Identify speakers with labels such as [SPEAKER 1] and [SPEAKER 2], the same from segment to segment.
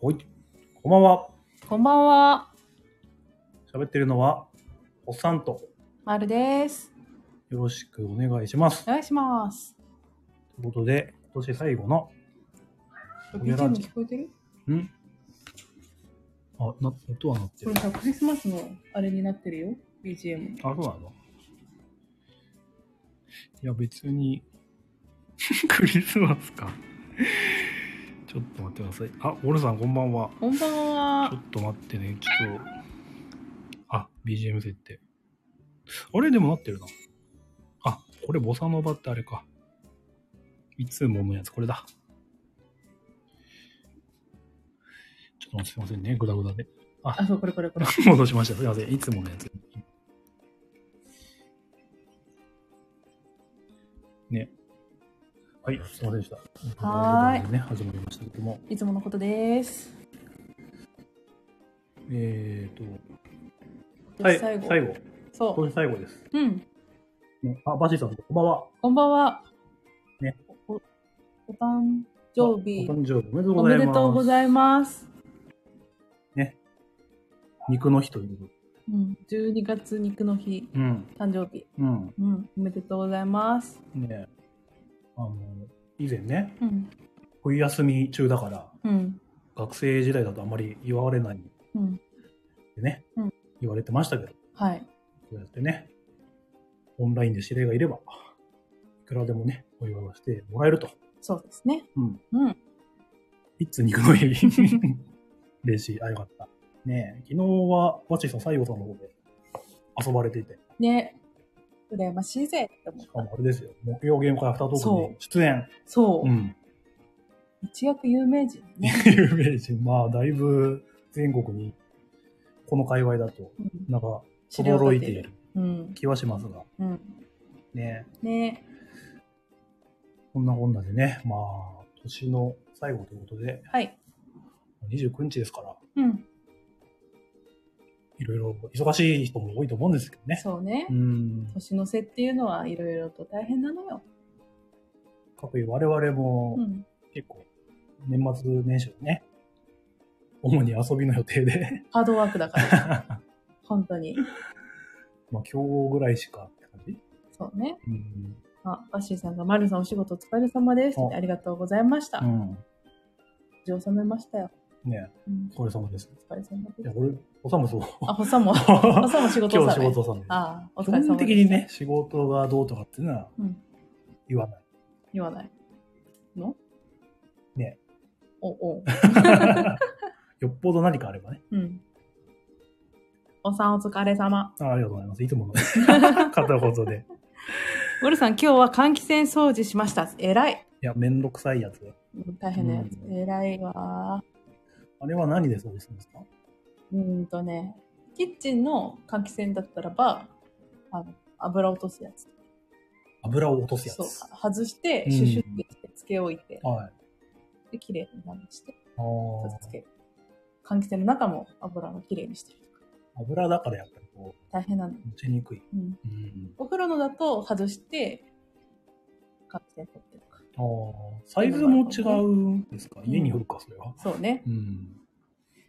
[SPEAKER 1] ほい。こんばんは。
[SPEAKER 2] こんばんは、
[SPEAKER 1] 喋ってるのは、おっさんと、
[SPEAKER 2] まるです。
[SPEAKER 1] よろしくお願いします。
[SPEAKER 2] お願いします。
[SPEAKER 1] ということで、今年最後の、や
[SPEAKER 2] BGM
[SPEAKER 1] らん
[SPEAKER 2] 聞こえてる
[SPEAKER 1] んあ、な、音は鳴って
[SPEAKER 2] こ
[SPEAKER 1] る
[SPEAKER 2] れ。さ、クリスマスのあれになってるよ、BGM。
[SPEAKER 1] あ、そうなのいや、別に、 クリスマスか。ちょっと待ってください。あ、オルさんこんばんは。
[SPEAKER 2] こんばん
[SPEAKER 1] ちょ
[SPEAKER 2] は
[SPEAKER 1] っ。と待ってね、ちょっと。あ、BGM 設定。あれでもなってるな。あ、これボサノバってあれか。いつものやつ、これだ。ちょっと待ってすいませんね、グダグダで。
[SPEAKER 2] あ、そう、これこれこれ。
[SPEAKER 1] 戻しました。すいません。いつものやつ。ね。はい、すいませんでした。
[SPEAKER 2] はーい
[SPEAKER 1] ね、始まりましたけども。
[SPEAKER 2] いつものことです。
[SPEAKER 1] えーと。
[SPEAKER 2] で
[SPEAKER 1] 最後。
[SPEAKER 2] 最
[SPEAKER 1] 最
[SPEAKER 2] 後。
[SPEAKER 1] 後。
[SPEAKER 2] そ
[SPEAKER 1] 今年最後です。
[SPEAKER 2] う。うん。
[SPEAKER 1] ね、あ、バシーさん、こんばんは。
[SPEAKER 2] こんばんは。
[SPEAKER 1] ね
[SPEAKER 2] お。おお誕生日
[SPEAKER 1] お。誕生日おめでとう
[SPEAKER 2] お
[SPEAKER 1] ござ
[SPEAKER 2] め
[SPEAKER 1] い
[SPEAKER 2] で
[SPEAKER 1] ます。
[SPEAKER 2] とうございます。
[SPEAKER 1] 肉の日というこ
[SPEAKER 2] うん。12月肉の日、
[SPEAKER 1] と。うん。
[SPEAKER 2] 誕生日。
[SPEAKER 1] うん。
[SPEAKER 2] うん。おめでとうございます。
[SPEAKER 1] ねあの、以前ね、
[SPEAKER 2] うん。
[SPEAKER 1] 冬休み中だから、
[SPEAKER 2] うん。
[SPEAKER 1] 学生時代だとあんまり祝われないっ
[SPEAKER 2] うん。
[SPEAKER 1] てね、
[SPEAKER 2] うん
[SPEAKER 1] 言われてましたけど、こ
[SPEAKER 2] はい。
[SPEAKER 1] うやってね、オンラインで指令がいれば、いくらでもね、お祝いをしてもらえると。
[SPEAKER 2] そうですね。
[SPEAKER 1] うん。
[SPEAKER 2] うん。
[SPEAKER 1] いつ肉の日。 嬉しい。あ、よかった。ねえ昨日は、バシーさん、西郷さんの方で遊ばれていて、
[SPEAKER 2] ね。羨ましいぜって思う。
[SPEAKER 1] しかもあれですよ、木曜ゲーム会アフタートークに出演。
[SPEAKER 2] そう。
[SPEAKER 1] うん。
[SPEAKER 2] 一躍有名人ね。
[SPEAKER 1] 有名人、まあ、だいぶ全国に、この界隈だと、
[SPEAKER 2] うん
[SPEAKER 1] なんか、とどろいている。
[SPEAKER 2] うん。
[SPEAKER 1] 気はしますが、
[SPEAKER 2] うん。
[SPEAKER 1] ね、
[SPEAKER 2] ね。
[SPEAKER 1] こんなこんなでね、まあ、年の最後ということで、
[SPEAKER 2] はい。
[SPEAKER 1] 29日ですから、
[SPEAKER 2] うん。
[SPEAKER 1] いろいろ忙しい人も多いと思うんですけどね。
[SPEAKER 2] そうね
[SPEAKER 1] う。ん。
[SPEAKER 2] 年の瀬っていうのはいろいろと大変なのよ。
[SPEAKER 1] かくいう我々も
[SPEAKER 2] う、ん。
[SPEAKER 1] 結構、年末年始はね、主に遊びの予定で、
[SPEAKER 2] ハードワークだから。本当に。
[SPEAKER 1] まあ、今日ぐらいしかって感じ
[SPEAKER 2] そうね。
[SPEAKER 1] うん。
[SPEAKER 2] あ、バッシーさんが、マルさんお仕事お疲れ様ですって。
[SPEAKER 1] あ
[SPEAKER 2] ありがとうございました。口を収めましたよ。
[SPEAKER 1] うん。ね
[SPEAKER 2] うん
[SPEAKER 1] お。疲れ様です。
[SPEAKER 2] お疲れ様
[SPEAKER 1] い
[SPEAKER 2] で
[SPEAKER 1] や、
[SPEAKER 2] す。
[SPEAKER 1] 俺、おさむ そう。
[SPEAKER 2] あ、ホッ サンも、ホッ
[SPEAKER 1] 今
[SPEAKER 2] サンも
[SPEAKER 1] 日仕
[SPEAKER 2] 仕事納め。
[SPEAKER 1] 事さんです。
[SPEAKER 2] ああ、お
[SPEAKER 1] 基
[SPEAKER 2] 疲れ様
[SPEAKER 1] 本
[SPEAKER 2] です。
[SPEAKER 1] 的に。ね、仕事がどうとかっていうのは
[SPEAKER 2] うん。
[SPEAKER 1] 言わない。
[SPEAKER 2] 言わない。の
[SPEAKER 1] ね。
[SPEAKER 2] お、お。
[SPEAKER 1] よっぽど何かあればね。
[SPEAKER 2] うん。おさんお疲れ様。
[SPEAKER 1] あありがとうございます。いつも の片言で。
[SPEAKER 2] ウォルさん、今日は換気扇掃除しました。えらい。
[SPEAKER 1] いや、めんどくさいやつ。
[SPEAKER 2] うん大変なやつ。
[SPEAKER 1] うん
[SPEAKER 2] えらいわ
[SPEAKER 1] あれは何で掃除するんですか
[SPEAKER 2] ー。うーんとね、キッチンの換気扇だったらば、あの油落とすやつ。
[SPEAKER 1] 油を落とすや
[SPEAKER 2] そう
[SPEAKER 1] つ。。
[SPEAKER 2] 外して
[SPEAKER 1] う、ん
[SPEAKER 2] シュシュってしてつけ置いて、
[SPEAKER 1] はい。
[SPEAKER 2] で、綺麗に流して、
[SPEAKER 1] あ
[SPEAKER 2] 外
[SPEAKER 1] ー
[SPEAKER 2] つける。換気扇の中も油の綺麗にしてるとか。
[SPEAKER 1] 油だからやっぱりこ
[SPEAKER 2] 大変なの。
[SPEAKER 1] う、落ちにくい。
[SPEAKER 2] うん。
[SPEAKER 1] うん。
[SPEAKER 2] お風呂のだと外して、換気扇取ってとか。
[SPEAKER 1] ああ、サイズも違うんですか
[SPEAKER 2] ん
[SPEAKER 1] 家によるか、それは。
[SPEAKER 2] そうね。
[SPEAKER 1] うん。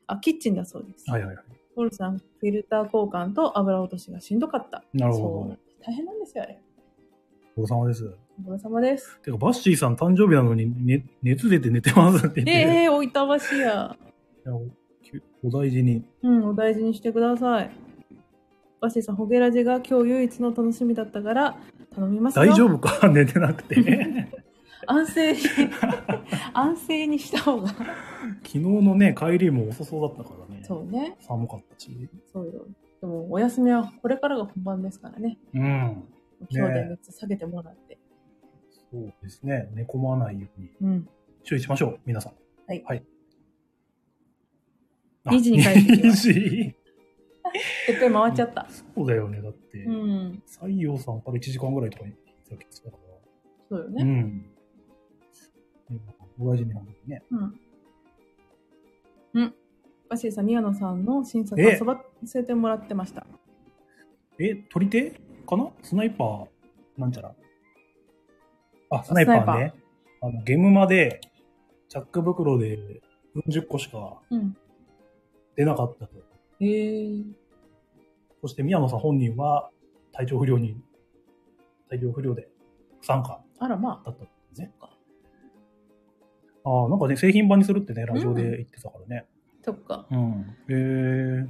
[SPEAKER 2] あ、キッチンだそうです。
[SPEAKER 1] はいはいはい。
[SPEAKER 2] ウォルさん、フィルター交換と油落としがしんどかった。
[SPEAKER 1] なる
[SPEAKER 2] そう
[SPEAKER 1] ほ
[SPEAKER 2] な
[SPEAKER 1] ど
[SPEAKER 2] ん。です大変なんですよ、あれ。
[SPEAKER 1] ご苦労様です。
[SPEAKER 2] お疲れ様です。
[SPEAKER 1] てか、バッシーさん誕生日なのに、ね、熱出て寝てますって言って。
[SPEAKER 2] ええおいたわしや。
[SPEAKER 1] いやおお大事に。
[SPEAKER 2] うん、お大事にしてください。バシーさん、ホゲラジが今日唯一の楽しみだったから、頼みますよ
[SPEAKER 1] 大丈夫か寝てなく て。昨
[SPEAKER 2] 安静に、 安静にした方が。
[SPEAKER 1] 日のね、帰りも遅そうだったからね。
[SPEAKER 2] そうね。
[SPEAKER 1] 寒かったし。
[SPEAKER 2] そうよ。でも、お休みはこれからが本番ですからね。
[SPEAKER 1] うん。
[SPEAKER 2] 今日で熱下げてもらって。
[SPEAKER 1] そうですね。寝込まないように
[SPEAKER 2] うん。
[SPEAKER 1] 注意しましょう、皆さん。
[SPEAKER 2] はい
[SPEAKER 1] はい。。
[SPEAKER 2] 2時に帰ってきます
[SPEAKER 1] 2時
[SPEAKER 2] てっぺん回っちゃった。
[SPEAKER 1] そうだよね。だって、
[SPEAKER 2] うん。
[SPEAKER 1] 西陽さんから1時間ぐらいとかにさっきしたか
[SPEAKER 2] そうよ
[SPEAKER 1] ら。
[SPEAKER 2] ね。
[SPEAKER 1] うん。お大事に本当にね。
[SPEAKER 2] うん。うん。バシーさん、宮野さんの新作
[SPEAKER 1] え
[SPEAKER 2] 遊ばせてもらってました。
[SPEAKER 1] え、取り手かなスナイパー、なんちゃら。あ、スナイパーね。あの、ゲームまで、チャック袋で40個しか
[SPEAKER 2] うん。
[SPEAKER 1] 出なかったと。
[SPEAKER 2] へえ。
[SPEAKER 1] そして宮野さん本人は体調不良に、体調不良で不参加
[SPEAKER 2] あら、ま
[SPEAKER 1] だったんですね
[SPEAKER 2] そっか。
[SPEAKER 1] ああ、なんかね、製品版にするってね、ラジオで言ってたからね。
[SPEAKER 2] あ、そっか。
[SPEAKER 1] うん。へ、え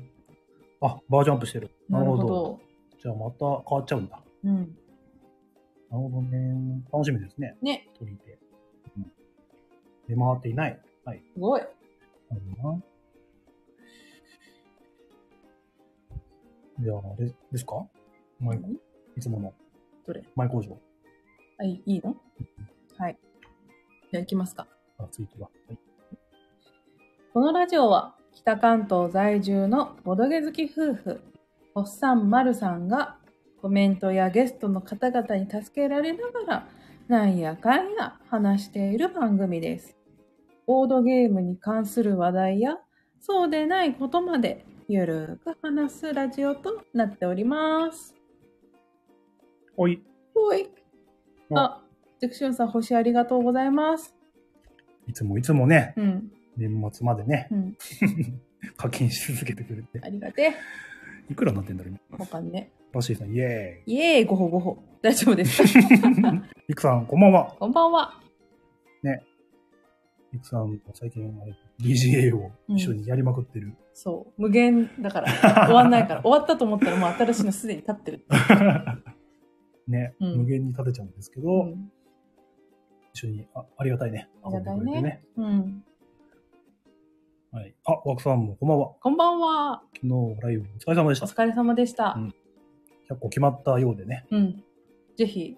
[SPEAKER 1] あ、バージョンアップしてる。な
[SPEAKER 2] な
[SPEAKER 1] る
[SPEAKER 2] る
[SPEAKER 1] ほ
[SPEAKER 2] ほ
[SPEAKER 1] ど。
[SPEAKER 2] ど。
[SPEAKER 1] じゃあまた変わっちゃうんだ。
[SPEAKER 2] うん。
[SPEAKER 1] なるほどね。楽しみですね。
[SPEAKER 2] ね、
[SPEAKER 1] 取り手。うん。出回っていない。はい。
[SPEAKER 2] すごい。
[SPEAKER 1] なるほどな。じゃあ、あれですかマイ
[SPEAKER 2] 何
[SPEAKER 1] いつもの。
[SPEAKER 2] どれ
[SPEAKER 1] マイ工場。
[SPEAKER 2] あ、いいいいのはい。じゃあ行きますか。
[SPEAKER 1] あ、ツイートだ。はい。
[SPEAKER 2] このラジオは北関東在住のボドゲ好き夫婦おっさんまるさんがコメントやゲストの方々に助けられながらなんやかんや話している番組ですボードゲームに関する話題やそうでないことまでゆるく話すラジオとなっております
[SPEAKER 1] おい。
[SPEAKER 2] ほいあジェクシオンさん星ありがとうございます
[SPEAKER 1] いつもいつもね、
[SPEAKER 2] うん
[SPEAKER 1] 年末までね
[SPEAKER 2] う、ん
[SPEAKER 1] 課金し続けてくれて。
[SPEAKER 2] ありがて
[SPEAKER 1] いくらになってんだろう、今。
[SPEAKER 2] えわかんね
[SPEAKER 1] バシーさん、イ エ
[SPEAKER 2] イエーイごほごほ大丈夫ですか
[SPEAKER 1] ーイ。リクさん、こんばんは。
[SPEAKER 2] こんばんは
[SPEAKER 1] リクさん、最近、あれ BGA を一緒にやりまくってる。
[SPEAKER 2] そう。無限だから。終わんないから。終わったと思ったらもう新しいのすでに立ってる。
[SPEAKER 1] ね、
[SPEAKER 2] うん
[SPEAKER 1] 無限に立てちゃうんですけど、
[SPEAKER 2] うん。
[SPEAKER 1] 一緒にあありがたいね。
[SPEAKER 2] ありがたい
[SPEAKER 1] 遊
[SPEAKER 2] ね
[SPEAKER 1] んでくれてね。
[SPEAKER 2] うん。
[SPEAKER 1] はい。あ、ワクさんもこんばんは。
[SPEAKER 2] こんばんは。
[SPEAKER 1] 昨日ライブお疲れ様でし
[SPEAKER 2] お
[SPEAKER 1] た。
[SPEAKER 2] 疲れ様でした。
[SPEAKER 1] 100個決まったようでね。
[SPEAKER 2] うん。ぜひ、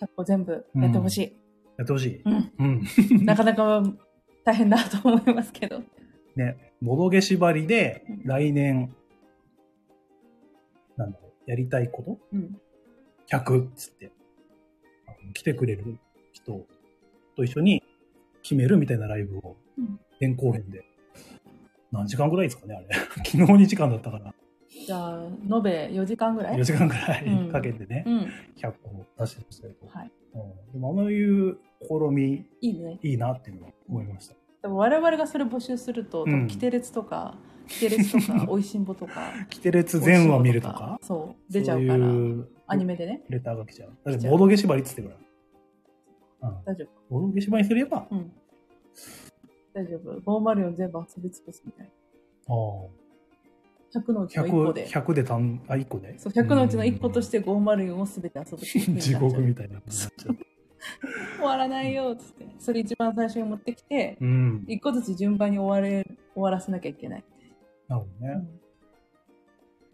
[SPEAKER 2] 100個全部やってほしい。
[SPEAKER 1] やってほしい。
[SPEAKER 2] うん。
[SPEAKER 1] うん。
[SPEAKER 2] なかなか大変だと思いますけど。
[SPEAKER 1] ね、ボドゲ縛りで
[SPEAKER 2] うん
[SPEAKER 1] 来年、なんだろう、やりたいこと
[SPEAKER 2] うん。
[SPEAKER 1] 100っつって、あの来てくれる人と一緒に決めるみたいなライブを
[SPEAKER 2] うん、
[SPEAKER 1] 前後編で、何時間ぐらいですかね、あれ。 昨日2時間だったから、
[SPEAKER 2] じゃあ、延べ4時間ぐらい
[SPEAKER 1] 4時間ぐら
[SPEAKER 2] う
[SPEAKER 1] い
[SPEAKER 2] ん
[SPEAKER 1] かけてね
[SPEAKER 2] う、ん。
[SPEAKER 1] 100個を出してましたけど、
[SPEAKER 2] はい。
[SPEAKER 1] うんでもあのいう試み、
[SPEAKER 2] いいね。
[SPEAKER 1] いいなっていうのは思いました。
[SPEAKER 2] でも我々がそれ募集すると、多
[SPEAKER 1] うん
[SPEAKER 2] 分キテレツとか、キテレツと か、おいしんぼとか、
[SPEAKER 1] キテレツ全話見るとか、
[SPEAKER 2] そう、出ちゃうから
[SPEAKER 1] そ、いう
[SPEAKER 2] アニメでね。
[SPEAKER 1] レターが来ちゃう。だってボードゲ縛りっつってるから。うん。
[SPEAKER 2] 大丈夫。
[SPEAKER 1] ボードゲ縛りすれば、あ
[SPEAKER 2] うん。大丈夫。504全部遊び尽くすみたい
[SPEAKER 1] あ、
[SPEAKER 2] な。100のうちの1個
[SPEAKER 1] 100、
[SPEAKER 2] で。
[SPEAKER 1] 100で単、あ、1個で。
[SPEAKER 2] そう100のうちの1個としてて504を全て遊ぶっていう風
[SPEAKER 1] う
[SPEAKER 2] に
[SPEAKER 1] ん
[SPEAKER 2] なっち
[SPEAKER 1] 地
[SPEAKER 2] ゃう。
[SPEAKER 1] 獄みたいな。う
[SPEAKER 2] 終わらないよっつって。それ一番最初に持ってきて、
[SPEAKER 1] ん。
[SPEAKER 2] 1個ずつ順番に終われ終わらせなきゃいけない。
[SPEAKER 1] なるほど
[SPEAKER 2] う
[SPEAKER 1] ね。
[SPEAKER 2] ん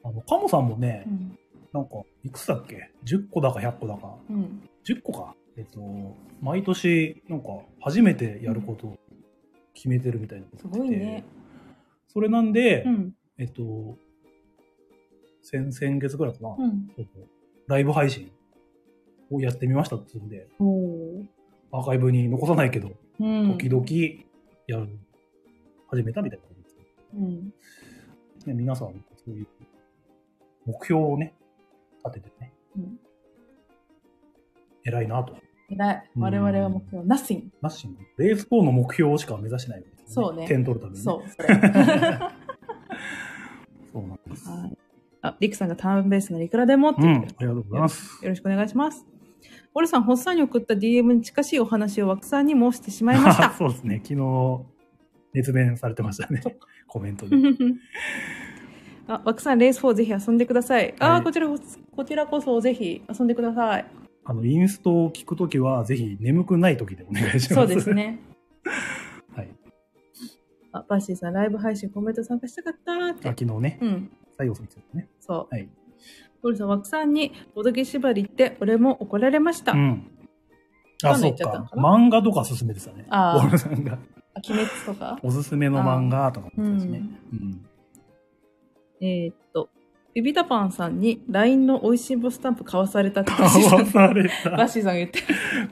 [SPEAKER 1] あの、カモさんもね
[SPEAKER 2] う、ん。
[SPEAKER 1] なんか、いくつだっけ ?10 個だか100個だか。
[SPEAKER 2] うん。
[SPEAKER 1] 10個か。えっと、毎年、なんか、初めてやることを決めてるみたいなこと
[SPEAKER 2] すごいね。
[SPEAKER 1] それなんで、
[SPEAKER 2] うん。
[SPEAKER 1] えっと、先々月ぐらいかな、
[SPEAKER 2] うん。
[SPEAKER 1] そうそうライブ配信をやってみましたって言うんで、
[SPEAKER 2] おお。
[SPEAKER 1] アーカイブに残さないけど、
[SPEAKER 2] うん。
[SPEAKER 1] 時々やる、始めたみたいなことです
[SPEAKER 2] うん。
[SPEAKER 1] ね。ね皆さん、そういう目標をね、立ててね、
[SPEAKER 2] うん。
[SPEAKER 1] 偉いなと。
[SPEAKER 2] 偉い。我々は目標、nothing。
[SPEAKER 1] ナッシング、レース4の目標しか目指してないわけですよ
[SPEAKER 2] そうね
[SPEAKER 1] 点取るために、ね。
[SPEAKER 2] そう、それ。
[SPEAKER 1] そうなんです。
[SPEAKER 2] はいあ、リクさんがターンベースならいくらでもって
[SPEAKER 1] うん、
[SPEAKER 2] 言っ
[SPEAKER 1] あ
[SPEAKER 2] て
[SPEAKER 1] り
[SPEAKER 2] る
[SPEAKER 1] がとうございます。
[SPEAKER 2] よろしくお願いします。オルさん、ホッサンに送った DM に近しいお話を枠さんに申してしまいまし た。
[SPEAKER 1] そうですね、昨日、熱弁されてましたね、コメントで。
[SPEAKER 2] あ、枠さん、レース4ぜひ遊んでください。あ
[SPEAKER 1] は
[SPEAKER 2] あ、
[SPEAKER 1] い
[SPEAKER 2] こちらこ、こちらこそぜひ遊んでください。
[SPEAKER 1] あの、インストを聞くときは、ぜひ眠くないときでお願いします。
[SPEAKER 2] そうです。ね。
[SPEAKER 1] はい。
[SPEAKER 2] あ、バッシーさん、ライブ配信コメント参加したかったー
[SPEAKER 1] あ
[SPEAKER 2] って。
[SPEAKER 1] 昨日ね、
[SPEAKER 2] うん、
[SPEAKER 1] 西郷さんですよね。
[SPEAKER 2] そう。
[SPEAKER 1] はい。
[SPEAKER 2] オルさん、枠さんに、おどけ縛りって、俺も怒られました。
[SPEAKER 1] うん。
[SPEAKER 2] ど
[SPEAKER 1] あ、
[SPEAKER 2] んな
[SPEAKER 1] そ
[SPEAKER 2] ん行
[SPEAKER 1] っ
[SPEAKER 2] っちゃったの
[SPEAKER 1] か。
[SPEAKER 2] かな
[SPEAKER 1] 漫画とか勧めてたね。
[SPEAKER 2] あー
[SPEAKER 1] オルさんが。
[SPEAKER 2] あ、鬼滅とか。
[SPEAKER 1] おすすめの漫画とかも言ってたしね。うん。
[SPEAKER 2] えーっと、ビビタパンさんに LINE の美味しいボスタンプ買わさ れたって
[SPEAKER 1] か
[SPEAKER 2] バッシーさ
[SPEAKER 1] わ
[SPEAKER 2] ん
[SPEAKER 1] され
[SPEAKER 2] バッ
[SPEAKER 1] た。
[SPEAKER 2] シーさんが言ってる。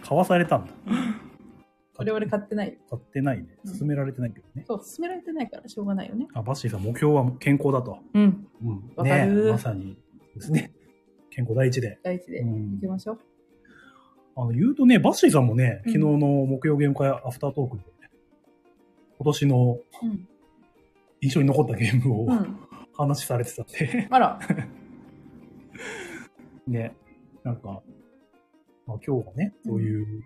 [SPEAKER 1] かわされたんだ。
[SPEAKER 2] 我々買ってない。
[SPEAKER 1] 買ってないね。勧められてないけどね。
[SPEAKER 2] そう、勧められてないからしょうがないよね。
[SPEAKER 1] あ、バッシーさん、目標は健康だと。
[SPEAKER 2] うん。
[SPEAKER 1] うん。
[SPEAKER 2] わか
[SPEAKER 1] ね
[SPEAKER 2] る
[SPEAKER 1] まさに。ですね。健康第一で。
[SPEAKER 2] 大事で
[SPEAKER 1] う
[SPEAKER 2] 行
[SPEAKER 1] ん
[SPEAKER 2] き。ましょう。
[SPEAKER 1] あの、言うとね、バッシーさんもね、
[SPEAKER 2] うん
[SPEAKER 1] 昨日の木曜ゲーム会アフタートークで、今年の
[SPEAKER 2] うん。
[SPEAKER 1] 印象に残ったゲームを
[SPEAKER 2] うん。
[SPEAKER 1] 話されてた って、
[SPEAKER 2] あら。
[SPEAKER 1] ね、なんか、まあ、今日はね、そういう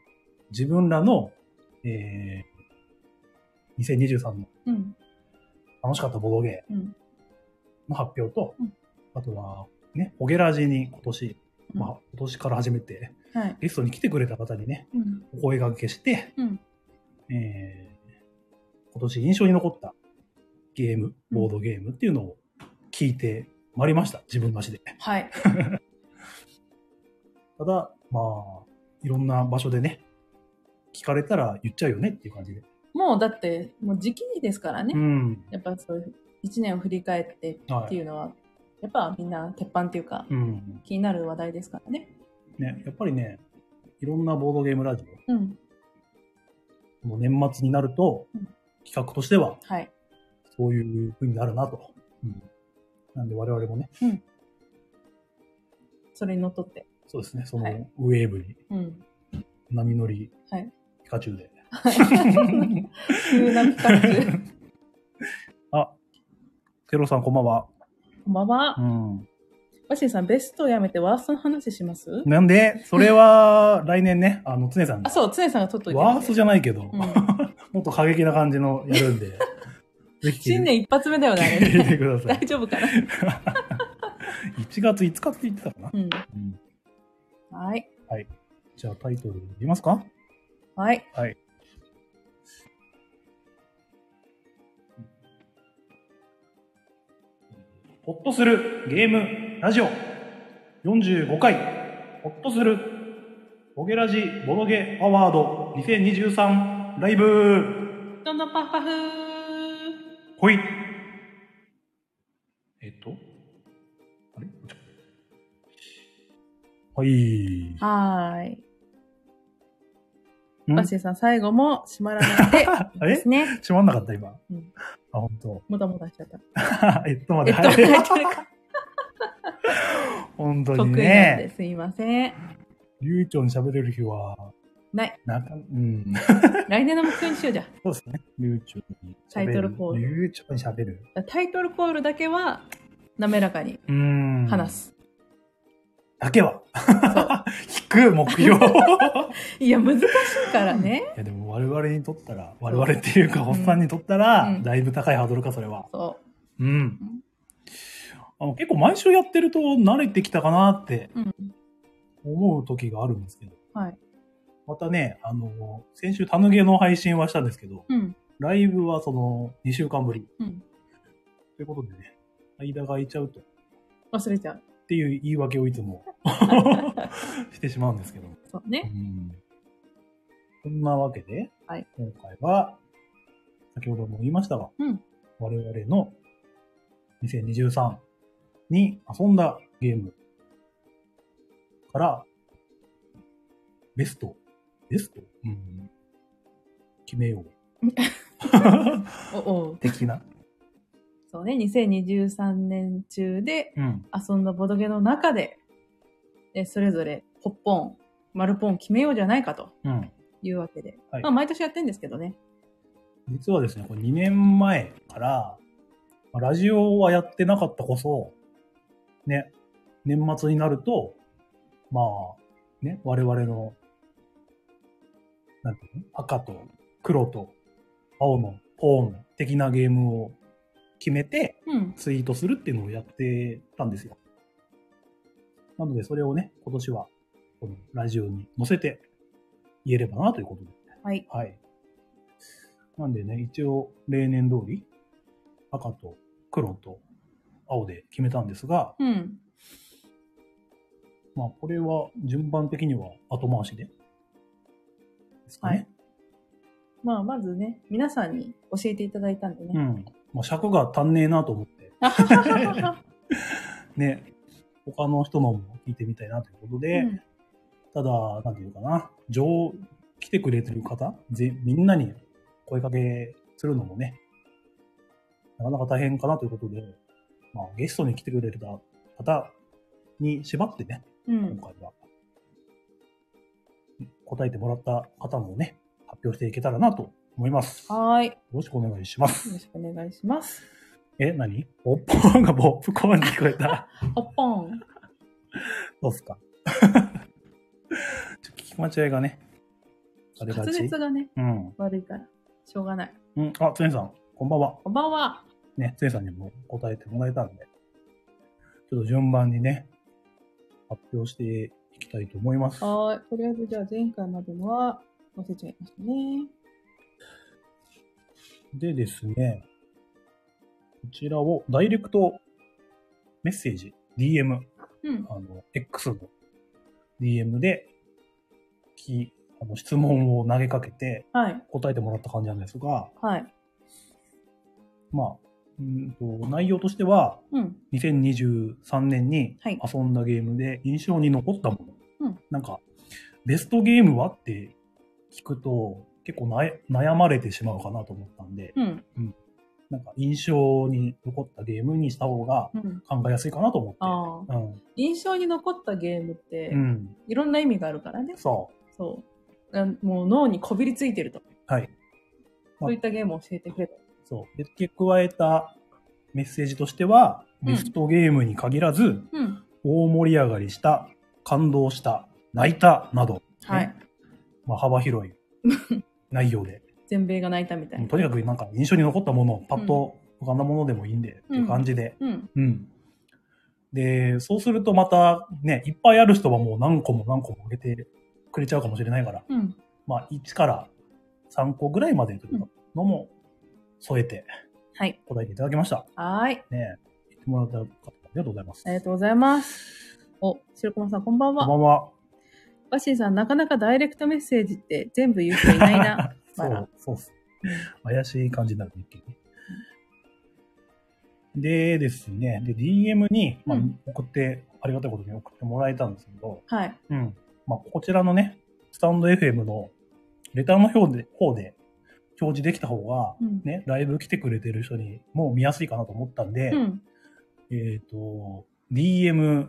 [SPEAKER 1] 自分らの、えー、2023の
[SPEAKER 2] うん。
[SPEAKER 1] 楽しかったボドゲ
[SPEAKER 2] うん。
[SPEAKER 1] の発表と、
[SPEAKER 2] うん
[SPEAKER 1] あとは、ね、ホゲラジに今年、
[SPEAKER 2] うん
[SPEAKER 1] まあ、今年から始めて、
[SPEAKER 2] はい。
[SPEAKER 1] ゲストに来てくれた方にね、
[SPEAKER 2] うん。
[SPEAKER 1] お声掛けして、
[SPEAKER 2] うん。
[SPEAKER 1] えー今年印象に残ったゲーム、
[SPEAKER 2] うん
[SPEAKER 1] ボードゲームっていうのを聞いてまいりました。自分の足で。
[SPEAKER 2] はい。
[SPEAKER 1] ただ、まあ、いろんな場所でね、聞かれたら言っちゃうよねっていう感じで。
[SPEAKER 2] もうだって、もう時期ですからね。
[SPEAKER 1] うん。
[SPEAKER 2] やっぱそういう、一年を振り返ってっ
[SPEAKER 1] は
[SPEAKER 2] てい
[SPEAKER 1] い。
[SPEAKER 2] うのは、やっぱみんな鉄板っていうか、
[SPEAKER 1] うん。
[SPEAKER 2] 気になる話題ですからね。
[SPEAKER 1] ね、やっぱりね、いろんなボードゲームラジ
[SPEAKER 2] うん。
[SPEAKER 1] オ、もう年末になると
[SPEAKER 2] うん、
[SPEAKER 1] 企画としては、
[SPEAKER 2] はい。
[SPEAKER 1] そういう風になるなと。うん。なんで我々もね、
[SPEAKER 2] それにのっとって。
[SPEAKER 1] そうですね、そ
[SPEAKER 2] は
[SPEAKER 1] の
[SPEAKER 2] い
[SPEAKER 1] ウェーブに、
[SPEAKER 2] うん。
[SPEAKER 1] 波乗り、
[SPEAKER 2] はい
[SPEAKER 1] ピカチュ ウで。
[SPEAKER 2] 急なピカチ ュウ。
[SPEAKER 1] あ、ケロさんこんばんは。
[SPEAKER 2] こんばんは。
[SPEAKER 1] ん。
[SPEAKER 2] バシーさん、ベストをやめてワーストの話します
[SPEAKER 1] なんで、それは来年ね、あの、常さん
[SPEAKER 2] あ、
[SPEAKER 1] が。
[SPEAKER 2] そう、常さんが取っといて
[SPEAKER 1] ワーストじ
[SPEAKER 2] ゃ
[SPEAKER 1] ゃないけど、
[SPEAKER 2] うん
[SPEAKER 1] もっと過激な感じのやるんで、ぜひ
[SPEAKER 2] 新年一発目だよね、あれ
[SPEAKER 1] 聞い
[SPEAKER 2] ね。
[SPEAKER 1] てくださ
[SPEAKER 2] 大
[SPEAKER 1] い。
[SPEAKER 2] 丈夫かな
[SPEAKER 1] 1月5日って言ってたかな、
[SPEAKER 2] うん。
[SPEAKER 1] うん
[SPEAKER 2] はい。
[SPEAKER 1] じゃあタイトル言いますか
[SPEAKER 2] はい。
[SPEAKER 1] はい。ほっとするゲームラジオ45回ほっとするボゲラジボロゲアワード2023ライブ
[SPEAKER 2] どんどんパフパフー
[SPEAKER 1] ほいえっとあれちょはい。
[SPEAKER 2] はーい。
[SPEAKER 1] ん
[SPEAKER 2] バシーさん、最後も閉まらないで
[SPEAKER 1] あ
[SPEAKER 2] で
[SPEAKER 1] れ
[SPEAKER 2] すね。
[SPEAKER 1] 閉まんなかった今。
[SPEAKER 2] うん
[SPEAKER 1] あ、本当。
[SPEAKER 2] もたもたしちゃった。
[SPEAKER 1] えっとま
[SPEAKER 2] え
[SPEAKER 1] で
[SPEAKER 2] っと、
[SPEAKER 1] 入る。
[SPEAKER 2] 入ってるか
[SPEAKER 1] 本当
[SPEAKER 2] 得意
[SPEAKER 1] に
[SPEAKER 2] なん
[SPEAKER 1] ね
[SPEAKER 2] で。すいません。
[SPEAKER 1] 流暢に喋れる日は、
[SPEAKER 2] ない。
[SPEAKER 1] なか、 うん。
[SPEAKER 2] 来年の目標にしようじゃん。
[SPEAKER 1] そうですね。流暢に喋る。
[SPEAKER 2] タイトルコール
[SPEAKER 1] 流暢に喋る。
[SPEAKER 2] タイトルコールだけは、滑らかに
[SPEAKER 1] うん。
[SPEAKER 2] 話
[SPEAKER 1] す。
[SPEAKER 2] す。
[SPEAKER 1] だけは。
[SPEAKER 2] そう。
[SPEAKER 1] 低い目標。い
[SPEAKER 2] いや、難しいからね。
[SPEAKER 1] や、でも我々にとったら、我々っていうか、おっさんにとったら、
[SPEAKER 2] うん
[SPEAKER 1] だいぶ高いハードルか、それは。
[SPEAKER 2] そ
[SPEAKER 1] うん
[SPEAKER 2] うん。
[SPEAKER 1] あの結構毎週やってると慣れてきたかなって
[SPEAKER 2] う。うん。
[SPEAKER 1] 思う時があるんですけど。
[SPEAKER 2] はい。
[SPEAKER 1] またね、あの、先週タヌゲの配信はしたんですけど、
[SPEAKER 2] うん。
[SPEAKER 1] ライブはその2週間ぶり。
[SPEAKER 2] うん。
[SPEAKER 1] ということでね、間が空いちゃうと。
[SPEAKER 2] 忘れちゃう。
[SPEAKER 1] っていう言い訳をいつ も してしまうんですけど。
[SPEAKER 2] そうね。
[SPEAKER 1] そんなわけで、
[SPEAKER 2] はい
[SPEAKER 1] 今回は、先ほども言いましたが、
[SPEAKER 2] うん
[SPEAKER 1] 我々の2023に遊んだゲームから、ベスト、ベスト、うん、決めよう。
[SPEAKER 2] おお
[SPEAKER 1] 的な。
[SPEAKER 2] そうね。2023年中で
[SPEAKER 1] うん。
[SPEAKER 2] 遊んだボドゲの中で、えそれぞれ、ポッポン、丸ポン決めようじゃないかと
[SPEAKER 1] うん。
[SPEAKER 2] いうわけで。
[SPEAKER 1] はい
[SPEAKER 2] まあ、毎年やってんですけどね。
[SPEAKER 1] 実はですね、これ2年前から、まあラジオはやってなかったこそ、ね、年末になると、まあ、ね、我々の、なんていうの赤と黒と青のポーン的なゲームを決めて
[SPEAKER 2] うん。
[SPEAKER 1] ツイートするっていうのをやってたんですよ。なのでそれをね、今年はこのラジオに載せて言えればなということで。
[SPEAKER 2] はい。
[SPEAKER 1] はい。なんでね、一応、例年通り、赤と黒と青で決めたんですが、
[SPEAKER 2] うん。
[SPEAKER 1] まあ、これは順番的には後回しで。ですかね。
[SPEAKER 2] まあ、まずね、皆さんに教えていただいたんで
[SPEAKER 1] う
[SPEAKER 2] ね。
[SPEAKER 1] ん。まあ、尺が足んねえなと思って、 ね、他の人のも聞いてみたいなということで、
[SPEAKER 2] うん
[SPEAKER 1] ただ、なんていうかな、上、来てくれてる方、ぜみんなに声かけするのもね、なかなか大変かなということで、まあ、ゲストに来てくれた方に縛ってね、
[SPEAKER 2] うん
[SPEAKER 1] 今。回は、答えてもらった方もね、発表していけたらなと思います。よ
[SPEAKER 2] はーい。よ
[SPEAKER 1] ろしくお願いします。
[SPEAKER 2] ろしくお願いします。
[SPEAKER 1] え、何ポップコーンがポップコーンに聞こえた。
[SPEAKER 2] ポッポン。
[SPEAKER 1] どうっすか ちょっと聞き間違いがね。あれが
[SPEAKER 2] 滑
[SPEAKER 1] ち。
[SPEAKER 2] 舌がね、
[SPEAKER 1] うん。
[SPEAKER 2] 悪いから、しょうがない。
[SPEAKER 1] うん。あ、つねさん、こんばんは。
[SPEAKER 2] こんばんは。
[SPEAKER 1] ね、つねさんにも答えてもらえたんで、ちょっと順番にね、発表していきたいと思います。
[SPEAKER 2] はーい。とりあえず、じゃあ前回までのは、載せちゃいましたね。
[SPEAKER 1] でですね、こちらをダイレクトメッセージ、DM、
[SPEAKER 2] うん。
[SPEAKER 1] あの、X の DM で、き、あの、質問を投げかけて
[SPEAKER 2] はい。
[SPEAKER 1] 答えてもらった感じなんですが、
[SPEAKER 2] はい。
[SPEAKER 1] まあ、うーんと、内容としては、
[SPEAKER 2] うん。
[SPEAKER 1] 2023年に
[SPEAKER 2] はい
[SPEAKER 1] 遊んだゲームで印象に残ったもの。
[SPEAKER 2] うん
[SPEAKER 1] なんか、ベストゲームはって聞くと、結構なえ悩まれてしまうかなと思ったんで、
[SPEAKER 2] うん。
[SPEAKER 1] なんか印象に残ったゲームにした方が
[SPEAKER 2] うん。
[SPEAKER 1] 考えやすいかなと思っ
[SPEAKER 2] ああ。
[SPEAKER 1] て。うん。
[SPEAKER 2] 印象に残ったゲームって、
[SPEAKER 1] うん。
[SPEAKER 2] いろんな意味があるからね。
[SPEAKER 1] そ
[SPEAKER 2] そう。あもう脳にこびりついてると。
[SPEAKER 1] はい。
[SPEAKER 2] そういったゲームを教えてくれた。
[SPEAKER 1] う。そう。で、付け加えたメッセージとしては、
[SPEAKER 2] うん
[SPEAKER 1] ベストゲームに限らず、
[SPEAKER 2] うん。
[SPEAKER 1] 大盛り上がりした、感動した、泣いた、など、
[SPEAKER 2] はい。
[SPEAKER 1] まあ、幅 広い内容で、
[SPEAKER 2] 全米が泣いたみたい
[SPEAKER 1] もう
[SPEAKER 2] な。
[SPEAKER 1] とにかくなんか印象に残ったものをパッと浮かんだものでもいいんで、
[SPEAKER 2] う
[SPEAKER 1] って
[SPEAKER 2] ん
[SPEAKER 1] いう感じで、
[SPEAKER 2] うん。
[SPEAKER 1] うん。で、そうするとまたね、いっぱいある人はもう何個も何個も上げてくれちゃうかもしれないから、
[SPEAKER 2] うん。
[SPEAKER 1] まあ、1から3個ぐらいまでというのも添えて
[SPEAKER 2] はい。
[SPEAKER 1] 答えていただきました。
[SPEAKER 2] はーい。
[SPEAKER 1] ねえ、言ってもらった方ありがとうございます。
[SPEAKER 2] ありがとうございます。お、白駒さん、こんばん
[SPEAKER 1] こんば
[SPEAKER 2] は。
[SPEAKER 1] んは。
[SPEAKER 2] バッシーさん、なかなかダイレクトメッセージって全部言う人いな いな。
[SPEAKER 1] そ
[SPEAKER 2] あら
[SPEAKER 1] う、そうっす。怪しい感じになるね、一気にね。でですね、で、DM に、まあ
[SPEAKER 2] うん
[SPEAKER 1] 送って、ありがたいことに送ってもらえたんですけど、
[SPEAKER 2] はい。
[SPEAKER 1] うん。まあ、こちらのね、スタンド FM のレターの表で、方で表示できた方が、
[SPEAKER 2] うん。
[SPEAKER 1] ね、ライブ来てくれてる人にも見やすいかなと思ったんで、
[SPEAKER 2] うん。
[SPEAKER 1] えっ、と、DM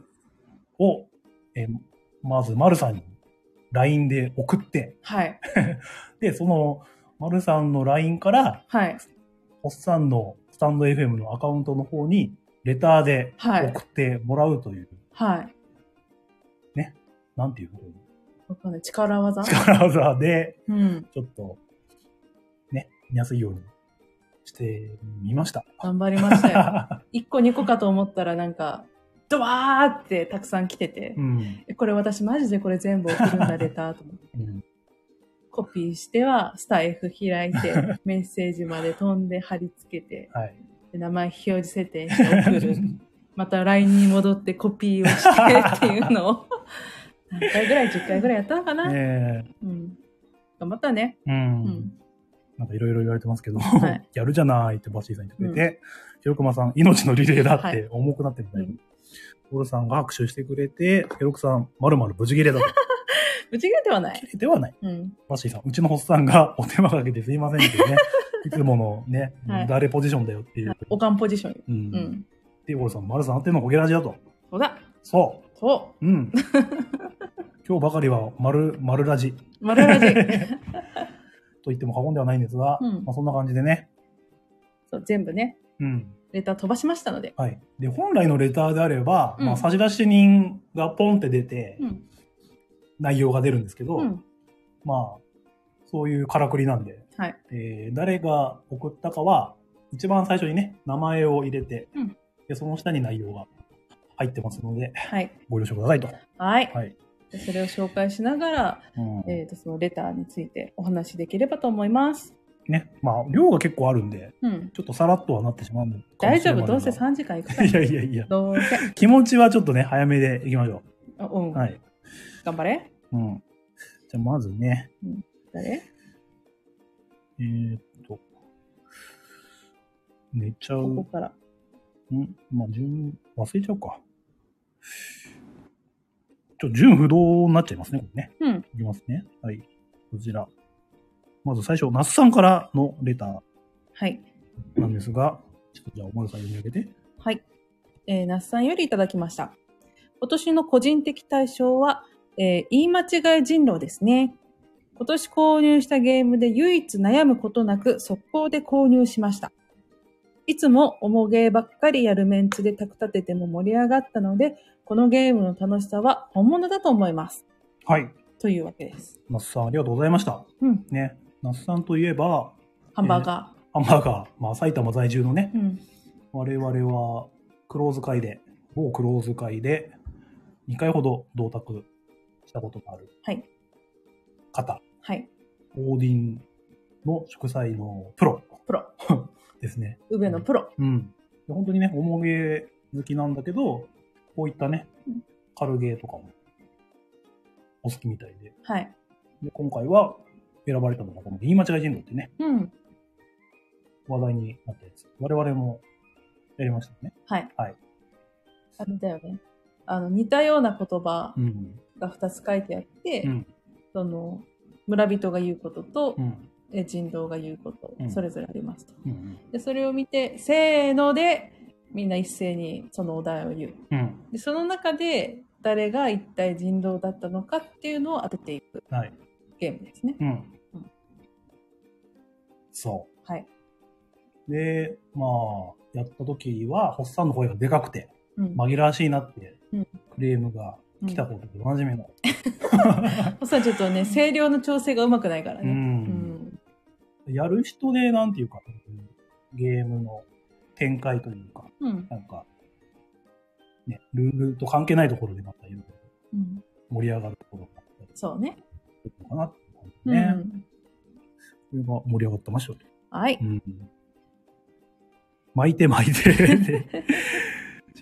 [SPEAKER 1] を、えーまず、丸さんに LINE で送って、
[SPEAKER 2] はい。
[SPEAKER 1] で、その、丸さんの LINE から、
[SPEAKER 2] はい。
[SPEAKER 1] おっさんのスタンド FM のアカウントの方に、レターで
[SPEAKER 2] はい
[SPEAKER 1] 送ってもらうという、
[SPEAKER 2] はい。
[SPEAKER 1] なんていうこと
[SPEAKER 2] わかんない。力技
[SPEAKER 1] 力技で、
[SPEAKER 2] うん。
[SPEAKER 1] ちょっと、ね、見やすいようにしてみました。
[SPEAKER 2] 頑張りましたよ。1個2個かと思ったらなんか、ドワーってたくさん来てて
[SPEAKER 1] う、ん、
[SPEAKER 2] えこれ私マジでこれ全部送るんだ、レターと思って。
[SPEAKER 1] うん。
[SPEAKER 2] コピーしては、スタイフ開 いて、メッセージまで飛んで貼り付けて、
[SPEAKER 1] はい。
[SPEAKER 2] で名前表示設定して送 る。また LINE に戻ってコピーをしてっていうの を、何回ぐらい、10回ぐらいやったのかな、
[SPEAKER 1] ねえ
[SPEAKER 2] うん。頑張ったね。
[SPEAKER 1] うん。
[SPEAKER 2] うん。
[SPEAKER 1] なんかいろいろ言われてますけど、
[SPEAKER 2] はい
[SPEAKER 1] やるじゃないってバッシーさん言ってくれて、ひろくまさん、命のリレーだっ
[SPEAKER 2] は
[SPEAKER 1] て
[SPEAKER 2] い
[SPEAKER 1] 重くなってみたいに。
[SPEAKER 2] うん
[SPEAKER 1] ボルさんが拍手してくれて、ひろくさん、まるまる無事切れだと。
[SPEAKER 2] うちがではない。
[SPEAKER 1] 切れでは ない。
[SPEAKER 2] うん。
[SPEAKER 1] バッシーさん、うちのおっさん がお手間かけてすいませんっていうね、いつものね、
[SPEAKER 2] はい
[SPEAKER 1] 誰ポジションだよっていう。
[SPEAKER 2] おかんポジションよ。
[SPEAKER 1] う。
[SPEAKER 2] うんん。
[SPEAKER 1] で、ボルさん、まるさんあってんのこげラジだと。
[SPEAKER 2] そうだ。
[SPEAKER 1] そ。
[SPEAKER 2] そう
[SPEAKER 1] うん。今日ばかりは、まる、まるラジ
[SPEAKER 2] う。丸 ラジ。
[SPEAKER 1] と言っても過言ではないんですが、
[SPEAKER 2] うん
[SPEAKER 1] まあそんな感じでね。
[SPEAKER 2] そう、全部ね、
[SPEAKER 1] うん。
[SPEAKER 2] レター飛ばしましたので。
[SPEAKER 1] はい。で、本来のレターであれば、
[SPEAKER 2] うん
[SPEAKER 1] まあ、差出人がポンって出て、
[SPEAKER 2] うん。
[SPEAKER 1] 内容が出るんですけど、
[SPEAKER 2] うん。
[SPEAKER 1] まあ、そういうからくりなんで、
[SPEAKER 2] はい。
[SPEAKER 1] えー誰が送ったかは、一番最初にね、名前を入れて、
[SPEAKER 2] うん
[SPEAKER 1] で、その下に内容が入ってますので、
[SPEAKER 2] はい。
[SPEAKER 1] ご了承くださいと。
[SPEAKER 2] はい。
[SPEAKER 1] はい。
[SPEAKER 2] でそれを紹介しながら、
[SPEAKER 1] うん
[SPEAKER 2] えー、とそのレターについてお話しできればと思います。
[SPEAKER 1] ね、まあ、量が結構あるんで、
[SPEAKER 2] うん、
[SPEAKER 1] ちょっとさらっとはなってしまうんで。
[SPEAKER 2] 大丈夫、
[SPEAKER 1] か
[SPEAKER 2] ど
[SPEAKER 1] も
[SPEAKER 2] う
[SPEAKER 1] し
[SPEAKER 2] せ
[SPEAKER 1] れま
[SPEAKER 2] 3時間いくか
[SPEAKER 1] せん
[SPEAKER 2] ら。
[SPEAKER 1] が いやいやいや、
[SPEAKER 2] ど うせ、
[SPEAKER 1] 気持ちはちょっとね、早めでいきましょ
[SPEAKER 2] あうん
[SPEAKER 1] う。はい。
[SPEAKER 2] 頑張れ。
[SPEAKER 1] うん。じゃあ、まずね、
[SPEAKER 2] 誰
[SPEAKER 1] えーっと、寝ちゃう。
[SPEAKER 2] ここ
[SPEAKER 1] ん
[SPEAKER 2] から。
[SPEAKER 1] まあ、順、忘れちゃうか。ちょ、順不動になっちゃいますね、これね。
[SPEAKER 2] うん、
[SPEAKER 1] いきますね。はい。こちら。まず最初、那須さんからのレタ
[SPEAKER 2] はい。
[SPEAKER 1] ーなんですが、ちょっとじゃあ、おまるさん読み上げて。
[SPEAKER 2] はい。えー、那須さんよりいただきました。今年の個人的対象は、えー言い間違い人狼ですね。今年購入したゲームで唯一悩むことなく速攻で購入しました。いつも重ゲーばっかりやるメンツで卓立てても盛り上がったので、このゲームの楽しさは本物だと思います。
[SPEAKER 1] はい。
[SPEAKER 2] というわけです。
[SPEAKER 1] 那須さん、ありがとうございました。
[SPEAKER 2] うん。
[SPEAKER 1] ね。那須さんといえば、
[SPEAKER 2] ハンバーガ
[SPEAKER 1] ハンバーガー、まあ、埼玉在住のね
[SPEAKER 2] ー。、うん。
[SPEAKER 1] 我々は、クローズ会で、某クローズ会で、2回ほど同卓したことがある
[SPEAKER 2] はい。
[SPEAKER 1] 方、
[SPEAKER 2] はい。
[SPEAKER 1] オーディンの祝祭のプロ
[SPEAKER 2] プロ。
[SPEAKER 1] ですね。
[SPEAKER 2] 宇部のプロ。
[SPEAKER 1] うん。で本当にね、重げ好きなんだけど、こういったね
[SPEAKER 2] うん、
[SPEAKER 1] 軽ゲーとかも、お好きみたいで。
[SPEAKER 2] はい。
[SPEAKER 1] で、今回は、選ばれたのが、この言い間違い人狼ってね、
[SPEAKER 2] うん。
[SPEAKER 1] 話題になったやつ。我々も、やりましたね。
[SPEAKER 2] はい。
[SPEAKER 1] はい。
[SPEAKER 2] あれだよね。あの、似たような言葉
[SPEAKER 1] うん。
[SPEAKER 2] が2つ書いてあって、
[SPEAKER 1] うん。
[SPEAKER 2] その、村人が言うことと、
[SPEAKER 1] うん。
[SPEAKER 2] え人狼が言うこと
[SPEAKER 1] う、ん
[SPEAKER 2] それぞれありますと。
[SPEAKER 1] うん。
[SPEAKER 2] で、それを見て、せーので、みんな一斉にそのお題を言う。
[SPEAKER 1] うん。
[SPEAKER 2] で、その中で、誰が一体人狼だったのかっていうのを当てていく
[SPEAKER 1] はい。
[SPEAKER 2] ゲームですね。
[SPEAKER 1] うん
[SPEAKER 2] うん。
[SPEAKER 1] そ
[SPEAKER 2] はい。
[SPEAKER 1] う。で、まあ、やった時は、ホッサンの声がでかくて、
[SPEAKER 2] うん。
[SPEAKER 1] 紛らわしいなって
[SPEAKER 2] うん、
[SPEAKER 1] クレームが来た
[SPEAKER 2] うん
[SPEAKER 1] ことでおなじみの。
[SPEAKER 2] おっさんちょっとね、声量の調整がうまくないから
[SPEAKER 1] う。
[SPEAKER 2] ね。うんん。
[SPEAKER 1] やる人で、なんていうか、ゲームの展開というか、
[SPEAKER 2] うん。
[SPEAKER 1] なんか、ね、ルールと関係ないところでまたいろいろ
[SPEAKER 2] うん。
[SPEAKER 1] 盛り上がるところがあったり
[SPEAKER 2] そうね。
[SPEAKER 1] するのかなって感
[SPEAKER 2] う
[SPEAKER 1] じ
[SPEAKER 2] ん。
[SPEAKER 1] ね。これが盛り上がってましたよ。
[SPEAKER 2] はい。
[SPEAKER 1] うん。巻いて巻いてって。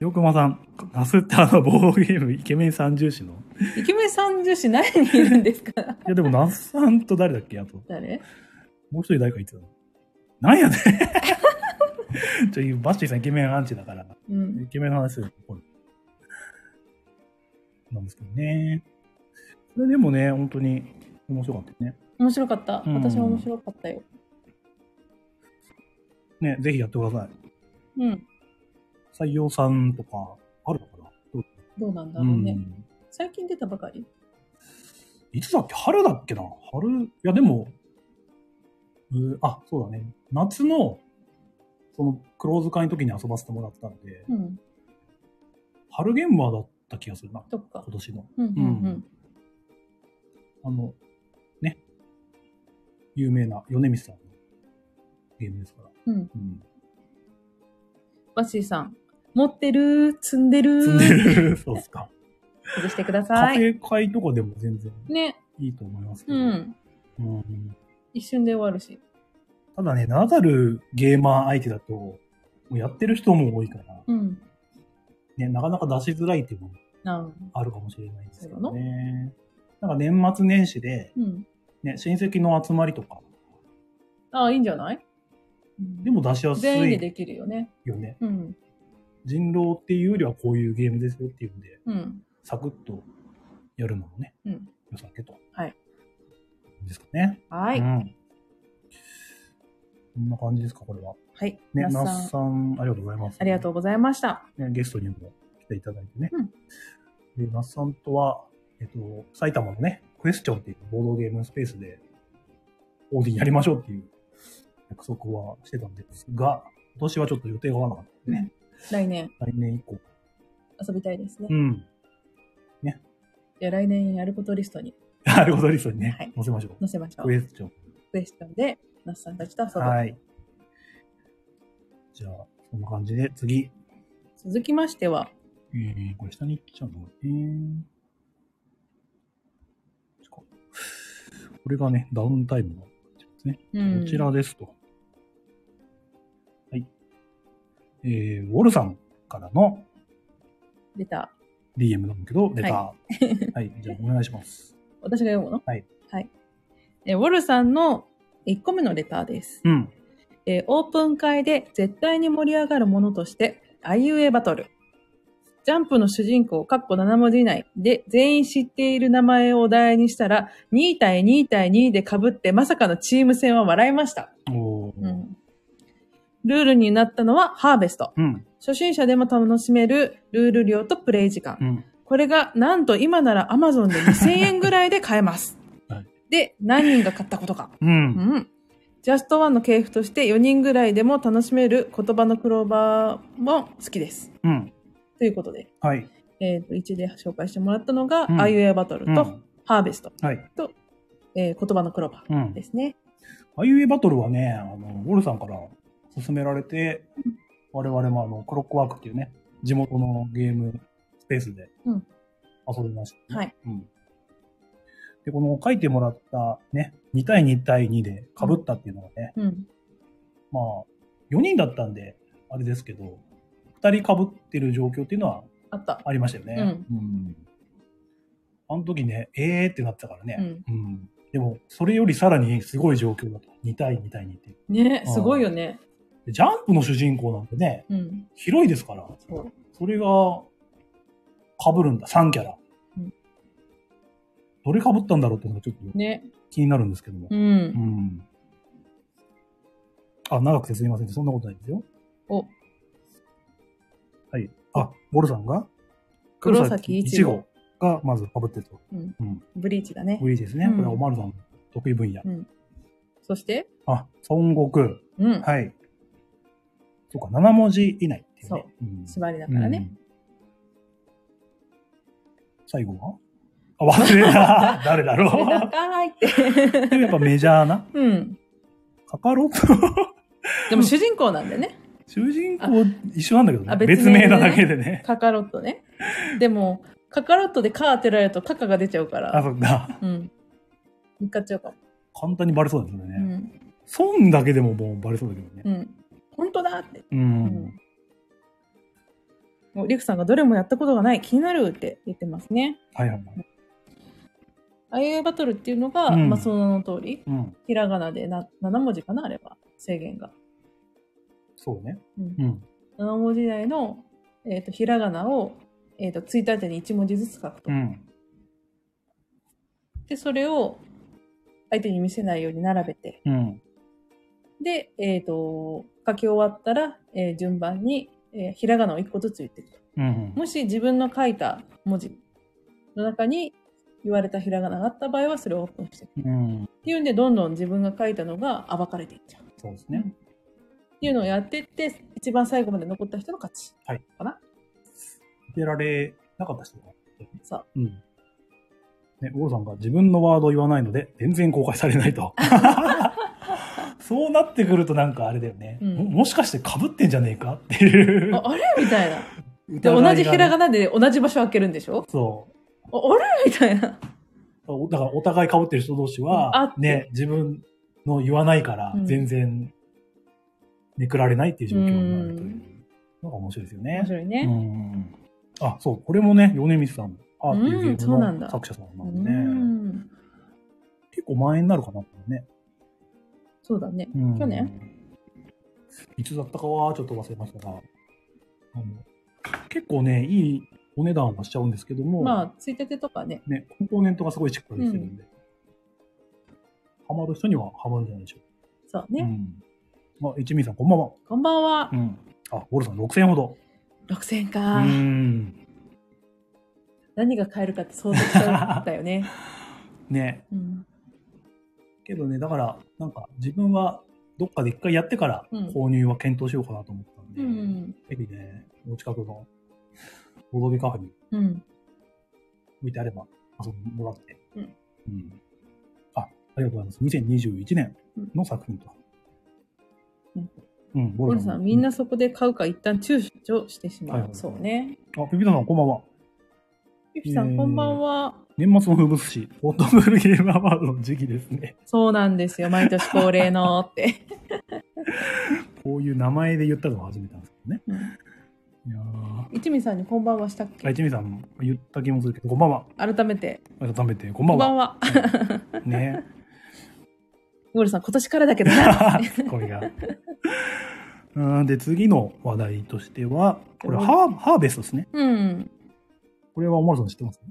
[SPEAKER 1] 塩熊さん、ガスってあのボードゲームイケメン三重視の。
[SPEAKER 2] イケメン三重視何人いるんですか
[SPEAKER 1] いやでも、ナスさんと誰だっけあと、
[SPEAKER 2] 誰
[SPEAKER 1] もう一人誰か言ってたの。なんやねんちょ、バッシーさんイケメンアンチだから。
[SPEAKER 2] うん。
[SPEAKER 1] イケメンの話ですよ、これ。なんですけどね。これでもね、本当に面白かったね。
[SPEAKER 2] 面白かった。
[SPEAKER 1] うん
[SPEAKER 2] 私は面白かったよ。
[SPEAKER 1] ね、ぜひやってくださ
[SPEAKER 2] うん。
[SPEAKER 1] い。採用さんとか、あるのかなどう
[SPEAKER 2] どうなんだ
[SPEAKER 1] う
[SPEAKER 2] ろうね。
[SPEAKER 1] ん。
[SPEAKER 2] 最近出たばかり
[SPEAKER 1] いつだっけ春だっけな春、いやでも、うーあ、そうだね。夏の、その、クローズ会の時に遊ばせてもらったので、
[SPEAKER 2] うん。
[SPEAKER 1] 春ゲームはだった気がするな。
[SPEAKER 2] どっか
[SPEAKER 1] 今。年の。
[SPEAKER 2] うんうん
[SPEAKER 1] あの、ね。有名な米光さんのゲームですから。
[SPEAKER 2] うん。うん。
[SPEAKER 1] うん。
[SPEAKER 2] バッシーさん。持ってる積んでる
[SPEAKER 1] 積んでる。そうっす か。
[SPEAKER 2] 外してくだ
[SPEAKER 1] カ
[SPEAKER 2] さ
[SPEAKER 1] フ
[SPEAKER 2] い。
[SPEAKER 1] ェ会とかでも全然
[SPEAKER 2] ね。
[SPEAKER 1] いいと思いますけ
[SPEAKER 2] う
[SPEAKER 1] ど。
[SPEAKER 2] ん。
[SPEAKER 1] うん
[SPEAKER 2] 一瞬で終わるし。
[SPEAKER 1] ただね、名だたるゲーマー相手だと、もうやってる人も多いから、
[SPEAKER 2] うん。
[SPEAKER 1] ね、なかなか出しづらいっていうのも
[SPEAKER 2] なる
[SPEAKER 1] あるかもしれないですけどね。なんか年末年始で、
[SPEAKER 2] うん。
[SPEAKER 1] ね、親戚の集まりとか
[SPEAKER 2] ああ、いいんじゃないうん
[SPEAKER 1] でも出しやす
[SPEAKER 2] 全員で
[SPEAKER 1] い
[SPEAKER 2] できるよね。
[SPEAKER 1] よね。
[SPEAKER 2] うん。
[SPEAKER 1] 人狼っていうよりはこういうゲームですよっていうんで、
[SPEAKER 2] うん。
[SPEAKER 1] サクッとやるのもね、
[SPEAKER 2] うん
[SPEAKER 1] 良さげと。
[SPEAKER 2] はい。
[SPEAKER 1] ですかね。
[SPEAKER 2] は
[SPEAKER 1] う
[SPEAKER 2] い。
[SPEAKER 1] ん。こんな感じですか、これは。
[SPEAKER 2] はい。
[SPEAKER 1] ね、
[SPEAKER 2] 皆
[SPEAKER 1] 那
[SPEAKER 2] さ
[SPEAKER 1] 須
[SPEAKER 2] ん、
[SPEAKER 1] さん、ありがとうございます。
[SPEAKER 2] ありがとうございました。
[SPEAKER 1] う、ね。ゲストにも来ていただいてね。
[SPEAKER 2] うん
[SPEAKER 1] で、那須さんとは、えっと、埼玉のね、クエスチョンっていうボードゲームスペースで、オーディンやりましょうっていう約束はしてたんですが、今年はちょっと予定が合わなかったんでね、
[SPEAKER 2] 来年
[SPEAKER 1] 来年以降。
[SPEAKER 2] 遊びたいですね。
[SPEAKER 1] うん。
[SPEAKER 2] じゃあ来年やることリストに
[SPEAKER 1] なるほど、リストにね、
[SPEAKER 2] はい
[SPEAKER 1] 載せましょ
[SPEAKER 2] 載せましょ
[SPEAKER 1] う。ク
[SPEAKER 2] う。ク
[SPEAKER 1] エスチョン。
[SPEAKER 2] エスチョンで、那須さんたちと遊ぶ。
[SPEAKER 1] はい。じゃあ、そんな感じで、次。
[SPEAKER 2] 続きましては、
[SPEAKER 1] えー、これ下に行っちゃうのかなえー。これがね、ダウンタイムのこっちですね。
[SPEAKER 2] うん
[SPEAKER 1] こちらですと。はい。えー、ウォルさんからの
[SPEAKER 2] 出た、
[SPEAKER 1] DM なんだけど、出た。はい、じゃあお願いします。
[SPEAKER 2] 私が読むの
[SPEAKER 1] はい。
[SPEAKER 2] はい。えウォルさんの1個目のレターです。
[SPEAKER 1] うん。
[SPEAKER 2] えーオープン会で絶対に盛り上がるものとして、あいうえバトル。ジャンプの主人公、かっこ7文字以内で全員知っている名前をお題にしたら、2対2対2で被ってまさかのチーム戦は笑いました。
[SPEAKER 1] おー。
[SPEAKER 2] うん。ルールになったのはハーベスト。
[SPEAKER 1] うん。
[SPEAKER 2] 初心者でも楽しめるルール量とプレイ時間。
[SPEAKER 1] うん。
[SPEAKER 2] これがなんと今なら Amazon で2000円ぐらいで買えます。
[SPEAKER 1] はい
[SPEAKER 2] で、何人が買ったことか。
[SPEAKER 1] う。
[SPEAKER 2] うんん。ジャストワンの系譜として4人ぐらいでも楽しめる言葉のクローバーも好きです。
[SPEAKER 1] うん。
[SPEAKER 2] ということで、
[SPEAKER 1] はい。
[SPEAKER 2] えっ、と、1で紹介してもらったのが、
[SPEAKER 1] うん
[SPEAKER 2] アイウェアバトル
[SPEAKER 1] うん。
[SPEAKER 2] と、ハーベスト、
[SPEAKER 1] はい。
[SPEAKER 2] えー言葉のクローバ
[SPEAKER 1] う
[SPEAKER 2] ー
[SPEAKER 1] ん
[SPEAKER 2] で。すね。
[SPEAKER 1] あゆえバトルはね、あの、ウォルさんから勧められて、我々もあの、クロックワークっていうね、地元のゲームスペースで
[SPEAKER 2] うん
[SPEAKER 1] 遊びました、
[SPEAKER 2] はい。
[SPEAKER 1] うん。で、この書いてもらったね、2対2対2で被ったっていうのがね、
[SPEAKER 2] うん。
[SPEAKER 1] まあ、4人だったんで、あれですけど、2人被ってる状況っていうのは
[SPEAKER 2] あった。
[SPEAKER 1] ありましたよね。うん。あの時ね、えーってなってたから
[SPEAKER 2] う
[SPEAKER 1] ね。
[SPEAKER 2] ん。
[SPEAKER 1] うん。でも、それよりさらにすごい状況だと。2対2対2っていう。
[SPEAKER 2] ね
[SPEAKER 1] あー
[SPEAKER 2] すごいよね。
[SPEAKER 1] でジャンプの主人公なんてね、
[SPEAKER 2] うん。
[SPEAKER 1] 広いですから、
[SPEAKER 2] そう。
[SPEAKER 1] それが被るんだ、3キャラ。
[SPEAKER 2] うん
[SPEAKER 1] どれ被ったんだろうっていうのがちょっと
[SPEAKER 2] ね。
[SPEAKER 1] 気になるんですけども
[SPEAKER 2] う。。
[SPEAKER 1] うんん。あ、長くてすみません。そんなことないですよ。
[SPEAKER 2] お、
[SPEAKER 1] はい。あ、ボルさんが
[SPEAKER 2] 黒崎一
[SPEAKER 1] 号
[SPEAKER 2] 護
[SPEAKER 1] がまず被ってると。
[SPEAKER 2] ブリーチだね。
[SPEAKER 1] 無理ですね。
[SPEAKER 2] う
[SPEAKER 1] こ
[SPEAKER 2] ん
[SPEAKER 1] れはおまるさんの得意分野。
[SPEAKER 2] うん。そして、
[SPEAKER 1] あ、孫悟空。
[SPEAKER 2] うん。
[SPEAKER 1] はい。そうか、7文字以内っていうね。うん
[SPEAKER 2] 縛りだからね。
[SPEAKER 1] うん最後はあ、忘れ た。誰だろ
[SPEAKER 2] それ
[SPEAKER 1] う。
[SPEAKER 2] 高いって。
[SPEAKER 1] でもやっぱメジャーな。
[SPEAKER 2] うん。
[SPEAKER 1] カカ ロット。
[SPEAKER 2] でも主人公なんでね。
[SPEAKER 1] 主人公一緒なんだけどね。
[SPEAKER 2] あ
[SPEAKER 1] 別
[SPEAKER 2] 別
[SPEAKER 1] 名,、
[SPEAKER 2] 名でね
[SPEAKER 1] なだけでね。
[SPEAKER 2] カカロットね。でも、カカロットでカー当てられるとカカが出ちゃうか
[SPEAKER 1] あ、
[SPEAKER 2] ら。
[SPEAKER 1] そっか。
[SPEAKER 2] うん。見っかっちゃうかも。
[SPEAKER 1] 簡単にバレそうですよね。
[SPEAKER 2] うん。
[SPEAKER 1] 損だけでももうバレそうだけどね
[SPEAKER 2] う。ん。本当だって。
[SPEAKER 1] う。
[SPEAKER 2] うんん。もう、リクさんがどれもやったことがない、気になるって言ってますね。
[SPEAKER 1] はいはいはい。
[SPEAKER 2] あいうえおバトルっていうのが、
[SPEAKER 1] うん
[SPEAKER 2] まあその通り、
[SPEAKER 1] うん。
[SPEAKER 2] ひらがなでな7文字かな、あれは、制限が。
[SPEAKER 1] そうね。
[SPEAKER 2] うん
[SPEAKER 1] うん。
[SPEAKER 2] 7文字以内の、えー、とひらがなを、えー、とついたてに1文字ずつ書くと、
[SPEAKER 1] うん。
[SPEAKER 2] でそれを相手に見せないように並べて
[SPEAKER 1] うん。
[SPEAKER 2] で、えー、と書き終わったら、えー順番に、えーひらがなを1個ずつ言っていくと
[SPEAKER 1] うん。
[SPEAKER 2] もし自分の書いた文字の中に言われたひらがながあった場合はそれをオープンしていく
[SPEAKER 1] うん。
[SPEAKER 2] っていうんでどんどん自分が書いたのが暴かれていっちゃう
[SPEAKER 1] そうですね。
[SPEAKER 2] っていうのをやってって一番最後まで残った人の勝ち
[SPEAKER 1] はい
[SPEAKER 2] かな、
[SPEAKER 1] 出られなかった人が。
[SPEAKER 2] そう
[SPEAKER 1] うん。ね、ウォルさんが自分のワードを言わないので、全然公開されないと。 そうなってくるとなんかあれだよね。
[SPEAKER 2] うん
[SPEAKER 1] ももしかして被ってんじゃねえかっていう。
[SPEAKER 2] ああれみたいな で
[SPEAKER 1] 疑いが
[SPEAKER 2] 同
[SPEAKER 1] ね
[SPEAKER 2] じひらがなで同じ場所開けるんでしょ
[SPEAKER 1] そう。
[SPEAKER 2] ああれみたいな。
[SPEAKER 1] おだからお互い被ってる人同士
[SPEAKER 2] うんあ
[SPEAKER 1] は
[SPEAKER 2] っ、て
[SPEAKER 1] ね、自分の言わないから
[SPEAKER 2] う、ん
[SPEAKER 1] 全然、めくられないっていう状況になるというのが面白いですよね
[SPEAKER 2] 面。白いね。
[SPEAKER 1] うん。あ、そう、これもね、米光さん、アーっていうゲ
[SPEAKER 2] うん
[SPEAKER 1] ー
[SPEAKER 2] そうな
[SPEAKER 1] ム
[SPEAKER 2] ん
[SPEAKER 1] の
[SPEAKER 2] だ
[SPEAKER 1] 作者さんな
[SPEAKER 2] うん
[SPEAKER 1] でね。
[SPEAKER 2] ん
[SPEAKER 1] 結構前になるかな、これね。
[SPEAKER 2] そうだね。
[SPEAKER 1] うん
[SPEAKER 2] 去年
[SPEAKER 1] いつだったかはちょっと忘れましたが、あの結構ね、いいお値段はしちゃうんですけども、
[SPEAKER 2] まあ、ついたてとかね。
[SPEAKER 1] ね、コンポーネントがすごいしっかりしてるんで、ハマる人にはハマるんじゃないでしょうか
[SPEAKER 2] そうね。
[SPEAKER 1] うん、あ、一味さん、こんばんは。
[SPEAKER 2] こんばんは。
[SPEAKER 1] ん。あ、ウォルさん、6000円ほど。
[SPEAKER 2] 6000
[SPEAKER 1] う
[SPEAKER 2] か。
[SPEAKER 1] ん。
[SPEAKER 2] 何が買えるかって想像しちゃった よね。
[SPEAKER 1] ね。
[SPEAKER 2] うん。
[SPEAKER 1] けどね、だから、なんか、自分は、どっかで一回やってから
[SPEAKER 2] うん、
[SPEAKER 1] 購入は検討しようかなと思ったんで、
[SPEAKER 2] うん。
[SPEAKER 1] ぜひね、お近くの、ボドゲカフェに
[SPEAKER 2] うん。
[SPEAKER 1] 置いてあれば、遊んでもらって。
[SPEAKER 2] うん。
[SPEAKER 1] うん。あ、ありがとうございます。2021年の作品と。
[SPEAKER 2] うん。
[SPEAKER 1] うん、ウ
[SPEAKER 2] ゴ
[SPEAKER 1] ォ
[SPEAKER 2] ルさん、みん
[SPEAKER 1] う
[SPEAKER 2] なそこで買うか一旦躊躇してし
[SPEAKER 1] はい
[SPEAKER 2] ま
[SPEAKER 1] は
[SPEAKER 2] う。
[SPEAKER 1] い
[SPEAKER 2] そうね。
[SPEAKER 1] あ、ピピタさん、こんばんは。
[SPEAKER 2] ゆきさ
[SPEAKER 1] えー
[SPEAKER 2] ん、こんばんは。
[SPEAKER 1] 年末の風物詩、ホットブルゲームアワードの時期ですね。
[SPEAKER 2] そうなんですよ。毎年恒例のって。
[SPEAKER 1] こういう名前で言ったのは初めてなんですけどね。
[SPEAKER 2] うん
[SPEAKER 1] いやー
[SPEAKER 2] 一味さんにこんばんはしたっ
[SPEAKER 1] あ、
[SPEAKER 2] け
[SPEAKER 1] 一味さんも言った気もするけど、こんばんは。
[SPEAKER 2] 改めて。
[SPEAKER 1] 改めて、こんば
[SPEAKER 2] こ
[SPEAKER 1] ん
[SPEAKER 2] んばん
[SPEAKER 1] は。
[SPEAKER 2] は。
[SPEAKER 1] ね。
[SPEAKER 2] ゴルさん、今年からだけ どな。
[SPEAKER 1] ツッコミが。うん、で、次の話題としては、これ、ハー、ハーベストですね。
[SPEAKER 2] うん。
[SPEAKER 1] これはおまるさん知ってます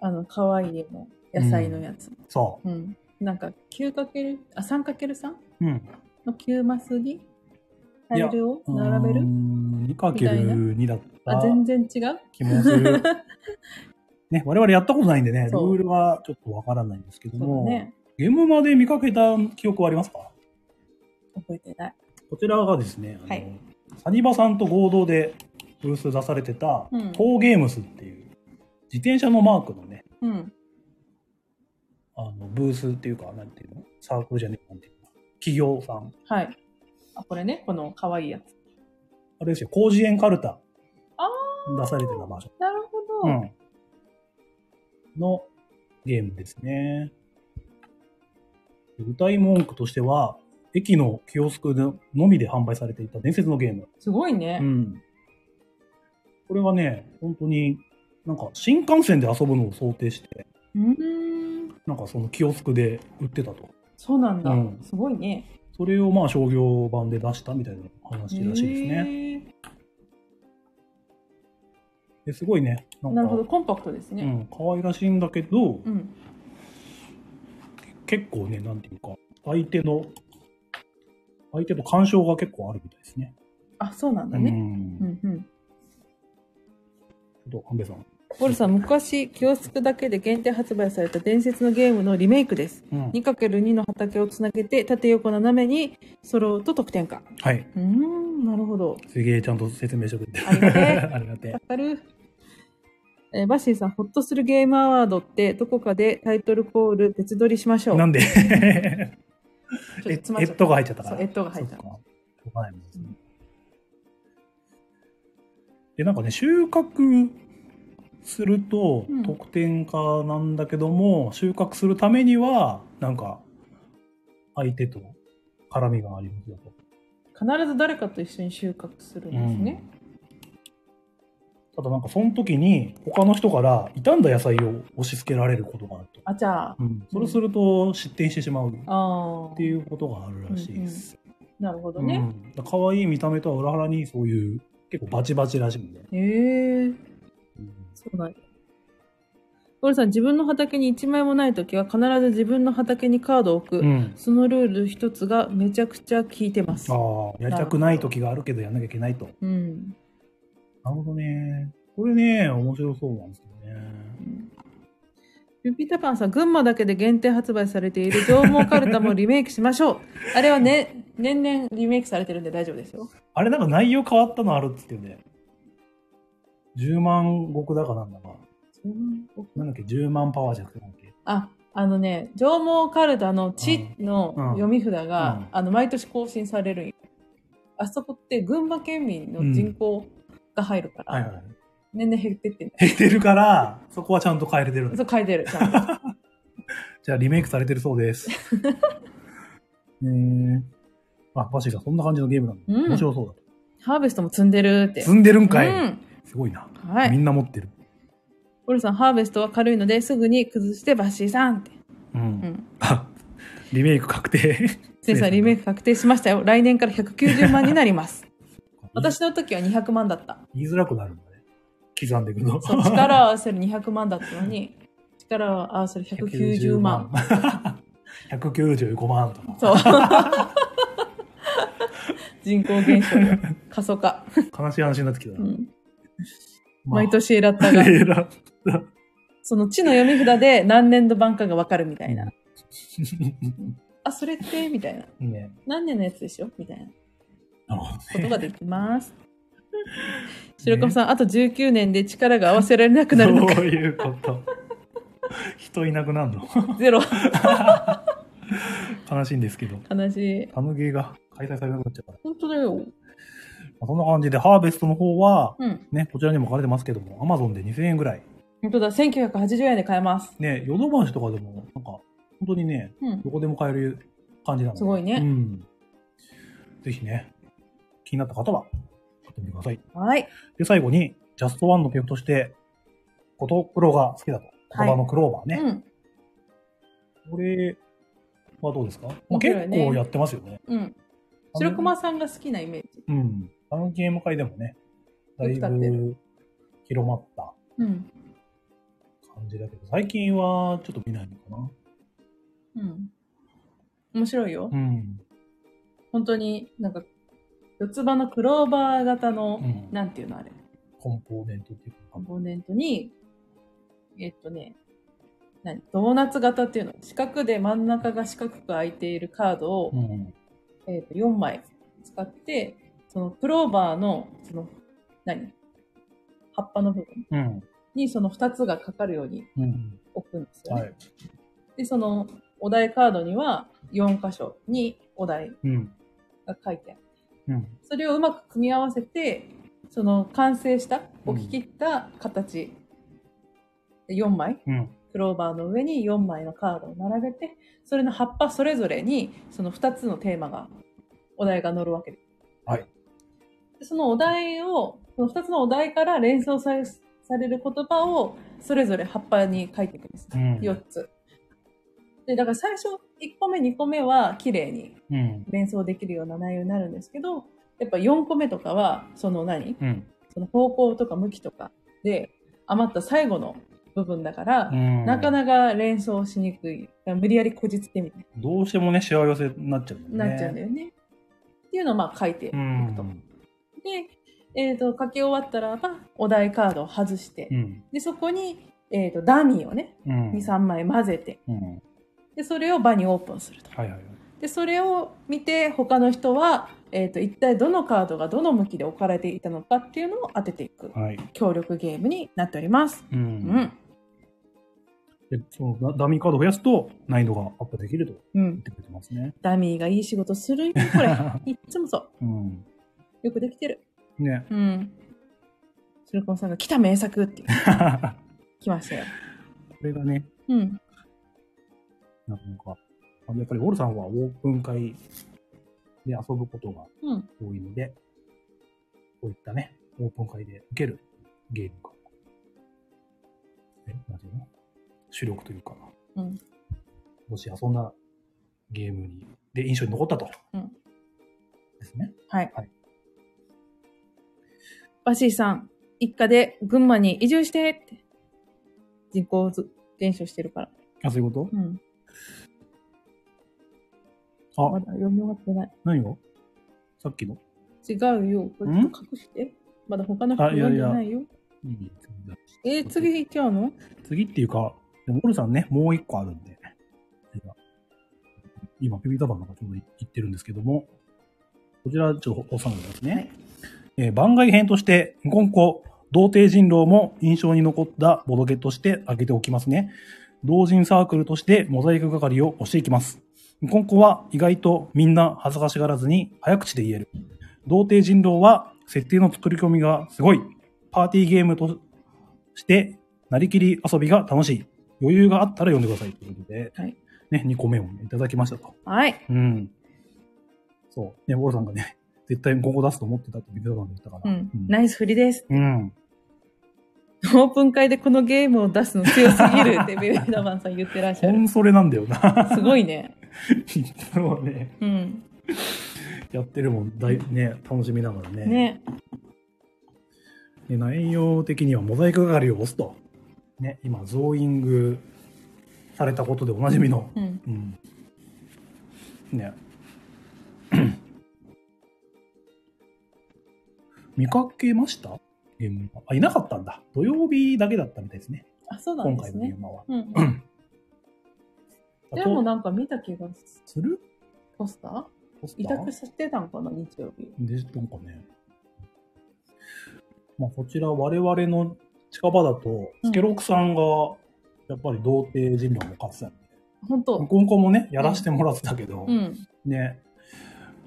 [SPEAKER 2] あの、可愛いでも、野菜のやつ。
[SPEAKER 1] そ
[SPEAKER 2] うん。なんか、9×、あ、3×3
[SPEAKER 1] う。うん。
[SPEAKER 2] の9マスに、タ
[SPEAKER 1] いや
[SPEAKER 2] イルを並べる
[SPEAKER 1] ?2×2 だっ
[SPEAKER 2] あ、
[SPEAKER 1] た
[SPEAKER 2] 全然違う
[SPEAKER 1] 気もする。ね、我々やったことないんでね、ル
[SPEAKER 2] そう
[SPEAKER 1] ールはちょっとわからないんですけど
[SPEAKER 2] そう
[SPEAKER 1] も、
[SPEAKER 2] だね。
[SPEAKER 1] ゲームまで見かけた記憶はありますか
[SPEAKER 2] 覚えてない。
[SPEAKER 1] こちらがですね、あの
[SPEAKER 2] はい
[SPEAKER 1] サニバさんと合同でブース出されてた、
[SPEAKER 2] うん
[SPEAKER 1] フォーゲームスっていう、自転車のマークのね、
[SPEAKER 2] うん。
[SPEAKER 1] あのブースっていうか、なんていうのサークルじゃねえ、なんていうの企業さん。
[SPEAKER 2] はい。あ、これね、この可愛いやつ。
[SPEAKER 1] あれですよ、広辞苑カルタ
[SPEAKER 2] あ
[SPEAKER 1] 出されてた場所。
[SPEAKER 2] なるほど。
[SPEAKER 1] うん。のゲームですね。歌い文句としては、駅のキオスクのみで販売されていた伝説のゲーム。
[SPEAKER 2] すごいね。
[SPEAKER 1] うん。これはね、本当に、なんか新幹線で遊ぶのを想定して、
[SPEAKER 2] うーん。
[SPEAKER 1] なんかそのキオスクで売ってたと。
[SPEAKER 2] そうなんだ。
[SPEAKER 1] うん
[SPEAKER 2] すごいね。
[SPEAKER 1] それをまあ商業版で出したみたいな話らしいですね。
[SPEAKER 2] ね。
[SPEAKER 1] ですごいね、なんか、
[SPEAKER 2] なるほど、コンパクトです
[SPEAKER 1] う
[SPEAKER 2] ね。
[SPEAKER 1] ん、可愛らしいんだけど、
[SPEAKER 2] うん。
[SPEAKER 1] 結構ね、なんていうか、相手の、相手と干渉が結構あるみたいですね。
[SPEAKER 2] あ、そうなんだ
[SPEAKER 1] う
[SPEAKER 2] ね。
[SPEAKER 1] ん。
[SPEAKER 2] う
[SPEAKER 1] ち
[SPEAKER 2] んうん。
[SPEAKER 1] ょっと、神戸さん。
[SPEAKER 2] ボルさん、昔、キオスクだけで限定発売された伝説のゲームのリメイクです。
[SPEAKER 1] うん。
[SPEAKER 2] 2×2 の畑をつなげて、縦横斜めに揃うと得点か。
[SPEAKER 1] はい。
[SPEAKER 2] うーん、なるほど。
[SPEAKER 1] すげえ、ちゃんと説明してくれて。
[SPEAKER 2] ありがてえ
[SPEAKER 1] ありがてえ
[SPEAKER 2] わかる。えーバッシーさん、ホッとするゲームアワードって、どこかでタイトルコール別撮りしましょう。
[SPEAKER 1] なんでえ
[SPEAKER 2] ちょっと詰ま
[SPEAKER 1] え
[SPEAKER 2] っ
[SPEAKER 1] っ
[SPEAKER 2] ちゃった
[SPEAKER 1] とが入っちゃったか
[SPEAKER 2] そう
[SPEAKER 1] ら。
[SPEAKER 2] えっとが入っ
[SPEAKER 1] そ
[SPEAKER 2] た
[SPEAKER 1] っか。しょうがないもんですね。で、なんかね、収穫すると
[SPEAKER 2] うん
[SPEAKER 1] 得点化なんだけども、収穫するためには、なんか、相手と絡みがありますよと。
[SPEAKER 2] 必ず誰かと一緒に収穫するんですね。
[SPEAKER 1] うん、ただなんかその時に他の人から傷んだ野菜を押し付けられることがあると、
[SPEAKER 2] あ、じゃあ、
[SPEAKER 1] うん、それすると失点してしまうっ
[SPEAKER 2] ああ
[SPEAKER 1] ていうことがあるらしいです、
[SPEAKER 2] なるほ
[SPEAKER 1] う
[SPEAKER 2] ど
[SPEAKER 1] ん
[SPEAKER 2] ね。
[SPEAKER 1] だから可愛い見た目とは裏腹にそういう結構バチバチらしいんで、
[SPEAKER 2] へえそうなんだ。ゴルさん、自分の畑に1枚もないときは必ず自分の畑にカードを置く。
[SPEAKER 1] うん
[SPEAKER 2] そのルール一つがめちゃくちゃ効いてます。
[SPEAKER 1] ああやりたくない時があるけどやんなきゃいけないと
[SPEAKER 2] うん。
[SPEAKER 1] なるほどねこれね面白そうなんですけどね
[SPEAKER 2] ルピータパンさん、群馬だけで限定発売されている縄文カルタもリメイクしまし ょう。あれはね、年々リメイクされてるんで大丈夫ですよ。
[SPEAKER 1] あれなんか内容変わったのあるっつってよね10万石だかなんだかなんだっけ10万パワーじゃなくてなんだっけ
[SPEAKER 2] あ、あのね、縄文カルタの地の
[SPEAKER 1] うん
[SPEAKER 2] 読み札が、
[SPEAKER 1] うん
[SPEAKER 2] あの、毎年更新されるんよあそこって群馬県民の人口が入るから、
[SPEAKER 1] はいはいはい。
[SPEAKER 2] 年々減ってってんだよ
[SPEAKER 1] 減ってるから、そこはちゃんと変えれてるんだ
[SPEAKER 2] そう書いてる。ちゃんと
[SPEAKER 1] じゃあリメイクされてるそう です。えー、あ、バシーさん、そんな感じのゲームなんだ。
[SPEAKER 2] うん
[SPEAKER 1] 面白そうだ。
[SPEAKER 2] ハーベストも積んでるって。
[SPEAKER 1] 積んでるんかい、
[SPEAKER 2] うん。
[SPEAKER 1] すごいな、
[SPEAKER 2] は
[SPEAKER 1] み
[SPEAKER 2] い。
[SPEAKER 1] んな持ってる。
[SPEAKER 2] オルさん、ハーベストは軽いのですぐに崩してバッシーさんって。
[SPEAKER 1] うん。
[SPEAKER 2] うん。
[SPEAKER 1] あ リメイク確定。
[SPEAKER 2] ついさん、リメイク確定しましたよ。来年から190万になります。 私の時は200万だった。
[SPEAKER 1] 言いづらくなるんだね。刻んでいくの。
[SPEAKER 2] そう、 力を合わせる200万だったのに、力を合わせる190万。。
[SPEAKER 1] 195万とか。
[SPEAKER 2] そう。 人口減少が過疎化。
[SPEAKER 1] 悲しい話になってきたな。
[SPEAKER 2] う
[SPEAKER 1] ま
[SPEAKER 2] ん
[SPEAKER 1] あ
[SPEAKER 2] 毎。年選 ったが、
[SPEAKER 1] えら
[SPEAKER 2] その地の読み札で何年度版かがわかるみたいな。 あ、それってみたいな。
[SPEAKER 1] ね。
[SPEAKER 2] 何年のやつでしょみたいなこ
[SPEAKER 1] なるほど
[SPEAKER 2] と
[SPEAKER 1] ね
[SPEAKER 2] ができ ます。白川さん、あと19年で力が合わせられなくなる のか。
[SPEAKER 1] そういうこと。人いなくなるの。
[SPEAKER 2] ゼロ。
[SPEAKER 1] 悲しいんですけど。
[SPEAKER 2] 悲しい。
[SPEAKER 1] タムゲーが開催されなくなっちゃうから。
[SPEAKER 2] 本当だよ。
[SPEAKER 1] まあそんな感じで、ハーベストの方は、
[SPEAKER 2] うん。
[SPEAKER 1] ね、こちらにも書かれてますけども、Amazon で2000円ぐらい。
[SPEAKER 2] 本当だ。1980円で買えます。
[SPEAKER 1] ね、ヨドバシとかでも、なんか、本当にね、
[SPEAKER 2] うん。
[SPEAKER 1] どこでも買える感じなので。
[SPEAKER 2] すごいね
[SPEAKER 1] うん。ぜひね、気になった方は、買ってみてください。
[SPEAKER 2] はい。
[SPEAKER 1] で、最後に、ジャストワンの曲として、ことクロが好きだと。言葉のクローバーね。
[SPEAKER 2] うん。
[SPEAKER 1] これはどうですか、まあ、
[SPEAKER 2] 面
[SPEAKER 1] 結
[SPEAKER 2] 白いね
[SPEAKER 1] 構やってますよね。
[SPEAKER 2] うん。白駒さんが好きなイメージ。
[SPEAKER 1] うん。あのゲーム会でもね、だい
[SPEAKER 2] よく立って
[SPEAKER 1] ぶ広まった
[SPEAKER 2] うん。
[SPEAKER 1] 感じだけど、最近はちょっと見ないのかな。
[SPEAKER 2] うん。面白いよ。
[SPEAKER 1] うん。
[SPEAKER 2] 本当になんか、四つ葉のクローバー型の、
[SPEAKER 1] うん
[SPEAKER 2] なんていうのあれ、
[SPEAKER 1] コンポーネントっていう
[SPEAKER 2] コ
[SPEAKER 1] か
[SPEAKER 2] ン、ポーネントに、えっとね、何ドーナツ型っていうの四角で真ん中が四角く空いているカードを、
[SPEAKER 1] うん。
[SPEAKER 2] えっと4枚使って、そのクローバーの、その、何葉っぱの部分
[SPEAKER 1] うん。
[SPEAKER 2] にその2つがかかるように
[SPEAKER 1] うん。
[SPEAKER 2] 置くんですよね。
[SPEAKER 1] はい。
[SPEAKER 2] で、そのお題カードには4箇所にお題
[SPEAKER 1] うん。
[SPEAKER 2] が書いてある。
[SPEAKER 1] うん。
[SPEAKER 2] それをうまく組み合わせて、その完成した、置き切った形、4枚、
[SPEAKER 1] うん。
[SPEAKER 2] クローバーの上に4枚のカードを並べて、それの葉っぱそれぞれに、その2つのテーマが、お題が載るわけです。
[SPEAKER 1] はい
[SPEAKER 2] で。そのお題を、その2つのお題から連想されされる言葉を、それぞれ葉っぱに書いていくんです。
[SPEAKER 1] うん
[SPEAKER 2] 4つ。で、だから最初、1個目、2個目は、綺麗に
[SPEAKER 1] うん。
[SPEAKER 2] 連想できるような内容になるんですけど、やっぱ4個目とかは、その何
[SPEAKER 1] うん。
[SPEAKER 2] その方向とか向きとかで余った最後の部分だから、
[SPEAKER 1] うん。
[SPEAKER 2] なかなか連想しにくい。無理やりこじつけみたい
[SPEAKER 1] どうしてもね、しわ寄せになっちゃうんだよね。
[SPEAKER 2] になっちゃうんだよね。っていうのをまあ書いていくと。
[SPEAKER 1] うん。
[SPEAKER 2] で、えっ、と、書き終わったらば、お題カードを外して、
[SPEAKER 1] うん。
[SPEAKER 2] で、そこに、えっ、と、ダミーをね、
[SPEAKER 1] うん。
[SPEAKER 2] 2、3枚混ぜて、
[SPEAKER 1] うん。
[SPEAKER 2] で、それを場にオープンすると。
[SPEAKER 1] はいはいはい。
[SPEAKER 2] で、それを見て、他の人は、えっ、と、一体どのカードがどの向きで置かれていたのかっていうのを当てていく
[SPEAKER 1] はい。
[SPEAKER 2] 協力ゲームになっております。
[SPEAKER 1] う
[SPEAKER 2] うん
[SPEAKER 1] ん。。で、そのダダミーカードを増やすと難易度がアップできると
[SPEAKER 2] うん
[SPEAKER 1] 言っ。てくれてますね。
[SPEAKER 2] ダミーがいい仕事するよ、これ。いっつもそ
[SPEAKER 1] うん。
[SPEAKER 2] う。よくできてる。
[SPEAKER 1] ね。
[SPEAKER 2] うん。鶴子さんが来た名作って言って来ましたよ。
[SPEAKER 1] これがね、
[SPEAKER 2] うん。
[SPEAKER 1] なんか、あのやっぱりウォルさんはオープン会で遊ぶことが
[SPEAKER 2] うん。
[SPEAKER 1] 多いので、こういったね、オープン会で受けるゲームが、え、なんていうの主力というか、
[SPEAKER 2] うん
[SPEAKER 1] もし遊んだゲームに、で、印象に残ったと。
[SPEAKER 2] うん
[SPEAKER 1] ですね。
[SPEAKER 2] はい。
[SPEAKER 1] はい
[SPEAKER 2] バシーさん、一家で群馬に移住してって。人口ず減少してるから。
[SPEAKER 1] あ、そういうこ
[SPEAKER 2] うん。
[SPEAKER 1] と
[SPEAKER 2] ま
[SPEAKER 1] あ、
[SPEAKER 2] だ読み終わってない。
[SPEAKER 1] 何をさっきの
[SPEAKER 2] 違うよ。これちょっと隠して。まだ他の人
[SPEAKER 1] あいや
[SPEAKER 2] 読ん
[SPEAKER 1] い
[SPEAKER 2] で
[SPEAKER 1] や
[SPEAKER 2] ないよ。
[SPEAKER 1] いい次だ
[SPEAKER 2] えー、次行っちゃうの
[SPEAKER 1] 次っていうか、でも、オルさんね、もう一個あるんで、次が今、ピピタパンの方がちょうど言ってるんですけども、こちら、ちょっとおさらいですね。えー番外編として、今後、童貞人狼も印象に残ったボドゲとして挙げておきますね。同人サークルとしてモザイク係を押していきます。今後は意外とみんな恥ずかしがらずに早口で言える。童貞人狼は設定の作り込みがすごい。パーティーゲームとしてなりきり遊びが楽しい。余裕があったら読んでください。ということで、
[SPEAKER 2] はい
[SPEAKER 1] ね、2個目をねいただきましたと。
[SPEAKER 2] はい。
[SPEAKER 1] うん。そう。ね、ウォルさんがね、絶対ここ出すと思ってたってビデオさんで言ったから。
[SPEAKER 2] うん。ナイス振りです。
[SPEAKER 1] うん。
[SPEAKER 2] オープン会でこのゲームを出すの強すぎるってビビダバンさん言ってらっし
[SPEAKER 1] コ
[SPEAKER 2] ゃる。
[SPEAKER 1] ンソレなんだよな。
[SPEAKER 2] すごいね。
[SPEAKER 1] いつもね、
[SPEAKER 2] うん。
[SPEAKER 1] やってるもん、だいね、楽しみながらね。
[SPEAKER 2] ね。
[SPEAKER 1] で内容的にはモザイク係を押すと。ね、今、ゾーイングされたことでおなじみの。
[SPEAKER 2] うん。
[SPEAKER 1] うん。ね。 見かけましたゲームあ、いなかったんだ。土曜日だけだったみたいですね。
[SPEAKER 2] あ、そうなん
[SPEAKER 1] 今
[SPEAKER 2] で
[SPEAKER 1] 回
[SPEAKER 2] す
[SPEAKER 1] のゲ
[SPEAKER 2] ね
[SPEAKER 1] ー。ムは。
[SPEAKER 2] うん。
[SPEAKER 1] あ
[SPEAKER 2] で
[SPEAKER 1] と
[SPEAKER 2] もなんか見た気がす
[SPEAKER 1] する
[SPEAKER 2] る。ポスター
[SPEAKER 1] ポスタ
[SPEAKER 2] 委
[SPEAKER 1] ー
[SPEAKER 2] 託してたんかな、日曜日。
[SPEAKER 1] で、なんかね。まあ、こちら我々の近場だと、スケロクさんが、やっぱり童貞人狼も勝ってたんで、
[SPEAKER 2] 本当。
[SPEAKER 1] 今後もね、やらせてもらってたけど、
[SPEAKER 2] うん。
[SPEAKER 1] ね、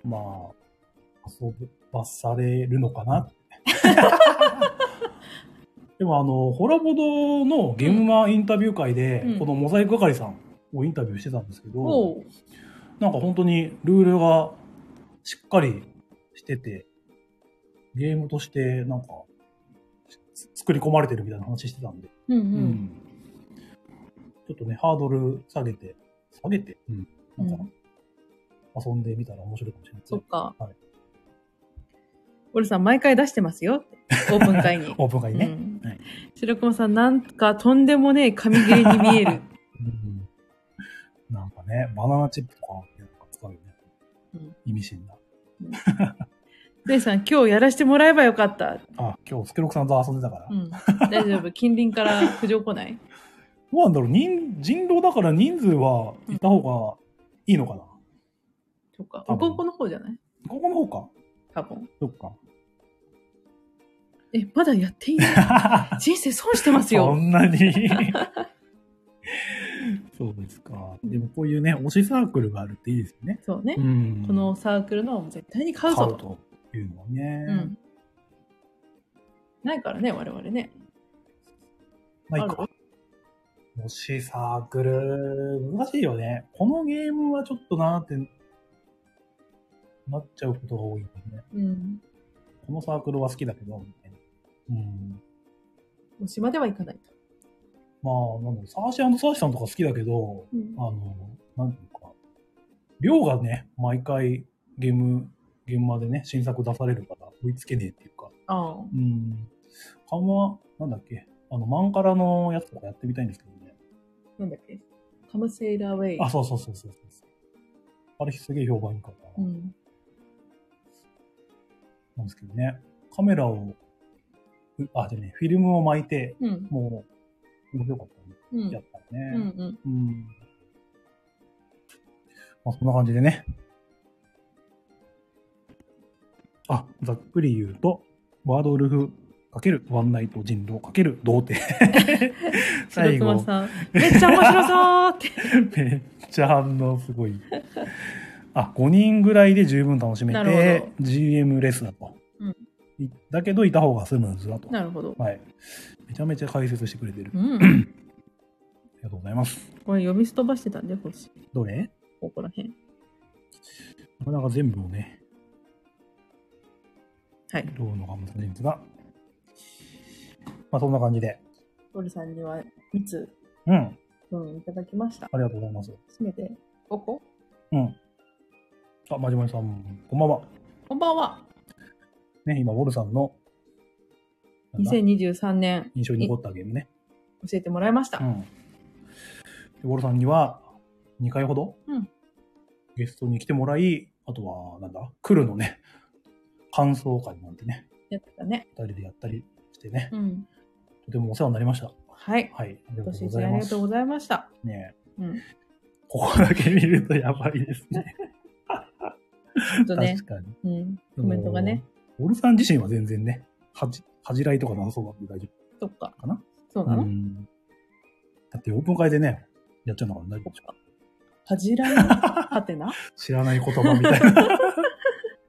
[SPEAKER 1] まあ、遊ばされるのかな って。でもあの、ホラボドのゲームマインタビュー会で、
[SPEAKER 2] うん
[SPEAKER 1] このモザイク係さんをインタビューしてたんですけど、
[SPEAKER 2] おう。
[SPEAKER 1] なんか本当にルールがしっかりしてて、ゲームとしてなんかつ作り込まれてるみたいな話してたんで、
[SPEAKER 2] うんう。
[SPEAKER 1] うんちょっとね、ハードル下げて、下げて、
[SPEAKER 2] う
[SPEAKER 1] なんか
[SPEAKER 2] ん、
[SPEAKER 1] 遊んでみたら面白いかもしれないです
[SPEAKER 2] そ
[SPEAKER 1] ね
[SPEAKER 2] っ。か
[SPEAKER 1] はい。。
[SPEAKER 2] 俺さん、毎回出してますよ。オープン会に
[SPEAKER 1] オープン会
[SPEAKER 2] う
[SPEAKER 1] ね。
[SPEAKER 2] ん
[SPEAKER 1] はい
[SPEAKER 2] 白駒さん、なんかとんでもねえ神ゲーに見 える。
[SPEAKER 1] うんなんかね、バナナチップとか、なんか使うよね。
[SPEAKER 2] うん
[SPEAKER 1] 意味深な。
[SPEAKER 2] レイさん、今日やらしてもらえばよかった。
[SPEAKER 1] あ、今日、スケロクさんと遊んでたから。
[SPEAKER 2] うん。大丈夫。近隣から苦情来ない
[SPEAKER 1] どうなんだろう人、人狼だから人数はいた方がいいのかな、
[SPEAKER 2] とか、
[SPEAKER 1] 多
[SPEAKER 2] お
[SPEAKER 1] 分
[SPEAKER 2] ここの方じゃない
[SPEAKER 1] ここの方か
[SPEAKER 2] 多分。
[SPEAKER 1] そっか。
[SPEAKER 2] え、まだやっていない。 人生損してます
[SPEAKER 1] そ
[SPEAKER 2] よ。
[SPEAKER 1] んな にそうですか。でもこういうね、推しサークルがあるっていいですよね。
[SPEAKER 2] そうね。
[SPEAKER 1] ん
[SPEAKER 2] このサークルのはもう絶対に買
[SPEAKER 1] 買
[SPEAKER 2] う
[SPEAKER 1] う
[SPEAKER 2] ぞと。
[SPEAKER 1] というのはね。
[SPEAKER 2] うん。ないからね、我々ね。
[SPEAKER 1] まあいいか。推しサークル、難しいよね。このゲームはちょっとなーって、なっちゃうことが多いよね。
[SPEAKER 2] うん。
[SPEAKER 1] このサークルは好きだけど、みたいな。うん。
[SPEAKER 2] もう島では行かないと。
[SPEAKER 1] まあ、なんだろう、サーシーサーシさんとか好きだけど、
[SPEAKER 2] うん
[SPEAKER 1] あの、なんていうか、量がね、毎回ゲーム、現場でね、新作出されるから追いつけねえっていうか、
[SPEAKER 2] ああ。
[SPEAKER 1] うん。緩和、なんだっけ、あの、マンカラのやつとかやってみたいんですけどね。
[SPEAKER 2] なんだっけカムセイラーウェイ。
[SPEAKER 1] あ、そうそうそうそうそうあれすげえ評判いいから、
[SPEAKER 2] うん。
[SPEAKER 1] なんですけどね。カメラを、うあ、でね、フィルムを巻いて、
[SPEAKER 2] うん。
[SPEAKER 1] もう、面白かったね。
[SPEAKER 2] うん。
[SPEAKER 1] やったらね。
[SPEAKER 2] うんうん。
[SPEAKER 1] うん。まあ、そんな感じでね。あ、ざっくり言うと、ワードウルフ×ワンナイト人狼×童貞。
[SPEAKER 2] 白
[SPEAKER 1] 最後
[SPEAKER 2] 熊さん。めっちゃ面白そ うって。
[SPEAKER 1] めっちゃ反応すごい。あ、5人ぐらいで十分楽しめ
[SPEAKER 2] なるほ
[SPEAKER 1] て、GM レスだと。
[SPEAKER 2] うん
[SPEAKER 1] いだけど、いた方がスムーズだと。
[SPEAKER 2] なるほど。
[SPEAKER 1] はい。めちゃめちゃ解説してくれてる。
[SPEAKER 2] う
[SPEAKER 1] あ
[SPEAKER 2] ん。
[SPEAKER 1] りがとうございます。
[SPEAKER 2] これ読みすとばしてたんで、こっち
[SPEAKER 1] どれ
[SPEAKER 2] ここら辺。
[SPEAKER 1] なかなか全部をね、
[SPEAKER 2] はい
[SPEAKER 1] どうのが難しいんですが、まあそんな感じで、
[SPEAKER 2] 森さんには3つ
[SPEAKER 1] うん、
[SPEAKER 2] 分いただきました。
[SPEAKER 1] ありがとうございます。
[SPEAKER 2] すべて5個
[SPEAKER 1] うん。あ、まじまじさん、こんばんは。
[SPEAKER 2] こんばんは。
[SPEAKER 1] ね、今、ウォルさんの、なんだ
[SPEAKER 2] 2023年
[SPEAKER 1] 印象に残ったゲームね。
[SPEAKER 2] 教えてもらいました。
[SPEAKER 1] うん。でウォルさんには、2回ほど、
[SPEAKER 2] うん
[SPEAKER 1] ゲストに来てもらい、あとは、なんだ、来るのね、感想会なんてね、
[SPEAKER 2] やってたね。
[SPEAKER 1] 二人でやったりしてね、
[SPEAKER 2] うん。
[SPEAKER 1] とてもお世話になりました。
[SPEAKER 2] はい。
[SPEAKER 1] はい、ありがとう
[SPEAKER 2] 今年
[SPEAKER 1] ご
[SPEAKER 2] 一
[SPEAKER 1] ざ
[SPEAKER 2] 年
[SPEAKER 1] い
[SPEAKER 2] あり
[SPEAKER 1] ま
[SPEAKER 2] が
[SPEAKER 1] す
[SPEAKER 2] とう。ございました。
[SPEAKER 1] ねえ
[SPEAKER 2] うん。
[SPEAKER 1] ここだけ見るとやばいですね。
[SPEAKER 2] ちょっとね
[SPEAKER 1] 確、かに。
[SPEAKER 2] うん。コメントがね。
[SPEAKER 1] あの。オルさん自身は全然ね、恥じ、恥じらいとかなさそうなんで大丈
[SPEAKER 2] そっか。
[SPEAKER 1] かな
[SPEAKER 2] そう
[SPEAKER 1] 夫。
[SPEAKER 2] なの、
[SPEAKER 1] ん。だってオープン会でね、やっちゃうんだから大丈夫でしょ。
[SPEAKER 2] 恥じらいのはて な
[SPEAKER 1] 知らない言葉みたいな。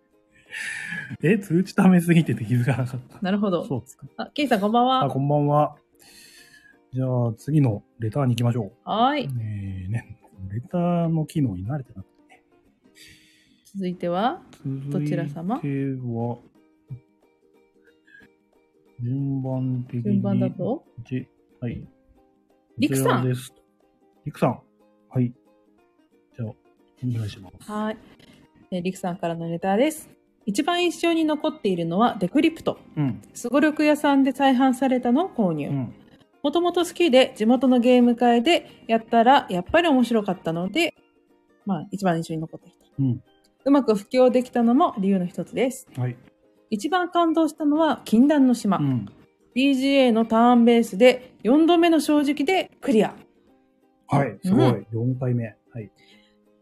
[SPEAKER 1] え、通知ためすぎてて気づかなかった。
[SPEAKER 2] なるほど。
[SPEAKER 1] そうですか。
[SPEAKER 2] あ、ケイさんこんばん
[SPEAKER 1] あ、
[SPEAKER 2] は。
[SPEAKER 1] こんばんは。じゃあ、次のレターに行きましょう。
[SPEAKER 2] はーい。
[SPEAKER 1] えー、ね、レターの機能に慣れてなくてね。
[SPEAKER 2] 続いては、どちら様
[SPEAKER 1] 続いては、順番的に。
[SPEAKER 2] 順番だと
[SPEAKER 1] じはい。
[SPEAKER 2] りくさん
[SPEAKER 1] こちらです。りくさん。はい。じゃあ、お願いします。
[SPEAKER 2] はい。えー、りくさんからのレターです。一番印象に残っているのはデクリプト。
[SPEAKER 1] うん。
[SPEAKER 2] すごろく屋さんで再販されたのを購入。
[SPEAKER 1] うん。
[SPEAKER 2] もともと好きで、地元のゲーム会でやったら、やっぱり面白かったので、まあ、一番印象に残っていた。
[SPEAKER 1] うん。
[SPEAKER 2] うまく布教できたのも理由の一つです。
[SPEAKER 1] はい。
[SPEAKER 2] 一番感動したのは、禁断の島。
[SPEAKER 1] うん。
[SPEAKER 2] BGA のターンベースで、4度目の正直でクリア。
[SPEAKER 1] はい。すごい。
[SPEAKER 2] う
[SPEAKER 1] 4回目。はい。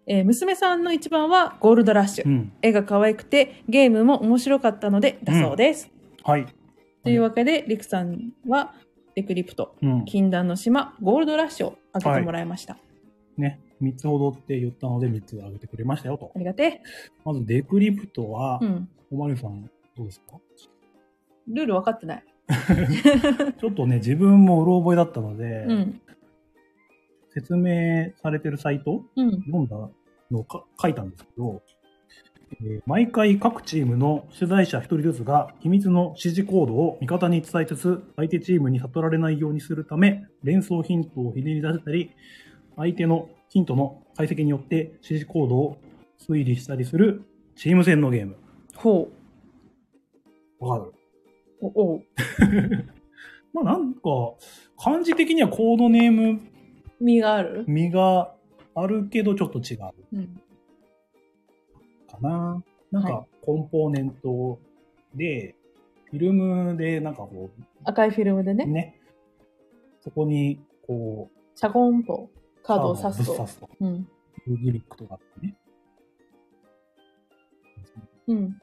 [SPEAKER 2] えー娘さんの一番は、ゴールドラッシュ。
[SPEAKER 1] うん。
[SPEAKER 2] 絵が可愛くて、ゲームも面白かったので、だそうです。
[SPEAKER 1] はい。
[SPEAKER 2] というわけで、リクさんは、デクリプト、
[SPEAKER 1] うん。
[SPEAKER 2] 禁断の島、ゴールドラッシュをあげてもらいました。
[SPEAKER 1] ね。3つほどって言ったので3つあげてくれましたよと
[SPEAKER 2] あ。りがて
[SPEAKER 1] まず、デクリプトは
[SPEAKER 2] え。う、ん。
[SPEAKER 1] おまるさん、どうですか
[SPEAKER 2] ルール分かってない。
[SPEAKER 1] ちょっとね、自分もうろ覚えだったので、
[SPEAKER 2] うん。
[SPEAKER 1] 説明されてるサイト
[SPEAKER 2] うん。
[SPEAKER 1] 読んだのをか書いたんですけど、えー毎回各チームの取材者1人ずつが秘密の指示コードを味方に伝えつつ、相手チームに悟られないようにするため、連想ヒントをひねり出したり、相手のヒントの解析によって指示コードを推理したりするチーム戦のゲーム。
[SPEAKER 2] ほ
[SPEAKER 1] わかる
[SPEAKER 2] う。お、おう。
[SPEAKER 1] まあなんか、漢字的にはコードネーム
[SPEAKER 2] 身がある。
[SPEAKER 1] 味があるけどちょっと違う。
[SPEAKER 2] うん。
[SPEAKER 1] かな。なん
[SPEAKER 2] は
[SPEAKER 1] か、コンポーネントで、フィルムで、なんかこ
[SPEAKER 2] 赤いフィルムで
[SPEAKER 1] う、
[SPEAKER 2] ね。
[SPEAKER 1] ね、そこに、こう、
[SPEAKER 2] チャゴンとカードを刺す
[SPEAKER 1] カードをぶっ
[SPEAKER 2] と。
[SPEAKER 1] すと。
[SPEAKER 2] うん。
[SPEAKER 1] いうギミックとかあってね。
[SPEAKER 2] うん。
[SPEAKER 1] うん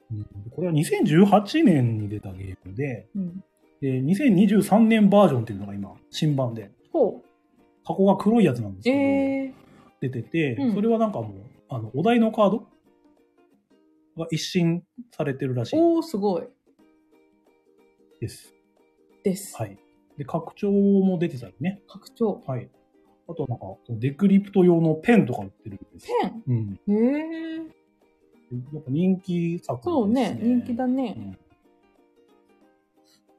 [SPEAKER 1] これは2018年に出たゲームで、
[SPEAKER 2] うん。
[SPEAKER 1] で2023年バージョンっていうのが今、新版で、
[SPEAKER 2] ほう。
[SPEAKER 1] 箱が黒いやつなんですけど、
[SPEAKER 2] え
[SPEAKER 1] 出てて、
[SPEAKER 2] うん
[SPEAKER 1] それはなんかもう、あの、お題のカードが一新されてるらし
[SPEAKER 2] ー、
[SPEAKER 1] い
[SPEAKER 2] おー、すごい。
[SPEAKER 1] です。
[SPEAKER 2] です。
[SPEAKER 1] はい。で、拡張も出てたりね。
[SPEAKER 2] 拡張。
[SPEAKER 1] はい。あとはなんか、デクリプト用のペンとか売ってるんです
[SPEAKER 2] ペ
[SPEAKER 1] よ。
[SPEAKER 2] ン
[SPEAKER 1] うん。
[SPEAKER 2] えー、
[SPEAKER 1] やっぱ人気作ですね。
[SPEAKER 2] そうね、人気だ
[SPEAKER 1] う
[SPEAKER 2] ね。
[SPEAKER 1] ん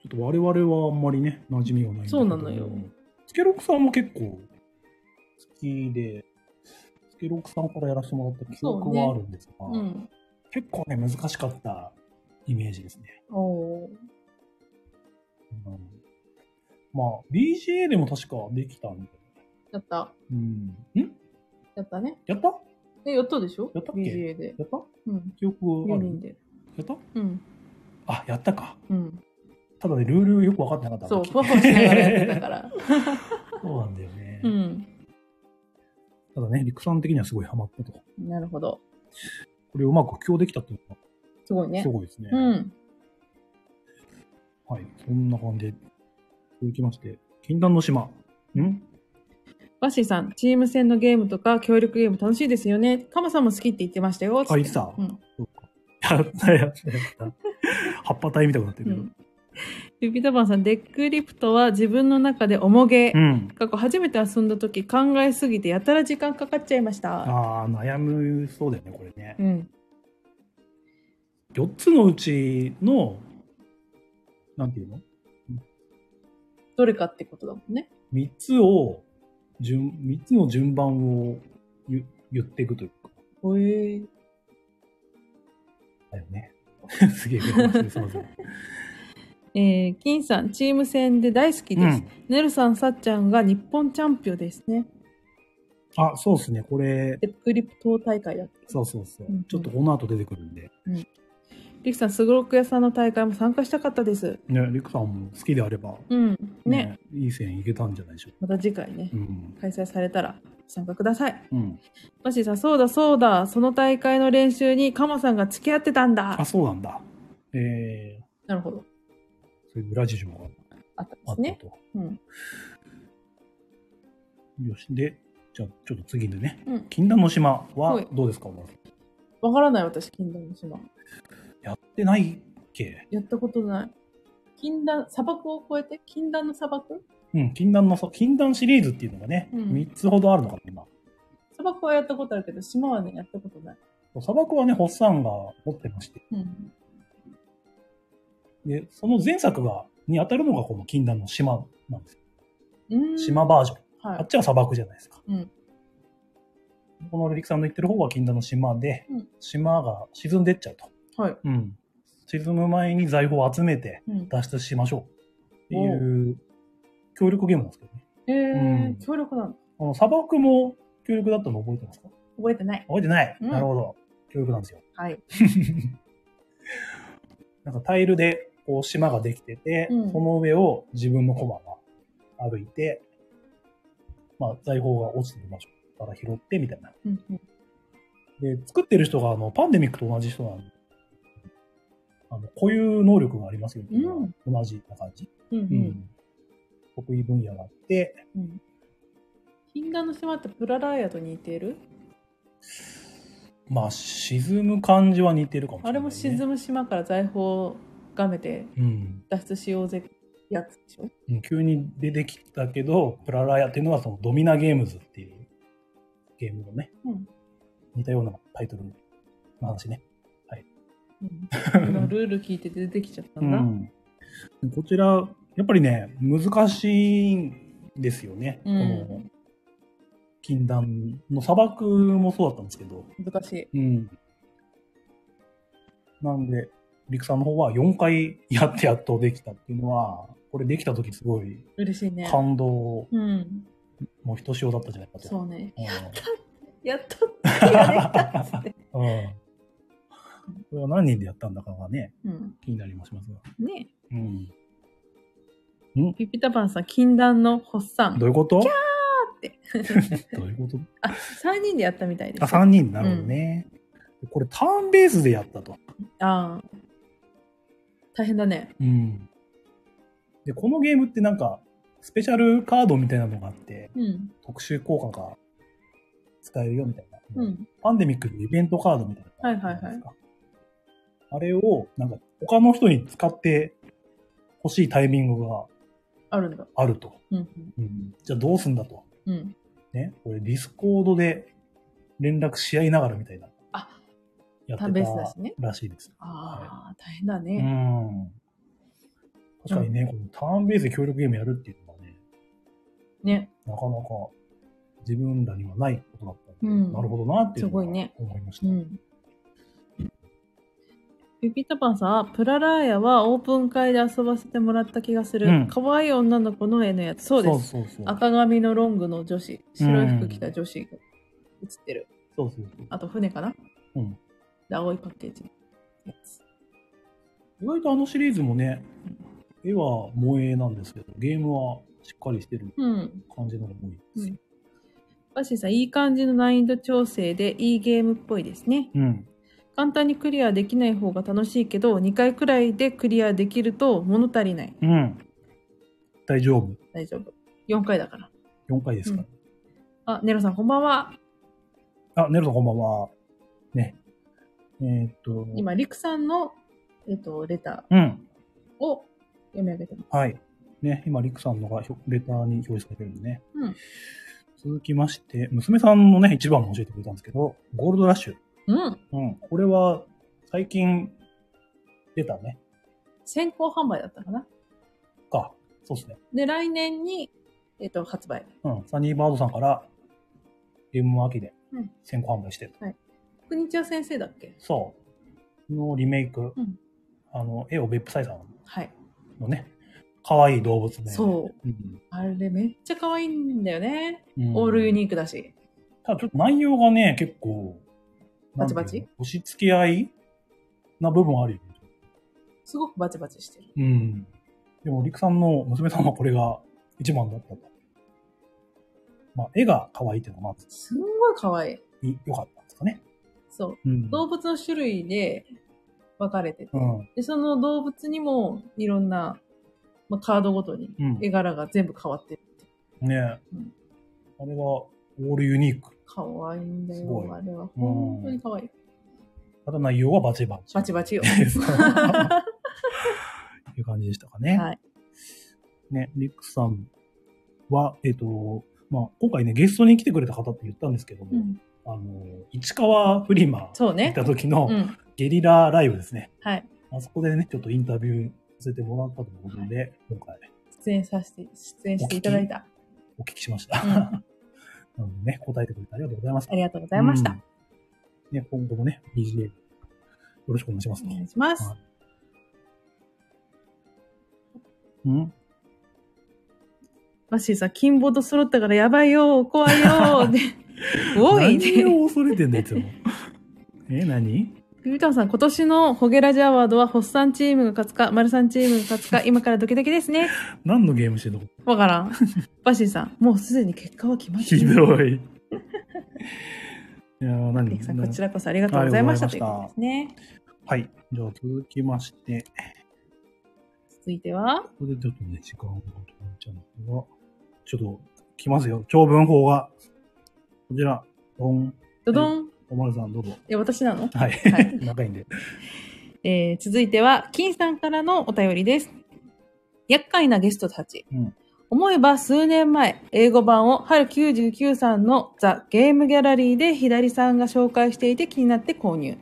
[SPEAKER 1] ちょっと我々はあんまりね、馴染みがないんだけど
[SPEAKER 2] そうなのよ。
[SPEAKER 1] スケロクさんも結構好きで、スケロクさんからやらせてもらった記憶はあるんですが、
[SPEAKER 2] うん。
[SPEAKER 1] 結構ね、難しかったイメージですね。
[SPEAKER 2] おー
[SPEAKER 1] うん、まあ、BGA でも確かできたんで。
[SPEAKER 2] やった。
[SPEAKER 1] うん。ん
[SPEAKER 2] やったね。
[SPEAKER 1] やった
[SPEAKER 2] え、やったでしょ
[SPEAKER 1] やったっけ
[SPEAKER 2] ?BGA で。
[SPEAKER 1] やった
[SPEAKER 2] うん。
[SPEAKER 1] 記憶あ
[SPEAKER 2] 4
[SPEAKER 1] る
[SPEAKER 2] 人で。
[SPEAKER 1] やった
[SPEAKER 2] うん。
[SPEAKER 1] あ、やったか。
[SPEAKER 2] うん。
[SPEAKER 1] ただね、ルールよく分かってなかった。
[SPEAKER 2] そ
[SPEAKER 1] あ
[SPEAKER 2] う、
[SPEAKER 1] の時
[SPEAKER 2] ふわふわしながらやって たから。
[SPEAKER 1] そうなんだよね。
[SPEAKER 2] うん。
[SPEAKER 1] ただね、陸さん的にはすごいハマったと。
[SPEAKER 2] なるほど。
[SPEAKER 1] これをうまく補強できたっていうの
[SPEAKER 2] すごい
[SPEAKER 1] が
[SPEAKER 2] ね
[SPEAKER 1] す。ごいですね。
[SPEAKER 2] うん。
[SPEAKER 1] はい。そんな感じで。続きまして、禁断の島。ん
[SPEAKER 2] バッシーさん、チーム戦のゲームとか協力ゲーム楽しいですよね。カマさんも好きって言ってましたよ。
[SPEAKER 1] あ、いつだ、
[SPEAKER 2] うん。
[SPEAKER 1] そうか。やったやったやった。葉っぱ体みたくなってる
[SPEAKER 2] う
[SPEAKER 1] けど。
[SPEAKER 2] ん。ピピタパンさん、デックリプトは自分の中で重げ
[SPEAKER 1] う。ん。
[SPEAKER 2] 過去初めて遊んだ時考えすぎてやたら時間かかっちゃいました。
[SPEAKER 1] ああ、悩むそうだよね、これね
[SPEAKER 2] う。ん。
[SPEAKER 1] 4つのうちの、なんていうの
[SPEAKER 2] どれかってことだもんね。
[SPEAKER 1] ?3 つを、順、三つの順番を言言っていくというか。
[SPEAKER 2] ほえー。
[SPEAKER 1] だよね。 すげえ、すいません。
[SPEAKER 2] えー、金さん、チーム戦で大好きです。ネルさん、さっちゃんが日本チャンピオンですね。
[SPEAKER 1] あ、そうですね。これ、
[SPEAKER 2] デックリプト大会だって。
[SPEAKER 1] そうそうそう。
[SPEAKER 2] うん
[SPEAKER 1] ちょっとこの後出てくるんで。
[SPEAKER 2] リクさん、すごろく屋さんの大会も参加したかったです。
[SPEAKER 1] ね、リクさんも好きであれば、
[SPEAKER 2] うん。ね。
[SPEAKER 1] いい線いけたんじゃないでしょうか。
[SPEAKER 2] また次回ね
[SPEAKER 1] う、ん。
[SPEAKER 2] 開催されたら参加ください。
[SPEAKER 1] うん。
[SPEAKER 2] バッシーさん、そうだそうだ、その大会の練習にカマさんが付き合ってたん
[SPEAKER 1] あ、
[SPEAKER 2] だ。
[SPEAKER 1] そうなんだ。えー、
[SPEAKER 2] なるほど。
[SPEAKER 1] そういう裏事情が
[SPEAKER 2] あったんで
[SPEAKER 1] あっ
[SPEAKER 2] すね。
[SPEAKER 1] たと。
[SPEAKER 2] うん。
[SPEAKER 1] よし。で、じゃあ、ちょっと次でね。
[SPEAKER 2] うん。
[SPEAKER 1] 禁断の島
[SPEAKER 2] は
[SPEAKER 1] はいどうですか、小川さん
[SPEAKER 2] わからない私、禁断の島。
[SPEAKER 1] やってないっけ
[SPEAKER 2] やったことない。禁断、砂漠を越えて禁断の砂漠
[SPEAKER 1] うん、禁断のそ、禁断シリーズっていうのがね、
[SPEAKER 2] うん
[SPEAKER 1] 3つほどあるのかな、今。
[SPEAKER 2] 砂漠はやったことあるけど、島はね、やったことない。
[SPEAKER 1] 砂漠はね、ホッサンが持ってまして。
[SPEAKER 2] うん。
[SPEAKER 1] で、その前作が、に当たるのがこの禁断の島なんですよ。
[SPEAKER 2] うん
[SPEAKER 1] 島バージョン。
[SPEAKER 2] は
[SPEAKER 1] あっ
[SPEAKER 2] い。
[SPEAKER 1] ちは砂漠じゃないですか。
[SPEAKER 2] うん
[SPEAKER 1] このリクさんの言ってる方は禁断の島で、
[SPEAKER 2] うん
[SPEAKER 1] 島が沈んでっちゃうと。
[SPEAKER 2] はい。
[SPEAKER 1] うん。沈む前に財宝を集めて
[SPEAKER 2] うん。
[SPEAKER 1] 脱出しましょうっていう協力ゲームなんですけどね。
[SPEAKER 2] え
[SPEAKER 1] う
[SPEAKER 2] ー
[SPEAKER 1] ん
[SPEAKER 2] 協力なの
[SPEAKER 1] あの砂漠も協力だったの覚えてますか
[SPEAKER 2] 覚えてない。
[SPEAKER 1] 覚えてない、
[SPEAKER 2] うん
[SPEAKER 1] なるほど。協力なんですよ。
[SPEAKER 2] はい。
[SPEAKER 1] なんかタイルでこう島ができてて、
[SPEAKER 2] うん
[SPEAKER 1] その上を自分のコマが歩いて、まあ財宝が落ちてる場所から拾ってみたいな。
[SPEAKER 2] うんうん。
[SPEAKER 1] で、作ってる人があのパンデミックと同じ人なんで、あの固有能力がありますよっていうのが同じな感じ。
[SPEAKER 2] うんう。
[SPEAKER 1] うん得意分野があって、
[SPEAKER 2] うん。禁断の島ってプラライアと似てる
[SPEAKER 1] まあ沈む感じは似てるかもしれな
[SPEAKER 2] あれ
[SPEAKER 1] い、ね。
[SPEAKER 2] も沈む島から財宝をがめて
[SPEAKER 1] うん、
[SPEAKER 2] 脱出しようぜやつでしょ
[SPEAKER 1] うん。急に出てきたけど、プララヤっていうのはそのドミナゲームズっていうゲームのね、
[SPEAKER 2] うん
[SPEAKER 1] 似たようなタイトルの話ね。
[SPEAKER 2] うん、今ルール聞いて出てきちゃったんだ。
[SPEAKER 1] ん、こちら、やっぱりね、難しいんですよね。
[SPEAKER 2] うん
[SPEAKER 1] この禁断の砂漠もそうだったんですけど。
[SPEAKER 2] 難しい。
[SPEAKER 1] うん。なんで、リクさんの方は4回やってやっとできたっていうのは、これできた時すごい
[SPEAKER 2] 嬉しいね。
[SPEAKER 1] 感動
[SPEAKER 2] うん。
[SPEAKER 1] もひとしおだったんじゃないかと。
[SPEAKER 2] そうね。
[SPEAKER 1] うん
[SPEAKER 2] やっとクリアできたっつって。
[SPEAKER 1] うん。これは何人でやったんだかがね、
[SPEAKER 2] うん。
[SPEAKER 1] 気になりもしますが。
[SPEAKER 2] ね
[SPEAKER 1] うん。
[SPEAKER 2] ピピタパンさん、禁断の発散。
[SPEAKER 1] どういうこと
[SPEAKER 2] あっって。
[SPEAKER 1] どういうこと
[SPEAKER 2] あ、3人でやったみたいです。
[SPEAKER 1] あ、3人、なるほどね。これ、ターンベースでやったと。
[SPEAKER 2] あー大変だね。
[SPEAKER 1] うん。で、このゲームってなんか、スペシャルカードみたいなのがあって、
[SPEAKER 2] うん。
[SPEAKER 1] 特殊効果が使えるよみたいな。
[SPEAKER 2] うん。
[SPEAKER 1] パンデミックのイベントカードみたいな。
[SPEAKER 2] はいはいはい。
[SPEAKER 1] あれを、なんか、他の人に使って欲しいタイミングが
[SPEAKER 2] あるんだ。
[SPEAKER 1] あると。
[SPEAKER 2] うん。
[SPEAKER 1] うん。じゃあどうすんだと。
[SPEAKER 2] うん。
[SPEAKER 1] ね。これ、ディスコードで連絡し合いながらみたいな。
[SPEAKER 2] あ、
[SPEAKER 1] やっ
[SPEAKER 2] ターン
[SPEAKER 1] て
[SPEAKER 2] ベースだ
[SPEAKER 1] た
[SPEAKER 2] しね
[SPEAKER 1] らしいです。
[SPEAKER 2] ああ、大変だ
[SPEAKER 1] う
[SPEAKER 2] ね。
[SPEAKER 1] ん。確かにね、このターンベースで協力ゲームやるっていうのはね、
[SPEAKER 2] ね。
[SPEAKER 1] なかなか自分らにはないことだったんで、
[SPEAKER 2] うん
[SPEAKER 1] なるほどなっていうのは
[SPEAKER 2] すごいね
[SPEAKER 1] 思いました。
[SPEAKER 2] うん。ピピタパンさん、あプララーヤはオープン会で遊ばせてもらった気がす
[SPEAKER 1] う
[SPEAKER 2] る
[SPEAKER 1] ん。
[SPEAKER 2] 可愛い女の子の絵のやつ。そうです。
[SPEAKER 1] そうそうそう。
[SPEAKER 2] 赤髪のロングの女子、白い服着た女子が映ってる。
[SPEAKER 1] そうそうそう
[SPEAKER 2] あと船かな
[SPEAKER 1] うん。
[SPEAKER 2] で青いパッケージのやつ。
[SPEAKER 1] 意外とあのシリーズもね、絵は萌えなんですけど、ゲームはしっかりしてる
[SPEAKER 2] うん。
[SPEAKER 1] 感じのが多いです。
[SPEAKER 2] バッシーさん、いい感じの難易度調整でいいゲームっぽいですね。
[SPEAKER 1] うん。
[SPEAKER 2] 簡単にクリアできない方が楽しいけど、2回くらいでクリアできると物足りない。
[SPEAKER 1] うん。大丈夫。
[SPEAKER 2] 大丈夫。4回だから。
[SPEAKER 1] 4回ですから。
[SPEAKER 2] あ、ネロさん、こんばんは。
[SPEAKER 1] あ、ネルさんこんばんは。ね。えーっと、
[SPEAKER 2] 今、リクさんの、えっと、レタ
[SPEAKER 1] うん。
[SPEAKER 2] ーを読み上げてます。
[SPEAKER 1] はい。ね、今、リクさんのがひょレターに表示されてるんでね。
[SPEAKER 2] うん
[SPEAKER 1] 続きまして、娘さんのね、一番も教えてくれたんですけど、ゴールドラッシュ。
[SPEAKER 2] うん。
[SPEAKER 1] うん。これは、最近、出たね。
[SPEAKER 2] 先行販売だったかな。
[SPEAKER 1] か。そうですね。
[SPEAKER 2] で、来年に、えっと、発売。
[SPEAKER 1] うん。サニーバードさんから、ゲームマーキで
[SPEAKER 2] うん、
[SPEAKER 1] 先行販売してる。
[SPEAKER 2] 国千代先生だっけ
[SPEAKER 1] そう。のリメイク。
[SPEAKER 2] うん
[SPEAKER 1] あの、絵をベップサイさん
[SPEAKER 2] はい。
[SPEAKER 1] のね、可愛い動物ね。
[SPEAKER 2] そう。
[SPEAKER 1] うん。
[SPEAKER 2] あれ、めっちゃ可愛いんだよね。
[SPEAKER 1] うん。
[SPEAKER 2] オールユニークだし。
[SPEAKER 1] ただちょっと内容がね、結構、
[SPEAKER 2] バチ
[SPEAKER 1] なん
[SPEAKER 2] バチ
[SPEAKER 1] ていうの押し付け合いな部分あるよね。
[SPEAKER 2] すごくバチバチしてる。
[SPEAKER 1] うん。でも、陸さんの娘さんはこれが 一番だったと。まあ、絵が可愛いっていうのが、ます
[SPEAKER 2] んごい可愛い。
[SPEAKER 1] ずい良かったんですかね。
[SPEAKER 2] そう。
[SPEAKER 1] うん。
[SPEAKER 2] 動物の種類で分かれてて、
[SPEAKER 1] うん。
[SPEAKER 2] で、その動物にもいろんな、まあ、カードごとに
[SPEAKER 1] うん。ね
[SPEAKER 2] 絵柄が全部変わってるって。うん
[SPEAKER 1] あれは、オールユニーク。
[SPEAKER 2] 可愛いんだ
[SPEAKER 1] すご
[SPEAKER 2] よ
[SPEAKER 1] い。
[SPEAKER 2] あれは本当に可愛い。
[SPEAKER 1] ただ内容はバチバチ。
[SPEAKER 2] バチバチよ。
[SPEAKER 1] そう いう感じでしたかね。
[SPEAKER 2] はい。
[SPEAKER 1] ね、リックさんは、えっ、と、まあ、今回ね、ゲストに来てくれた方って言ったんですけども、
[SPEAKER 2] うん、
[SPEAKER 1] あの、市川フリマ
[SPEAKER 2] そう
[SPEAKER 1] 行っ
[SPEAKER 2] ね。
[SPEAKER 1] た時の
[SPEAKER 2] うん。
[SPEAKER 1] ゲリラライブですね。
[SPEAKER 2] はい。
[SPEAKER 1] あそこでね、ちょっとインタビューさせてもらったということで、今回
[SPEAKER 2] 出演させて、出演していただいた。
[SPEAKER 1] お聞きしました。
[SPEAKER 2] うん
[SPEAKER 1] なのでね、答えてくれてありがとうございます。
[SPEAKER 2] ありがとうございました。
[SPEAKER 1] うんね、今後もね、BGM よろしくお願いします
[SPEAKER 2] お
[SPEAKER 1] ね。
[SPEAKER 2] 願いします。
[SPEAKER 1] はいうん
[SPEAKER 2] マッシーさん、金ボード揃ったからやばいよ、 怖いよ、で、お
[SPEAKER 1] 何
[SPEAKER 2] い、で、
[SPEAKER 1] を恐れてんだ、いつも。え、何
[SPEAKER 2] ビビタンさん、今年のホゲラジアワードは、ホッサンチームが勝つか、マルサンチームが勝つか、今からドキドキですね。
[SPEAKER 1] 何のゲームしてんの
[SPEAKER 2] わからん。 マッシーさん、もうすでに結果は決まって
[SPEAKER 1] ひ
[SPEAKER 2] いる。
[SPEAKER 1] どい。いやー
[SPEAKER 2] リ
[SPEAKER 1] 何
[SPEAKER 2] クさん、こちらこそありがとうございましたということですね。
[SPEAKER 1] はい。じゃあ続きまして、
[SPEAKER 2] 続いては、
[SPEAKER 1] ここでちょっとね、時間が止まっちゃうんですが、ちょっと来ますよ。長文法が。こちら、ドン、
[SPEAKER 2] ドドン。
[SPEAKER 1] おまるさんどうぞ。
[SPEAKER 2] え、私なの
[SPEAKER 1] はい。
[SPEAKER 2] い
[SPEAKER 1] 長いんで。
[SPEAKER 2] えー続いては、金さんからのお便りです。厄介なゲストたち。
[SPEAKER 1] うん
[SPEAKER 2] 思えば数年前、英語版を春99さんのザ・ゲームギャラリーで左さんが紹介していて気になって購入。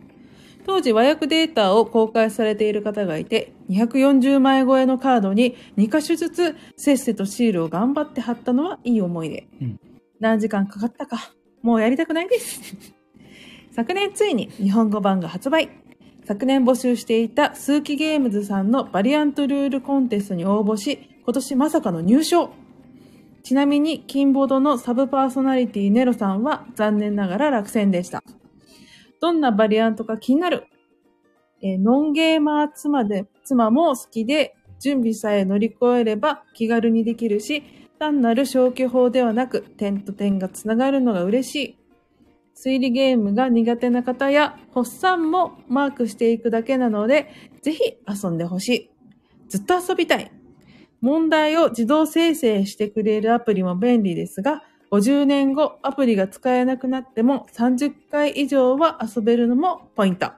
[SPEAKER 2] 当時和訳データを公開されている方がいて、240枚超えのカードに2箇所ずつせっせとシールを頑張って貼ったのはいい思い出。
[SPEAKER 1] うん
[SPEAKER 2] 何時間かかったか、もうやりたくないです。 昨年ついに日本語版が発売。昨年募集していた数奇ゲームズさんのバリアントルールコンテストに応募し、今年まさかの入賞。ちなみに、金ボードのサブパーソナリティネロさんは残念ながら落選でした。どんなバリアントか気になる。えーノンゲーマー妻で、妻も好きで、準備さえ乗り越えれば気軽にできるし、タ単なる消去法ではなく、点と点がつながるのが嬉しい。推理ゲームが苦手な方や、ホッサンもマークしていくだけなので、ぜひ遊んでほしい。ずっと遊びたい。問題を自動生成してくれるアプリも便利ですが、50年後アプリが使えなくなっても30回以上は遊べるのもポイント。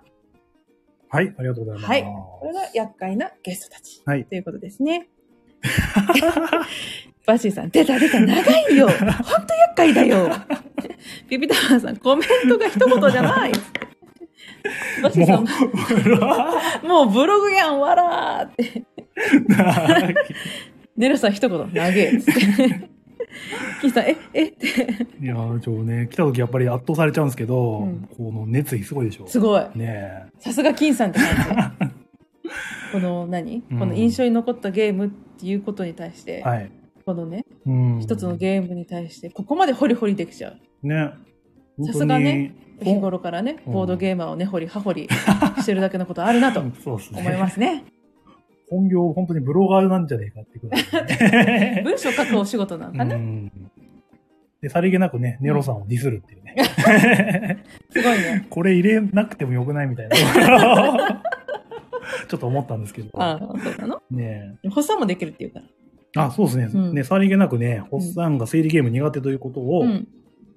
[SPEAKER 1] はい、ありがとうご ざいます。
[SPEAKER 2] はいこれが厄介なゲストたち。
[SPEAKER 1] はい
[SPEAKER 2] ということですね。 バッシーさん、出た出た、長 いよ。ほんと厄介だよ。ビビタマンさん、コメントが一言じゃない。バッシーさん、 もうブログやん、わらーって。ネルさん一言、長えっつって。キーさん、え、えって、
[SPEAKER 1] いやー、ちょ、ね、来た時やっぱり圧倒されちゃうんですけど、
[SPEAKER 2] うん
[SPEAKER 1] この熱意すごいでしょ。
[SPEAKER 2] すごい。
[SPEAKER 1] ね
[SPEAKER 2] さすが金さんって感じ。この何、
[SPEAKER 1] うん
[SPEAKER 2] この印象に残ったゲームっていうことに対して、
[SPEAKER 1] え。はい。
[SPEAKER 2] このね、
[SPEAKER 1] うん。
[SPEAKER 2] 一つのゲームに対して、ここまでホリホリできちゃう。
[SPEAKER 1] ね。
[SPEAKER 2] さすがね
[SPEAKER 1] 本当に
[SPEAKER 2] 日頃からね、
[SPEAKER 1] うん
[SPEAKER 2] ボードゲーマーをね、掘り葉掘りしてるだけのことあるなと
[SPEAKER 1] うんそうですね。
[SPEAKER 2] 思いま すね。
[SPEAKER 1] 本業、本当にブロガーなんじゃねえかってくらい、 ね。
[SPEAKER 2] 文章書くお仕事なの
[SPEAKER 1] う
[SPEAKER 2] かな、
[SPEAKER 1] ん。で、さりげなくね、ネロさんをディスるっていうね。
[SPEAKER 2] すごいね。
[SPEAKER 1] これ入れなくてもよくない みたいな。ちょっと思ったんですけど。
[SPEAKER 2] ああ、そうなの
[SPEAKER 1] ね
[SPEAKER 2] 補佐もできるっていうから。
[SPEAKER 1] えあ、そうですね。
[SPEAKER 2] うん
[SPEAKER 1] ね、さりげなくね、ホッサンが生理ゲーム苦手ということを
[SPEAKER 2] うん。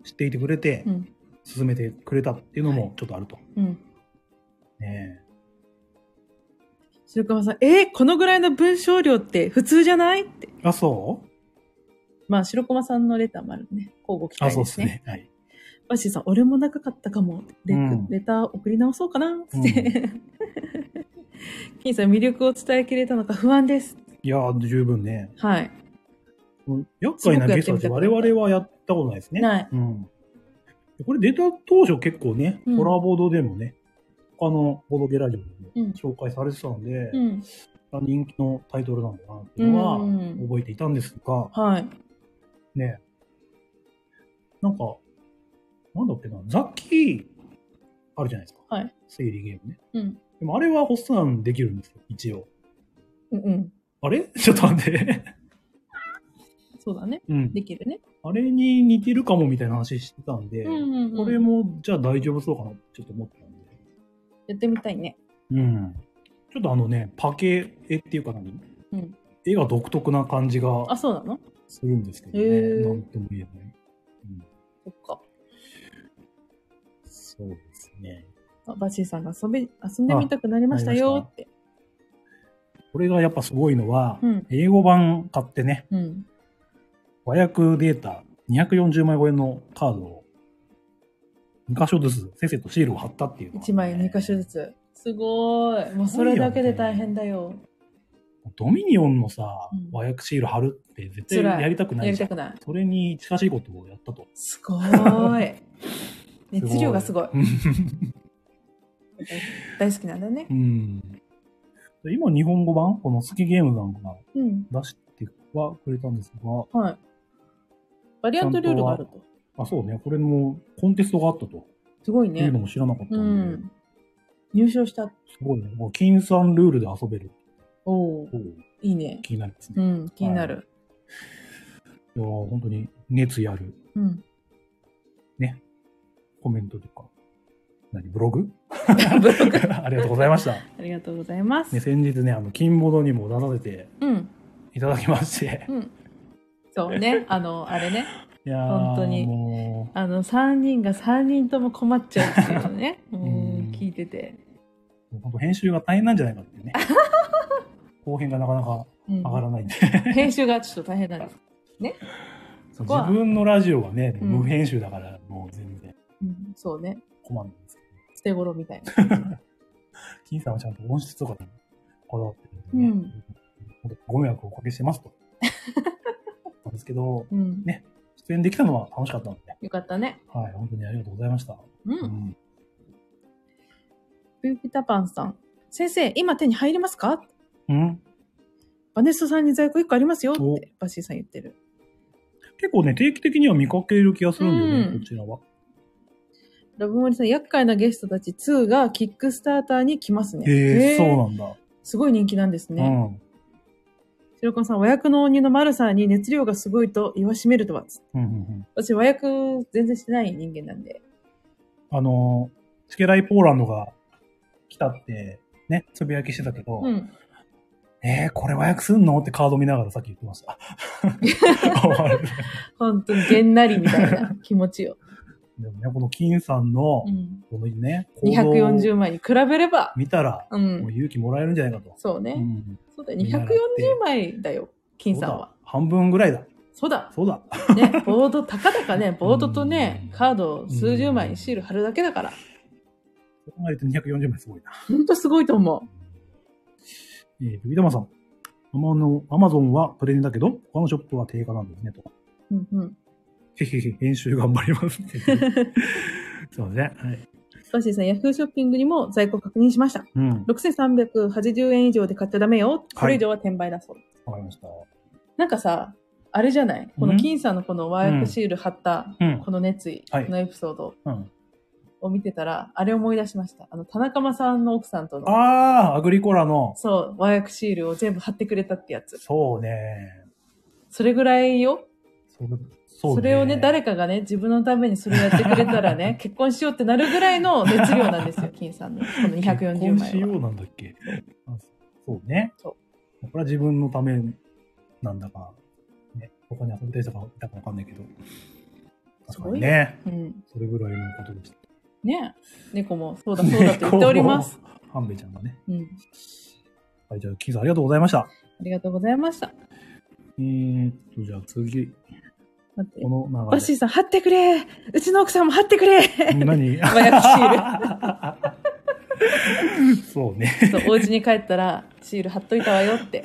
[SPEAKER 1] 知っていてくれて、
[SPEAKER 2] うん。
[SPEAKER 1] 進めてくれたっていうのもちょっとあると。
[SPEAKER 2] うん。
[SPEAKER 1] ね
[SPEAKER 2] 白川さん、えーこのぐらいの文章量って普通じゃないって。
[SPEAKER 1] えあ、そう
[SPEAKER 2] まあ、白駒さんのレターもあるね。交互期
[SPEAKER 1] あ、
[SPEAKER 2] 待
[SPEAKER 1] そう
[SPEAKER 2] で
[SPEAKER 1] ですす
[SPEAKER 2] ね。
[SPEAKER 1] ね。はい。
[SPEAKER 2] バッシーさん、俺も長かったかも。レ,、
[SPEAKER 1] うん
[SPEAKER 2] レター送り直そうかなっつって。金さん、魅力を伝えきれたのか不安です。
[SPEAKER 1] いやー、十分ね。
[SPEAKER 2] はい。
[SPEAKER 1] うん厄介なゲストだし、
[SPEAKER 2] すごく
[SPEAKER 1] 我
[SPEAKER 2] やってみたくなった
[SPEAKER 1] 々はやったことないですね。
[SPEAKER 2] ない
[SPEAKER 1] うん。これ出た当初結構ね、
[SPEAKER 2] うん
[SPEAKER 1] コラボードでもね、他のボードゲラジオでも
[SPEAKER 2] うん。
[SPEAKER 1] 紹介されてたので、
[SPEAKER 2] うん。
[SPEAKER 1] 人気のタイトルなんだなっていううのは
[SPEAKER 2] ん。
[SPEAKER 1] 覚えていたんですが、
[SPEAKER 2] はい。
[SPEAKER 1] ね。なんか、なんだっけな、ザッキーあるじゃないですか。
[SPEAKER 2] はい。
[SPEAKER 1] 整理ゲームね。
[SPEAKER 2] うん。
[SPEAKER 1] でもあれはホッサンできるんですよ、一応。
[SPEAKER 2] うんうん。
[SPEAKER 1] あれ ちょっと待って。
[SPEAKER 2] そうだね。
[SPEAKER 1] うん。
[SPEAKER 2] できるね。
[SPEAKER 1] あれに似てるかもみたいな話してたんで、
[SPEAKER 2] うん
[SPEAKER 1] これもじゃあ大丈夫そうかなってちょっと思ったんで。
[SPEAKER 2] やってみたいね。
[SPEAKER 1] うん。ちょっとあのね、パケ絵っていうか何、
[SPEAKER 2] うん
[SPEAKER 1] 絵が独特な感じ
[SPEAKER 2] あ、
[SPEAKER 1] が
[SPEAKER 2] そうなの
[SPEAKER 1] するんですけどね。
[SPEAKER 2] へー
[SPEAKER 1] なんとも言えない。
[SPEAKER 2] そっか。
[SPEAKER 1] そうですね。
[SPEAKER 2] あバッシーさんが遊び、遊んでみたくなりましたよって。
[SPEAKER 1] これがやっぱすごいのは、
[SPEAKER 2] うん。
[SPEAKER 1] 英語版買ってね、
[SPEAKER 2] うん。
[SPEAKER 1] 和訳データ240枚超えのカードを2箇所ずつ先生とシールを貼ったっていうのがね、
[SPEAKER 2] 1枚2箇所ずつ。すごい。もうそれだけで大変だよ。
[SPEAKER 1] ドミニオンのさ
[SPEAKER 2] うん、
[SPEAKER 1] 和訳シール貼るって絶
[SPEAKER 2] 辛
[SPEAKER 1] 対
[SPEAKER 2] い
[SPEAKER 1] やりたくな
[SPEAKER 2] や
[SPEAKER 1] い
[SPEAKER 2] り
[SPEAKER 1] じゃ
[SPEAKER 2] た
[SPEAKER 1] ん。
[SPEAKER 2] く ない。
[SPEAKER 1] それに近しいことをやったと。
[SPEAKER 2] すごーい。熱量がすごい。大好きなんだね
[SPEAKER 1] う。ん。で今、日本語版この好きゲーム版が
[SPEAKER 2] うん。
[SPEAKER 1] 出してはくれたんですが、
[SPEAKER 2] はい。バリアントルールがあると。
[SPEAKER 1] あ、そうね、これもコンテストがあったと
[SPEAKER 2] すごい
[SPEAKER 1] いう
[SPEAKER 2] ね
[SPEAKER 1] の。も知らなかった
[SPEAKER 2] うん
[SPEAKER 1] で、
[SPEAKER 2] ん。入賞した。
[SPEAKER 1] すごいね。もう、金さんルールで遊べる。
[SPEAKER 2] おおいいね。
[SPEAKER 1] 気になりますね
[SPEAKER 2] う。ん、気になる。
[SPEAKER 1] いやー本当に熱意ある
[SPEAKER 2] うん。
[SPEAKER 1] コメントとか、何、ブログ
[SPEAKER 2] ブログ。
[SPEAKER 1] ありがとうございました。
[SPEAKER 2] ありがとうございます。
[SPEAKER 1] ね、先日ね、あの、金ボードにも出させて
[SPEAKER 2] うん。
[SPEAKER 1] いただきまして。
[SPEAKER 2] うん。そうね。あの、あれね。
[SPEAKER 1] いやー
[SPEAKER 2] 本当に
[SPEAKER 1] も
[SPEAKER 2] あの、3人が3人とも困っちゃうっていうのね。う
[SPEAKER 1] うん
[SPEAKER 2] ん、聞いてて。
[SPEAKER 1] う、もう本当編集が大変なんじゃないかって いうね。後編がなかなか
[SPEAKER 2] うん
[SPEAKER 1] 上がらないんで。
[SPEAKER 2] 編集がちょっと大変なんです。
[SPEAKER 1] そう
[SPEAKER 2] こは
[SPEAKER 1] 自分のラジオはね、
[SPEAKER 2] うん
[SPEAKER 1] 無編集だから、もう全然
[SPEAKER 2] うん、そうね。
[SPEAKER 1] 困るんですけど。
[SPEAKER 2] 捨て頃みたいな。
[SPEAKER 1] 金さんはちゃんと音質とかにこだわってるんで、ね
[SPEAKER 2] うん
[SPEAKER 1] 本当ご迷惑をおかけしてますと。なんですけど、
[SPEAKER 2] うん。
[SPEAKER 1] ね出演できたのは楽しかったので、
[SPEAKER 2] よかったね。
[SPEAKER 1] はい、本当にありがとうございました。
[SPEAKER 2] う。
[SPEAKER 1] うんん
[SPEAKER 2] ピピタパンさん。先生、今手に入りますか
[SPEAKER 1] うん、
[SPEAKER 2] バネストさんに在庫1個ありますよっ
[SPEAKER 1] お
[SPEAKER 2] て、バッシーさん言ってる。
[SPEAKER 1] 結構ね、定期的には見かける気がするんだよね、
[SPEAKER 2] うん
[SPEAKER 1] こちらは。
[SPEAKER 2] ラブモリさん、厄介なゲストたち2がキックスターターに来ますね。
[SPEAKER 1] へえ
[SPEAKER 2] へ
[SPEAKER 1] そうなんだ。
[SPEAKER 2] すごい人気なんですね。
[SPEAKER 1] うん。
[SPEAKER 2] 白子さん、和訳の鬼の丸さんに熱量がすごいと言わしめるとは。
[SPEAKER 1] うんうんうん。
[SPEAKER 2] 私、和訳全然してない人間なんで。
[SPEAKER 1] あの、チケライポーランドが来たって、ね、つぶやきしてたけど、
[SPEAKER 2] うん。
[SPEAKER 1] えー、これ和訳すんのってカード見ながらさっき言ってま した。
[SPEAKER 2] 本当にげんなりみたい な気持ちよ。
[SPEAKER 1] でもね、この金さんの
[SPEAKER 2] う、ん。
[SPEAKER 1] このね、行動を
[SPEAKER 2] 240枚に比べれば、
[SPEAKER 1] 見たら、
[SPEAKER 2] う。
[SPEAKER 1] もうん勇気もらえるんじゃないかと。
[SPEAKER 2] そうね。
[SPEAKER 1] うん。
[SPEAKER 2] そうだよ、
[SPEAKER 1] 見習って
[SPEAKER 2] 240枚だよ、金
[SPEAKER 1] そう
[SPEAKER 2] さん
[SPEAKER 1] だ
[SPEAKER 2] は。。
[SPEAKER 1] 半分ぐらいだ。
[SPEAKER 2] そうだ、
[SPEAKER 1] そうだ。
[SPEAKER 2] ね、ボード、たかだかね、ボードとね
[SPEAKER 1] う、ん
[SPEAKER 2] カードを数十枚にシール貼るだけだから、
[SPEAKER 1] そう考えると240枚すごいな。
[SPEAKER 2] ほんとすごいと思
[SPEAKER 1] えー、ビビダマさん。アマのアマゾンはプレミアだけど、他のショップは定価なんですね、と。
[SPEAKER 2] う。うんうん。
[SPEAKER 1] へへへ、編集頑張り ますって。すいません。はい。
[SPEAKER 2] スパシーさん、ヤフーショッピングにも在庫確認しました。
[SPEAKER 1] うん。
[SPEAKER 2] 6380円以上で買っちゃダメよ。これ以上は転売だそう。
[SPEAKER 1] わかりました。
[SPEAKER 2] なんかさ、あれじゃないこの金さんのこのワークシール貼った、
[SPEAKER 1] うん。
[SPEAKER 2] この熱意
[SPEAKER 1] はい
[SPEAKER 2] のエピソード
[SPEAKER 1] うん、
[SPEAKER 2] を見てたら、あれ思い出しました。あの、田中間さんの奥さんと
[SPEAKER 1] あ
[SPEAKER 2] の、
[SPEAKER 1] あ、アグリコラの、
[SPEAKER 2] そう、和訳シールを全部貼ってくれたってやつ。
[SPEAKER 1] そうね。
[SPEAKER 2] それぐらいよ。
[SPEAKER 1] それ
[SPEAKER 2] そ
[SPEAKER 1] そう
[SPEAKER 2] れをね、誰かがね、自分のためにそれやってくれた らね、結婚しようってなるぐらいの熱量なんですよ、金さんの。この
[SPEAKER 1] 結
[SPEAKER 2] 240
[SPEAKER 1] 婚し
[SPEAKER 2] 枚
[SPEAKER 1] よ
[SPEAKER 2] は。
[SPEAKER 1] うなんだっけあそうね。
[SPEAKER 2] そ
[SPEAKER 1] これは自分のためなんだか、ね、他に遊びたい人がいたかわかんないけど。確かにね。
[SPEAKER 2] うん。
[SPEAKER 1] それぐらいのことでした。
[SPEAKER 2] ね猫もそうだそうだと言っております。
[SPEAKER 1] 猫も。ハンベちゃんがね。
[SPEAKER 2] うん。
[SPEAKER 1] はい、じゃあ、キーさんありがとうございました。
[SPEAKER 2] ありがとうございました。
[SPEAKER 1] えーっと、じゃあ次、
[SPEAKER 2] 待って
[SPEAKER 1] こ。の
[SPEAKER 2] バッ
[SPEAKER 1] 流
[SPEAKER 2] シ
[SPEAKER 1] れ。
[SPEAKER 2] ーさん、貼ってくれうちの奥さんも貼ってくれ
[SPEAKER 1] 何
[SPEAKER 2] 和訳シール。
[SPEAKER 1] そうね。
[SPEAKER 2] そう、お家に帰ったら、シール貼っといたわよって、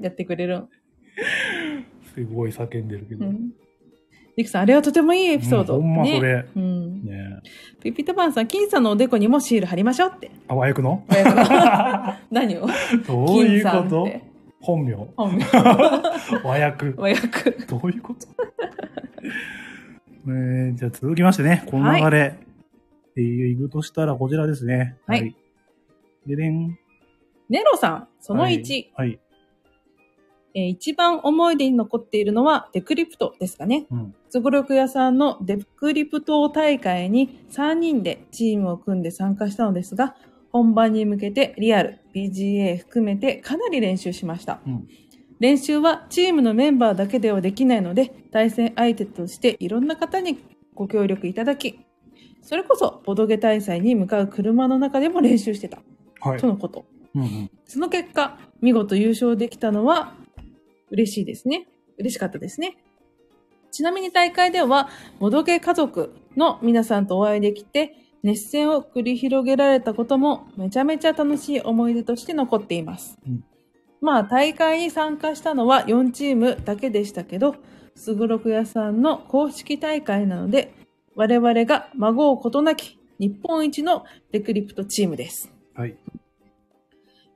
[SPEAKER 2] やってくれる。
[SPEAKER 1] すごい叫んでるけ
[SPEAKER 2] う
[SPEAKER 1] ど。
[SPEAKER 2] ん。リクさん、あれはとてもいいエピソード。
[SPEAKER 1] うんほんまそ
[SPEAKER 2] ね。
[SPEAKER 1] れ。
[SPEAKER 2] うん。
[SPEAKER 1] ね
[SPEAKER 2] ピピタパンさん、金さんのおでこにもシール貼りましょう って。
[SPEAKER 1] あわよくの
[SPEAKER 2] 親子何を
[SPEAKER 1] どういう
[SPEAKER 2] 金さ
[SPEAKER 1] こ
[SPEAKER 2] んっ
[SPEAKER 1] と
[SPEAKER 2] て。
[SPEAKER 1] 本名。
[SPEAKER 2] 本名。
[SPEAKER 1] 和訳。
[SPEAKER 2] 和訳。
[SPEAKER 1] どういうことえー、じゃあ続きましてね、この流れ、っていうとしたらこちらですね。
[SPEAKER 2] はい。
[SPEAKER 1] ででん。
[SPEAKER 2] ネロさん、その1、
[SPEAKER 1] はい。はい。
[SPEAKER 2] えー一番思い出に残っているのはデクリプトですかね。
[SPEAKER 1] うん。
[SPEAKER 2] すごろく屋さんのデクリプト大会に3人でチームを組んで参加したのですが、本番に向けてリアル、BGA 含めてかなり練習しました。
[SPEAKER 1] うん
[SPEAKER 2] 練習はチームのメンバーだけではできないので、対戦相手としていろんな方にご協力いただき、それこそボドゲ大祭に向かう車の中でも練習してた、
[SPEAKER 1] はい
[SPEAKER 2] と。のこと。
[SPEAKER 1] うんうん。
[SPEAKER 2] その結果、見事優勝できたのは嬉しいですね。嬉しかったですね。ちなみに大会では、ボドゲ家族の皆さんとお会いできて、熱戦を繰り広げられたこともめちゃめちゃ楽しい思い出として残っています。
[SPEAKER 1] うん
[SPEAKER 2] まあ大会に参加したのは4チームだけでしたけど、すごろく屋さんの公式大会なので、我々が孫をことなき日本一のデクリプトチームです。
[SPEAKER 1] はい。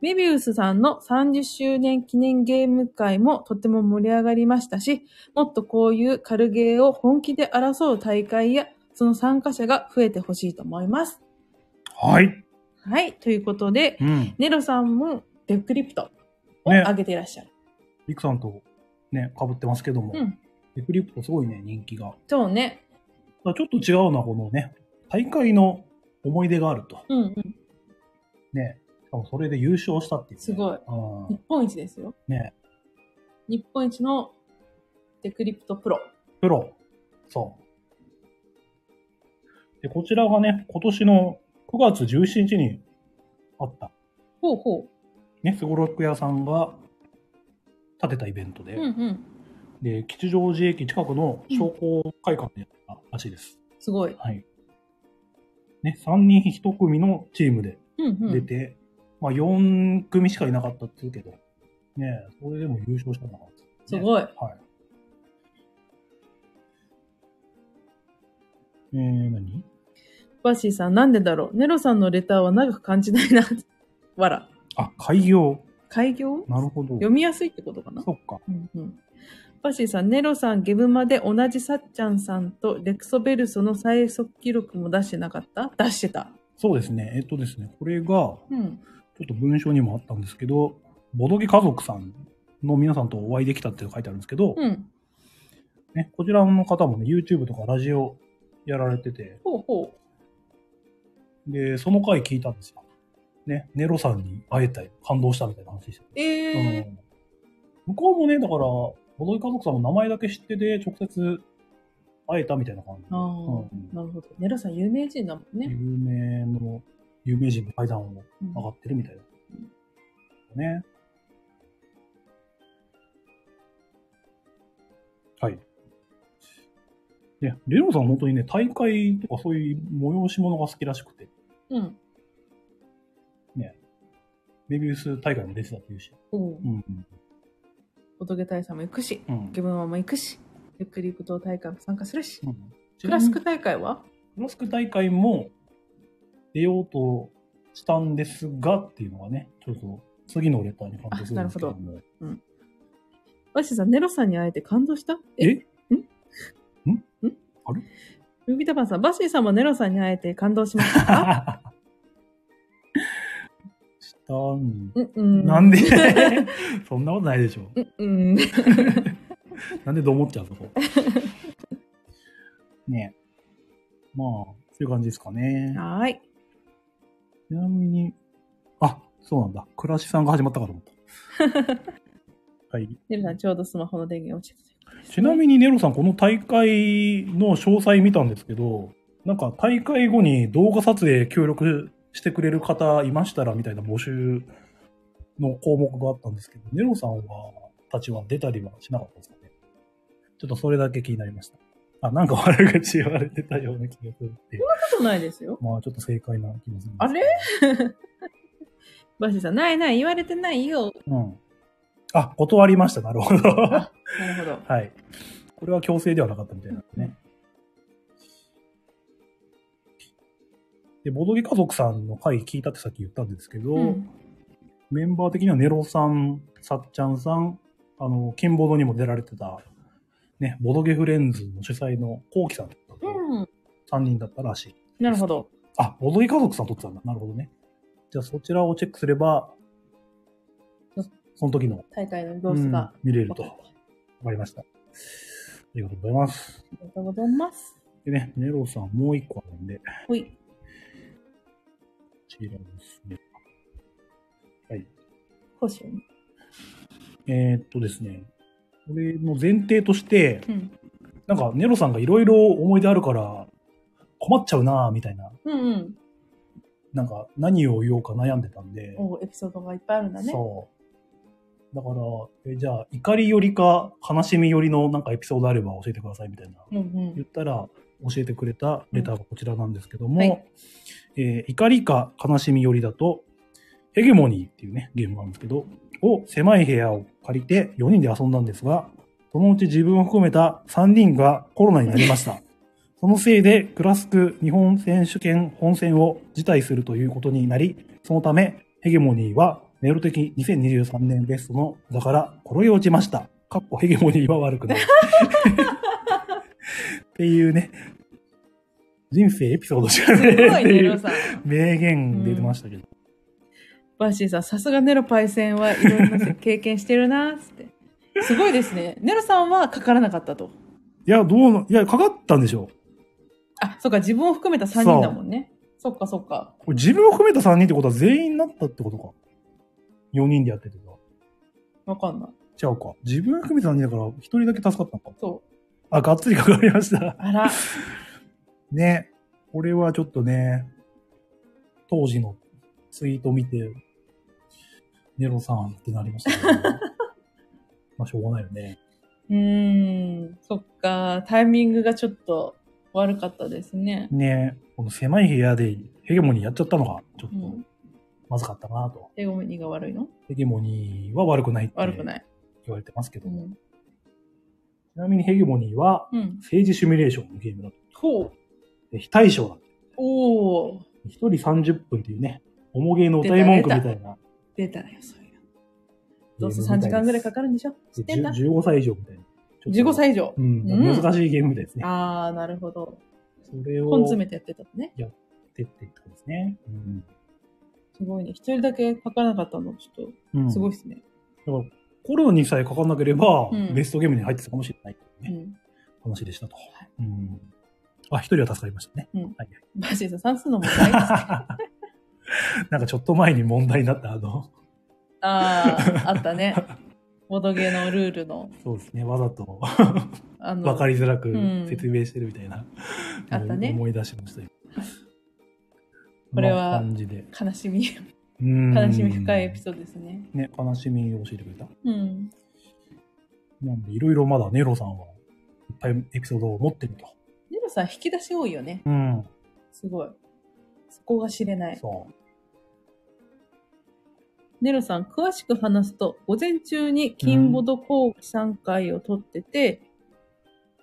[SPEAKER 2] メビウスさんの30周年記念ゲーム会もとても盛り上がりましたし、もっとこういう軽ゲーを本気で争う大会や、その参加者が増えてほしいと思います。
[SPEAKER 1] はい。
[SPEAKER 2] はい。ということで、
[SPEAKER 1] うん。
[SPEAKER 2] ネロさんもデクリプトを
[SPEAKER 1] ね
[SPEAKER 2] 上げていらっしゃる。
[SPEAKER 1] リクさんとね、被ってますけども、
[SPEAKER 2] うん。
[SPEAKER 1] エクリプトすごいね、人気が。
[SPEAKER 2] そうね。
[SPEAKER 1] ただちょっと違うのはこのね、大会の思い出があると。
[SPEAKER 2] うんうん。
[SPEAKER 1] ね。しかもそれで優勝したっていう、ね。
[SPEAKER 2] すごい。
[SPEAKER 1] う
[SPEAKER 2] 日
[SPEAKER 1] ん。
[SPEAKER 2] 本一ですよ。
[SPEAKER 1] ね。
[SPEAKER 2] 日本一のデクリプトプロ。
[SPEAKER 1] プロ。そう。で、こちらがね、今年の9月17日にあった、
[SPEAKER 2] ほうほ
[SPEAKER 1] ね、すごろく屋さんが建てたイベントで、
[SPEAKER 2] う。うんうん。
[SPEAKER 1] で、吉祥寺駅近くの商工会館でやったらしいです。
[SPEAKER 2] すごい。
[SPEAKER 1] はい。ね、3人1組のチームで
[SPEAKER 2] うんう
[SPEAKER 1] 出
[SPEAKER 2] ん。
[SPEAKER 1] て、まあ4組しかいなかったっていうけど、ね、それでも優勝したのかな、
[SPEAKER 2] すごい。
[SPEAKER 1] はい。えー、何
[SPEAKER 2] バッシーさん、なんでだろうネロさんのレターは長く感じないな。わら。
[SPEAKER 1] あ、開業。
[SPEAKER 2] 開業
[SPEAKER 1] なるほど。
[SPEAKER 2] 読みやすいってことかな。
[SPEAKER 1] そっか。
[SPEAKER 2] うんうん。バッシーさん、ネロさん、ゲブマで同じサッチャンさんとレクソベルソの最速記録も出してなかった出してた。
[SPEAKER 1] そうですね。えっとですね、これが、
[SPEAKER 2] うん。
[SPEAKER 1] ちょっと文章にもあったんですけど、ボドゲ家族さんの皆さんとお会いできたって書いてあるんですけど、
[SPEAKER 2] うん。
[SPEAKER 1] ね、こちらの方もね、YouTube とかラジオやられてて、
[SPEAKER 2] ほうほ
[SPEAKER 1] で、その回聞いたんですよ。ね、ネロさんに会えたい、感動したみたいな話して
[SPEAKER 2] う。ええ
[SPEAKER 1] その向こうもね、だから、ボドイ家族さんも名前だけ知ってて、直接会えたみたいな感じ。
[SPEAKER 2] ああ、なるほど。ネロさん有名人だもん
[SPEAKER 1] うん
[SPEAKER 2] ね。
[SPEAKER 1] 有名の、有名人の階段を
[SPEAKER 2] うん
[SPEAKER 1] 上がってるみたいな。ね。はい。ね、レロさん本当にね、大会とかそういう催し物が好きらしくて、
[SPEAKER 2] うん。
[SPEAKER 1] メビウス大会も出てたっていうし。
[SPEAKER 2] おう
[SPEAKER 1] うんうん。
[SPEAKER 2] 仏大さんも行くし、
[SPEAKER 1] うん
[SPEAKER 2] ゲブマも行くし、ゆっくり武道大会も参加するし、
[SPEAKER 1] うん
[SPEAKER 2] クラスク大会は
[SPEAKER 1] クロスク大会も出ようとしたんですがっていうのがね、ちょっと次のレターに関係するんですけども。
[SPEAKER 2] わしさん、ネロさんに会えて感動した
[SPEAKER 1] えん
[SPEAKER 2] ん
[SPEAKER 1] あれ
[SPEAKER 2] ルビタパンさん、バッシーさんもネロさんに会えて感動しまし たか
[SPEAKER 1] したん、
[SPEAKER 2] うんうん。
[SPEAKER 1] なんで そんなことないでしょ。
[SPEAKER 2] うんうん。
[SPEAKER 1] なんでどう思っちゃうの こうねえ。まあ、そういう感じですかね。
[SPEAKER 2] はーい。
[SPEAKER 1] ちなみに、あ、そうなんだ。暮らしさんが始まったかと 思った。はい。
[SPEAKER 2] ネロさん、ちょうどスマホの電源落ちてた。
[SPEAKER 1] ちなみにネロさん、この大会の詳細見たんですけど、なんか大会後に動画撮影協力してくれる方いましたらみたいな募集の項目があったんですけど、ネロさんは、たちは出たりはしなかったですかね。ちょっとそれだけ気になりました。あ、なんか悪口言われてたような気がするって。
[SPEAKER 2] ことないですよ。
[SPEAKER 1] まあちょっと正解な気もするんですけど。
[SPEAKER 2] あれ バッシーさん、ないない、言われてないよ。
[SPEAKER 1] うん。あ、断りました。なるほど。 は
[SPEAKER 2] なるほど。
[SPEAKER 1] い。これは強制ではなかったみたいなんですね。で、ボドゲ家族さんの回聞いたってさっき言ったんですけど、
[SPEAKER 2] うん
[SPEAKER 1] メンバー的にはネロさん、さっちゃんさん、あの、ケンボードにも出られてた、ね、ボドゲフレンズの主催のコウキさんと
[SPEAKER 2] うん。
[SPEAKER 1] 3人だったらしい。
[SPEAKER 2] なるほど。
[SPEAKER 1] あ、ボドゲ家族さん撮ってたんだ。なるほどね。じゃあそちらをチェックすれば、その時の
[SPEAKER 2] 大会の様子が。
[SPEAKER 1] うん見れる
[SPEAKER 2] わ
[SPEAKER 1] と。
[SPEAKER 2] かっ
[SPEAKER 1] わ
[SPEAKER 2] たあ
[SPEAKER 1] かりました。ありがとうございます。
[SPEAKER 2] りがとうございます。
[SPEAKER 1] でね、ネロさんもう一個あるんで、こ
[SPEAKER 2] ほい。
[SPEAKER 1] ちらですね。はい。
[SPEAKER 2] 講師をね。
[SPEAKER 1] えーっとですね、これの前提として、
[SPEAKER 2] うん。
[SPEAKER 1] なんかネロさんがいろいろ思い出あるから困っちゃうなぁみたいな、
[SPEAKER 2] うんうん。
[SPEAKER 1] なんか何を言おうか悩んでたんで、
[SPEAKER 2] おうエピソードがいっぱいあるんだね。
[SPEAKER 1] そう。だから、えじゃあ怒りよりか悲しみよりのなんかエピソードあれば教えてくださいみたいな
[SPEAKER 2] う。うんう
[SPEAKER 1] 言
[SPEAKER 2] ん。
[SPEAKER 1] ったら教えてくれたレターがこちらなんですけども、
[SPEAKER 2] うんはい
[SPEAKER 1] えー怒りか悲しみ寄りだと、ヘゲモニーっていうね、ゲームがあるんですけど、を狭い部屋を借りて4人で遊んだんですが、そのうち自分を含めた3人がコロナになりました。そのせいで、クラスク日本選手権本戦を辞退するということになり、そのため、ヘゲモニーは、ネロ的2023年ベストの座から転げ落ちました。かっこヘゲモニーは悪くない。っていうね、人生エピソードしかね
[SPEAKER 2] すご
[SPEAKER 1] えっ
[SPEAKER 2] い
[SPEAKER 1] て
[SPEAKER 2] ね、
[SPEAKER 1] い
[SPEAKER 2] ロ
[SPEAKER 1] う
[SPEAKER 2] さん。
[SPEAKER 1] 名言出てましたけど。
[SPEAKER 2] バッシーさん、さすがネロパイセンはいろんな経験してるなーっつって。すごいですね。ネロさんはかからなかったと。
[SPEAKER 1] いや、どうな、いや、かかったんでしょ
[SPEAKER 2] あ、そっか、自分を含めた3人だもんね。そっかそっか。
[SPEAKER 1] これ自分を含めた3人ってことは全員になったってことか。4人でやっててさ。
[SPEAKER 2] わかんない。
[SPEAKER 1] ちゃうか。自分含めた3人だから1人だけ助かったのか。
[SPEAKER 2] そう。
[SPEAKER 1] あ、がっつりかかりました。
[SPEAKER 2] あ ら、
[SPEAKER 1] ね。これはちょっとね、当時のツイート見て、ネロさんってなりましたけ ど。まあ、しょうがないよね。
[SPEAKER 2] うーん、そっか、タイミングがちょっと悪かったですね。
[SPEAKER 1] ねこの狭い部屋でヘゲモニーやっちゃったのが、ちょっ
[SPEAKER 2] う
[SPEAKER 1] と
[SPEAKER 2] ん。
[SPEAKER 1] まずかったなと。
[SPEAKER 2] 英語にが悪いの
[SPEAKER 1] ヘゲモニーは悪くないって
[SPEAKER 2] 悪くない。
[SPEAKER 1] 言われてますけど、
[SPEAKER 2] う
[SPEAKER 1] ち
[SPEAKER 2] ん。
[SPEAKER 1] なみにヘゲモニーは
[SPEAKER 2] うん。
[SPEAKER 1] 政治シミュレーションのゲームだと。
[SPEAKER 2] ほう。
[SPEAKER 1] で非対称だと。
[SPEAKER 2] おー。
[SPEAKER 1] 一人30分っていうね、重芸の歌い文句みたいな。
[SPEAKER 2] 出たよ、そういうの。どうせ3時間ぐらいかかるんでしょ知ってんだ。
[SPEAKER 1] じゅ15歳以上みたいな。ちょっと
[SPEAKER 2] 15歳以上
[SPEAKER 1] う。ん、
[SPEAKER 2] うん
[SPEAKER 1] 難しいゲームみたいですね。
[SPEAKER 2] あー、なるほど。
[SPEAKER 1] それを
[SPEAKER 2] コン詰めてやってたのね。
[SPEAKER 1] てってってことですね。うん
[SPEAKER 2] すごいね。一人だけかからなかったの、ちょっ
[SPEAKER 1] うん
[SPEAKER 2] と、すごい
[SPEAKER 1] だか
[SPEAKER 2] ですね。
[SPEAKER 1] らコロにさえかかんなければ、
[SPEAKER 2] うん
[SPEAKER 1] ベストゲームに入ってたかもしれない、ね
[SPEAKER 2] うん。
[SPEAKER 1] 話でしたと。う
[SPEAKER 2] い
[SPEAKER 1] ん。あ、一人は助かりましたね。
[SPEAKER 2] うん
[SPEAKER 1] はい。
[SPEAKER 2] バシーさん、算数の問題。 あ
[SPEAKER 1] なんかちょっと前に問題になった、あの、
[SPEAKER 2] あ、あった ね。ボドゲのルールの、
[SPEAKER 1] そうですね、わざと
[SPEAKER 2] あの、
[SPEAKER 1] わかりづらく
[SPEAKER 2] うん
[SPEAKER 1] 説明してるみたいな、
[SPEAKER 2] あったね
[SPEAKER 1] 思い出しましたよ。
[SPEAKER 2] これは
[SPEAKER 1] こんな感じで。
[SPEAKER 2] 悲しみ、
[SPEAKER 1] 悲
[SPEAKER 2] 悲しみ深いエピソードですね。
[SPEAKER 1] ード。ね、悲しみを教えてくれた。
[SPEAKER 2] うん。
[SPEAKER 1] なんで、いろいろまだネロさんはいっぱいエピソードを持ってると。
[SPEAKER 2] ネロさん、引き出し多いよね。
[SPEAKER 1] うん。
[SPEAKER 2] すごい。そこが知れない。
[SPEAKER 1] そう。
[SPEAKER 2] ネロさん、詳しく話すと、午前中に金ボド講義3回を取ってて、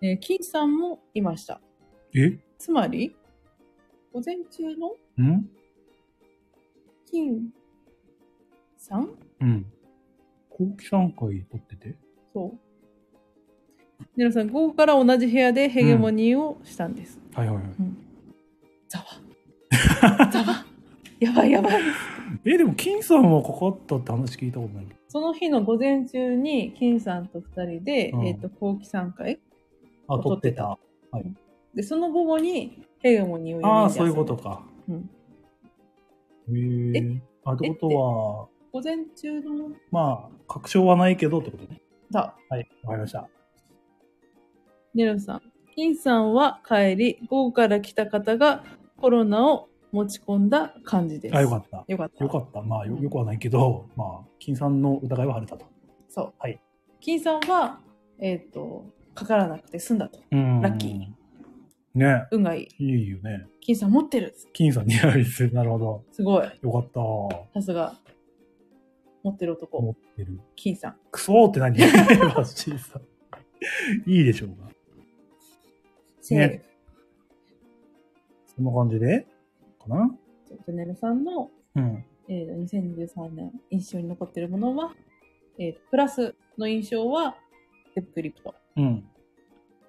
[SPEAKER 2] えー金さんもいました。
[SPEAKER 1] え
[SPEAKER 2] つまり、午前中の
[SPEAKER 1] ん
[SPEAKER 2] 金さん
[SPEAKER 1] うん。後期3回撮ってて
[SPEAKER 2] そう。ネロさん、午後から同じ部屋でヘゲモニーをしたん です。
[SPEAKER 1] はいはいはい。
[SPEAKER 2] ざわ。ざわ。やばいやばい。
[SPEAKER 1] え、でも、金さんはかかったって話聞いたことない。
[SPEAKER 2] その日の午前中に、金さんと二人で、
[SPEAKER 1] うん
[SPEAKER 2] えっ、と、後期3回。
[SPEAKER 1] あ、
[SPEAKER 2] 撮
[SPEAKER 1] 撮
[SPEAKER 2] っ
[SPEAKER 1] ってて
[SPEAKER 2] た
[SPEAKER 1] た。
[SPEAKER 2] で、その午後に、ヘゲモニーを
[SPEAKER 1] あ
[SPEAKER 2] 4
[SPEAKER 1] あ、
[SPEAKER 2] 人
[SPEAKER 1] そ
[SPEAKER 2] で遊ん
[SPEAKER 1] うい
[SPEAKER 2] だ
[SPEAKER 1] うことか。
[SPEAKER 2] うん
[SPEAKER 1] へえ
[SPEAKER 2] え。
[SPEAKER 1] あ、ってことは、
[SPEAKER 2] 午前中の
[SPEAKER 1] まあ、確証はないけどってことね。
[SPEAKER 2] だ
[SPEAKER 1] はい、わかりました。
[SPEAKER 2] ネロさん金さんは帰り午後から来た方がコロナを持ち込んだ感じです
[SPEAKER 1] あ、よかった。
[SPEAKER 2] よかった
[SPEAKER 1] よかった。まあ、よよくはないけど、まあ、金さんの疑いは晴れたと。
[SPEAKER 2] そう、
[SPEAKER 1] はい
[SPEAKER 2] 金さんはえっ、とかからなくて済んだと
[SPEAKER 1] うん
[SPEAKER 2] ラッキー。
[SPEAKER 1] ね。
[SPEAKER 2] 運がいい
[SPEAKER 1] いいよね。
[SPEAKER 2] 金さん持ってる
[SPEAKER 1] 金さん似合いです。なるほど。
[SPEAKER 2] すごい
[SPEAKER 1] よかった。持
[SPEAKER 2] さすが持ってる男
[SPEAKER 1] ってる。
[SPEAKER 2] 金さん
[SPEAKER 1] クソーって何 バッシーさん。いいでしょうが。
[SPEAKER 2] セーフ、
[SPEAKER 1] そんな感じでかな
[SPEAKER 2] ちょっとネロさんの、
[SPEAKER 1] うん。
[SPEAKER 2] えー、と2023年印象に残ってるものは、えーとプラスの印象はデップクリプト
[SPEAKER 1] うん。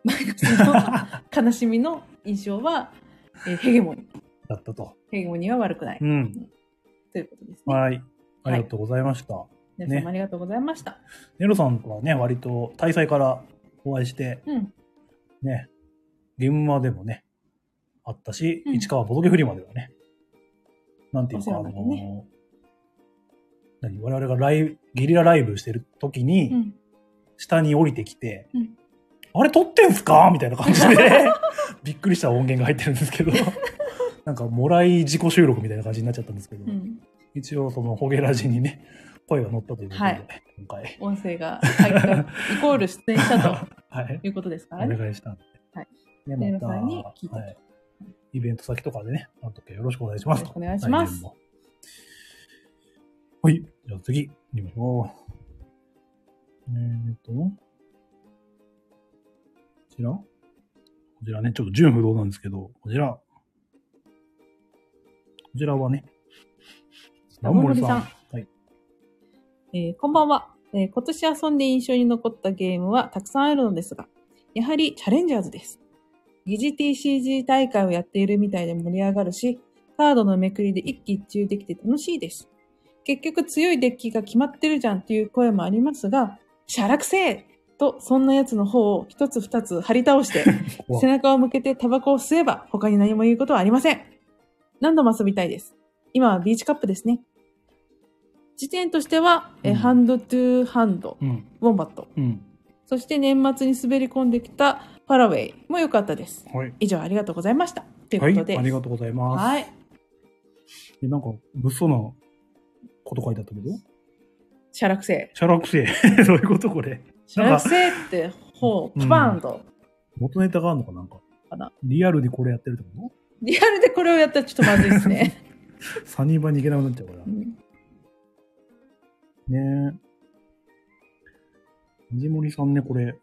[SPEAKER 2] マイナスの 悲しみの印象は、えーヘゲモニー。
[SPEAKER 1] だったと。
[SPEAKER 2] ヘゲモニーは悪くない。
[SPEAKER 1] うん。
[SPEAKER 2] ということですね。
[SPEAKER 1] はい。ありがとうございました。
[SPEAKER 2] 皆さん
[SPEAKER 1] ね
[SPEAKER 2] もありがとうございました。
[SPEAKER 1] ネロさんとはね、割と大祭からお会いして、
[SPEAKER 2] うん。
[SPEAKER 1] ね、現場でもね、あったし、
[SPEAKER 2] うん
[SPEAKER 1] 市川ボトゲフリマではね、なんていう
[SPEAKER 2] お世
[SPEAKER 1] か、
[SPEAKER 2] 話
[SPEAKER 1] あ
[SPEAKER 2] にな
[SPEAKER 1] の
[SPEAKER 2] ったね
[SPEAKER 1] 何我々がライブ、ゲリラライブしてる時に、
[SPEAKER 2] うん。
[SPEAKER 1] 下に降りてきて、
[SPEAKER 2] うん
[SPEAKER 1] あれ撮ってんすかみたいな感じで、 びっくりした音源が入ってるんです けど、なんかもらい自己収録みたいな感じになっちゃったんですけど、
[SPEAKER 2] うん。
[SPEAKER 1] 一応そのホゲラジにね、声が乗ったということで、
[SPEAKER 2] はい
[SPEAKER 1] 今回、
[SPEAKER 2] 音声が入った、イコール出演した
[SPEAKER 1] はい、
[SPEAKER 2] ということですか
[SPEAKER 1] お
[SPEAKER 2] らね。
[SPEAKER 1] 願いしたんで。
[SPEAKER 2] はい
[SPEAKER 1] ね、
[SPEAKER 2] ネイ
[SPEAKER 1] ま
[SPEAKER 2] ル
[SPEAKER 1] た、
[SPEAKER 2] さんに聞いて
[SPEAKER 1] はい、イベント先とかでね、あの時はよろしくお願いします
[SPEAKER 2] よろしくお願いしま
[SPEAKER 1] 来年
[SPEAKER 2] す
[SPEAKER 1] もはい。じゃあ次、行きましょう。えーっと、こちらこちらね、ちょっと純不動なんですけど、こちら。こちらはね、
[SPEAKER 2] ラブモリさん
[SPEAKER 1] はい。
[SPEAKER 2] えーこんばんは、えー今年遊んで印象に残ったゲームはたくさんあるのですが、やはりチャレンジャーズです。疑似 TCG 大会をやっているみたいで盛り上がるし、カードのめくりで一喜一憂できて楽しいです。結局強いデッキが決まってるじゃんという声もありますが、シャラクセーとそんなやつの方を一つ二つ張り倒 して、
[SPEAKER 1] ここは
[SPEAKER 2] 背中を向けてタバコを吸えば他に何も言うことはありません。何度も遊びたいです。今はビーチカップですね。時点としては、え
[SPEAKER 1] うん
[SPEAKER 2] ハンドトゥーハンド、
[SPEAKER 1] うん、
[SPEAKER 2] ウォンバット。
[SPEAKER 1] うん。
[SPEAKER 2] そして年末に滑り込んできたファラウェイも良かったです。
[SPEAKER 1] はい。
[SPEAKER 2] 以上ありがとうございました。という
[SPEAKER 1] は
[SPEAKER 2] ことで。
[SPEAKER 1] い。ありがとうございます。
[SPEAKER 2] はい。
[SPEAKER 1] えなんか、物騒なこと書いてあったけど
[SPEAKER 2] シャラクセ
[SPEAKER 1] シャラクセ どういうことこれ。
[SPEAKER 2] イ。シャラクセイって、ほう、
[SPEAKER 1] う
[SPEAKER 2] パ
[SPEAKER 1] ん
[SPEAKER 2] パーンと。
[SPEAKER 1] 元ネタがあるのかなんか。
[SPEAKER 2] かな
[SPEAKER 1] リアルでこれやってるってこ
[SPEAKER 2] リアルでこれをやったらちょっとまずいです ね。
[SPEAKER 1] とサニーバに行けなくなっちゃうから
[SPEAKER 2] う。ん
[SPEAKER 1] ねえ。藤森さんね、これ、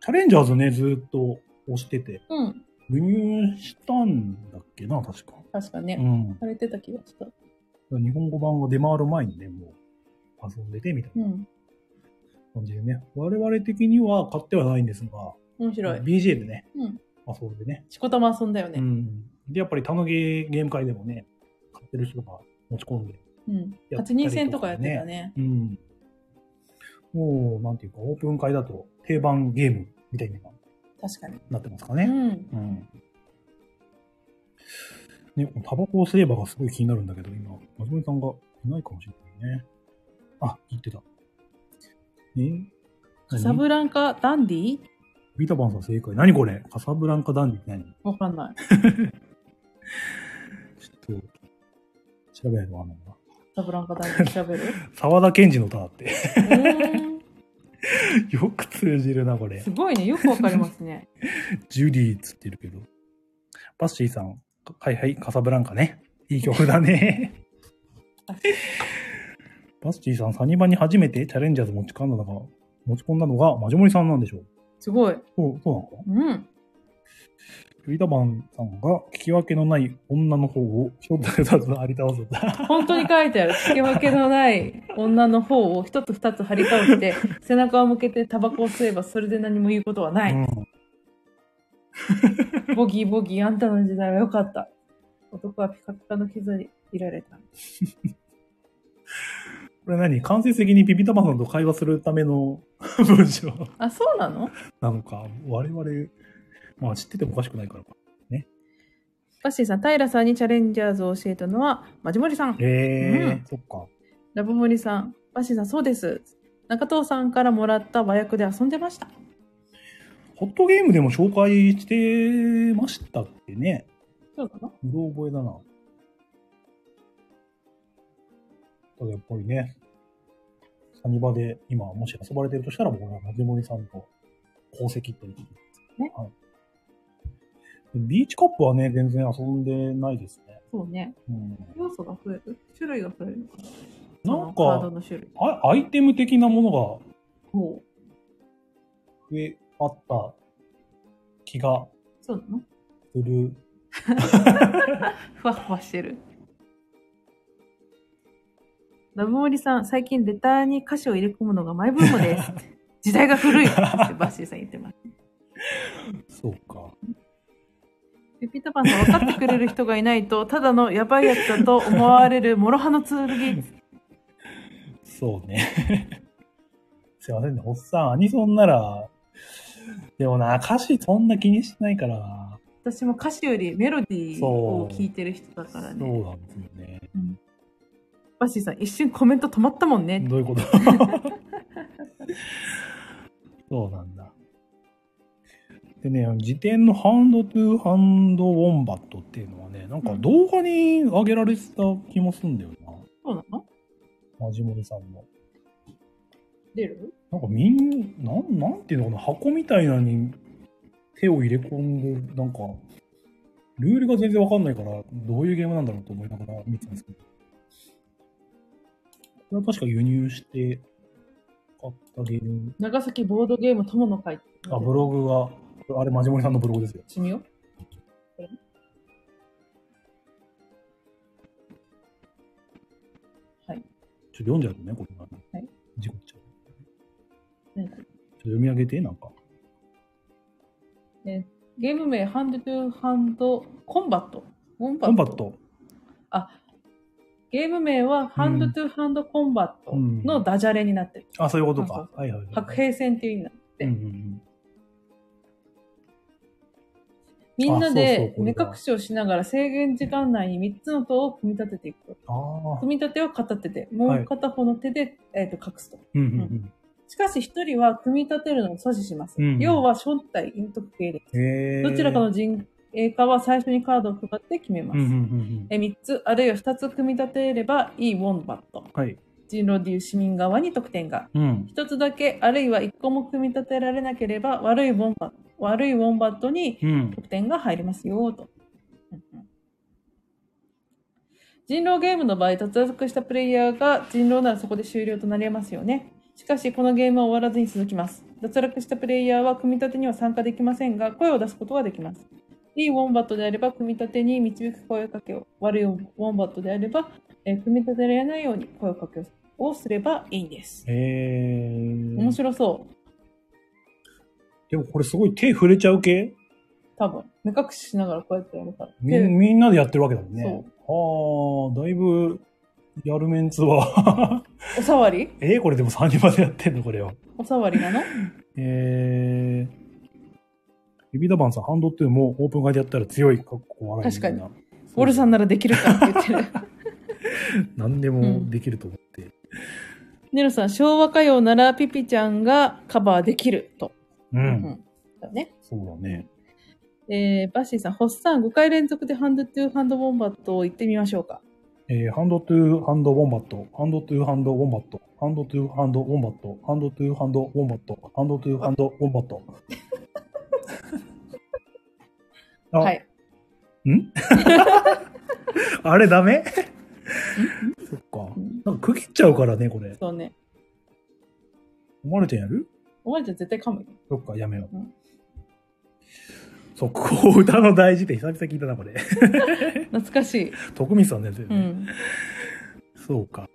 [SPEAKER 1] チャレンジャーズね、ずーっと押してて、
[SPEAKER 2] うん。
[SPEAKER 1] 輸入したんだっけな、確か。
[SPEAKER 2] 確か
[SPEAKER 1] う
[SPEAKER 2] ね。
[SPEAKER 1] ん。
[SPEAKER 2] されてた気がした。
[SPEAKER 1] 日本語版が出回る前にね、もう遊んでてみたいな
[SPEAKER 2] うん。
[SPEAKER 1] 感じでね、我々的には買ってはないんですが、
[SPEAKER 2] 面白い。
[SPEAKER 1] BGA でね、
[SPEAKER 2] うん。
[SPEAKER 1] 遊んでね、
[SPEAKER 2] しこたま遊んだよ
[SPEAKER 1] う
[SPEAKER 2] ね。
[SPEAKER 1] ん。で、やっぱりたのげゲーム会でもね、買ってる人が持ち込んで。
[SPEAKER 2] うん。
[SPEAKER 1] やったりとかね
[SPEAKER 2] 8人戦とかやってたね。
[SPEAKER 1] うん。もう、なんていうか、オープン会だと定番ゲームみたいに
[SPEAKER 2] 確かに。
[SPEAKER 1] なってますか
[SPEAKER 2] う
[SPEAKER 1] ね。
[SPEAKER 2] ん。
[SPEAKER 1] うん。ね、このタバコを吸えばがすごい気になるんだけど、今、まじめさんがいないかもしれないね。あ、言ってた。ね
[SPEAKER 2] カサブ
[SPEAKER 1] ラ
[SPEAKER 2] ランカダンディ
[SPEAKER 1] ビタバンさん正解。何これカサブランカダンディって何
[SPEAKER 2] わかんない。
[SPEAKER 1] ちょっと、調べないとわかんないな。
[SPEAKER 2] カサブランカダンディ調べる
[SPEAKER 1] 沢田賢治の歌って。
[SPEAKER 2] うーん
[SPEAKER 1] よく通じるな、これ
[SPEAKER 2] す。ごいね。よくわかりますね。
[SPEAKER 1] ジュディーっつってるけど。バッシーさん、はいはい、カサブランカね。いい曲だ ね。バッシーさん、サニバに初めてチャレンジャーズ持ち込んだのが、持ち込んだのが、マジモリさんなんでしょう。
[SPEAKER 2] すごい。
[SPEAKER 1] そう、そうなのか
[SPEAKER 2] うん。
[SPEAKER 1] リタバンさんが聞き分けのない女の方を一つ二つあり倒すた。
[SPEAKER 2] 本当に書いてある。聞き分けのない女の方を一つ二つ張り倒して、背中を向けてタバコを吸えばそれで何も言うことはな
[SPEAKER 1] う
[SPEAKER 2] い。
[SPEAKER 1] ん。
[SPEAKER 2] ボギーボギー、あんたの時代は良かった。男はピカピカの傷にいられた。
[SPEAKER 1] これ何間接的にビビタバンさんと会話するための 文章
[SPEAKER 2] あ、そうなの
[SPEAKER 1] なのか、我々、まあ知っててもおかしくないからか。
[SPEAKER 2] バッシーさん、平さんにチャレンジャーズを教えたのは、マジモリさん。
[SPEAKER 1] ええー
[SPEAKER 2] うん
[SPEAKER 1] そっか。
[SPEAKER 2] ラブモリさん。バッシーさん、そうです。中藤さんからもらった和訳で遊んでました。
[SPEAKER 1] ホットゲームでも紹介してましたっけね。
[SPEAKER 2] そうなの
[SPEAKER 1] うろ覚えだな。ただやっぱりね、サニバで今もし遊ばれてるとしたら僕はマジモリさんと功績って
[SPEAKER 2] ね
[SPEAKER 1] はい。ビーチカップはね、全然遊んでないですね。
[SPEAKER 2] そうね。
[SPEAKER 1] うん、
[SPEAKER 2] 要素が増える種類が増えるのかな
[SPEAKER 1] なん
[SPEAKER 2] そのカード
[SPEAKER 1] か
[SPEAKER 2] の種類。
[SPEAKER 1] あ、アイテム的なものが
[SPEAKER 2] ほう。
[SPEAKER 1] 増えあった気が
[SPEAKER 2] そうなの
[SPEAKER 1] する
[SPEAKER 2] ふわふわしてる。ラブモリさん、最近レターに歌詞を入れ込むのがマイブー ムです。時代が古いってバッシーさん言ってます。
[SPEAKER 1] そうか。
[SPEAKER 2] ピピタパンさん、分かってくれる人がいないと、ただのやばいやつだと思われる、諸刃の剣。
[SPEAKER 1] そうね。 すいませんね、おっさん、アニソンなら、でもな、歌詞そんな気にしてないからな、
[SPEAKER 2] 私も歌詞よりメロディーを聴いてる人だ
[SPEAKER 1] そ
[SPEAKER 2] か
[SPEAKER 1] うな
[SPEAKER 2] ら
[SPEAKER 1] ん
[SPEAKER 2] ね。
[SPEAKER 1] ですよね。
[SPEAKER 2] バッシーさん、一瞬コメント止まったもんね。
[SPEAKER 1] どういうこと そうなんだ。でね、辞典のハンドトゥーハンドウォンバットっていうのはね、なんか動画に上げられてた気もすんだよな。
[SPEAKER 2] そうなの
[SPEAKER 1] マジモリさんの。
[SPEAKER 2] 出る
[SPEAKER 1] なんかみんなん、なんていうのかな、箱みたいなのに手を入れ込んで、なんか、ルールが全然わかんないから、どういうゲームなんだろうと思いながら見てたんですけど。これは確か輸入して買ったゲーム。
[SPEAKER 2] 長崎ボードゲーム友の会。
[SPEAKER 1] あ、ブログが、あれ、マジモリさんのブログですよ。
[SPEAKER 2] 君よ。
[SPEAKER 1] ちょっと読んじゃうとね、これが。
[SPEAKER 2] はい。
[SPEAKER 1] 事故っちゃう。
[SPEAKER 2] 何
[SPEAKER 1] ちょっと読み上げて、なんか。
[SPEAKER 2] ね、ゲーム名、ハンドトゥハンドコンバット。コンバ
[SPEAKER 1] コンバット。
[SPEAKER 2] ゲーム名は、ハンドトゥハンドコンバットのダジャレになってる。
[SPEAKER 1] あ、そういうこと
[SPEAKER 2] そうそう
[SPEAKER 1] か。はいはいはい。
[SPEAKER 2] 白兵戦っていう意味なの。
[SPEAKER 1] うんうんうん。
[SPEAKER 2] みんな
[SPEAKER 1] あそうそう
[SPEAKER 2] で
[SPEAKER 1] こ
[SPEAKER 2] 目
[SPEAKER 1] れだ
[SPEAKER 2] 隠しをしながら制限時間内に3つの塔を組み立てていくと。
[SPEAKER 1] ああ。
[SPEAKER 2] 組み立ては片手で、も
[SPEAKER 1] は
[SPEAKER 2] う
[SPEAKER 1] い
[SPEAKER 2] 片方の手で、えー、と隠すと。
[SPEAKER 1] うんうん
[SPEAKER 2] しかし一人は組み立てるのを阻止します。
[SPEAKER 1] うん
[SPEAKER 2] 要は正体、陰徳系で
[SPEAKER 1] うん。へえ。
[SPEAKER 2] す。どちらかの陣営かは最初にカードを配って決めま
[SPEAKER 1] う
[SPEAKER 2] す。
[SPEAKER 1] んうんうんうん。
[SPEAKER 2] え3つ、あるいは2つ組み立てればいいウォンバット。
[SPEAKER 1] はい。
[SPEAKER 2] 人狼でいう市民側に得点が。
[SPEAKER 1] うん。
[SPEAKER 2] 一つだけ、あるいは一個も組み立てられなければ、悪いウォンバット、悪いウォンバットに
[SPEAKER 1] うん。
[SPEAKER 2] 得点が入りますよ、と。うんうん人狼ゲームの場合、脱落したプレイヤーが人狼ならそこで終了となりますよね。しかし、このゲームは終わらずに続きます。脱落したプレイヤーは組み立てには参加できませんが、声を出すことができます。いいウォンバットであれば、組み立てに導く声かけを、悪いウォンバットであれば、えー組み立てられないように声かけをすればいいんです。
[SPEAKER 1] へえ。
[SPEAKER 2] 面白そう。
[SPEAKER 1] でもこれすごい手触れちゃう系
[SPEAKER 2] 多分。目隠ししながらこうやってやるから。
[SPEAKER 1] み
[SPEAKER 2] で
[SPEAKER 1] みんなでやってるわけだもんね。
[SPEAKER 2] そう
[SPEAKER 1] はあ、だいぶやるメンツは
[SPEAKER 2] おさわり
[SPEAKER 1] えー、これでも3人までやってんのこれは。
[SPEAKER 2] おさわりなの
[SPEAKER 1] えー、エビダバンさん、ハンドトゥーもオープン外でやったら強い、かっこ笑い。
[SPEAKER 2] 確かに
[SPEAKER 1] みんな。
[SPEAKER 2] ウォルさんならできるかって言って る。
[SPEAKER 1] 何でもできると思って。
[SPEAKER 2] ネロさん、昭和歌謡ならピピちゃんがカバーできると。
[SPEAKER 1] う、
[SPEAKER 2] うんだね。
[SPEAKER 1] そうだね。
[SPEAKER 2] えー、バッシーさん、ホッサン5回連続でハンドトゥーハンドボンバットを行ってみましょうか。
[SPEAKER 1] えー、ハンドトゥーハンドウォンバット、ハンドトゥーハンドウォンバット、ハンドトゥーハンドウォンバット、ハンドトゥーハンドウォンバット、ハンドトゥーハンドウォンバット。あ
[SPEAKER 2] はい。
[SPEAKER 1] ん あれダメそっか
[SPEAKER 2] う。ん
[SPEAKER 1] なんか区切っちゃうからね、これ。
[SPEAKER 2] そうね。
[SPEAKER 1] マルちゃんやる
[SPEAKER 2] お前ちゃん絶対噛むよ。
[SPEAKER 1] そっか、やめよう。
[SPEAKER 2] うん
[SPEAKER 1] そこ、歌の大事って久々聞いたな、これ。
[SPEAKER 2] 懐かしい。
[SPEAKER 1] 徳光さんのやつだよ
[SPEAKER 2] う
[SPEAKER 1] ね。
[SPEAKER 2] ん。
[SPEAKER 1] そうか。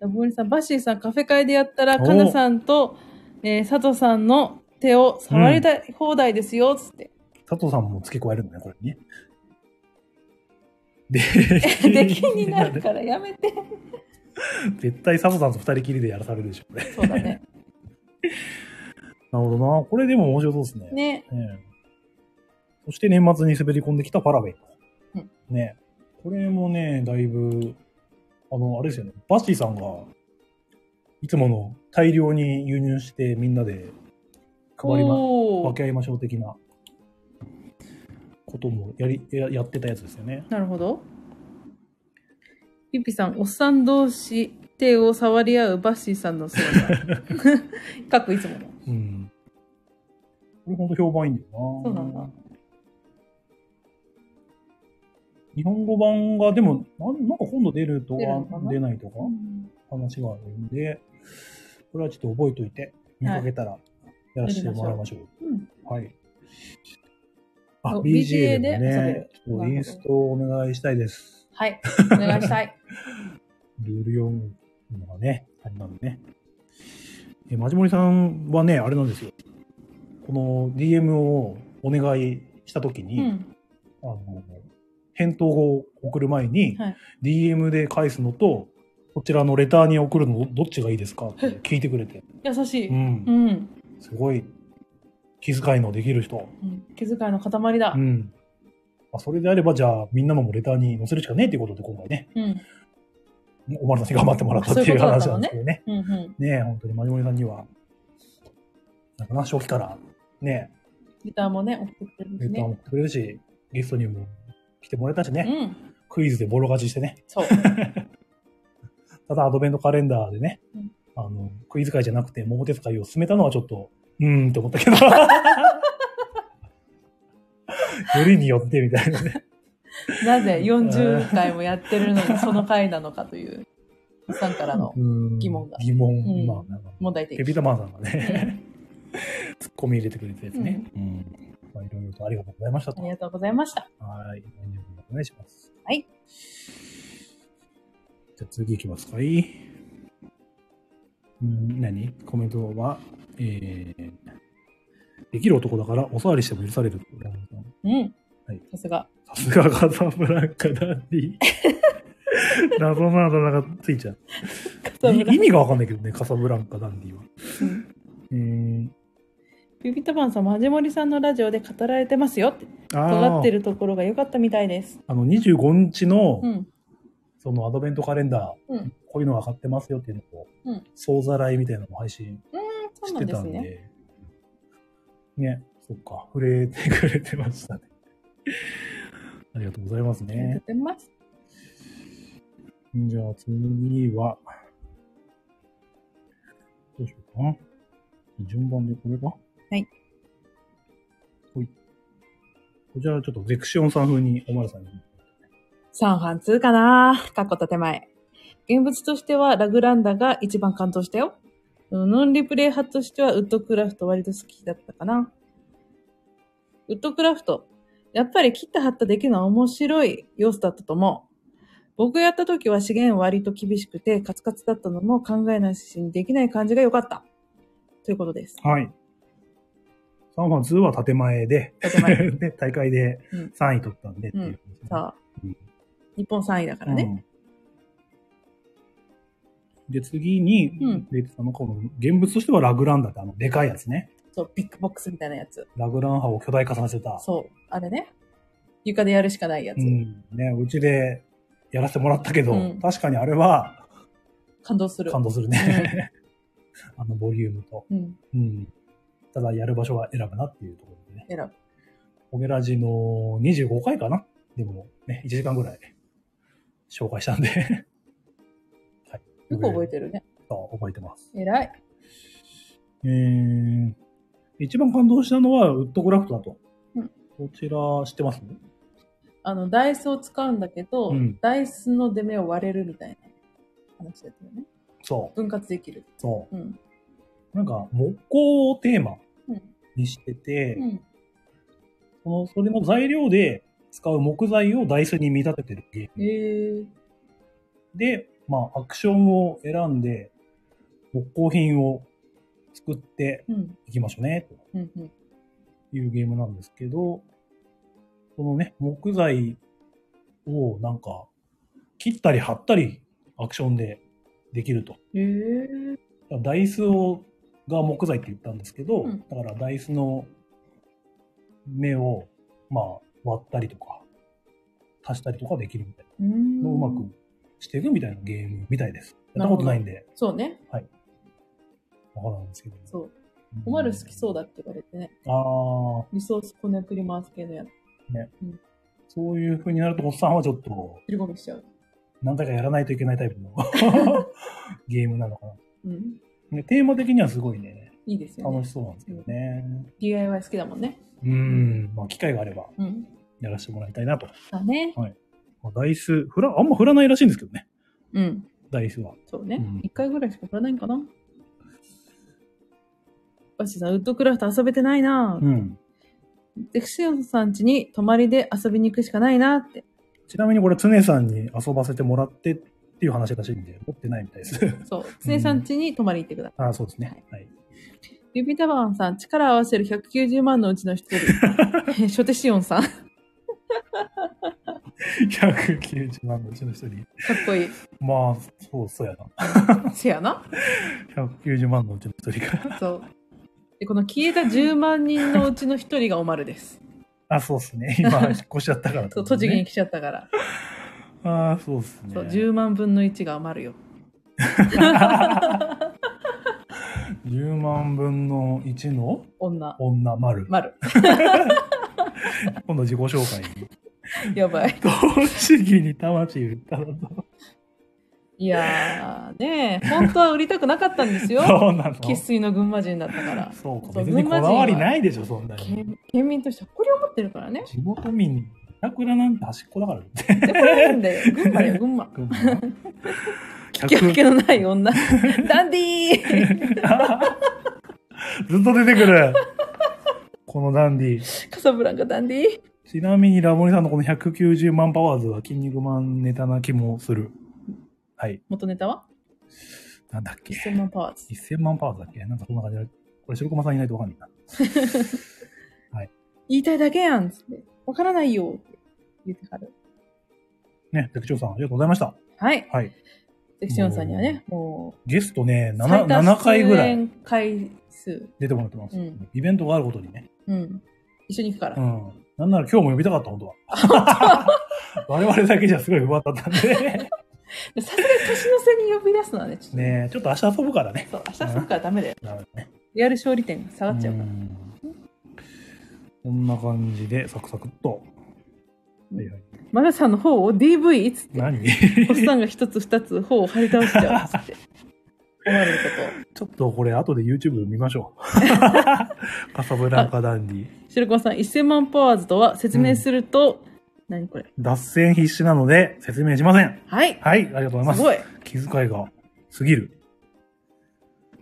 [SPEAKER 2] ダボリさん、バッシーさん、カフェ会でやったら、かなさんと、えー、佐藤さんの手を触りたい放題ですよ、つ って。、
[SPEAKER 1] 佐藤さんも付け加えるのね、これね。で
[SPEAKER 2] で、気になるからやめて。
[SPEAKER 1] 絶対佐藤さんと二人きりでやらされるでしょ、これ。なる
[SPEAKER 2] そうだね。
[SPEAKER 1] ほどな。これでも面白そうですね。
[SPEAKER 2] ね。
[SPEAKER 1] ねそして年末に滑り込んできたパラウェイと。
[SPEAKER 2] うん
[SPEAKER 1] ねこれもね、だいぶ、あの、あれですよね。バッシーさんが、いつもの大量に輸入してみんなで配りま、
[SPEAKER 2] お
[SPEAKER 1] 分
[SPEAKER 2] ー
[SPEAKER 1] け合いましょう的なこともやり、ややってたやつですよね。
[SPEAKER 2] なるほど。ピピさん、おっさん同士、手を触り合うバッシーさ んの姿。かっこいつもの。
[SPEAKER 1] うん。これほんと評判いいんだよな。
[SPEAKER 2] そうなんだ。
[SPEAKER 1] 日本語版が、でも、なんなんか今度出ると
[SPEAKER 2] 出るのか
[SPEAKER 1] か
[SPEAKER 2] な
[SPEAKER 1] 出ないとか話があるんで、これはちょっと覚えといて、見かけたらやらせてもらいましょう。
[SPEAKER 2] うん。
[SPEAKER 1] はい。あ、
[SPEAKER 2] お
[SPEAKER 1] BGA でも
[SPEAKER 2] BGA で遊べ
[SPEAKER 1] ね
[SPEAKER 2] る、
[SPEAKER 1] ちょっとインストお願いしたいです。
[SPEAKER 2] はい。お願いしたい。
[SPEAKER 1] ルール4のがね、あれなんでね。え、まじもりさんはね、あれなんですよ。この DM をお願いしたとき
[SPEAKER 2] う
[SPEAKER 1] に、
[SPEAKER 2] ん。
[SPEAKER 1] あの、返答を送る前に、
[SPEAKER 2] はい
[SPEAKER 1] DM で返すのと、こちらのレターに送るのどどっちがいいですかって聞いてくれて。。
[SPEAKER 2] 優しいう
[SPEAKER 1] ん
[SPEAKER 2] う。ん。
[SPEAKER 1] すごい、気遣いのできる人。
[SPEAKER 2] うん気遣いの塊だ
[SPEAKER 1] う。ん。まあ、それであれば、じゃあ、みんなのもレターに載せるしかねえっていうことで、今回ね、
[SPEAKER 2] うん。
[SPEAKER 1] おまるさんに頑張ってもらったっていう話なんですけどね。
[SPEAKER 2] うんうん。
[SPEAKER 1] ねえ、本当に、まじもりさんには、なんかな、初期から、ね
[SPEAKER 2] ギターもね、送ってく
[SPEAKER 1] え、レタ
[SPEAKER 2] れるし
[SPEAKER 1] ー
[SPEAKER 2] ね。
[SPEAKER 1] も送ってくれるし、ゲストにも来てもらえたし
[SPEAKER 2] う
[SPEAKER 1] ね、
[SPEAKER 2] ん。
[SPEAKER 1] クイズでボロ勝ちしてね。
[SPEAKER 2] そう。
[SPEAKER 1] ただアドベントカレンダーでね、
[SPEAKER 2] うん
[SPEAKER 1] あの、クイズ会じゃなくて桃鉄会を進めたのはちょっと、うーんって思ったけ ど。よりによってみたいなね。
[SPEAKER 2] なぜ40回もやってるのにその回なのかという、さんからの
[SPEAKER 1] うん
[SPEAKER 2] 疑問が
[SPEAKER 1] 疑問。
[SPEAKER 2] うん
[SPEAKER 1] まあ、なんか、
[SPEAKER 2] 問題提
[SPEAKER 1] ペ
[SPEAKER 2] 起。
[SPEAKER 1] ピタマンさんがね、 ツッコミ入れてくれたやつね。うん。まあ、いろいろとありがとうございました
[SPEAKER 2] あ
[SPEAKER 1] と。
[SPEAKER 2] りがとうございました。
[SPEAKER 1] はい。お願いします。
[SPEAKER 2] はい。
[SPEAKER 1] じゃあ次いきますかい。うん、何コメントは、えー、できる男だからお触りしても許される。
[SPEAKER 2] うん
[SPEAKER 1] はい。
[SPEAKER 2] さすが。
[SPEAKER 1] さすがカサブランカダンデ ィ。謎のあだ名がついちゃう。い意味がわかんないけどね、カサブランカダンディは。
[SPEAKER 2] うん
[SPEAKER 1] えー、
[SPEAKER 2] ピピタパンさんもはじもりさんのラジオで語られてますよって
[SPEAKER 1] あ
[SPEAKER 2] 尖って
[SPEAKER 1] ー
[SPEAKER 2] るところが良かったみたいです。
[SPEAKER 1] あの25日の、
[SPEAKER 2] うん。
[SPEAKER 1] そのアドベントカレンダー、
[SPEAKER 2] うん
[SPEAKER 1] こういうのが買ってますよっていうのを、
[SPEAKER 2] うん
[SPEAKER 1] 総ざらいみたいなのも配信
[SPEAKER 2] そう
[SPEAKER 1] し
[SPEAKER 2] なん
[SPEAKER 1] て
[SPEAKER 2] で
[SPEAKER 1] た
[SPEAKER 2] す
[SPEAKER 1] んで、
[SPEAKER 2] ね。
[SPEAKER 1] ねそっか、触れてくれてましたね。 ありがとうございます
[SPEAKER 2] ありがとう
[SPEAKER 1] ね。
[SPEAKER 2] ございます。
[SPEAKER 1] じゃあ次は、どうしようかな。順番でこれか
[SPEAKER 2] はい。
[SPEAKER 1] ほい。じゃあちょっとゼクシオンさん風におまるさんに。
[SPEAKER 2] 三半通かなかっこと手前。現物としてはラグランダが一番感動したよ。ノンリプレイ派としてはウッドクラフト割と好きだったかな。ウッドクラフト。やっぱり切った貼ったできるのは面白い要素だったと思う。僕やった時は資源割と厳しくてカツカツだったのも考えなしにできない感じが良かった。ということです。
[SPEAKER 1] はい。サンファン2は建前で、
[SPEAKER 2] とても
[SPEAKER 1] で、大会で
[SPEAKER 2] うん
[SPEAKER 1] 3位取ったんでっていう、
[SPEAKER 2] さあ、日本3位だからね。
[SPEAKER 1] うんで、次に
[SPEAKER 2] うん
[SPEAKER 1] 出てたのが、この現物としてはラグランだって、あの、でかいやつね。
[SPEAKER 2] そう、ビッグボックスみたいなやつ。
[SPEAKER 1] ラグラン波を巨大化させた。
[SPEAKER 2] そう、あれね。床でやるしかないやつ。
[SPEAKER 1] うん。ね、うちでやらせてもらったけど、
[SPEAKER 2] うん
[SPEAKER 1] 確かにあれは
[SPEAKER 2] 感動する。
[SPEAKER 1] 感動するね。 あのボリュームと。
[SPEAKER 2] うん、
[SPEAKER 1] うん。ただ、やる場所は選ぶなっていうところでね。
[SPEAKER 2] 選ぶ。
[SPEAKER 1] オゲラジの25回かなでも、ね、1時間ぐらい紹介したんで。 はい。
[SPEAKER 2] よく覚え
[SPEAKER 1] る
[SPEAKER 2] てるね。
[SPEAKER 1] 覚えてます。
[SPEAKER 2] 偉い。
[SPEAKER 1] えー、一番感動したのはウッドクラフトだと。
[SPEAKER 2] うん
[SPEAKER 1] こちら知ってます
[SPEAKER 2] あの、ダイスを使うんだけど、
[SPEAKER 1] うん
[SPEAKER 2] ダイスの出目を割れるみたいな話だったよね。
[SPEAKER 1] そう。
[SPEAKER 2] 分割できる。
[SPEAKER 1] そ
[SPEAKER 2] うん。
[SPEAKER 1] う。なんか、木工をテーマ
[SPEAKER 2] うん。
[SPEAKER 1] にしてて、
[SPEAKER 2] うん。
[SPEAKER 1] その、それの材料で使う木材をダイスに見立ててるゲーム
[SPEAKER 2] えー、
[SPEAKER 1] で、まあ、アクションを選んで、木工品を作って
[SPEAKER 2] うん。
[SPEAKER 1] いきましょうね、
[SPEAKER 2] うん。うん。
[SPEAKER 1] というゲームなんですけど、このね、木材をなんか、切ったり貼ったり、アクションでできると。
[SPEAKER 2] えー、
[SPEAKER 1] ダイスを、が木材って言ったんですけど、
[SPEAKER 2] うん
[SPEAKER 1] だからダイスの目を、まあ、割ったりとか、足したりとかできるみたいな
[SPEAKER 2] うーん。
[SPEAKER 1] のをうまくしていくみたいなゲームみたいです。やったことないんで、
[SPEAKER 2] そうね。
[SPEAKER 1] わからないんですけど。
[SPEAKER 2] そう。おまる好きそうだって言われてね。
[SPEAKER 1] ああ、
[SPEAKER 2] リソースこねくり回す系のやつ。
[SPEAKER 1] そういう風になると、おっさんはちょっと、
[SPEAKER 2] 切り込みしちゃう。
[SPEAKER 1] 何回かやらないといけないタイプ のゲームなのか
[SPEAKER 2] うん。
[SPEAKER 1] な。でテーマ的にはすごいね、
[SPEAKER 2] いいですよ
[SPEAKER 1] 楽
[SPEAKER 2] ね。
[SPEAKER 1] しそうなんですけどね。
[SPEAKER 2] DIY 好きだもんね。
[SPEAKER 1] うん、まあ、機会があれば
[SPEAKER 2] うん。
[SPEAKER 1] やらせてもらいたいなと。
[SPEAKER 2] だね。
[SPEAKER 1] まあダイス、振ら、あんま振らないらしいんですけどね、
[SPEAKER 2] うん。
[SPEAKER 1] ダイスは。
[SPEAKER 2] そうね
[SPEAKER 1] うん。
[SPEAKER 2] 一、回ぐらいしか振らないんかな。バシさん、ウッドクラフト遊べてないなぁ。
[SPEAKER 1] ん。
[SPEAKER 2] デクシオンさん家に泊まりで遊びに行くしかないなって。
[SPEAKER 1] ちなみにこれ、常さんに遊ばせてもらってっていう話らしいんで、持ってないみたいで す。
[SPEAKER 2] そう。つねさん家に泊まり行ってくださ
[SPEAKER 1] ああ、そうですね。はい。
[SPEAKER 2] い。ビビタバーンさん、力を合わせる190万のうちの一 人。えショテシオンさん。かっ
[SPEAKER 1] 190万のうちの一人。
[SPEAKER 2] こいい。
[SPEAKER 1] まあ、そう、そうやな。
[SPEAKER 2] せやな。
[SPEAKER 1] 190万のうちの一人 か。
[SPEAKER 2] そう。で、この消えた10万人のうちの一人がおまるです。
[SPEAKER 1] あ、そうっすね。今、引っ越しちゃったから、
[SPEAKER 2] そう、栃木に来ちゃったから。
[SPEAKER 1] ああ、そうっすね。
[SPEAKER 2] そう、10万分の1がおまるよ。
[SPEAKER 1] 10万分の1の
[SPEAKER 2] 女。
[SPEAKER 1] 女丸。
[SPEAKER 2] まる。
[SPEAKER 1] 今度自己紹介 に。
[SPEAKER 2] やばい。
[SPEAKER 1] 栃木に魂売ったのと。
[SPEAKER 2] いやーねえ、本当は売りたくなかったんですよ。
[SPEAKER 1] そうなの
[SPEAKER 2] 生粋の群馬人だったから。
[SPEAKER 1] そうか。
[SPEAKER 2] そう
[SPEAKER 1] 別にこだわり
[SPEAKER 2] 群馬人は
[SPEAKER 1] ないでしょ、そんなに。
[SPEAKER 2] 県県民として誇りを持ってるからね。
[SPEAKER 1] 地元民、板倉なんて端っこだからね。
[SPEAKER 2] で、これいいんだよ。群馬よ、群馬。
[SPEAKER 1] 群馬の
[SPEAKER 2] 聞き分けのない女。 ダンディー
[SPEAKER 1] ずっと出てくる。このダンディ。
[SPEAKER 2] カサブランカダンディー
[SPEAKER 1] ちなみにラボニさんのこの190万パワーズは筋肉マンネタな気もする。はい。
[SPEAKER 2] 元ネタは
[SPEAKER 1] なんだっけ。
[SPEAKER 2] ?1000 万パワーズ。
[SPEAKER 1] 1000万パワーズだっけなんかそんな感じだこれ、白駒さんいないとわかんないな。
[SPEAKER 2] 言いたいだけやんつって。わからないよって言ってはる。
[SPEAKER 1] ね、局長さん、ありがとうございました。
[SPEAKER 2] はい。
[SPEAKER 1] はい。
[SPEAKER 2] ゼクシオンさんにはね、も
[SPEAKER 1] ゲストね、
[SPEAKER 2] う、
[SPEAKER 1] 7, 7回ぐらい
[SPEAKER 2] 演回数。
[SPEAKER 1] 出てもらってます、
[SPEAKER 2] うん
[SPEAKER 1] イベントがあることにね。
[SPEAKER 2] うん。一緒に行くから。
[SPEAKER 1] うん。なんなら今日も呼びたかった、本当は。 我々だけじゃすごい不安だったんで。
[SPEAKER 2] でさすがに年の瀬に呼び出すのはね、ちょっと。
[SPEAKER 1] ねちょっと明日遊ぶからね。
[SPEAKER 2] そう、明日そっからダメだよ。
[SPEAKER 1] なるほどね。
[SPEAKER 2] リアル勝利点が下がっちゃうから。
[SPEAKER 1] んこんな感じで、サクサクっと。はいはい、
[SPEAKER 2] マガさんの方を DV いつって、
[SPEAKER 1] 何
[SPEAKER 2] おっさんが一つ二つ方を張り倒しちゃうっつって、 思われるこ
[SPEAKER 1] ちょっとこれ後で YouTube 見ましょ う。カサブランカダンディ。
[SPEAKER 2] と。白駒さん、1000万パワーズとは説明すると、何これ
[SPEAKER 1] 脱線必至なので説明しません。
[SPEAKER 2] はい
[SPEAKER 1] はい、ありがとうございます
[SPEAKER 2] す。ごい
[SPEAKER 1] 気遣いが過ぎる。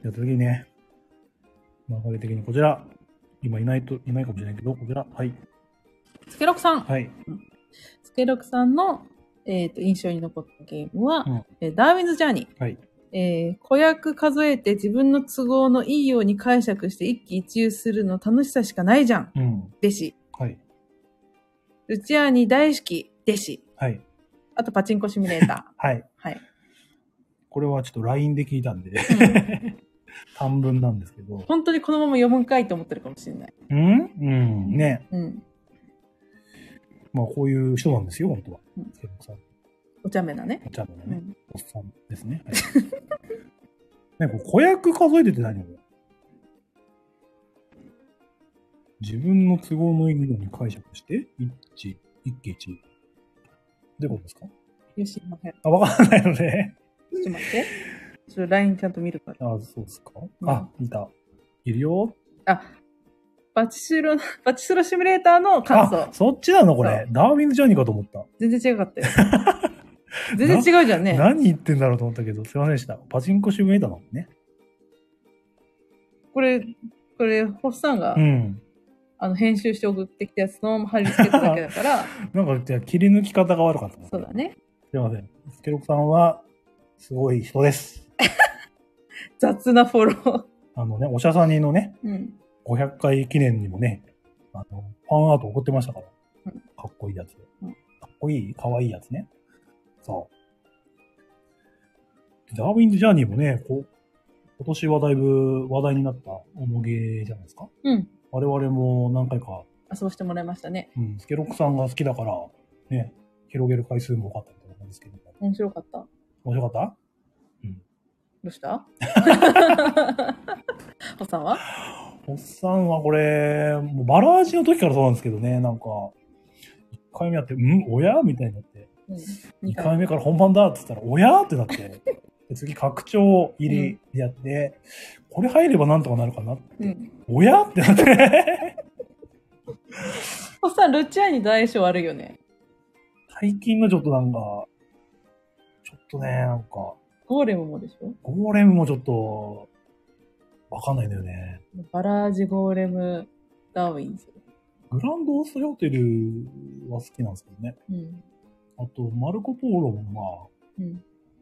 [SPEAKER 1] じゃあ次ね。流れ的にこちら。今いないと、いないかもしれないけど、こちら。はい。
[SPEAKER 2] スケロクさん
[SPEAKER 1] はい。
[SPEAKER 2] スケロクさんの、えー、と印象に残ったゲームは、
[SPEAKER 1] うん
[SPEAKER 2] えーダーウィンズ・ジャーニー。
[SPEAKER 1] はい。
[SPEAKER 2] えー子役数えて自分の都合のいいように解釈して一喜一憂するの楽しさしかないじゃん。
[SPEAKER 1] うん。
[SPEAKER 2] 弟子。
[SPEAKER 1] はい。
[SPEAKER 2] ルチアーニ大好き。弟子。
[SPEAKER 1] はい。
[SPEAKER 2] あとパチンコシミュレーター。
[SPEAKER 1] はい。
[SPEAKER 2] はい。
[SPEAKER 1] これはちょっと LINE で聞いたん で、短文なんですけど。
[SPEAKER 2] 本当にこのまま読むんかいと思ってるかもしれない。
[SPEAKER 1] うんうん。ね。
[SPEAKER 2] うん。
[SPEAKER 1] まあ、こういう人なんですよ、本当は
[SPEAKER 2] うん。
[SPEAKER 1] ケロさん、
[SPEAKER 2] お茶目なね。
[SPEAKER 1] お茶のね、
[SPEAKER 2] うん。
[SPEAKER 1] おっさんですね。はい、ね、これ、子役数えてて何これ自分の都合のいいように解釈して、一致、一気一致。どういうことですか
[SPEAKER 2] よし、待って。
[SPEAKER 1] あ、わからないので。
[SPEAKER 2] ちょっと待って。ちょっと LINE ちゃんと見るから。
[SPEAKER 1] あ、そうですか、
[SPEAKER 2] うん
[SPEAKER 1] あ、いた。いるよ。
[SPEAKER 2] あ、バチスロ、 バチスロシミュレーターの感
[SPEAKER 1] あ
[SPEAKER 2] 想、。
[SPEAKER 1] そっちなのこれ。ダーウィンズ・ジャーニーかと思った。
[SPEAKER 2] 全然違かった よ。全然違うじゃんね。
[SPEAKER 1] 何言ってんだろうと思ったけど、すいませんでした。パチンコシミュレーターなのね。
[SPEAKER 2] これ、これ、ホッさんが、
[SPEAKER 1] うん。
[SPEAKER 2] あの、編集して送ってきたやつそのまま貼り付けただけだ から、
[SPEAKER 1] なんか、じゃあ切り抜き方が悪かった。
[SPEAKER 2] そうだ。ね。
[SPEAKER 1] すいません。スケロクさんは、すごい人です。
[SPEAKER 2] 雑なフォロー。
[SPEAKER 1] あのね、おしゃさにのね、
[SPEAKER 2] うん。
[SPEAKER 1] 500回記念にもね、あの、ファンアート送ってましたから。
[SPEAKER 2] うん
[SPEAKER 1] かっこいいやつ。
[SPEAKER 2] うん
[SPEAKER 1] かっこいい、かわいいやつね。そう。ダーウィンズ・ジャーニーもね、こう、今年はだいぶ話題になった重げじゃないですか。
[SPEAKER 2] うん。
[SPEAKER 1] 我々も何回か、
[SPEAKER 2] 遊ばしてもらいましたね。
[SPEAKER 1] うん、スケロクさんが好きだから、ね、広げる回数も多かったみたいなんですけど、
[SPEAKER 2] 面白かった。ど
[SPEAKER 1] 面白かった
[SPEAKER 2] うした ホッさんは
[SPEAKER 1] おっさんはこれ、もうバラージの時からそうなんですけどね、なんか、1回目やって、ん親みたいになって、
[SPEAKER 2] うん。
[SPEAKER 1] 2
[SPEAKER 2] 二
[SPEAKER 1] 回目から本番だって言ったら、親ってなって、で次、拡張入りでやって、これ入ればなんとかなるかな。
[SPEAKER 2] うん。
[SPEAKER 1] 親ってなって、
[SPEAKER 2] ホッさん、ルチアーニと相性悪いよね。
[SPEAKER 1] 最近のちょっとなんか、ちょっとね、なんか、
[SPEAKER 2] ゴーレムもでしょ
[SPEAKER 1] ゴーレムもちょっと、わかんないんだよね。
[SPEAKER 2] バラージゴーレム、ダーウィンズ。
[SPEAKER 1] グランドオーストリアホテルは好きなんですけどね。
[SPEAKER 2] うん。
[SPEAKER 1] あと、マルコ・ポーロも
[SPEAKER 2] うん。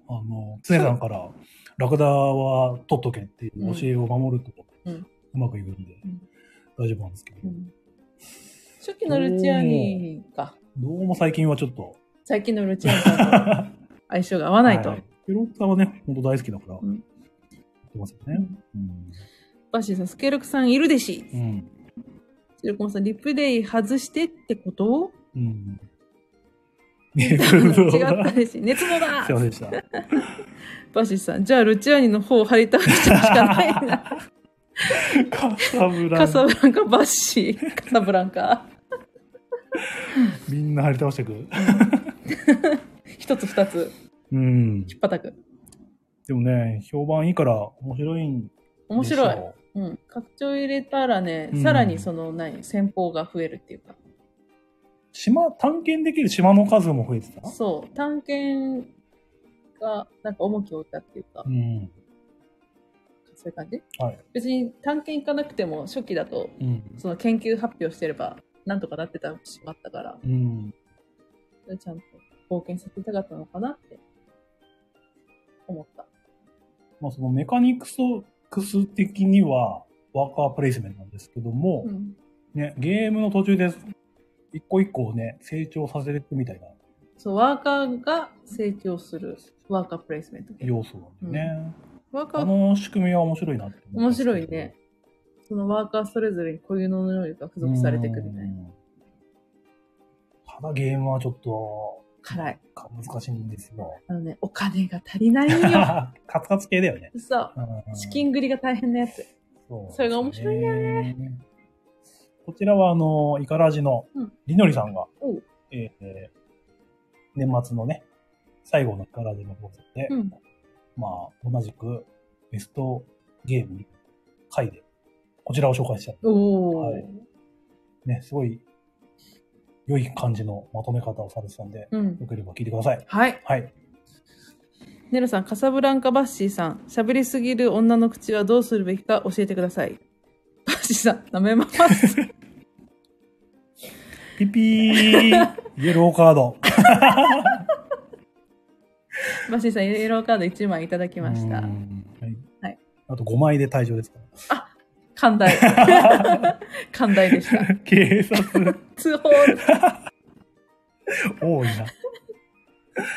[SPEAKER 1] まあ、あの、常さんから、ラクダは取っとけっていう教えを守ると、
[SPEAKER 2] う
[SPEAKER 1] うんまくいくんで、
[SPEAKER 2] うん
[SPEAKER 1] 大丈夫なんですけど、
[SPEAKER 2] うん初期のルチアーニか。
[SPEAKER 1] どうも最近はちょっと、
[SPEAKER 2] 最近のルチアーニさんと 相性が合わないと。
[SPEAKER 1] はヒロッタはね、本当大好きだから、
[SPEAKER 2] うん
[SPEAKER 1] 言ってますよ
[SPEAKER 2] う
[SPEAKER 1] ね。
[SPEAKER 2] ん
[SPEAKER 1] うん。
[SPEAKER 2] バッシーさん、スケルクさんいるでし。
[SPEAKER 1] うん。
[SPEAKER 2] シルコンさん、リプレイ外してってこと
[SPEAKER 1] うん。
[SPEAKER 2] 違
[SPEAKER 1] ね
[SPEAKER 2] ったでし。熱望だ
[SPEAKER 1] すいませんでした。
[SPEAKER 2] バッシーさん、じゃあルチアーニの方を張り倒してほしか ないな。
[SPEAKER 1] カサブラ
[SPEAKER 2] カサ
[SPEAKER 1] ン
[SPEAKER 2] ブランカ、バッシー、カサブランカ。
[SPEAKER 1] みんな張り倒してく。
[SPEAKER 2] 一つ二つ、
[SPEAKER 1] うん。
[SPEAKER 2] ひっぱたく。
[SPEAKER 1] でもね、評判いいから面白いんでしょ
[SPEAKER 2] 面白い。うん。拡張入れたらね、
[SPEAKER 1] うん
[SPEAKER 2] さらにその、何、戦法が増えるっていうか。
[SPEAKER 1] 島、探検できる島の数も増えてた
[SPEAKER 2] そう、探検が、なんか重きを置いたっていうか
[SPEAKER 1] う、ん。
[SPEAKER 2] そういう感じ
[SPEAKER 1] はい。
[SPEAKER 2] 別に探検行かなくても、初期だと、
[SPEAKER 1] うん。
[SPEAKER 2] その研究発表してれば、なんとかなってたしまったから、
[SPEAKER 1] うん。
[SPEAKER 2] それちゃんと冒険させたかったのかなって、思った。
[SPEAKER 1] まあそのメカニクスクス的にはワーカープレイスメントなんですけども、
[SPEAKER 2] うん。
[SPEAKER 1] ね、ゲームの途中で一個一個をね、成長させていくみたいな
[SPEAKER 2] そう、ワーカーが成長する、ワーカープレイスメント。
[SPEAKER 1] 要素なんでね。
[SPEAKER 2] ワーカ
[SPEAKER 1] あ
[SPEAKER 2] ー、
[SPEAKER 1] の仕組みは面白いなって思い
[SPEAKER 2] 面
[SPEAKER 1] ますけど
[SPEAKER 2] 白いね。。そのワーカーそれぞれに固有の能力が付属されてくる
[SPEAKER 1] う
[SPEAKER 2] ね。
[SPEAKER 1] んただゲームはちょっと、
[SPEAKER 2] 辛い。
[SPEAKER 1] 難しいんですよ。
[SPEAKER 2] あのね、お金が足りない よ。
[SPEAKER 1] カツカツ系だよね。
[SPEAKER 2] そう。
[SPEAKER 1] うん
[SPEAKER 2] 資金繰りが大変なやつ。
[SPEAKER 1] そう
[SPEAKER 2] それが面白いんだ
[SPEAKER 1] よね。こちらは、あの、イカラジの
[SPEAKER 2] うん
[SPEAKER 1] りのりさんが、
[SPEAKER 2] おう
[SPEAKER 1] えーえー年末のね、最後のイカラジの放送で、
[SPEAKER 2] うん
[SPEAKER 1] まあ、同じくベストゲーム回で、こちらを紹介したんで
[SPEAKER 2] おー
[SPEAKER 1] はいね、すごい良い感じのまとめ方をされてたんで、
[SPEAKER 2] うん。
[SPEAKER 1] よければ聞いてください。
[SPEAKER 2] はい。
[SPEAKER 1] はい。
[SPEAKER 2] ネロさん、カサブランカバッシーさん、喋りすぎる女の口はどうするべきか教えてください。バッシーさん、舐め ます。
[SPEAKER 1] ピピ ーイエローカード。
[SPEAKER 2] バッシーさん、イエローカード1枚いただきまし
[SPEAKER 1] う
[SPEAKER 2] た
[SPEAKER 1] ー。んはい。
[SPEAKER 2] はい
[SPEAKER 1] あと5枚で退場ですか
[SPEAKER 2] 寛 大。寛大でした。
[SPEAKER 1] ら。警察、
[SPEAKER 2] 通報。
[SPEAKER 1] 多いな。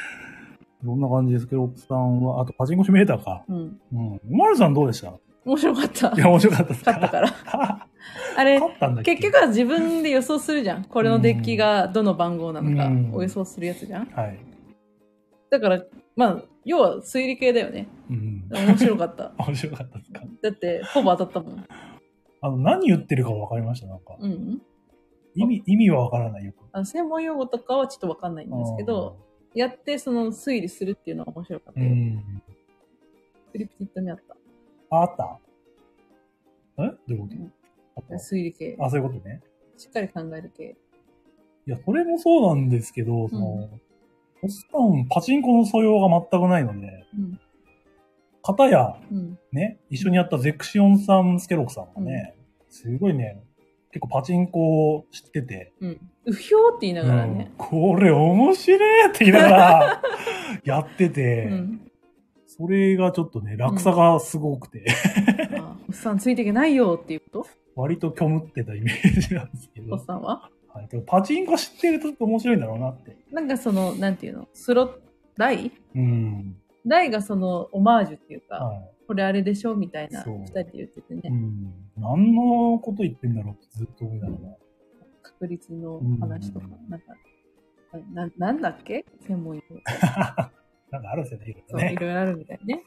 [SPEAKER 1] どんな感じですけど、奥さんは、あとパチンコシミュレーターか。
[SPEAKER 2] うん。
[SPEAKER 1] うん。マルさんどうでした
[SPEAKER 2] 面白かった。
[SPEAKER 1] いや、面白かったですか
[SPEAKER 2] 勝ったから。
[SPEAKER 1] 勝
[SPEAKER 2] あれ、
[SPEAKER 1] ったんだっけ
[SPEAKER 2] 結局は自分で予想するじゃん。これのデッキがどの番号なのか
[SPEAKER 1] うん
[SPEAKER 2] を予想するやつじゃん。
[SPEAKER 1] はい。
[SPEAKER 2] だから、まあ、要は推理系だよね。
[SPEAKER 1] うん。
[SPEAKER 2] 面白か った。
[SPEAKER 1] 面白かったですか
[SPEAKER 2] だって、ほぼ当たったもん。
[SPEAKER 1] あの、何言ってるか分かりましたなんか。
[SPEAKER 2] うん。
[SPEAKER 1] 意味、意味は分からないよく。
[SPEAKER 2] あの専門用語とかはちょっとわかんないんですけど、やってその推理するっていうのは面白かっ
[SPEAKER 1] う
[SPEAKER 2] たよ。
[SPEAKER 1] ん。
[SPEAKER 2] クリプティットにあった。
[SPEAKER 1] ああったえどういうことあっ
[SPEAKER 2] 推理系
[SPEAKER 1] た。あ、そういうことね。
[SPEAKER 2] しっかり考える系。
[SPEAKER 1] いや、それもそうなんですけど、その、おっさん、パチンコの素養が全くないので、
[SPEAKER 2] うん。
[SPEAKER 1] 片や、
[SPEAKER 2] うん。
[SPEAKER 1] ね、一緒にやったゼクシオンさん、スケロクさんがね、すごいね、結構パチンコを知ってて、
[SPEAKER 2] うん。うひょーって言いながら
[SPEAKER 1] う
[SPEAKER 2] ね
[SPEAKER 1] ん。これ面白いって言いなが らやってて、
[SPEAKER 2] うん。
[SPEAKER 1] それがちょっとね、落差がすごくて、
[SPEAKER 2] あおっさんついていけないよっていうこ
[SPEAKER 1] 割と虚無ってたイメージなんですけ
[SPEAKER 2] とおっ
[SPEAKER 1] ど、
[SPEAKER 2] さんは
[SPEAKER 1] はい、でもパチンコ知ってるとちょっと面白いんだろうなって。
[SPEAKER 2] なんかその、なんていうのスロット、台
[SPEAKER 1] うん。
[SPEAKER 2] 台がその、オマージュっていうか、
[SPEAKER 1] は
[SPEAKER 2] これあれでしょみたいな、
[SPEAKER 1] そう
[SPEAKER 2] 二人で言ってて
[SPEAKER 1] い。
[SPEAKER 2] ね、
[SPEAKER 1] うん。何のこと言ってんだろうってずっと思いながら。
[SPEAKER 2] 確率の話とか、
[SPEAKER 1] うん
[SPEAKER 2] なんか、な、なんだっけ専門用語。
[SPEAKER 1] なんかあるんですよね、いろいろ
[SPEAKER 2] そう、い
[SPEAKER 1] ね。
[SPEAKER 2] ろいろあるみたいね。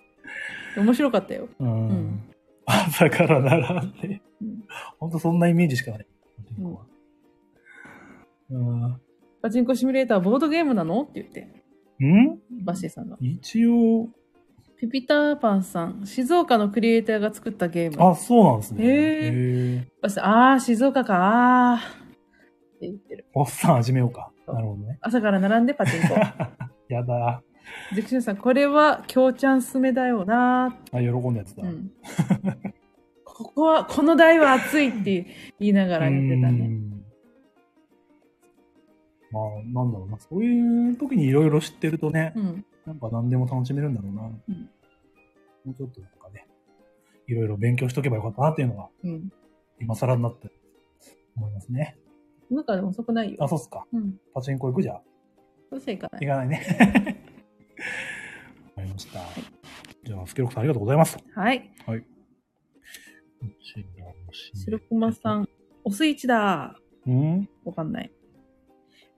[SPEAKER 2] 面白かったよ。
[SPEAKER 1] うん
[SPEAKER 2] うん
[SPEAKER 1] 朝から並んで、
[SPEAKER 2] うん
[SPEAKER 1] ほんとそんなイメージしかない。うん。
[SPEAKER 2] パチンコシミュレーターはボードゲームなのって言って、
[SPEAKER 1] うん
[SPEAKER 2] バッシーさんが。
[SPEAKER 1] 一応、
[SPEAKER 2] ピピターパンさん、静岡のクリエイターが作ったゲーム。
[SPEAKER 1] あ、そうなんですね。
[SPEAKER 2] へ
[SPEAKER 1] へえ。
[SPEAKER 2] バッシーあー、静岡か、あー。って言ってる。
[SPEAKER 1] おっさん始めようか。
[SPEAKER 2] そう
[SPEAKER 1] なるほどね。
[SPEAKER 2] 朝から並んでパチン コ。
[SPEAKER 1] やだ。
[SPEAKER 2] ジェクシュンさん、これは強ちゃんすめだよな
[SPEAKER 1] あ、喜んだやつだ。
[SPEAKER 2] うん。ここは、この台は熱いって言いながら言ってた
[SPEAKER 1] う
[SPEAKER 2] ね。
[SPEAKER 1] んまあ、なんだろうな。そういう時にいろいろ知ってるとね、
[SPEAKER 2] うん。
[SPEAKER 1] なんか何でも楽しめるんだろうな。
[SPEAKER 2] ん
[SPEAKER 1] もうちょっとなんかね、いろいろ勉強しとけばよかったなっていうのが、
[SPEAKER 2] うん。
[SPEAKER 1] 今更になって思いますね。
[SPEAKER 2] 今からでも遅くないよ。
[SPEAKER 1] あ、そうっすか。
[SPEAKER 2] うん。
[SPEAKER 1] パチンコ行くじゃん。
[SPEAKER 2] どうしていかない
[SPEAKER 1] 行。かない ね。わかりました。じゃあ、スケロクさんありがとうございます。こ
[SPEAKER 2] はい。
[SPEAKER 1] ちらの締め
[SPEAKER 2] 白駒さん、おスイッチだ
[SPEAKER 1] うん
[SPEAKER 2] わかんない。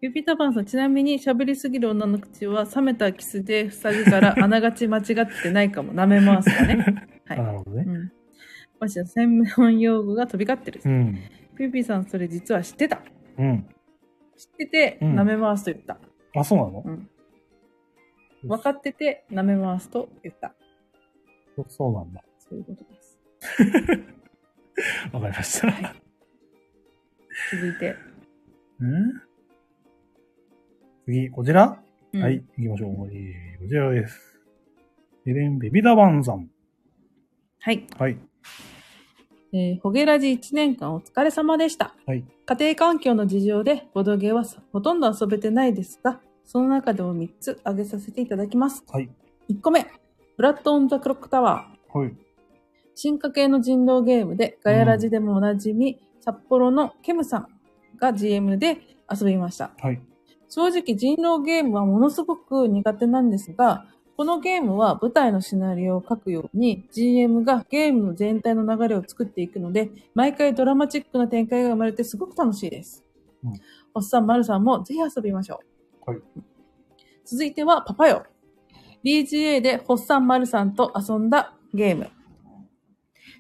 [SPEAKER 2] ピピタパンさん、ちなみに喋りすぎる女の口は冷めたキスで塞 ぐから、あながち間違ってないかも。舐めますかね。
[SPEAKER 1] あ、
[SPEAKER 2] はい。
[SPEAKER 1] なるほどね。
[SPEAKER 2] うん。マジで専門用語が飛び交ってる。
[SPEAKER 1] うん。
[SPEAKER 2] ピピさん、それ実は知ってた。知
[SPEAKER 1] うん。
[SPEAKER 2] ってて、
[SPEAKER 1] うん
[SPEAKER 2] 舐めますと言った。
[SPEAKER 1] あ、そうなの
[SPEAKER 2] うん。分かってて、舐めますと言った。
[SPEAKER 1] そうそうなんだ。
[SPEAKER 2] そういうことです。
[SPEAKER 1] わかりました。
[SPEAKER 2] 続いて。
[SPEAKER 1] うん次、こちら
[SPEAKER 2] うん
[SPEAKER 1] はい、。行きましょう。えーこちらです。エレン・ベビダバンさん。
[SPEAKER 2] はい。
[SPEAKER 1] はい。
[SPEAKER 2] えー、ホゲラジ1年間お疲れ様でした。
[SPEAKER 1] はい。
[SPEAKER 2] 家庭環境の事情でボドゲはほとんど遊べてないですが、その中でも3つ挙げさせていただきます。
[SPEAKER 1] はい。
[SPEAKER 2] 1個目、ブラッド・オン・ザ・クロック・タワー。
[SPEAKER 1] はい。
[SPEAKER 2] 進化系の人狼ゲームで、ガヤラジでもおなじみ、札幌のケムさんが GM で遊びました。
[SPEAKER 1] はい。
[SPEAKER 2] 正直人狼ゲームはものすごく苦手なんですが、このゲームは舞台のシナリオを書くように GM がゲームの全体の流れを作っていくので、毎回ドラマチックな展開が生まれてすごく楽しいです。
[SPEAKER 1] うん
[SPEAKER 2] おっさん、まるさんもぜひ遊びましょう。
[SPEAKER 1] はい
[SPEAKER 2] 続いてはパパよ。BGA でホッサンマルさんと遊んだゲーム。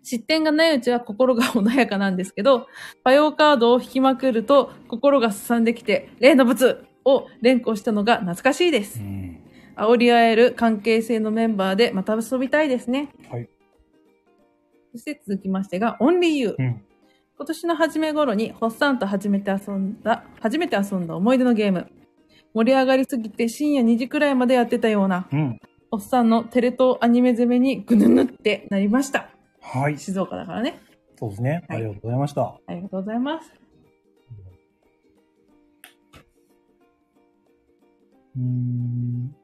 [SPEAKER 2] 失点がないうちは心が穏やかなんですけど、パヨーカードを引きまくると心がすさんできて、例の物を連呼したのが懐かしいです
[SPEAKER 1] う。ん。
[SPEAKER 2] 煽り合える関係性のメンバーでまた遊びたいですね。
[SPEAKER 1] はい。
[SPEAKER 2] そして続きましてが、オンリーユー。
[SPEAKER 1] うん。
[SPEAKER 2] 今年の初め頃に、ホッサンと初めて遊んだ、初めて遊んだ思い出のゲーム。盛り上がりすぎて深夜2時くらいまでやってたような、
[SPEAKER 1] うん。
[SPEAKER 2] おっさんのテレ東アニメ攻めにぐぬぬってなりました。
[SPEAKER 1] はい。
[SPEAKER 2] 静岡だからね。
[SPEAKER 1] そうですね。あ
[SPEAKER 2] はい
[SPEAKER 1] りがとうございました。
[SPEAKER 2] ありがとうございます。
[SPEAKER 1] うーん。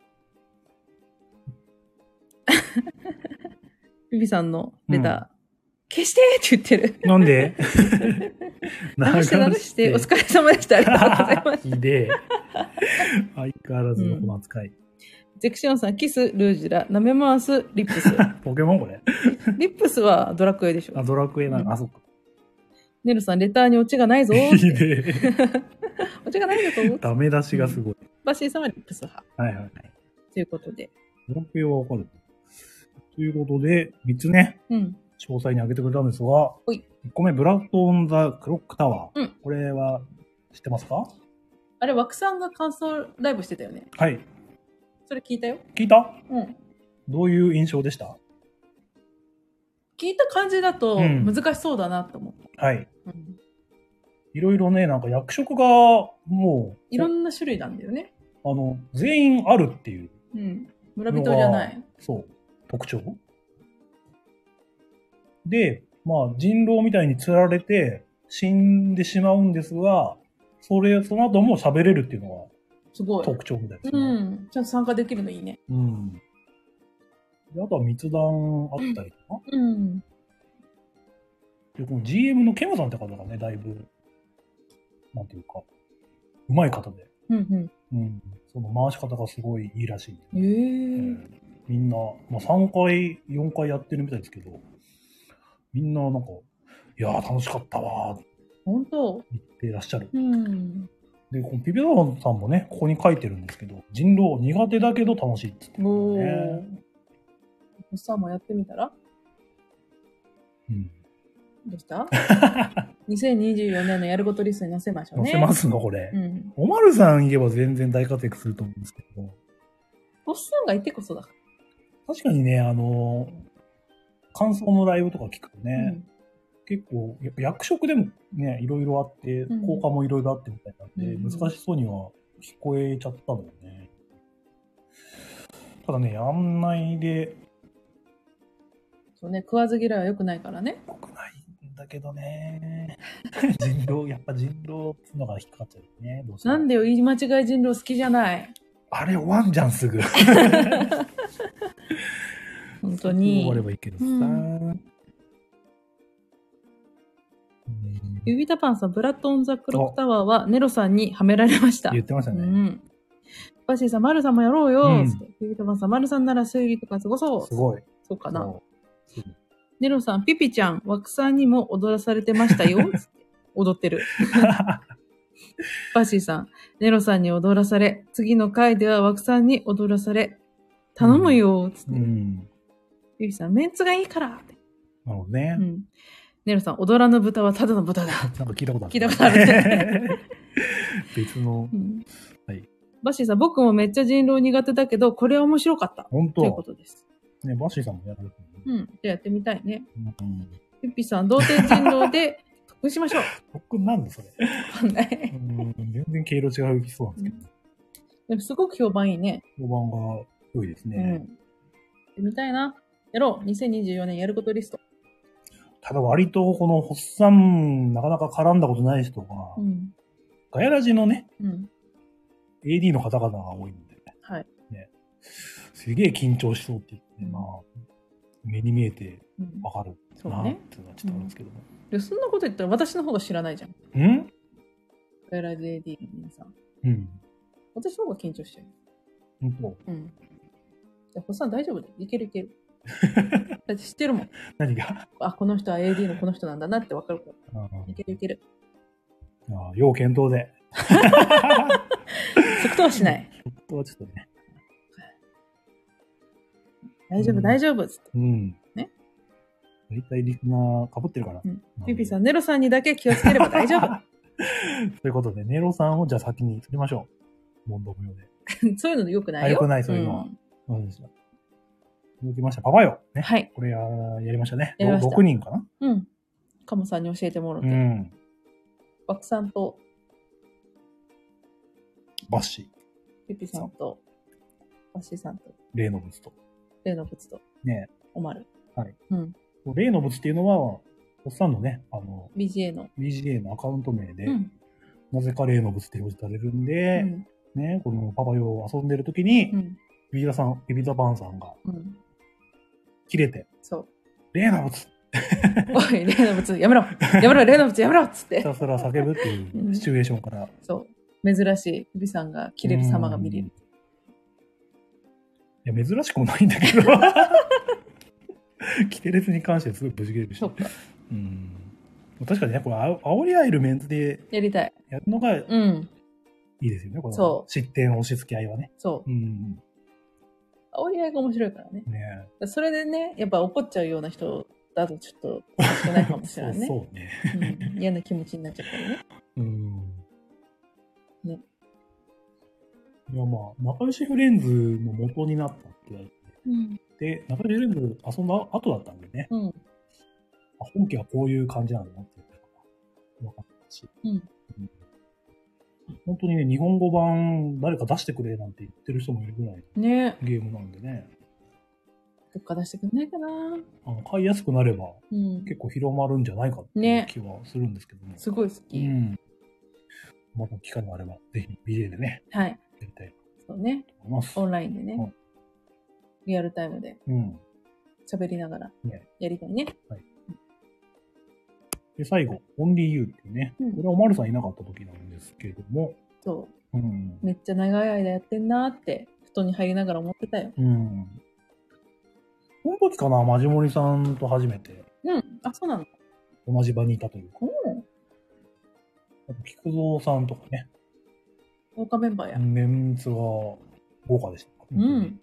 [SPEAKER 2] ビビさんのレター、消してって言って る。
[SPEAKER 1] なんで
[SPEAKER 2] 流して流して、お疲 れ様でした。ありがとうございます。
[SPEAKER 1] ひでえ。相変わらずのこの扱い。
[SPEAKER 2] ゼクシオンさん、キス、ルージュラ、舐め回す、リップス。
[SPEAKER 1] ポケモンこれ。
[SPEAKER 2] リップスはドラクエでし
[SPEAKER 1] あ、
[SPEAKER 2] ょ。
[SPEAKER 1] ドラクエなの。あ、そっか。
[SPEAKER 2] ネルさん、レターにオチがないぞー
[SPEAKER 1] いい
[SPEAKER 2] って。
[SPEAKER 1] ね。
[SPEAKER 2] オチがないんだと思う。
[SPEAKER 1] ダメ出しがすごい。
[SPEAKER 2] バッシーさんはリップス派。
[SPEAKER 1] はいはい。
[SPEAKER 2] ということで。
[SPEAKER 1] ドラクエはわかる。ということで、3つね、
[SPEAKER 2] うん。
[SPEAKER 1] 詳細に挙げてくれたんですが、
[SPEAKER 2] ほい
[SPEAKER 1] 1個目、ブラッド・オン・ザ・クロック・タワー。
[SPEAKER 2] うん
[SPEAKER 1] これは知ってますか
[SPEAKER 2] あれ、枠さんが感想ライブしてたよね。
[SPEAKER 1] はい。
[SPEAKER 2] それ聞いたよ。
[SPEAKER 1] 聞いた
[SPEAKER 2] うん。
[SPEAKER 1] どういう印象でした
[SPEAKER 2] 聞いた感じだと
[SPEAKER 1] うん
[SPEAKER 2] 難しそうだなと思った。
[SPEAKER 1] はい。
[SPEAKER 2] うん
[SPEAKER 1] いろいろね、なんか役職が、もう、
[SPEAKER 2] いろんな種類なんだよね。
[SPEAKER 1] あの、全員あるっていう、
[SPEAKER 2] うん。村人じゃない。
[SPEAKER 1] そう、特徴。で、まあ、人狼みたいに釣られて死んでしまうんですが、それ、その後も喋れるっていうの
[SPEAKER 2] すご
[SPEAKER 1] が
[SPEAKER 2] い。
[SPEAKER 1] 特徴みたいです
[SPEAKER 2] う
[SPEAKER 1] ね。
[SPEAKER 2] ん。ちゃんと参加できるのいいね。
[SPEAKER 1] うん。であとは密談あったりとか。
[SPEAKER 2] うん。
[SPEAKER 1] で、この GM のケムさんって方がね、だいぶ、なんていうか、うまい方で、
[SPEAKER 2] うん
[SPEAKER 1] うん。その回し方がすごいいいらしいんで
[SPEAKER 2] う
[SPEAKER 1] え
[SPEAKER 2] ん。へえ。
[SPEAKER 1] ーみんな、まあ、3回、4回やってるみたいですけど、みんななんか、いやー楽しかったわーって
[SPEAKER 2] 本当。
[SPEAKER 1] 言ってらっしゃる。
[SPEAKER 2] うん。
[SPEAKER 1] で、このピピダワンさんもね、ここに書いてるんですけど、人狼苦手だけど楽しいって言ってる
[SPEAKER 2] お
[SPEAKER 1] ん
[SPEAKER 2] お
[SPEAKER 1] だよ
[SPEAKER 2] ー
[SPEAKER 1] ね。。
[SPEAKER 2] おっさんもやってみたら
[SPEAKER 1] うん。
[SPEAKER 2] どうした ?2024 年のやることリストに載せましょう
[SPEAKER 1] 載
[SPEAKER 2] ね。
[SPEAKER 1] せますの、これ
[SPEAKER 2] う。ん。
[SPEAKER 1] おまるさん言えば全然大活躍すると思うんですけど、
[SPEAKER 2] おっさんがいてこそだか
[SPEAKER 1] 確かにね、あのー感想のライブとか聞くと
[SPEAKER 2] ら。
[SPEAKER 1] ね、
[SPEAKER 2] うん
[SPEAKER 1] 結構、やっぱ役職でもね、いろいろあって、
[SPEAKER 2] うん
[SPEAKER 1] 効果もいろいろあってみたいなんで、
[SPEAKER 2] うん
[SPEAKER 1] 難しそうには聞こえちゃったのよね。ただね、やんないで、
[SPEAKER 2] そうね、食わず嫌いは良くないからね。
[SPEAKER 1] 良くないんだけど ね。人狼、やっぱ人狼っつうのが引っかかっちゃうね。どうしても
[SPEAKER 2] なんでよ、言い間違い人狼好きじゃない。
[SPEAKER 1] あれ終わんじゃん、すぐ。
[SPEAKER 2] 本当
[SPEAKER 1] 終
[SPEAKER 2] に
[SPEAKER 1] わ。ればいいけどさ。
[SPEAKER 2] う
[SPEAKER 1] うん
[SPEAKER 2] 指タパンさん、ブラッド・オン・ザ・クロック・タワーはネロさんにはめられました。
[SPEAKER 1] 言ってました
[SPEAKER 2] う
[SPEAKER 1] ね。
[SPEAKER 2] ん。バシーさん、マルさんもやろうよ。
[SPEAKER 1] うん
[SPEAKER 2] って指タパンさん、マルさんなら推理とかすごそう。
[SPEAKER 1] すごい。
[SPEAKER 2] そうかな。
[SPEAKER 1] そう
[SPEAKER 2] ネロさん、ピピちゃん、枠さんにも踊らされてましたよ。つって踊ってる。バシーさん、ネロさんに踊らされ、次の回では枠さんに踊らされ、頼むよ。つって。
[SPEAKER 1] うん。
[SPEAKER 2] ピピさん、メンツがいいから。って
[SPEAKER 1] なるほどね
[SPEAKER 2] う。ん。ネロさん、踊らぬ豚はただの豚だ。
[SPEAKER 1] なんか聞いたことある。
[SPEAKER 2] 聞いたことある。
[SPEAKER 1] 別の
[SPEAKER 2] う、ん
[SPEAKER 1] はい
[SPEAKER 2] バッシーさん、僕もめっちゃ人狼苦手だけど、これは面白かった。
[SPEAKER 1] 本
[SPEAKER 2] というこ
[SPEAKER 1] 当
[SPEAKER 2] とです。
[SPEAKER 1] ね、バッシーさんもやられて
[SPEAKER 2] う
[SPEAKER 1] る。
[SPEAKER 2] ん。じゃあやってみたいね。
[SPEAKER 1] うん。
[SPEAKER 2] ピッピさん、童貞人狼 で特訓しましょう。
[SPEAKER 1] 僕なんだそれ。
[SPEAKER 2] わかんない。
[SPEAKER 1] うん全然毛色違うきそうなんですけど。
[SPEAKER 2] でもすごく評判いいね。
[SPEAKER 1] 評判が良いです
[SPEAKER 2] うん。やっ
[SPEAKER 1] ね。
[SPEAKER 2] てみたいな。やろう。2024年やることリスト。
[SPEAKER 1] ただ割とこのホッサン、なかなか絡んだことない人が、
[SPEAKER 2] うん。
[SPEAKER 1] ガヤラジのね、
[SPEAKER 2] うん。
[SPEAKER 1] AD の方々が多いんで、
[SPEAKER 2] はい。
[SPEAKER 1] すげえ緊張しそうって言って、
[SPEAKER 2] うん
[SPEAKER 1] まあ、目に見えて
[SPEAKER 2] うん
[SPEAKER 1] わかる
[SPEAKER 2] そう
[SPEAKER 1] なっ
[SPEAKER 2] ね。
[SPEAKER 1] ていうのはちょっとあるんですけども。
[SPEAKER 2] でそんなこと言ったら私の方が知らないじゃん。
[SPEAKER 1] うん
[SPEAKER 2] ガイラジ AD の皆さん。
[SPEAKER 1] うん。
[SPEAKER 2] 私の方が緊張してる。
[SPEAKER 1] 本当
[SPEAKER 2] うん。じゃあ、ホッサン大丈夫だよ。いけるい ける。だって知ってるもん。
[SPEAKER 1] 何が
[SPEAKER 2] あ、この人は AD のこの人なんだなってわかるから。
[SPEAKER 1] うん
[SPEAKER 2] いけるいける。
[SPEAKER 1] ああ要検討で。
[SPEAKER 2] 即答はしない。
[SPEAKER 1] ちょっとはちょっとね。
[SPEAKER 2] 大丈
[SPEAKER 1] う
[SPEAKER 2] 夫、
[SPEAKER 1] ん
[SPEAKER 2] 大丈夫。つって。
[SPEAKER 1] うん。
[SPEAKER 2] ね
[SPEAKER 1] 大体リスナーかぶってるから。
[SPEAKER 2] うんピピさ
[SPEAKER 1] ん。
[SPEAKER 2] ん、ネロさんにだけ気をつければ大丈夫。
[SPEAKER 1] ということで、ネロさんをじゃあ先に作りましょう。問答無用で。
[SPEAKER 2] そういうの良くないよ。
[SPEAKER 1] あ良くないそういうのは
[SPEAKER 2] ん
[SPEAKER 1] そうでした。続きました。パパよ。ね。
[SPEAKER 2] はい。
[SPEAKER 1] これややりましたね。
[SPEAKER 2] やりました
[SPEAKER 1] 6人かな
[SPEAKER 2] うん。カモさんに教えてもろ
[SPEAKER 1] う
[SPEAKER 2] て。
[SPEAKER 1] ん。
[SPEAKER 2] バクさんと、
[SPEAKER 1] バッシー、
[SPEAKER 2] ピピさんと、バッシーさんと、
[SPEAKER 1] レイノブツと。
[SPEAKER 2] レノブツと、
[SPEAKER 1] ね
[SPEAKER 2] オマル。
[SPEAKER 1] はい。
[SPEAKER 2] うん。
[SPEAKER 1] レイノブツっていうのは、おっさんのね、あの、
[SPEAKER 2] BGA の。
[SPEAKER 1] BGA のアカウント名で、
[SPEAKER 2] うん。
[SPEAKER 1] なぜかレイノブツって表示されるん
[SPEAKER 2] う
[SPEAKER 1] で、
[SPEAKER 2] ん。
[SPEAKER 1] ね、このパパよを遊んでる時に、
[SPEAKER 2] うん。
[SPEAKER 1] ビビダさん、ビビダバンさんが
[SPEAKER 2] うん。
[SPEAKER 1] 切れて、
[SPEAKER 2] そう。
[SPEAKER 1] レイノブツ
[SPEAKER 2] おい、レノブツ、やめろやめろレノブツ、やめろっつ
[SPEAKER 1] ひ
[SPEAKER 2] って。
[SPEAKER 1] たすら叫ぶっていうシチュエーションから
[SPEAKER 2] そう。珍しい、ピピさんが切れる様が見れる。
[SPEAKER 1] いや、珍しくもないんだけど。規定列に関してすごい無事切れるし
[SPEAKER 2] そ。うか。
[SPEAKER 1] うん。確かにね、これ、あお煽り合えるメンツで
[SPEAKER 2] やりたい。
[SPEAKER 1] やるのがい
[SPEAKER 2] うん。
[SPEAKER 1] いですよね、この
[SPEAKER 2] そう
[SPEAKER 1] 失点押し付け合いはね。
[SPEAKER 2] そ
[SPEAKER 1] うん。
[SPEAKER 2] う。煽り合いが面白いからね。
[SPEAKER 1] ね
[SPEAKER 2] それでね、やっぱ怒っちゃうような人だとちょっと、おかしくないかもし
[SPEAKER 1] そ
[SPEAKER 2] れな
[SPEAKER 1] う
[SPEAKER 2] い ね。
[SPEAKER 1] そうね。
[SPEAKER 2] うん嫌な気持ちになっちゃったりね。
[SPEAKER 1] うん。
[SPEAKER 2] ね。
[SPEAKER 1] いや、まあ、仲良しフレンズの元になったって言われ
[SPEAKER 2] うん。
[SPEAKER 1] て、仲良しフレンズ遊んだ後だったんでね、
[SPEAKER 2] うん。
[SPEAKER 1] あ本家はこういう感じなんだなっていうのが分かったし。
[SPEAKER 2] うん。
[SPEAKER 1] 本当にね、日本語版誰か出してくれなんて言ってる人もいるぐらい
[SPEAKER 2] ね
[SPEAKER 1] ゲームなんでね、
[SPEAKER 2] どっか出してくんないかな
[SPEAKER 1] あの買いやすくなれば
[SPEAKER 2] うん。
[SPEAKER 1] 結構広まるんじゃないかっていう
[SPEAKER 2] ね
[SPEAKER 1] 気はするんですけども。
[SPEAKER 2] すごい好
[SPEAKER 1] う
[SPEAKER 2] き。
[SPEAKER 1] ん。また機会があれば、ぜひ BA でね、
[SPEAKER 2] はい。
[SPEAKER 1] やりたい
[SPEAKER 2] そうね。
[SPEAKER 1] と思います。
[SPEAKER 2] オンラインでね
[SPEAKER 1] うん。
[SPEAKER 2] リアルタイムで
[SPEAKER 1] うん。
[SPEAKER 2] 喋りながら
[SPEAKER 1] ね
[SPEAKER 2] やりたいね。
[SPEAKER 1] で、最後、オンリーユーっていうね、
[SPEAKER 2] うん
[SPEAKER 1] これはおまるさんいなかった時なんですけれども、
[SPEAKER 2] そ
[SPEAKER 1] うん
[SPEAKER 2] う。。めっちゃ長い間やってんなーって、布団に入りながら思ってたよ。
[SPEAKER 1] うん。この時かな、マジモリさんと初めて
[SPEAKER 2] うん。あ、そうなの
[SPEAKER 1] 同じ場にいたというか、
[SPEAKER 2] うん。
[SPEAKER 1] あと菊蔵さんとかね、
[SPEAKER 2] 豪華メンバーや。
[SPEAKER 1] メンツが豪華でした。
[SPEAKER 2] うん。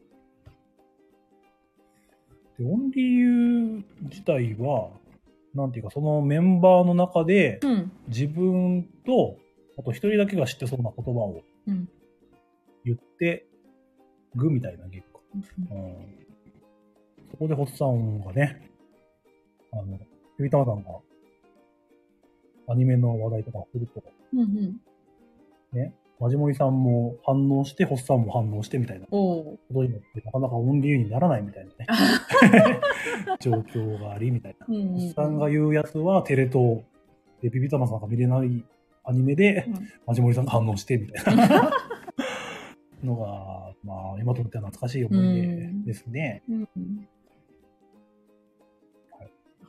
[SPEAKER 1] で、オンリーユー自体は、なんていうか、そのメンバーの中で、
[SPEAKER 2] うん。
[SPEAKER 1] 自分と、あと一人だけが知ってそうな言葉を
[SPEAKER 2] うん。
[SPEAKER 1] 言って、グみたいなゲームか。うんそこでホッサンがね、あの、ゆびたまさんが、アニメの話題とかすると、
[SPEAKER 2] うん。うん。
[SPEAKER 1] ね、マジモリさんも反応して、ホッサンも反応してみたいなこ
[SPEAKER 2] おお。
[SPEAKER 1] とになって、なかなかオンリーユーにならないみたいなね、 状況がありみたいな。
[SPEAKER 2] うん
[SPEAKER 1] ホ
[SPEAKER 2] うん
[SPEAKER 1] ッサンが言うやつはテレ東で、ビビタマさんが見れないアニメで、
[SPEAKER 2] うん
[SPEAKER 1] マジモリさんが反応してみたい なのが、まあ、今となっては懐かしい思い出ですね。
[SPEAKER 2] うん。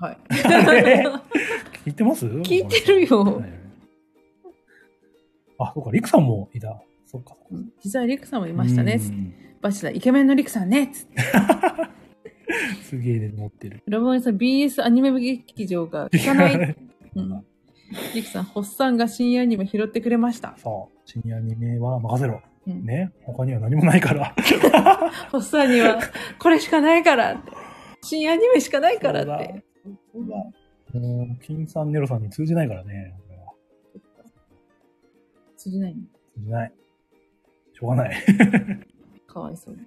[SPEAKER 2] はい。
[SPEAKER 1] 聞いてます
[SPEAKER 2] 聞いてるよ
[SPEAKER 1] ねあ、そうか、リクさんもいた。そっか。
[SPEAKER 2] 実はリクさんもいましたね。
[SPEAKER 1] うん
[SPEAKER 2] バチだ、イケメンのリクさんね。つって
[SPEAKER 1] すげえね、持ってる。
[SPEAKER 2] ラボンさん、BS アニメ劇場が聞か ない。うんリクさん、ホッサンが深夜にも拾ってくれました。
[SPEAKER 1] そう、シニア2名は任せろ。
[SPEAKER 2] うん
[SPEAKER 1] ね、他には何もないから。
[SPEAKER 2] ホッサンには、 これしかないからって。深夜アニメしかないからって。
[SPEAKER 1] そうだ。そうだもう、金さん、ネロさんに通じないからね。これは
[SPEAKER 2] 通じないの
[SPEAKER 1] 通じない。しょうがない。
[SPEAKER 2] かわいそうに。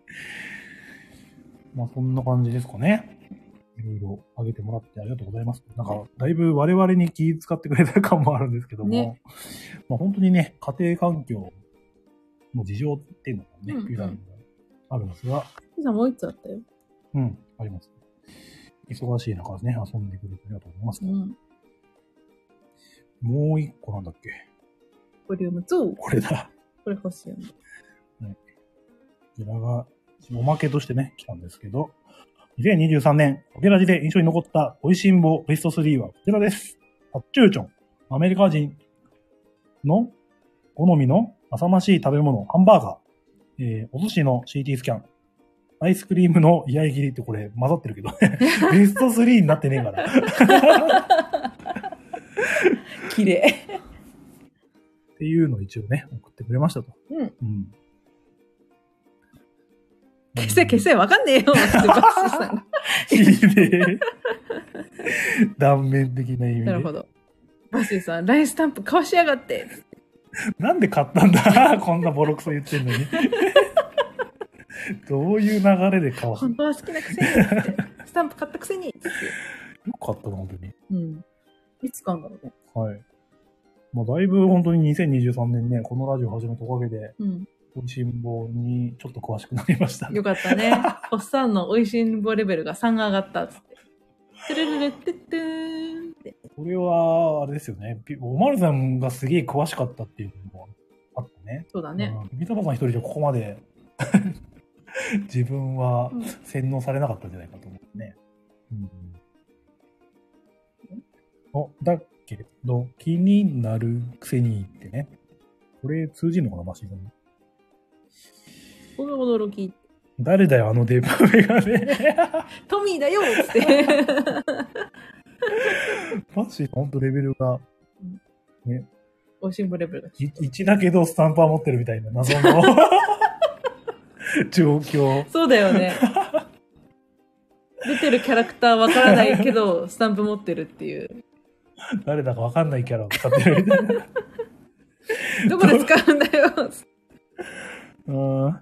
[SPEAKER 1] まあ、そんな感じですかね。いろいろあげてもらってありがとうございます。なんか、だいぶ我々に気使ってくれた感もあるんですけども、
[SPEAKER 2] ね
[SPEAKER 1] まあ本当にね、家庭環境の事情っていうのがね、
[SPEAKER 2] うんうん
[SPEAKER 1] ピュラにもあるんですが、
[SPEAKER 2] リクさんもう一つあったよ。
[SPEAKER 1] うん、あります。忙しい中ね、遊んでくれてありがとうございます。
[SPEAKER 2] うん。
[SPEAKER 1] もう一個なんだっけ
[SPEAKER 2] ボリューム2。
[SPEAKER 1] これだ。
[SPEAKER 2] これ欲しいよね。
[SPEAKER 1] こちらが、おまけとしてね、来たんですけど、2023年、コケラジで印象に残った美味しんぼベスト3はこちらです。パッチューチョン、アメリカ人の好みの浅ましい食べ物、ハンバーガー、えー、お寿司の CT スキャン、アイスクリームの居合切りってこれ混ざってるけど ね、ベスト3になってねえから。っ
[SPEAKER 2] 綺麗。
[SPEAKER 1] ていうのを一応ね、送ってくれましたと。
[SPEAKER 2] うん。
[SPEAKER 1] うん。
[SPEAKER 2] 消 せ消せ、わかんねえよ。 ってバッシーさんが
[SPEAKER 1] いいね。断面的な意味で。
[SPEAKER 2] なるほど。バッシーさん、ラインスタンプかわしやがって。
[SPEAKER 1] なんで買ったんだ こんなボロクソ言ってんのに。 どういう流れで買わす
[SPEAKER 2] 本当は好きなくせに って。スタンプ買ったくせにって。
[SPEAKER 1] よかったな、本当に。
[SPEAKER 2] うん。いつ買うんだろうね。
[SPEAKER 1] はい。まあ、だいぶ本当に2023年ね、このラジオ始めたおかげで、
[SPEAKER 2] う
[SPEAKER 1] 美味しんぼにちょっと詳しくなりました
[SPEAKER 2] ん。。よかったね。 おっさんの美味しんぼレベルが3上がったっつって。てるるるってってーんって。
[SPEAKER 1] これは、あれですよね。ピおまるさんがすげえ詳しかったっていうのもあったね。
[SPEAKER 2] そうだね。
[SPEAKER 1] うん。三笘さん一人じゃここまで、 自分は
[SPEAKER 2] うん
[SPEAKER 1] 洗脳されなかったんじゃないかと思うね。うん。お、だけど、気になるくせにってね。これ通じるのかな、マシンさんに。
[SPEAKER 2] この驚き。
[SPEAKER 1] 誰だよ、あのデブメガネ。
[SPEAKER 2] トミーだよっつ って。
[SPEAKER 1] マジほんとレベルが
[SPEAKER 2] おしんぼレベルだし。
[SPEAKER 1] 1だけどスタンパー持ってるみたいな謎の 状況。
[SPEAKER 2] そうだよね。出てるキャラクターわからないけど、スタンプ持ってるっていう。
[SPEAKER 1] 誰だかわかんないキャラを使ってるみたい な。
[SPEAKER 2] どこで使うんだよ。
[SPEAKER 1] うん。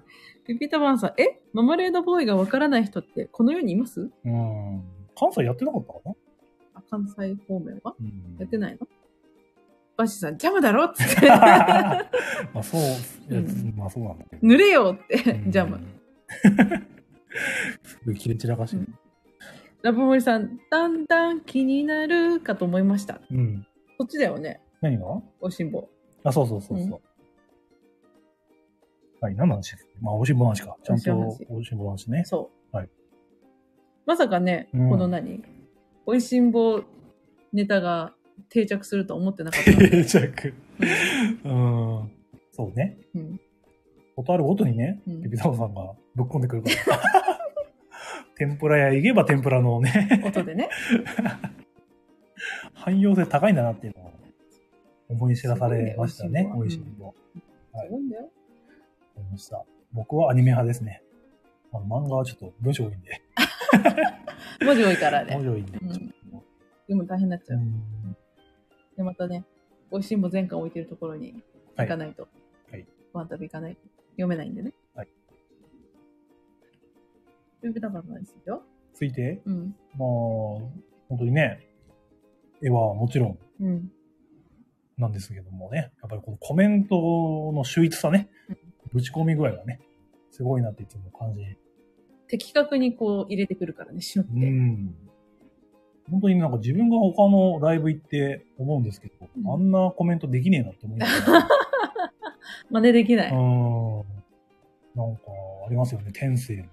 [SPEAKER 2] ピピタパンさん、えママレードボーイがわからない人ってこの世にいます
[SPEAKER 1] うん。関西やってなかったかな
[SPEAKER 2] あ関西方面は
[SPEAKER 1] うん
[SPEAKER 2] やってないのバシさん、邪魔だろっつ って。
[SPEAKER 1] まあそう、いや
[SPEAKER 2] うん
[SPEAKER 1] まあそうなんだけど。
[SPEAKER 2] 濡れよって、
[SPEAKER 1] うん
[SPEAKER 2] 邪魔。。
[SPEAKER 1] すごい切れ散らかしてる。
[SPEAKER 2] ラブモリさん、だんだん気になるかと思いました。
[SPEAKER 1] うん。
[SPEAKER 2] そっちだよね、
[SPEAKER 1] 何が
[SPEAKER 2] おしんぼ。
[SPEAKER 1] あ、そうそうそうそう。はい、何の話ですまあ、おしんぼの話か。ちゃんと
[SPEAKER 2] おしんぼ
[SPEAKER 1] おしんぼの話ね。
[SPEAKER 2] そう。
[SPEAKER 1] はい
[SPEAKER 2] まさかね、
[SPEAKER 1] うん
[SPEAKER 2] この何おいしんぼネタが定着すると思ってなかったの で。
[SPEAKER 1] 定着。うん。そうね。
[SPEAKER 2] うん、
[SPEAKER 1] ことあるごとにね、
[SPEAKER 2] うん
[SPEAKER 1] ピピタオさんがぶっ込んでくるから。 天ぷら屋行けば天ぷらのね、
[SPEAKER 2] 音でね。
[SPEAKER 1] 汎用性高いんだなっていうのを思い知らされましたね美
[SPEAKER 2] す。ごいね
[SPEAKER 1] 味しいもはい
[SPEAKER 2] すごいんだよ。
[SPEAKER 1] 思いました。僕はアニメ派ですね。あの漫画はちょっと文章多いん で、
[SPEAKER 2] 文字多いから
[SPEAKER 1] 文
[SPEAKER 2] ね。
[SPEAKER 1] 章多いんで。
[SPEAKER 2] うん
[SPEAKER 1] ちょっと
[SPEAKER 2] でも大変になっちゃ
[SPEAKER 1] う
[SPEAKER 2] う。
[SPEAKER 1] ん
[SPEAKER 2] で、またね、おいしんぼ全巻置いてるところに
[SPEAKER 1] は
[SPEAKER 2] 行
[SPEAKER 1] い
[SPEAKER 2] か。ないと。
[SPEAKER 1] はい
[SPEAKER 2] ご飯食べ行かないと。読めないんでね。
[SPEAKER 1] はい。
[SPEAKER 2] ということなんですよ。
[SPEAKER 1] ついて、
[SPEAKER 2] うん。
[SPEAKER 1] まあ、本当にね、絵はもちろん
[SPEAKER 2] うん。
[SPEAKER 1] なんですけどもね、やっぱりこのコメントの秀逸さね、ぶち込み具合がね、すごいなっていつも感じ
[SPEAKER 2] 的確にこう入れてくるからね、シュンっ
[SPEAKER 1] う
[SPEAKER 2] て。
[SPEAKER 1] ん。本当になんか自分が他のライブ行って思うんですけど、
[SPEAKER 2] うん
[SPEAKER 1] あんなコメントできねえなって思いなが ら。
[SPEAKER 2] 真似できな
[SPEAKER 1] うん。
[SPEAKER 2] い。
[SPEAKER 1] なんかありますよね、天性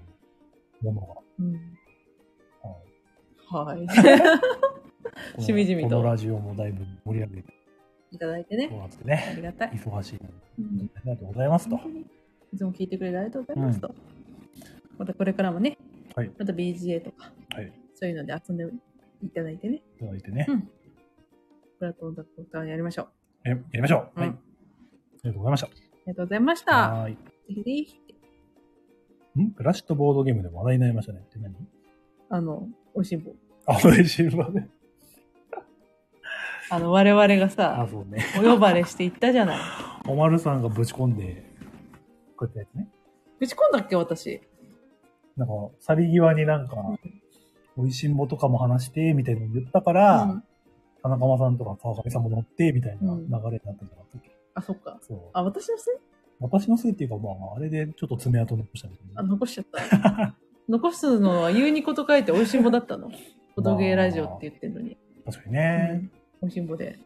[SPEAKER 1] のものが。
[SPEAKER 2] うん。
[SPEAKER 1] は
[SPEAKER 2] はい。
[SPEAKER 1] いこの
[SPEAKER 2] しみじみと
[SPEAKER 1] このラジオもだいぶ盛り上げて
[SPEAKER 2] いただいて
[SPEAKER 1] も
[SPEAKER 2] ね。
[SPEAKER 1] らって
[SPEAKER 2] あ
[SPEAKER 1] ね、
[SPEAKER 2] りがたい。
[SPEAKER 1] 忙しいのに
[SPEAKER 2] うん
[SPEAKER 1] ありがとうございますと
[SPEAKER 2] 本当。にいつも聞いてくれてありがとうございますと。またこれからもね、
[SPEAKER 1] はい
[SPEAKER 2] また BGA とか、
[SPEAKER 1] はい。
[SPEAKER 2] そういうので遊んでいただいてね、
[SPEAKER 1] いただいてね
[SPEAKER 2] うん、プラトンザコターンやりましょう。
[SPEAKER 1] えやりましょう。はい。あ
[SPEAKER 2] うん
[SPEAKER 1] りがとうございまし。
[SPEAKER 2] ありがとうございましたた。
[SPEAKER 1] はーい。
[SPEAKER 2] ぜひぜひ、
[SPEAKER 1] んクラシットボードゲームで話題になりましたねって何
[SPEAKER 2] あの、おいしんぼ。
[SPEAKER 1] あ、嬉しいわね。
[SPEAKER 2] あの、我々が
[SPEAKER 1] あ、
[SPEAKER 2] さ、
[SPEAKER 1] そうね。
[SPEAKER 2] お呼ばれしていったじゃない。
[SPEAKER 1] おまるさんがぶち込んで、こうやってやつね。
[SPEAKER 2] ぶち込んだっけ、私。
[SPEAKER 1] なんか、去り際になんか、美味しんぼとかも話して、みたいなの言ったから、
[SPEAKER 2] うん
[SPEAKER 1] 田中間さんとか川上さんも乗って、みたいな
[SPEAKER 2] う
[SPEAKER 1] 流れ
[SPEAKER 2] ん
[SPEAKER 1] になったんじゃなかったっけ、
[SPEAKER 2] あ、そっか。
[SPEAKER 1] そう。
[SPEAKER 2] あ、私のせい
[SPEAKER 1] 私のせいっていうか、まあ、あれでちょっと爪痕残したんだけど
[SPEAKER 2] あ、
[SPEAKER 1] ね
[SPEAKER 2] 残しちゃった。 残すのは、言うにこと書いて、おいしんぼ だったの。おどげラジオって言ってるのに。
[SPEAKER 1] 確かにね、
[SPEAKER 2] おいしんぼで。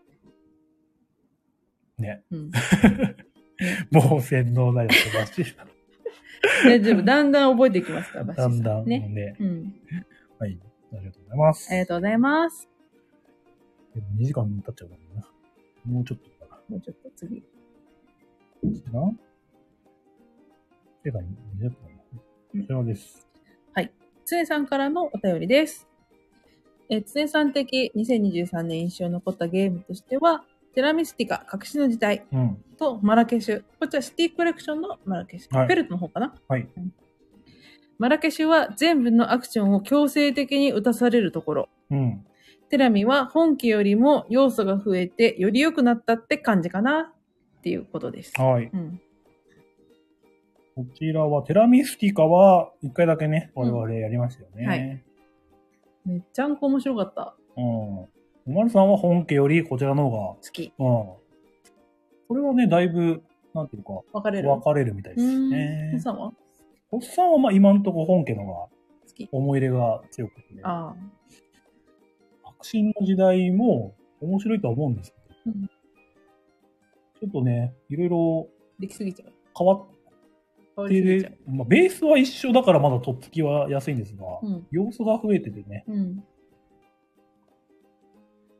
[SPEAKER 1] ね。
[SPEAKER 2] うん。
[SPEAKER 1] もう洗脳だよ、 だし。
[SPEAKER 2] 大丈夫。だんだん覚えていきますから、バッシー
[SPEAKER 1] だ
[SPEAKER 2] さ
[SPEAKER 1] んだん。
[SPEAKER 2] ね。
[SPEAKER 1] ね。
[SPEAKER 2] うん。
[SPEAKER 1] はい。ありがとうございます。
[SPEAKER 2] ありがとうございます。
[SPEAKER 1] でも2時間経っちゃうからな。もうちょっとかな。
[SPEAKER 2] もうちょっと次。
[SPEAKER 1] かなてか、20分か
[SPEAKER 2] う
[SPEAKER 1] な。
[SPEAKER 2] ん
[SPEAKER 1] こちらです。
[SPEAKER 2] つねさんからのお便りです。えー、つねさん的2023年印象に残ったゲームとしては、テラミスティカ、隠しの時代
[SPEAKER 1] うん。
[SPEAKER 2] とマラケシュ。こっちはシティコレクションのマラケシュ。
[SPEAKER 1] はい
[SPEAKER 2] ペルトの方かな
[SPEAKER 1] はい。
[SPEAKER 2] マラケシュは全部のアクションを強制的に打たされるところ。
[SPEAKER 1] うん。
[SPEAKER 2] テラミは本気よりも要素が増えて、より良くなったって感じかなっていうことです。
[SPEAKER 1] はい。
[SPEAKER 2] うん。
[SPEAKER 1] こちらは、テラミスティカは、一回だけね、
[SPEAKER 2] う
[SPEAKER 1] 我
[SPEAKER 2] ん
[SPEAKER 1] 々やりましたよね。
[SPEAKER 2] はいめっちゃんこ面白かった。
[SPEAKER 1] うん。おまるさんは本家よりこちらの方
[SPEAKER 2] 好き。
[SPEAKER 1] が、うん。これはね、だいぶ、なんていうか、
[SPEAKER 2] 分かれる。
[SPEAKER 1] 分かれるみたいで
[SPEAKER 2] う
[SPEAKER 1] す
[SPEAKER 2] ーん。
[SPEAKER 1] ね
[SPEAKER 2] 皆。さんは好
[SPEAKER 1] おっさんは、まあ、今んとこ本家の方が
[SPEAKER 2] き。
[SPEAKER 1] 思い入れが強くて、ね、
[SPEAKER 2] ああ。
[SPEAKER 1] 革新の時代も面白いとは思うんですけど、
[SPEAKER 2] うん
[SPEAKER 1] ちょっとね、いろいろ
[SPEAKER 2] できすぎちゃう。
[SPEAKER 1] 変わっ
[SPEAKER 2] 変わ
[SPEAKER 1] て
[SPEAKER 2] りすぎちゃ
[SPEAKER 1] る、まあ、ベースは一緒だからまだとっつきは安いんですが、
[SPEAKER 2] う。うん。
[SPEAKER 1] 要素が増えててね、
[SPEAKER 2] うん。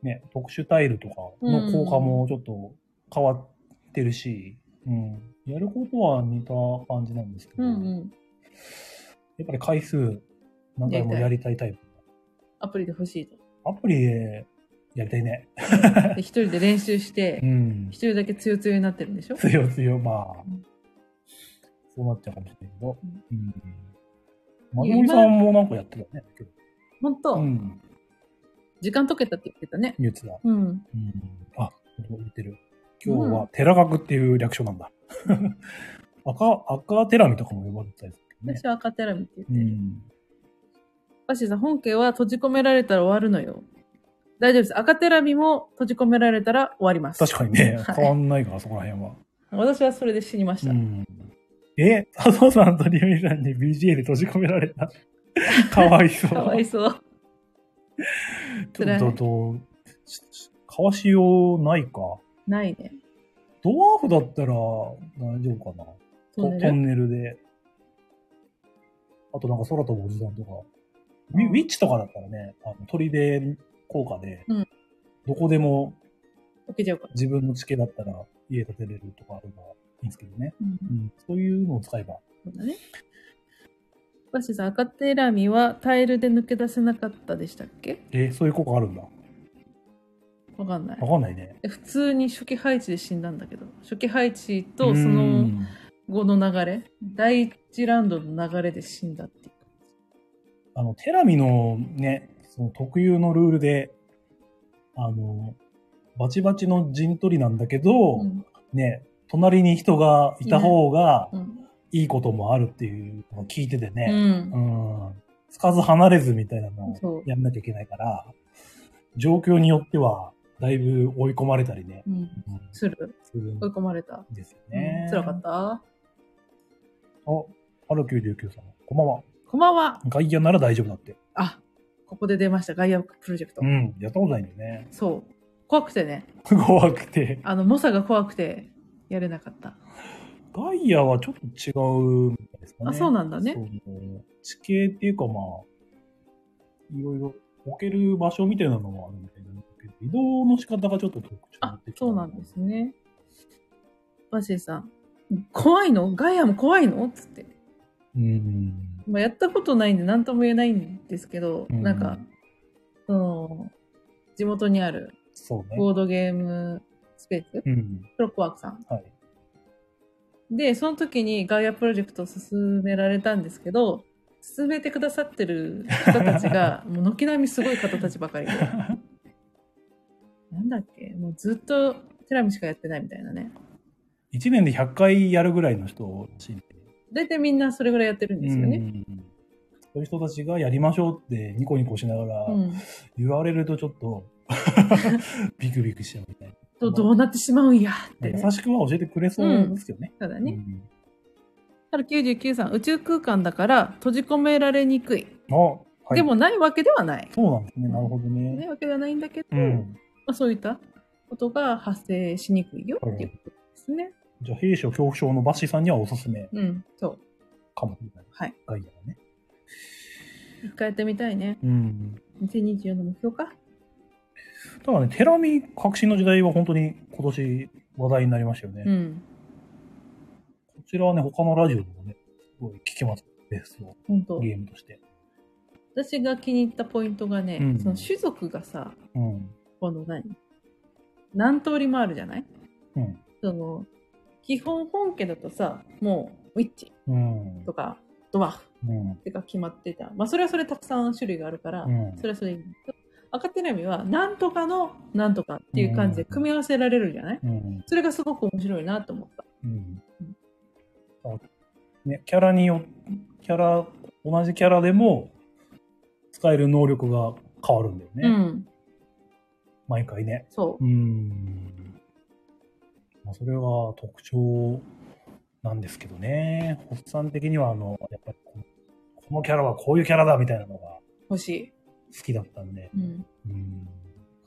[SPEAKER 1] ね、特殊タイルとかの効果もちょっと変わってるし、うんやることは似た感じなんですけど、
[SPEAKER 2] うんうん。
[SPEAKER 1] やっぱり回数、何回もやりたいタイプ。
[SPEAKER 2] アプリで欲しいと。
[SPEAKER 1] アプリでやりたいね。
[SPEAKER 2] で、一人で練習して
[SPEAKER 1] う、ん
[SPEAKER 2] 一。人だけつよつよになってるんでしょ
[SPEAKER 1] 強強、まあ
[SPEAKER 2] うん。
[SPEAKER 1] そうなっちゃうかもしれないけど
[SPEAKER 2] うん。
[SPEAKER 1] うん。まぐみさんもなんかやってたね。
[SPEAKER 2] 本当、
[SPEAKER 1] うん。
[SPEAKER 2] 時間解けたって言ってたね。
[SPEAKER 1] ニューツは。
[SPEAKER 2] うん。
[SPEAKER 1] うん。あ、言ってる。今日は、寺学っていう略称なんだ。 赤、赤寺みとかも呼ばれてたりするけどね
[SPEAKER 2] 私。は赤テラミって言って
[SPEAKER 1] う
[SPEAKER 2] る。
[SPEAKER 1] ん。
[SPEAKER 2] バシーさん、本家は閉じ込められたら終わるのよ。大丈夫です。赤テラミも閉じ込められたら終わります。
[SPEAKER 1] 確かにね、
[SPEAKER 2] はい
[SPEAKER 1] 変わんないから、そこら辺は。
[SPEAKER 2] 私はそれで死にまし
[SPEAKER 1] う
[SPEAKER 2] た。
[SPEAKER 1] ん。え、佐藤さんとリュウイさんに BGA で閉じ込められた。かわいそう。
[SPEAKER 2] かわいそう。
[SPEAKER 1] ちょっとだと、ししかわしようないか。
[SPEAKER 2] ないね。
[SPEAKER 1] ドワーフだったら大丈夫かな。
[SPEAKER 2] ト
[SPEAKER 1] ト
[SPEAKER 2] ン
[SPEAKER 1] ン
[SPEAKER 2] ネル
[SPEAKER 1] ネルで。あとなんか空飛ぶおじさんとか。ウィウィッチとかだったらね、あの鳥で効果で、
[SPEAKER 2] うん
[SPEAKER 1] どこでも
[SPEAKER 2] 受けちゃうから。
[SPEAKER 1] 自分の地形だったら家建てれるとかあればいいんですけどね。
[SPEAKER 2] うん
[SPEAKER 1] うん、そういうのを使えば。
[SPEAKER 2] そうだね。バシーさん、赤テラミはタイルで抜け出せなかったでしたっけ
[SPEAKER 1] え、そういう効果あるんだ。
[SPEAKER 2] わかんない。
[SPEAKER 1] わかんないね。
[SPEAKER 2] え普通に初期配置で死んだんだけど、初期配置とその
[SPEAKER 1] うん
[SPEAKER 2] 後の流れ、第一ラウンドの流れで死んだっていう。
[SPEAKER 1] あの、テラミのね、その特有のルールで、あの、バチバチの陣取りなんだけど、
[SPEAKER 2] うん
[SPEAKER 1] ね、隣に人がいた方が
[SPEAKER 2] うん
[SPEAKER 1] いいこともあるっていうのを聞いてて
[SPEAKER 2] う
[SPEAKER 1] ね、
[SPEAKER 2] ん
[SPEAKER 1] う。ん、つかず離れずみたいなの
[SPEAKER 2] そ
[SPEAKER 1] を
[SPEAKER 2] う
[SPEAKER 1] やんなきゃいけないから、状況によっては、だいぶ追い込まれたりね、
[SPEAKER 2] うん。
[SPEAKER 1] うん、
[SPEAKER 2] する
[SPEAKER 1] するん
[SPEAKER 2] 追い込まれた。
[SPEAKER 1] ですよね。
[SPEAKER 2] うん辛かった。
[SPEAKER 1] た。あ、ハル99さん、こんばんは。
[SPEAKER 2] こんばんは。
[SPEAKER 1] 外野なら大丈夫だって。
[SPEAKER 2] あ、ここで出ました。ガイアプロジェクト。
[SPEAKER 1] うん、やったことないんだよね。
[SPEAKER 2] そう。怖くてね。
[SPEAKER 1] 怖くて。
[SPEAKER 2] あの、猛者が怖くてやれなかった。
[SPEAKER 1] ガイアはちょっと違うみたいですかね。
[SPEAKER 2] あそうなんだね
[SPEAKER 1] そう地形っていうかまあ、いろいろ置ける場所みたいなのもあるみたいなんだけど、移動の仕方がちょっと特徴
[SPEAKER 2] あ
[SPEAKER 1] 的、
[SPEAKER 2] そうなんです。ね。バシーさん。怖いのガイアも怖いのつって。
[SPEAKER 1] うん。
[SPEAKER 2] まあ、やったことないんで何とも言えないんですけど、
[SPEAKER 1] うん
[SPEAKER 2] なんか、その、地元にある
[SPEAKER 1] そうね。
[SPEAKER 2] ボードゲームスペース、
[SPEAKER 1] うん。
[SPEAKER 2] プロックワークさん。
[SPEAKER 1] はい。
[SPEAKER 2] で、その時にガイアプロジェクトを進められたんですけど、進めてくださってる方たち が、もう軒並みすごい方たちばかりで。なんだっけもうずっとテラミしかやってないみたいなね。
[SPEAKER 1] 1年で100回やるぐらいの人らしいんで
[SPEAKER 2] 大体みんなそれぐらいやってるんですよ
[SPEAKER 1] う
[SPEAKER 2] ね。
[SPEAKER 1] んそういう人たちがやりましょうってニコニコしながら
[SPEAKER 2] うん。
[SPEAKER 1] 言われるとちょっ とビクビクしちゃうみたい
[SPEAKER 2] と、どうなってしまうんやって、
[SPEAKER 1] な。
[SPEAKER 2] ね。
[SPEAKER 1] 優しくは教えてくれそうですけどね。
[SPEAKER 2] そうだ
[SPEAKER 1] う
[SPEAKER 2] ね。
[SPEAKER 1] ん
[SPEAKER 2] ただ99さん、宇宙空間だから閉じ込められにくい。
[SPEAKER 1] あ、はい
[SPEAKER 2] でもないわけではない。
[SPEAKER 1] そうなんですね。なるほどね。
[SPEAKER 2] ないわけではないんだけど、
[SPEAKER 1] うん。
[SPEAKER 2] まあ、そういったことが発生しにくいよっていうことですね。
[SPEAKER 1] じゃあ、兵所恐怖症のバシさんにはおすすめ
[SPEAKER 2] うん、そう。
[SPEAKER 1] かもしれない。
[SPEAKER 2] はい。
[SPEAKER 1] ガイアはね。
[SPEAKER 2] 一回やってみたいね。
[SPEAKER 1] うん。
[SPEAKER 2] 2024の目標か。
[SPEAKER 1] ただね、テラミ革新の時代は本当に今年話題になりましたよね。
[SPEAKER 2] うん。
[SPEAKER 1] こちらはね、他のラジオでもね、すごい聞けます。ベースを、
[SPEAKER 2] 本当。
[SPEAKER 1] ゲームとして。
[SPEAKER 2] 私が気に入ったポイントがね、
[SPEAKER 1] うん
[SPEAKER 2] その種族がさ、
[SPEAKER 1] うん。
[SPEAKER 2] この何何通りもあるじゃない
[SPEAKER 1] うん。
[SPEAKER 2] その、基本本家だとさ、もう、ウィッチ
[SPEAKER 1] うん。
[SPEAKER 2] とか、ドワーフ
[SPEAKER 1] うん。
[SPEAKER 2] ってか決まってた。まあ、それはそれたくさん種類があるから、
[SPEAKER 1] うん
[SPEAKER 2] それはそれでいいんだけど。赤テラミは、なんとかの、なんとかっていう感じで組み合わせられるじゃない、
[SPEAKER 1] うん。
[SPEAKER 2] それがすごく面白いなと思った。
[SPEAKER 1] うん。あね、キャラによ、キャラ、同じキャラでも、使える能力が変わるんだよね。
[SPEAKER 2] うん。
[SPEAKER 1] 毎回ね。
[SPEAKER 2] そう
[SPEAKER 1] う。ーん。まあ、それは特徴なんですけどね。ホッさん的には、あの、やっぱりこの、このキャラはこういうキャラだみたいなのが好
[SPEAKER 2] 欲しい。
[SPEAKER 1] きだったんで。
[SPEAKER 2] うん。
[SPEAKER 1] うーん。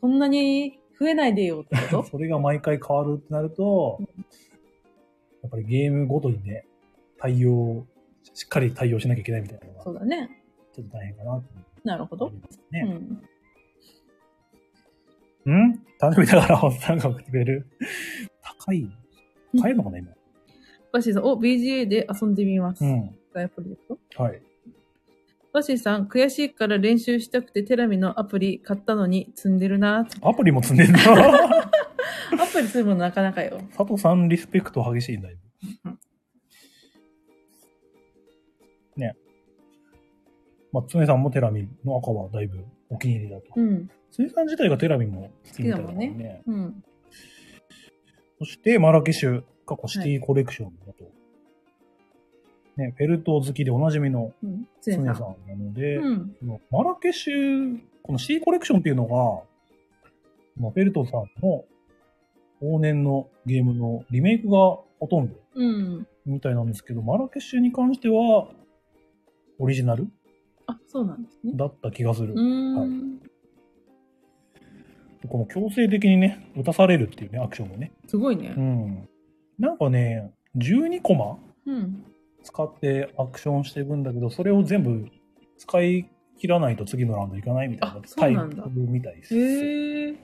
[SPEAKER 2] こんなに増えないでよって こと
[SPEAKER 1] それが毎回変わるってなると、やっぱりゲームごとにね、対応、しっかり対応しなきゃいけないみたいなのが、ち
[SPEAKER 2] そ
[SPEAKER 1] ょ
[SPEAKER 2] うだね。
[SPEAKER 1] っと大変かなと
[SPEAKER 2] なるほど
[SPEAKER 1] 思い。ます
[SPEAKER 2] う
[SPEAKER 1] ね。
[SPEAKER 2] ん。
[SPEAKER 1] うん誕生日だから ホッさんが送ってくれる。高い高いのかな、今。
[SPEAKER 2] バシーさん、お、BGA で遊んでみます。
[SPEAKER 1] うん。
[SPEAKER 2] ガイアプロジェクト
[SPEAKER 1] はい。
[SPEAKER 2] トシさん、悔しいから練習したくてテラミのアプリ買ったのに積んでるな。
[SPEAKER 1] アプリも積んでんな。
[SPEAKER 2] アプリ積むのなかなかよ。
[SPEAKER 1] 佐藤さんリスペクト激しいんだよ。ね。まあ、常さんもテラミの赤はだいぶお気に入りだと。
[SPEAKER 2] うん。
[SPEAKER 1] 常さん自体がテラミも好きみたいだもん
[SPEAKER 2] 好きだ
[SPEAKER 1] ね。
[SPEAKER 2] うん。
[SPEAKER 1] そして、マラケシュ、過去シティコレクションだと。ね、フェルト好きでおなじみの
[SPEAKER 2] うん。つ
[SPEAKER 1] 常
[SPEAKER 2] ね
[SPEAKER 1] さん
[SPEAKER 2] さ。
[SPEAKER 1] なんので、
[SPEAKER 2] うん。
[SPEAKER 1] このマラケシュ、このシティコレクションっていうのが、このフェルトさんの往年のゲームのリメイクがほとんど
[SPEAKER 2] うん。
[SPEAKER 1] みたいなんですけど、マラケシュに関しては、オリジナル
[SPEAKER 2] あ、そうなんですね。
[SPEAKER 1] だった気がする。
[SPEAKER 2] うーん。
[SPEAKER 1] この強制的にね、打たされるっていうね、アクションをね。
[SPEAKER 2] すごいね
[SPEAKER 1] う。ん。なんかね、12コマ
[SPEAKER 2] うん。
[SPEAKER 1] 使ってアクションしていくんだけど、それを全部使い切らないと次のラウンドいかないみたいな
[SPEAKER 2] あそうなんだ
[SPEAKER 1] タイプみたいです。
[SPEAKER 2] へえ。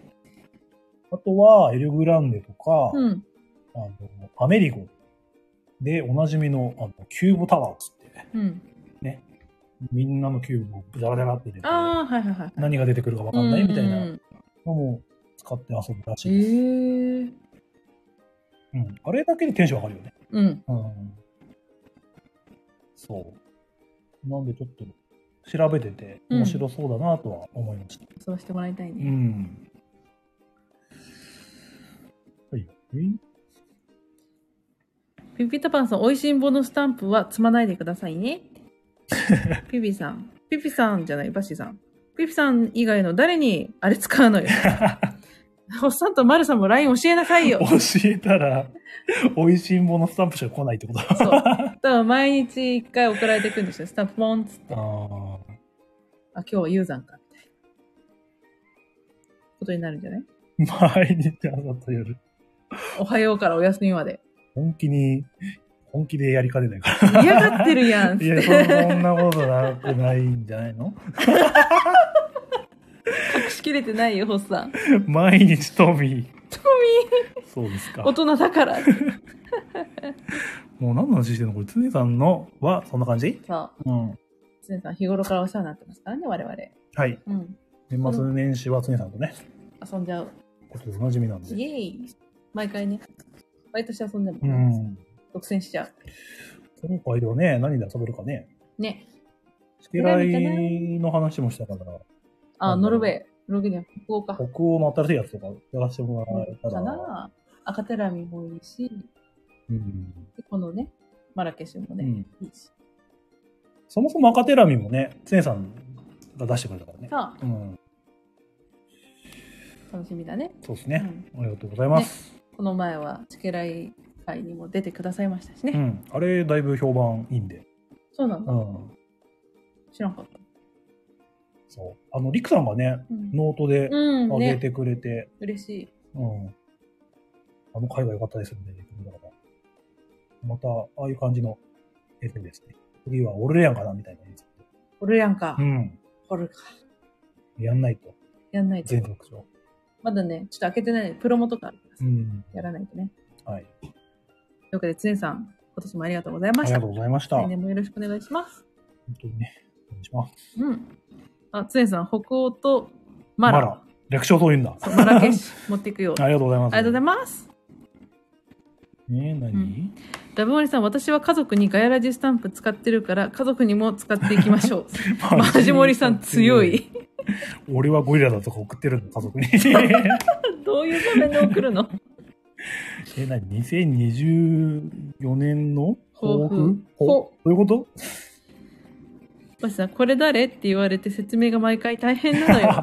[SPEAKER 1] あとは、エルグランデとか、
[SPEAKER 2] うん。
[SPEAKER 1] あの、アメリゴでおなじみのあのキューブタワーっつって、
[SPEAKER 2] うん。
[SPEAKER 1] みんなのキューブをブラブラブラって入れて、
[SPEAKER 2] ああ、はいはいはい。
[SPEAKER 1] 何が出てくるかわかんないみたいな
[SPEAKER 2] うんう
[SPEAKER 1] の
[SPEAKER 2] ん
[SPEAKER 1] も使って遊ぶらし
[SPEAKER 2] へ
[SPEAKER 1] いです。
[SPEAKER 2] え。
[SPEAKER 1] うん。あれだけでテンション上がるよね。
[SPEAKER 2] うん。
[SPEAKER 1] うん。そう。なんでちょっと調べてて面白そうだなとは思いました。
[SPEAKER 2] そうしてもらいたいうね。
[SPEAKER 1] ん。はい。
[SPEAKER 2] ピピタパンさん、おいしんぼのスタンプは積まないでください ね。ピピさん。ピピさんじゃない、バシさん。ピピさん以外の誰にあれ使 うのよ。おっさんとマルさんも LINE 教えなさいよ。
[SPEAKER 1] 教えたら、美味しいものスタンプしか来ないってこと
[SPEAKER 2] そう。だから毎日一回送られてくるんですよ。スタンプポンっつって。あ、
[SPEAKER 1] ああ。
[SPEAKER 2] 今日はユーザンか。みたいなことになるんじゃない
[SPEAKER 1] 毎日朝と夜。
[SPEAKER 2] おはようからお休みまで。
[SPEAKER 1] 本気に、本気でやりかねないから。
[SPEAKER 2] 嫌がってるやんっつ
[SPEAKER 1] い
[SPEAKER 2] っ
[SPEAKER 1] や、
[SPEAKER 2] て。
[SPEAKER 1] そんなことなくないんじゃないの
[SPEAKER 2] 隠しきれてないよ、ホッサン。
[SPEAKER 1] 毎日トミー。トミーそうですか。
[SPEAKER 2] 大人だから。
[SPEAKER 1] もう何の話してんのこれ、つねさんのはそんな感じ
[SPEAKER 2] そう。
[SPEAKER 1] うん。
[SPEAKER 2] つねさん、日頃からお世話になってますからね、我々。
[SPEAKER 1] はい。
[SPEAKER 2] うん。
[SPEAKER 1] 年末年始はつねさんとね、
[SPEAKER 2] 遊んじゃう。
[SPEAKER 1] これおなじみなんで。
[SPEAKER 2] イエーイ。毎回ね。毎年遊んでも、
[SPEAKER 1] うん。
[SPEAKER 2] 独占しちゃ
[SPEAKER 1] 今回ではね、何で遊べるかね。
[SPEAKER 2] う。ね。
[SPEAKER 1] スケライの話もしたから、
[SPEAKER 2] あ、
[SPEAKER 1] うん
[SPEAKER 2] ノルウェー。ノルウェーじゃない北欧か。
[SPEAKER 1] 北欧の新しいやつとかやらせてもらえたら。
[SPEAKER 2] かな。赤テラミもいいし、
[SPEAKER 1] うん。
[SPEAKER 2] でこのね、マラケシュも
[SPEAKER 1] う
[SPEAKER 2] ね、
[SPEAKER 1] ん。
[SPEAKER 2] いいし。
[SPEAKER 1] そもそも赤テラミもね、つねさんが出してくれたからね。
[SPEAKER 2] さあ、
[SPEAKER 1] うん。
[SPEAKER 2] 楽しみだね。
[SPEAKER 1] そうです
[SPEAKER 2] う
[SPEAKER 1] ね。
[SPEAKER 2] ん、
[SPEAKER 1] ありがとうございます。
[SPEAKER 2] この前は、チケライ会にも出てくださいましたしね。
[SPEAKER 1] うん。あれ、だいぶ評判いいんで。
[SPEAKER 2] そうなん
[SPEAKER 1] う
[SPEAKER 2] だ。
[SPEAKER 1] ん。
[SPEAKER 2] 知らんかった。
[SPEAKER 1] そう。あの、りくさんがね、
[SPEAKER 2] うん。
[SPEAKER 1] ノートで
[SPEAKER 2] うん、
[SPEAKER 1] 上げ
[SPEAKER 2] ね。
[SPEAKER 1] てくれて、
[SPEAKER 2] 嬉しい。
[SPEAKER 1] うん。あの回が良かったですね。だからまた、ああいう感じの絵でですね。次は俺やんかな、みたいなやつ。
[SPEAKER 2] おるやんか
[SPEAKER 1] う。ん。
[SPEAKER 2] おるか。
[SPEAKER 1] やんないと。
[SPEAKER 2] やんないと
[SPEAKER 1] 全。国賞。
[SPEAKER 2] まだね、ちょっと開けてないのでプロモとかあるから
[SPEAKER 1] う
[SPEAKER 2] さ
[SPEAKER 1] ん。
[SPEAKER 2] やらないとね。
[SPEAKER 1] はい。
[SPEAKER 2] というわけで、つねさん、今年もありがとうござい
[SPEAKER 1] あ
[SPEAKER 2] まし
[SPEAKER 1] りが
[SPEAKER 2] た
[SPEAKER 1] と。うございました。
[SPEAKER 2] 来
[SPEAKER 1] 本
[SPEAKER 2] 年もよろしくお願いします。
[SPEAKER 1] 当にね。お願いします。
[SPEAKER 2] うん。あ、つねさん、北欧とマ
[SPEAKER 1] マ
[SPEAKER 2] ラ
[SPEAKER 1] ラ、略称そういうんだ。
[SPEAKER 2] そうマラケシュ持っていくよ。
[SPEAKER 1] ありがとうございます。
[SPEAKER 2] ありがとうござい
[SPEAKER 1] ま
[SPEAKER 2] ます。
[SPEAKER 1] す。ねえ、何、
[SPEAKER 2] うんラブモリさん、私は家族にガヤラジスタンプ使ってるから、家族にも使っていきまし ょう。マジモリさん強い。。
[SPEAKER 1] 俺はゴリラだとか送ってるんだ、家 族に。
[SPEAKER 2] どういう場面で送るの
[SPEAKER 1] え、なに、2024年の
[SPEAKER 2] 抱負
[SPEAKER 1] ほ
[SPEAKER 2] ほ
[SPEAKER 1] どういうこと
[SPEAKER 2] 星さん、これ誰って言われて説明が毎回大変な の よ。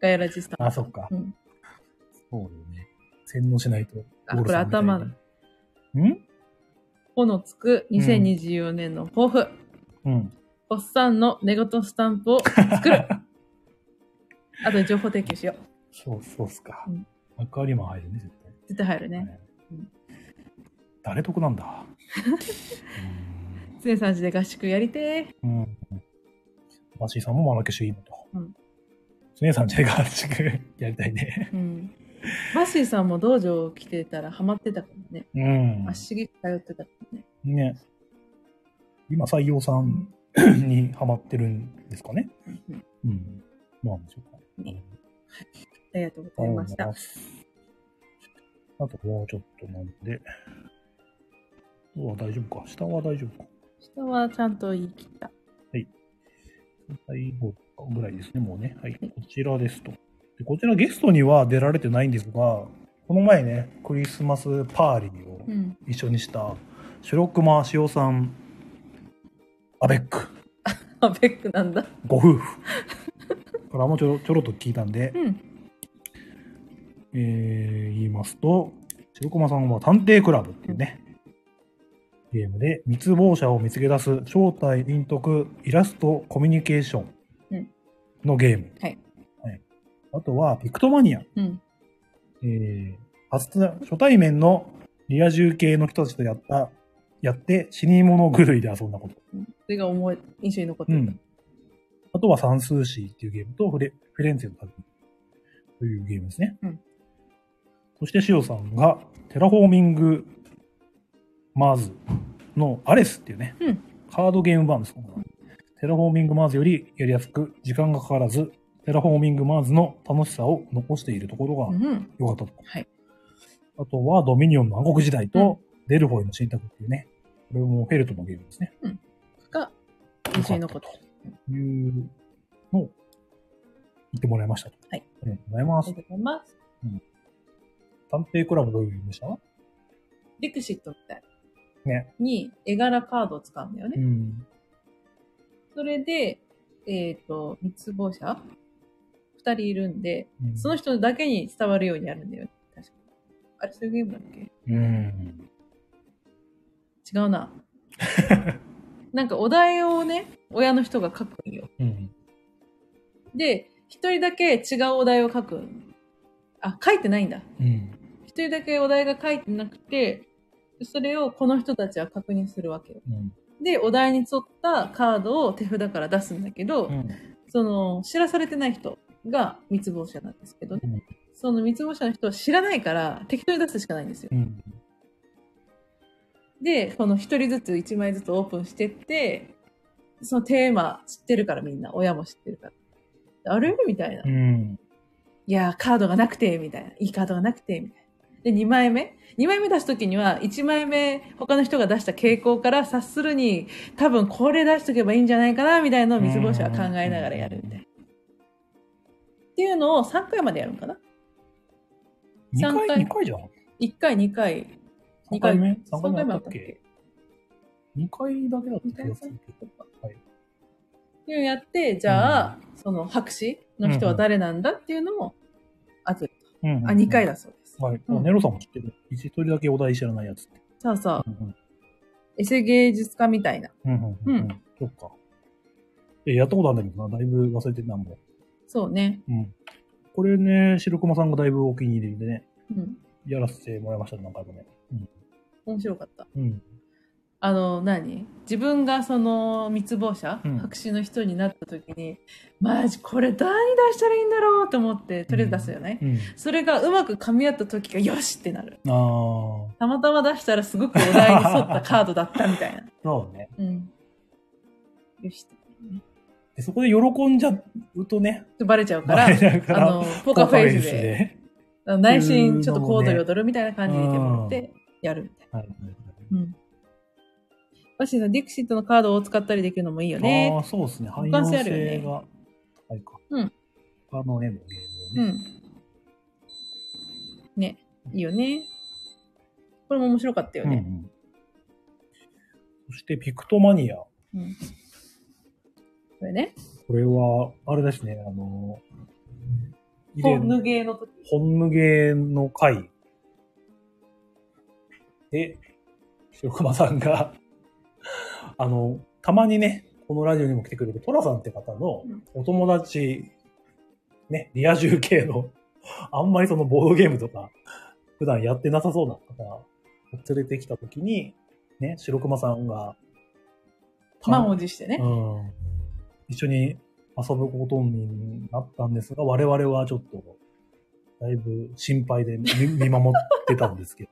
[SPEAKER 2] ガヤラジスタン
[SPEAKER 1] あ、そっか。
[SPEAKER 2] プ。うん。
[SPEAKER 1] そうよね。洗脳しないと。
[SPEAKER 2] あ、
[SPEAKER 1] ゴ
[SPEAKER 2] こ
[SPEAKER 1] ル
[SPEAKER 2] れ
[SPEAKER 1] さんみたいに
[SPEAKER 2] 頭だ。
[SPEAKER 1] ん
[SPEAKER 2] ほのつく2024年の抱負。
[SPEAKER 1] うん。
[SPEAKER 2] おっさんの寝言スタンプを 作る。あとで情報提供しよう。
[SPEAKER 1] そう、そうっすか
[SPEAKER 2] うん。
[SPEAKER 1] アクアリウム入るね、絶対。
[SPEAKER 2] 絶対入るね。
[SPEAKER 1] はい
[SPEAKER 2] うん
[SPEAKER 1] 誰得なん だ。
[SPEAKER 2] つねさんちで合宿やりてー。
[SPEAKER 1] うん。うんマシーさんもマラケシュいいのと。
[SPEAKER 2] うん。
[SPEAKER 1] スネさんじゃ合宿やりたいね。
[SPEAKER 2] うん。マッシーさんも道場来てたらハマってたからね。
[SPEAKER 1] うん
[SPEAKER 2] 足しげく通ってたからね。
[SPEAKER 1] ね。今、採用さんにハマってるんですかね。うん。なんでしょうか。
[SPEAKER 2] ありがとうございました。
[SPEAKER 1] あともうちょっとなんで。うわ、大丈夫か。下は大丈夫か。
[SPEAKER 2] 下はちゃんと言い切った。
[SPEAKER 1] 最後ぐらいですね、もうね。はい。こちらですと。でこちらゲストには出られてないんですが、この前ね、クリスマスパーリーを
[SPEAKER 2] うん。
[SPEAKER 1] 一緒にした、白熊しおさん、アベック、
[SPEAKER 2] あ、ベックなんだ。
[SPEAKER 1] ご夫婦。 これはもうちょろちょろっと聞いたんで、
[SPEAKER 2] うん。
[SPEAKER 1] えー言いますと、白駒さんは探偵クラブっていうね、ゲームで密謀者を見つけ出す正体隠匿イラストコミュニケーションのゲーム。
[SPEAKER 2] はい
[SPEAKER 1] はいあとは、ピクトマニア。
[SPEAKER 2] うん。
[SPEAKER 1] えー初対初対面のリア充系の人たちとやった、やって死に物狂いで遊んだこと。
[SPEAKER 2] それが思い、印象に残って
[SPEAKER 1] う
[SPEAKER 2] る。
[SPEAKER 1] ん。あとは算数詞っていうゲームとフレフィレンツェの旅というゲームですね。
[SPEAKER 2] うん
[SPEAKER 1] そしてしおさんがテラフォーミングマーズのアレスっていうね、
[SPEAKER 2] うん
[SPEAKER 1] カードゲーム版です。これはテラフォーミングマーズよりやりやすく時間がかからず、テラフォーミングマーズの楽しさを残しているところが
[SPEAKER 2] うん。
[SPEAKER 1] 良かったと。
[SPEAKER 2] はい
[SPEAKER 1] あとはドミニオンの暗黒時代とデルフォイの信託っていうね、これもフェルトのゲームですね。
[SPEAKER 2] が、印象に残ってる。
[SPEAKER 1] というのを言ってもらいましたと。
[SPEAKER 2] はい。
[SPEAKER 1] ありがとうございま
[SPEAKER 2] あり
[SPEAKER 1] す
[SPEAKER 2] が。とうございます。
[SPEAKER 1] 探偵クラブどういう意味でした
[SPEAKER 2] ディクシットみたい
[SPEAKER 1] ね。
[SPEAKER 2] に絵柄カードを使うんだよね。
[SPEAKER 1] うん。
[SPEAKER 2] それで、えっ、と、密謀者二人いるんで、
[SPEAKER 1] うん
[SPEAKER 2] その人だけに伝わるようにやるんだよね。確かあれ、そういうゲームだっけ
[SPEAKER 1] うん。
[SPEAKER 2] 違う な。なんかお題をね、親の人が書くんよ。
[SPEAKER 1] うん。
[SPEAKER 2] で、一人だけ違うお題を書く。あ、書いてないんだ。
[SPEAKER 1] うん。
[SPEAKER 2] 一人だけお題が書いてなくて、それをこの人たちは確認するわけよ。
[SPEAKER 1] うん。
[SPEAKER 2] で、お題に沿ったカードを手札から出すんだけど、
[SPEAKER 1] うん。
[SPEAKER 2] その、知らされてない人が密謀者なんですけどね。
[SPEAKER 1] うん
[SPEAKER 2] その密謀者の人は知らないから、適当に出すしかないんですよ。
[SPEAKER 1] うん。
[SPEAKER 2] で、この一人ずつ一枚ずつオープンしてって、そのテーマ知ってるからみんな、親も知ってるから。あれみたいな。
[SPEAKER 1] う
[SPEAKER 2] い
[SPEAKER 1] ん。
[SPEAKER 2] やー、カードがなくて、みたいな。いいカードがなくて、みたいな。で、二枚目二枚目出すときには、一枚目他の人が出した傾向から察するに、多分これ出しとけばいいんじゃないかな、みたいなのを水防止は考えながらやるみたいな。っていうのを3回までやるんかな
[SPEAKER 1] 二
[SPEAKER 2] 三
[SPEAKER 1] 回、
[SPEAKER 2] 回
[SPEAKER 1] 二回じゃん。
[SPEAKER 2] ?1 回、2回、
[SPEAKER 1] 三
[SPEAKER 2] 二
[SPEAKER 1] 回
[SPEAKER 2] 回
[SPEAKER 1] 目三回
[SPEAKER 2] 3
[SPEAKER 1] 目
[SPEAKER 2] 回も
[SPEAKER 1] だ
[SPEAKER 2] や
[SPEAKER 1] っっけ二回だけだっ
[SPEAKER 2] ったたっけ
[SPEAKER 1] た気がするけど。はい。
[SPEAKER 2] っていうのやって、じゃあ、その白紙の人は誰なんだっていうのも、あと、
[SPEAKER 1] うん。
[SPEAKER 2] あ、2回。だそうです。
[SPEAKER 1] はい。
[SPEAKER 2] うん
[SPEAKER 1] あネロさんも知ってる。一人だけお題知らないやつって。
[SPEAKER 2] そうそう、
[SPEAKER 1] うん
[SPEAKER 2] エセ芸術家みたいな。
[SPEAKER 1] うん。うんうんうん。うん。そっか。え、やったことあるんだけどな。だいぶ忘れてたもん。
[SPEAKER 2] そうね。
[SPEAKER 1] うん。これね、白熊さんがだいぶお気に入りでね。
[SPEAKER 2] うん。
[SPEAKER 1] やらせてもらいましたね、何回もね。
[SPEAKER 2] 面白かった。
[SPEAKER 1] うん。
[SPEAKER 2] あの、何自分がその密謀者、
[SPEAKER 1] うん
[SPEAKER 2] 白紙の人になった時に、マジこれ何出したらいいんだろうと思って、とりあえず出すじゃない、
[SPEAKER 1] うん。
[SPEAKER 2] それがうまく噛み合った時が、よしってなる。
[SPEAKER 1] ああ、
[SPEAKER 2] たまたま出したらすごくお題に沿ったカードだったみたいな。
[SPEAKER 1] そうね。
[SPEAKER 2] うん。よし。
[SPEAKER 1] でそこで喜んじゃうとね、
[SPEAKER 2] バレちゃうか ら、
[SPEAKER 1] だ か
[SPEAKER 2] あ
[SPEAKER 1] ら
[SPEAKER 2] の、ポーカーフェイスで、
[SPEAKER 1] で。
[SPEAKER 2] あの内心ちょっとコードよどるみたいな感じでいてもらって、やるみたい
[SPEAKER 1] はい。
[SPEAKER 2] な。うん。バッシーさん、ディクシットのカードを使ったりできるのもいいよ
[SPEAKER 1] あ
[SPEAKER 2] ね。
[SPEAKER 1] あ、そうですね。汎
[SPEAKER 2] 互
[SPEAKER 1] 用
[SPEAKER 2] 換性あるよね
[SPEAKER 1] 性が高いか。
[SPEAKER 2] うん。
[SPEAKER 1] 他のね、もうゲーム
[SPEAKER 2] う
[SPEAKER 1] をね。
[SPEAKER 2] ん。ね、いいよね。これも面白かったよ
[SPEAKER 1] うんう
[SPEAKER 2] ね。
[SPEAKER 1] ん。そして、ピクトマニア。
[SPEAKER 2] うん。これね、
[SPEAKER 1] これは、あれですね、あの、以
[SPEAKER 2] ポ
[SPEAKER 1] 前
[SPEAKER 2] ンヌゲーの時。
[SPEAKER 1] ホンヌゲの回で、白熊さんが、あの、たまにね、このラジオにも来てくれるトラさんって方の
[SPEAKER 2] うん
[SPEAKER 1] お友達、ね、リア充系の、あんまりそのボードゲームとか、普段やってなさそうな方を連れてきたときに、ね、白熊さんが、
[SPEAKER 2] 満を持してね。
[SPEAKER 1] うん。一緒に遊ぶことになったんですが、我々はちょっと、だいぶ心配で見 見守ってたんですけど、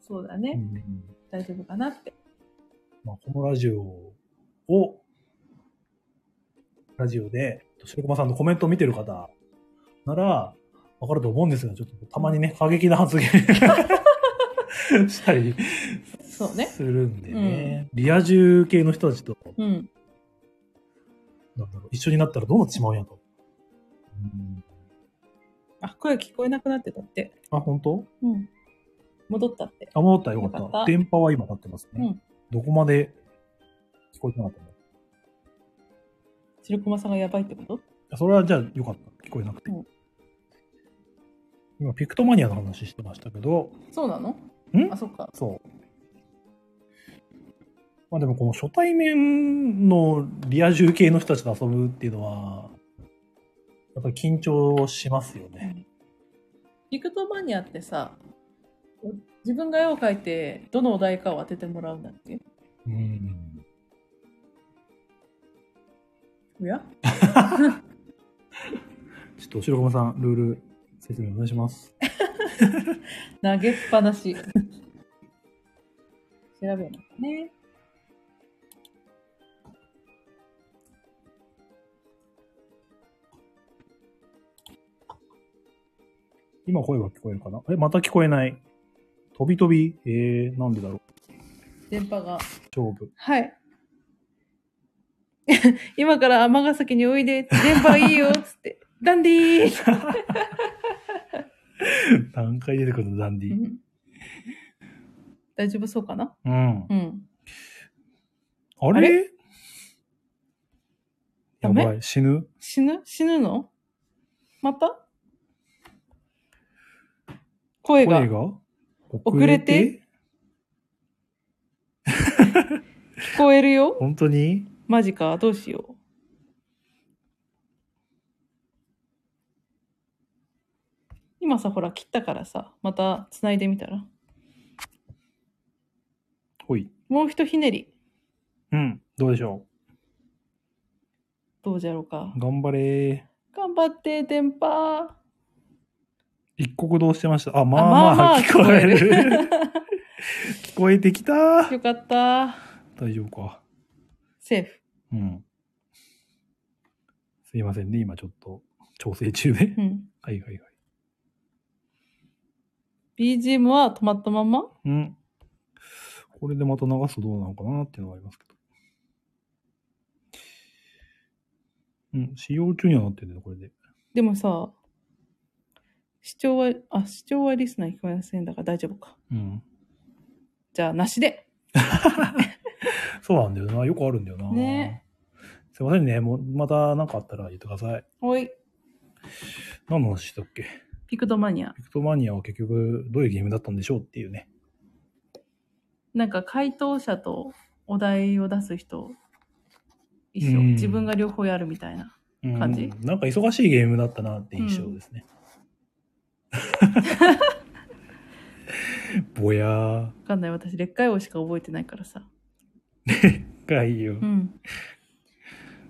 [SPEAKER 2] そうだ
[SPEAKER 1] う
[SPEAKER 2] ね。
[SPEAKER 1] ん
[SPEAKER 2] 大丈夫かなって。
[SPEAKER 1] まあ、このラジオをラジオで、白駒さんのコメントを見てる方なら、わかると思うんですが、ちょっとたまにね、過激な発言 したり
[SPEAKER 2] そうね。
[SPEAKER 1] するんでね、リア充系の人たちと、
[SPEAKER 2] うん。
[SPEAKER 1] なんだろう、一緒になったらどうなってしまうんやと。うん、
[SPEAKER 2] あ、声聞こえなくなってたって。
[SPEAKER 1] あ、本当
[SPEAKER 2] うん。戻ったって。
[SPEAKER 1] あ、戻ったらよか
[SPEAKER 2] よ
[SPEAKER 1] っ
[SPEAKER 2] か
[SPEAKER 1] た。
[SPEAKER 2] った
[SPEAKER 1] 電波は今立ってますね。
[SPEAKER 2] うん
[SPEAKER 1] どこまで聞こえてなかったの
[SPEAKER 2] 白駒さんがやばいってこと
[SPEAKER 1] あそれはじゃあよかった。聞こえなくて。
[SPEAKER 2] うん
[SPEAKER 1] 今、ピクトマニアの話してましたけど、
[SPEAKER 2] そうなの
[SPEAKER 1] ん
[SPEAKER 2] あ、そっか。
[SPEAKER 1] そう。まあでもこの初対面のリア充系の人たちと遊ぶっていうのは、やっぱり緊張しますよね。
[SPEAKER 2] ピクトマニアってさ、お自分が絵を描いて、どのお題かを当ててもらうんだっけ
[SPEAKER 1] うん。
[SPEAKER 2] おや
[SPEAKER 1] ちょっと、白駒さん、ルール説明お願いします。
[SPEAKER 2] 投げっぱなし。調 べなきゃね。
[SPEAKER 1] 今声が聞こえるかなえ、また聞こえない。飛び飛びえー、なんでだろう。
[SPEAKER 2] 電波が。
[SPEAKER 1] 勝負。
[SPEAKER 2] はい。 今から尼崎においで、電波いい よ、つって。ダンディー
[SPEAKER 1] 何回出てくるの、ダンディ。
[SPEAKER 2] 大丈夫そうかな
[SPEAKER 1] うん。
[SPEAKER 2] うん。
[SPEAKER 1] あれ
[SPEAKER 2] あれ
[SPEAKER 1] やばい、死ぬ
[SPEAKER 2] 死ぬ死ぬのまた声が
[SPEAKER 1] 声が遅
[SPEAKER 2] れて聞こえるよ
[SPEAKER 1] 本当に
[SPEAKER 2] マジか、どうしよう。今さ、ほら、切ったからさ、また繋いでみたら。
[SPEAKER 1] ほい。
[SPEAKER 2] もうひとひねり、
[SPEAKER 1] うん。どうでしょ
[SPEAKER 2] どうじゃろうか
[SPEAKER 1] う。頑張れ
[SPEAKER 2] 頑張って、電波。
[SPEAKER 1] 一刻どうしてました。あ、まあまあ、聞こえる。 聞こえてきた
[SPEAKER 2] よかった。
[SPEAKER 1] 大丈夫か。
[SPEAKER 2] セーフ。
[SPEAKER 1] うん。すいませんね、今ちょっと調整中で。
[SPEAKER 2] うん。
[SPEAKER 1] はいはいはい。
[SPEAKER 2] BGM は止まったまま
[SPEAKER 1] うん。これでまた流すとどうなのかなっていうのがありますけど。うん、使用中にはなってるね、これで。
[SPEAKER 2] でもさ、視聴は、あ、視聴はリスナー聞こえませんだから大丈夫か。
[SPEAKER 1] うん。
[SPEAKER 2] じゃあ、なしで。
[SPEAKER 1] そうなんだよな。よくあるんだよな。
[SPEAKER 2] ね
[SPEAKER 1] すいませんね。もう、また何かあったら言ってください。
[SPEAKER 2] おい。
[SPEAKER 1] 何の話したっけ
[SPEAKER 2] ピクトマニア。
[SPEAKER 1] ピクトマニアは結局どういうゲームだったんでしょうっていうね。
[SPEAKER 2] なんか回答者とお題を出す人一緒、
[SPEAKER 1] うん
[SPEAKER 2] 自分が両方やるみたいな
[SPEAKER 1] うん
[SPEAKER 2] 感じ
[SPEAKER 1] なんか忙しいゲームだったなって印象ですね。 ぼやー。
[SPEAKER 2] わかんない私劣化王しか覚えてないからさ
[SPEAKER 1] がいいよ
[SPEAKER 2] う。ん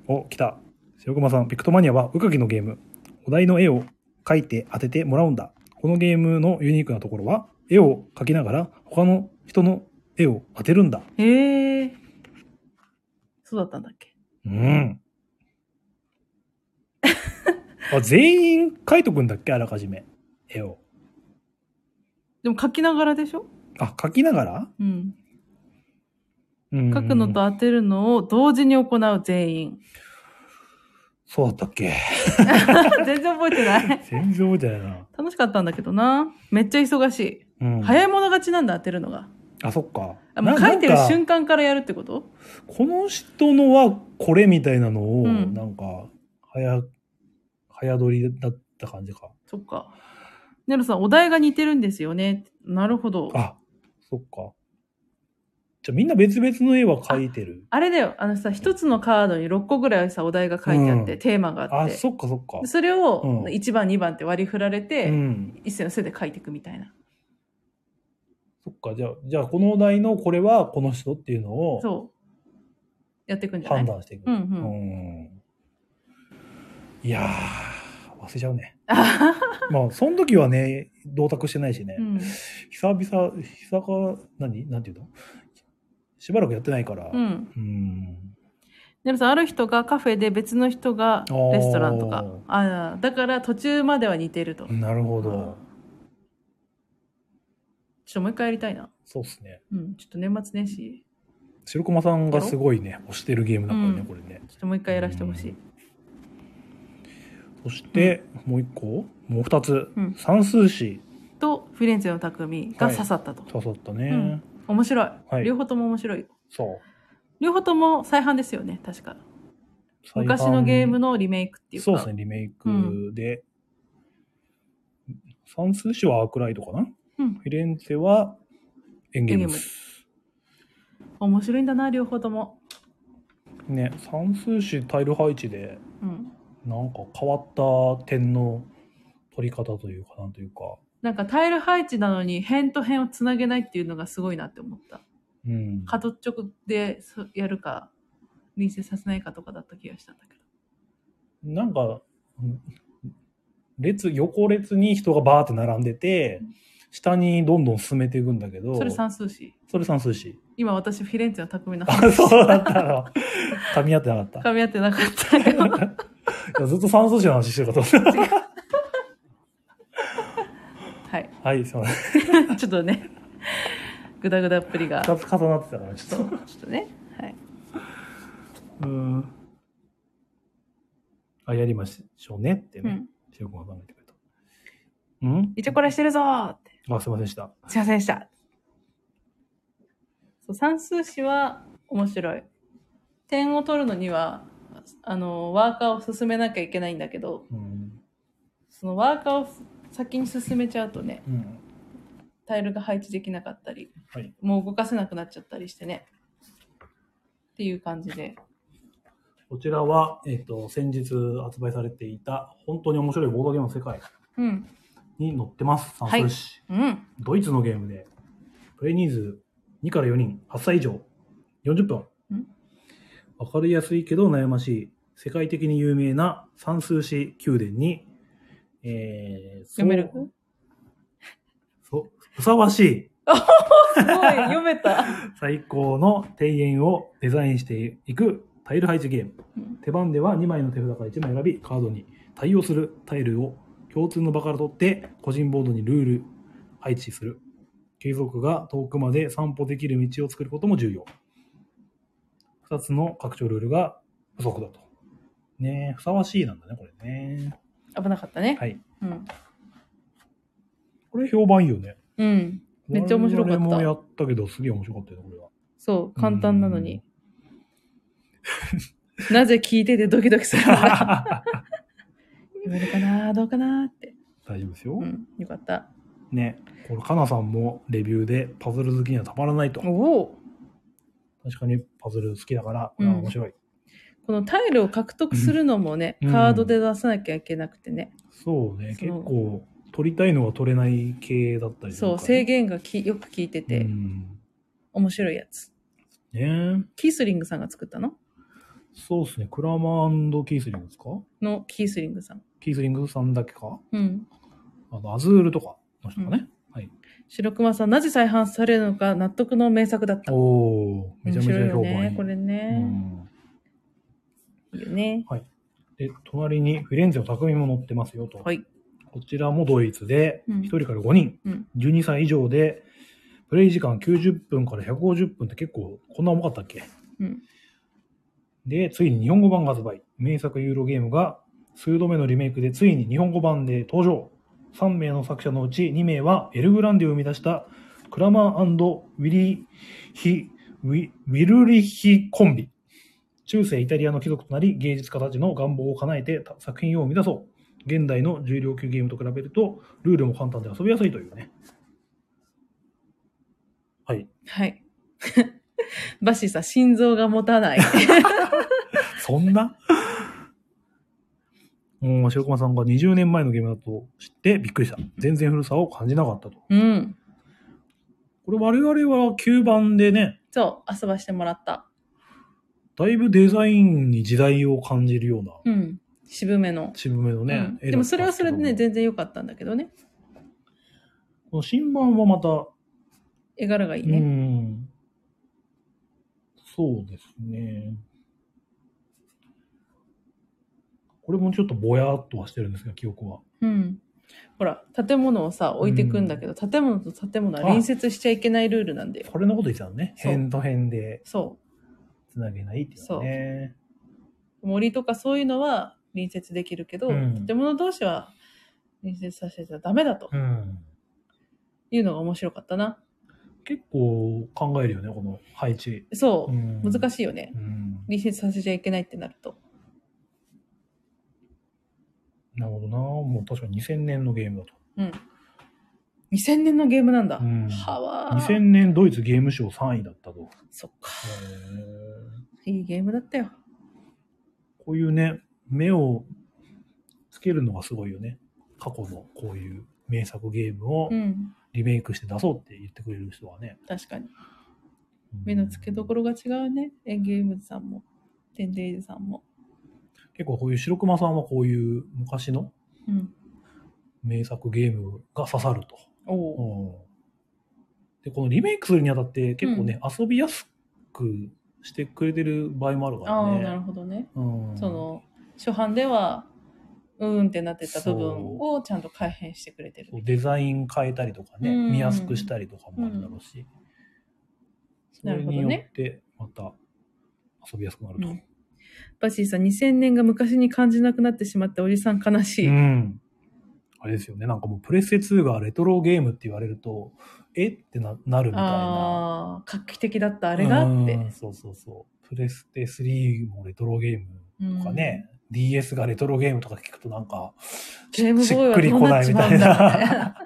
[SPEAKER 1] お、来た。白熊さん、ピクトマニアは、うかきのゲーム。お題の絵を描いて当ててもらうんだ。このゲームのユニークなところは、絵を描きながら、他の人の絵を当てるんだ。
[SPEAKER 2] ええそうだったんだっけ
[SPEAKER 1] うん。あ、全員描いとくんだっけあらかじめ。絵を。
[SPEAKER 2] でも書きながらでしょ
[SPEAKER 1] あ、描きながら
[SPEAKER 2] うん
[SPEAKER 1] うん
[SPEAKER 2] 書くのと。当てるのを同時に行う全員
[SPEAKER 1] そうだったっけ
[SPEAKER 2] 全然覚えてない
[SPEAKER 1] 全然覚えてないな。
[SPEAKER 2] 楽しかったんだけどなめっちゃ忙しい、
[SPEAKER 1] うん。
[SPEAKER 2] 早い
[SPEAKER 1] い。
[SPEAKER 2] 者勝ちなんだ当てるのが
[SPEAKER 1] あ、そっか。
[SPEAKER 2] あもう
[SPEAKER 1] な
[SPEAKER 2] 書いてる
[SPEAKER 1] なんか
[SPEAKER 2] 瞬間からやるってこと
[SPEAKER 1] この人のはこれみたいなのを、
[SPEAKER 2] うん
[SPEAKER 1] なんか、早、早撮りだった感じか。
[SPEAKER 2] そっかネロさんお題が似てるんですよねなるほど
[SPEAKER 1] あ、そっか。じゃあみんな別々の絵は描いてる。
[SPEAKER 2] あれだよ、あのさ、一つのカードに6個ぐらいさ、お題が書いてあって、
[SPEAKER 1] うん
[SPEAKER 2] テーマがあ
[SPEAKER 1] あ、
[SPEAKER 2] って、
[SPEAKER 1] そっかそっか
[SPEAKER 2] で。それを
[SPEAKER 1] うん
[SPEAKER 2] 1番、2番って割り振られて、
[SPEAKER 1] うん。
[SPEAKER 2] 一斉の背で書いていくみたいな。
[SPEAKER 1] そっか。じゃあ、じゃあこのお題のこれはこの人っていうのを
[SPEAKER 2] そう。やっていくんじゃな
[SPEAKER 1] 判
[SPEAKER 2] い
[SPEAKER 1] 断していく。
[SPEAKER 2] うんう。
[SPEAKER 1] うんんいやー、忘れちゃうね。まあ、その時はね、同卓してないしね。
[SPEAKER 2] うん。
[SPEAKER 1] 久々、久々か、何なんていうのしばらくやってないから。
[SPEAKER 2] うん。
[SPEAKER 1] うん。
[SPEAKER 2] でもさ、ある人がカフェで別の人がレストランとか。ああ、だから途中までは似てると。
[SPEAKER 1] なるほ
[SPEAKER 2] う
[SPEAKER 1] ど
[SPEAKER 2] ん。ちょっともう一回やりたいな。
[SPEAKER 1] そうですね。
[SPEAKER 2] うん、ちょっと年末年始、
[SPEAKER 1] 白駒さんがすごいね、推してるゲームだからね、
[SPEAKER 2] うん
[SPEAKER 1] これね。
[SPEAKER 2] ちょっともう一回やらせてほしい。
[SPEAKER 1] そして、もう一個もう二つ。
[SPEAKER 2] うん
[SPEAKER 1] 算数詞
[SPEAKER 2] と、フィレンツェの匠が刺さったと。
[SPEAKER 1] 刺さったね。
[SPEAKER 2] うん面白い,、
[SPEAKER 1] はい
[SPEAKER 2] 両方とも面白い。
[SPEAKER 1] そう。
[SPEAKER 2] 両方とも再販ですよね、確か。
[SPEAKER 1] 再販
[SPEAKER 2] 昔のゲームのリメイクっていうか。
[SPEAKER 1] そうですね、リメイクで。算数詞はアークライドかな
[SPEAKER 2] うん。
[SPEAKER 1] フィレンツェはエンゲームス。
[SPEAKER 2] 面白いんだな、両方とも。
[SPEAKER 1] ね、算数詞タイル配置で、
[SPEAKER 2] うん。
[SPEAKER 1] なんか変わった点の取り方というか、なんというか、
[SPEAKER 2] なんかタイル配置なのに辺と辺をつなげないっていうのがすごいなって思った。
[SPEAKER 1] うん。
[SPEAKER 2] 角直でそやるか、隣接させないかとかだった気がしたんだけど。
[SPEAKER 1] なんか、うん列、横列に人がバーって並んでて
[SPEAKER 2] うん、
[SPEAKER 1] 下にどんどん進めていくんだけど、
[SPEAKER 2] それ算数詞。
[SPEAKER 1] それ算数詞。
[SPEAKER 2] 今私フィレンツェの匠の
[SPEAKER 1] あ、
[SPEAKER 2] 話
[SPEAKER 1] そうだったの。噛み合ってなかった。
[SPEAKER 2] 噛み合ってなかったよ。
[SPEAKER 1] いやずっと算数詞の話してるかと思っ
[SPEAKER 2] はい。
[SPEAKER 1] た。 はい、すいません。
[SPEAKER 2] ちょっとね、ぐだぐだっぷりが。ちょ
[SPEAKER 1] 二つ重なってたから、ちょっと。
[SPEAKER 2] っとね。はい。
[SPEAKER 1] うん。あ、やりましょうねって
[SPEAKER 2] う
[SPEAKER 1] ね、
[SPEAKER 2] ん。
[SPEAKER 1] 白駒さんが言ってくれた。うん
[SPEAKER 2] 一応これしてるぞーって。
[SPEAKER 1] あ、すいませんでした。
[SPEAKER 2] すいませんでした。そう算数詞は面白い。点を取るのには、あの、ワーカーを進めなきゃいけないんだけど、
[SPEAKER 1] うん。
[SPEAKER 2] そのワーカーを先に進めちゃうとね、
[SPEAKER 1] うん。
[SPEAKER 2] タイルが配置できなかったり、
[SPEAKER 1] はい。
[SPEAKER 2] もう動かせなくなっちゃったりしてね。っていう感じで。
[SPEAKER 1] こちらは、えっ、と、先日発売されていた、本当に面白いボードゲームの世界
[SPEAKER 2] うん。
[SPEAKER 1] に載ってます。算数詞。
[SPEAKER 2] うん。
[SPEAKER 1] ドイツのゲームで、プレイニーズ2から4人、8歳以上、40分
[SPEAKER 2] ん。
[SPEAKER 1] わかりやすいけど悩ましい、世界的に有名な算数詩宮殿に、えー、
[SPEAKER 2] 読める
[SPEAKER 1] そうそうふさわしい
[SPEAKER 2] すごい、読めた。
[SPEAKER 1] 最高の庭園をデザインしていくタイル配置ゲーム。
[SPEAKER 2] うん
[SPEAKER 1] 手番では2枚の手札から1枚選び、カードに対応するタイルを共通の場から取って、個人ボードにルール配置する。継続が遠くまで散歩できる道を作ることも重要。2つの拡張ルールが不足だと。ねえ、ふさわしいなんだね、これね。
[SPEAKER 2] 危なかったね。
[SPEAKER 1] はい。
[SPEAKER 2] うん。
[SPEAKER 1] これ評判いいよね。
[SPEAKER 2] うん。めっちゃ面白かった
[SPEAKER 1] 我々もやったけど、すげえ面白かったよね、これは。
[SPEAKER 2] そう、簡単なのに。なぜ聞いててドキドキするんだ読めるかなどうかなって。
[SPEAKER 1] 大丈夫ですよ。
[SPEAKER 2] うん。よかった。
[SPEAKER 1] ね、これ、かなさんもレビューでパズル好きにはたまらないと。
[SPEAKER 2] おお
[SPEAKER 1] 確かにパズル好きだから、これは面白い。
[SPEAKER 2] このタイルを獲得するのもね、
[SPEAKER 1] うん
[SPEAKER 2] カードで出さなきゃいけなくてね。
[SPEAKER 1] そうね、
[SPEAKER 2] そ
[SPEAKER 1] 結
[SPEAKER 2] う
[SPEAKER 1] 構、取りたいのは取れない系だったり
[SPEAKER 2] そう、制
[SPEAKER 1] 制
[SPEAKER 2] 限がきよく聞いてて、
[SPEAKER 1] うん、
[SPEAKER 2] 面白いやつ。
[SPEAKER 1] ね
[SPEAKER 2] キースリングさんが作ったの
[SPEAKER 1] そうですね、クラマーキースリングですか
[SPEAKER 2] のキースリングさん。
[SPEAKER 1] キースリングさんだけか
[SPEAKER 2] うん。
[SPEAKER 1] あの、アズールとかの人かね。
[SPEAKER 2] 白熊さん、なぜ再販されるのか納得の名作だった。
[SPEAKER 1] おおめちゃめちゃ評判いい。
[SPEAKER 2] 面白いよね、これ
[SPEAKER 1] う
[SPEAKER 2] ね。
[SPEAKER 1] ん
[SPEAKER 2] いいよね。
[SPEAKER 1] で、隣にフィレンツェの匠も載ってますよと。
[SPEAKER 2] はい。
[SPEAKER 1] こちらもドイツで、
[SPEAKER 2] うん
[SPEAKER 1] 1人から5人、
[SPEAKER 2] うん
[SPEAKER 1] 12歳以上で、プレイ時間90分から150分って結構、こんな重かったっけ
[SPEAKER 2] うん。
[SPEAKER 1] で、ついに日本語版が発売。名作ユーロゲームが数度目のリメイクでついに日本語版で登場。3名の作者のうち2名はエルグランデを生み出したクラマンウィリヒ、ウィウィルリヒコンビ。中世イタリアの貴族となり芸術家たちの願望を叶えて作品を生み出そう。現代の重量級ゲームと比べるとルールも簡単で遊びやすいというね。はい。
[SPEAKER 2] はい。 バッシーさん、心臓が持たない。
[SPEAKER 1] そんな うん、白駒さんが20年前のゲームだと知ってびっくりした。全然古さを感じなかったと。
[SPEAKER 2] うん。
[SPEAKER 1] これ我々は9番でね、
[SPEAKER 2] そう、遊ばしてもらった。
[SPEAKER 1] だいぶデザインに時代を感じるような、
[SPEAKER 2] うん。渋めの。
[SPEAKER 1] 渋めのね、
[SPEAKER 2] う
[SPEAKER 1] 絵
[SPEAKER 2] ん、
[SPEAKER 1] だ
[SPEAKER 2] で
[SPEAKER 1] ったん
[SPEAKER 2] も
[SPEAKER 1] す
[SPEAKER 2] そ
[SPEAKER 1] け
[SPEAKER 2] れ
[SPEAKER 1] ど
[SPEAKER 2] はそれでね、全然良かったんだけどね。
[SPEAKER 1] この新版はまた、
[SPEAKER 2] 絵柄がいいうね。
[SPEAKER 1] ん、そうですね。これもちょっとぼやっとはしてるんですが、記憶は。
[SPEAKER 2] うん。ほら、建物をさ、置いてくんだけど、建物と建物は隣接しちゃいけないルールなんだよ。
[SPEAKER 1] それのこと言ってたのね。
[SPEAKER 2] そう
[SPEAKER 1] 辺と辺で
[SPEAKER 2] そ
[SPEAKER 1] つなげないっていうのね。
[SPEAKER 2] う。森とかそういうのは隣接できるけど、
[SPEAKER 1] うん
[SPEAKER 2] 建物同士は隣接させちゃダメだと
[SPEAKER 1] うん。
[SPEAKER 2] いうのが面白かったな。
[SPEAKER 1] 結構考えるよね、この配置。
[SPEAKER 2] そう。
[SPEAKER 1] ん
[SPEAKER 2] 難
[SPEAKER 1] い。
[SPEAKER 2] しいよね。
[SPEAKER 1] うん。
[SPEAKER 2] 隣接させちゃいけないってなると。
[SPEAKER 1] なるほどな。もう確か2000年のゲームだと。
[SPEAKER 2] うん。2000年のゲームなんだ。
[SPEAKER 1] うん
[SPEAKER 2] はわー
[SPEAKER 1] 2000年ドイツゲーム賞3位だったと。へ
[SPEAKER 2] そっか。
[SPEAKER 1] ー
[SPEAKER 2] いいゲームだったよ。
[SPEAKER 1] こういうね、目をつけるのがすごいよね。過去のこういう名作ゲームを
[SPEAKER 2] うん。
[SPEAKER 1] リメイクして出そうって言ってくれる人はね。
[SPEAKER 2] 確かに。目の付けどころが違うね。エンゲームズさんも、テンデイズさんも。
[SPEAKER 1] 結構こういう白熊さんはこういう昔の
[SPEAKER 2] うん。
[SPEAKER 1] 名作ゲームが刺さると。
[SPEAKER 2] おお。
[SPEAKER 1] うんで、このリメイクするにあたって結構ね、遊びやすくしてくれてる場合もあるか
[SPEAKER 2] ああ、
[SPEAKER 1] ら
[SPEAKER 2] なる
[SPEAKER 1] ね。
[SPEAKER 2] ほどね。
[SPEAKER 1] うん
[SPEAKER 2] その、初版では、うーんってなってた部分をちゃんと改変してくれてる。
[SPEAKER 1] デザイン変えたりとかね、
[SPEAKER 2] うん
[SPEAKER 1] 見やすくしたりとかもあるだろうし、そ
[SPEAKER 2] な
[SPEAKER 1] れ
[SPEAKER 2] るほ
[SPEAKER 1] に
[SPEAKER 2] ど
[SPEAKER 1] よ
[SPEAKER 2] ね
[SPEAKER 1] ってまた遊びやすくなる
[SPEAKER 2] う
[SPEAKER 1] と。
[SPEAKER 2] ん。バシーさん、2000年が昔に感じなくなってしまって、おじさん悲しい。
[SPEAKER 1] うん。あれですよね。なんかもうプレステ2がレトロゲームって言われると、えってななるみたいな。
[SPEAKER 2] ああ、画期的だった、あれが
[SPEAKER 1] う
[SPEAKER 2] っ
[SPEAKER 1] ん
[SPEAKER 2] て。
[SPEAKER 1] そうそうそう。プレステ3もレトロゲーム
[SPEAKER 2] うん
[SPEAKER 1] とかね、DS がレトロゲームとか聞くとなんか、
[SPEAKER 2] ゲームボーイ
[SPEAKER 1] しっくり
[SPEAKER 2] はど
[SPEAKER 1] こ
[SPEAKER 2] うな
[SPEAKER 1] な
[SPEAKER 2] っ
[SPEAKER 1] い
[SPEAKER 2] ち
[SPEAKER 1] み
[SPEAKER 2] ま
[SPEAKER 1] た
[SPEAKER 2] う
[SPEAKER 1] い
[SPEAKER 2] ん
[SPEAKER 1] な。
[SPEAKER 2] だ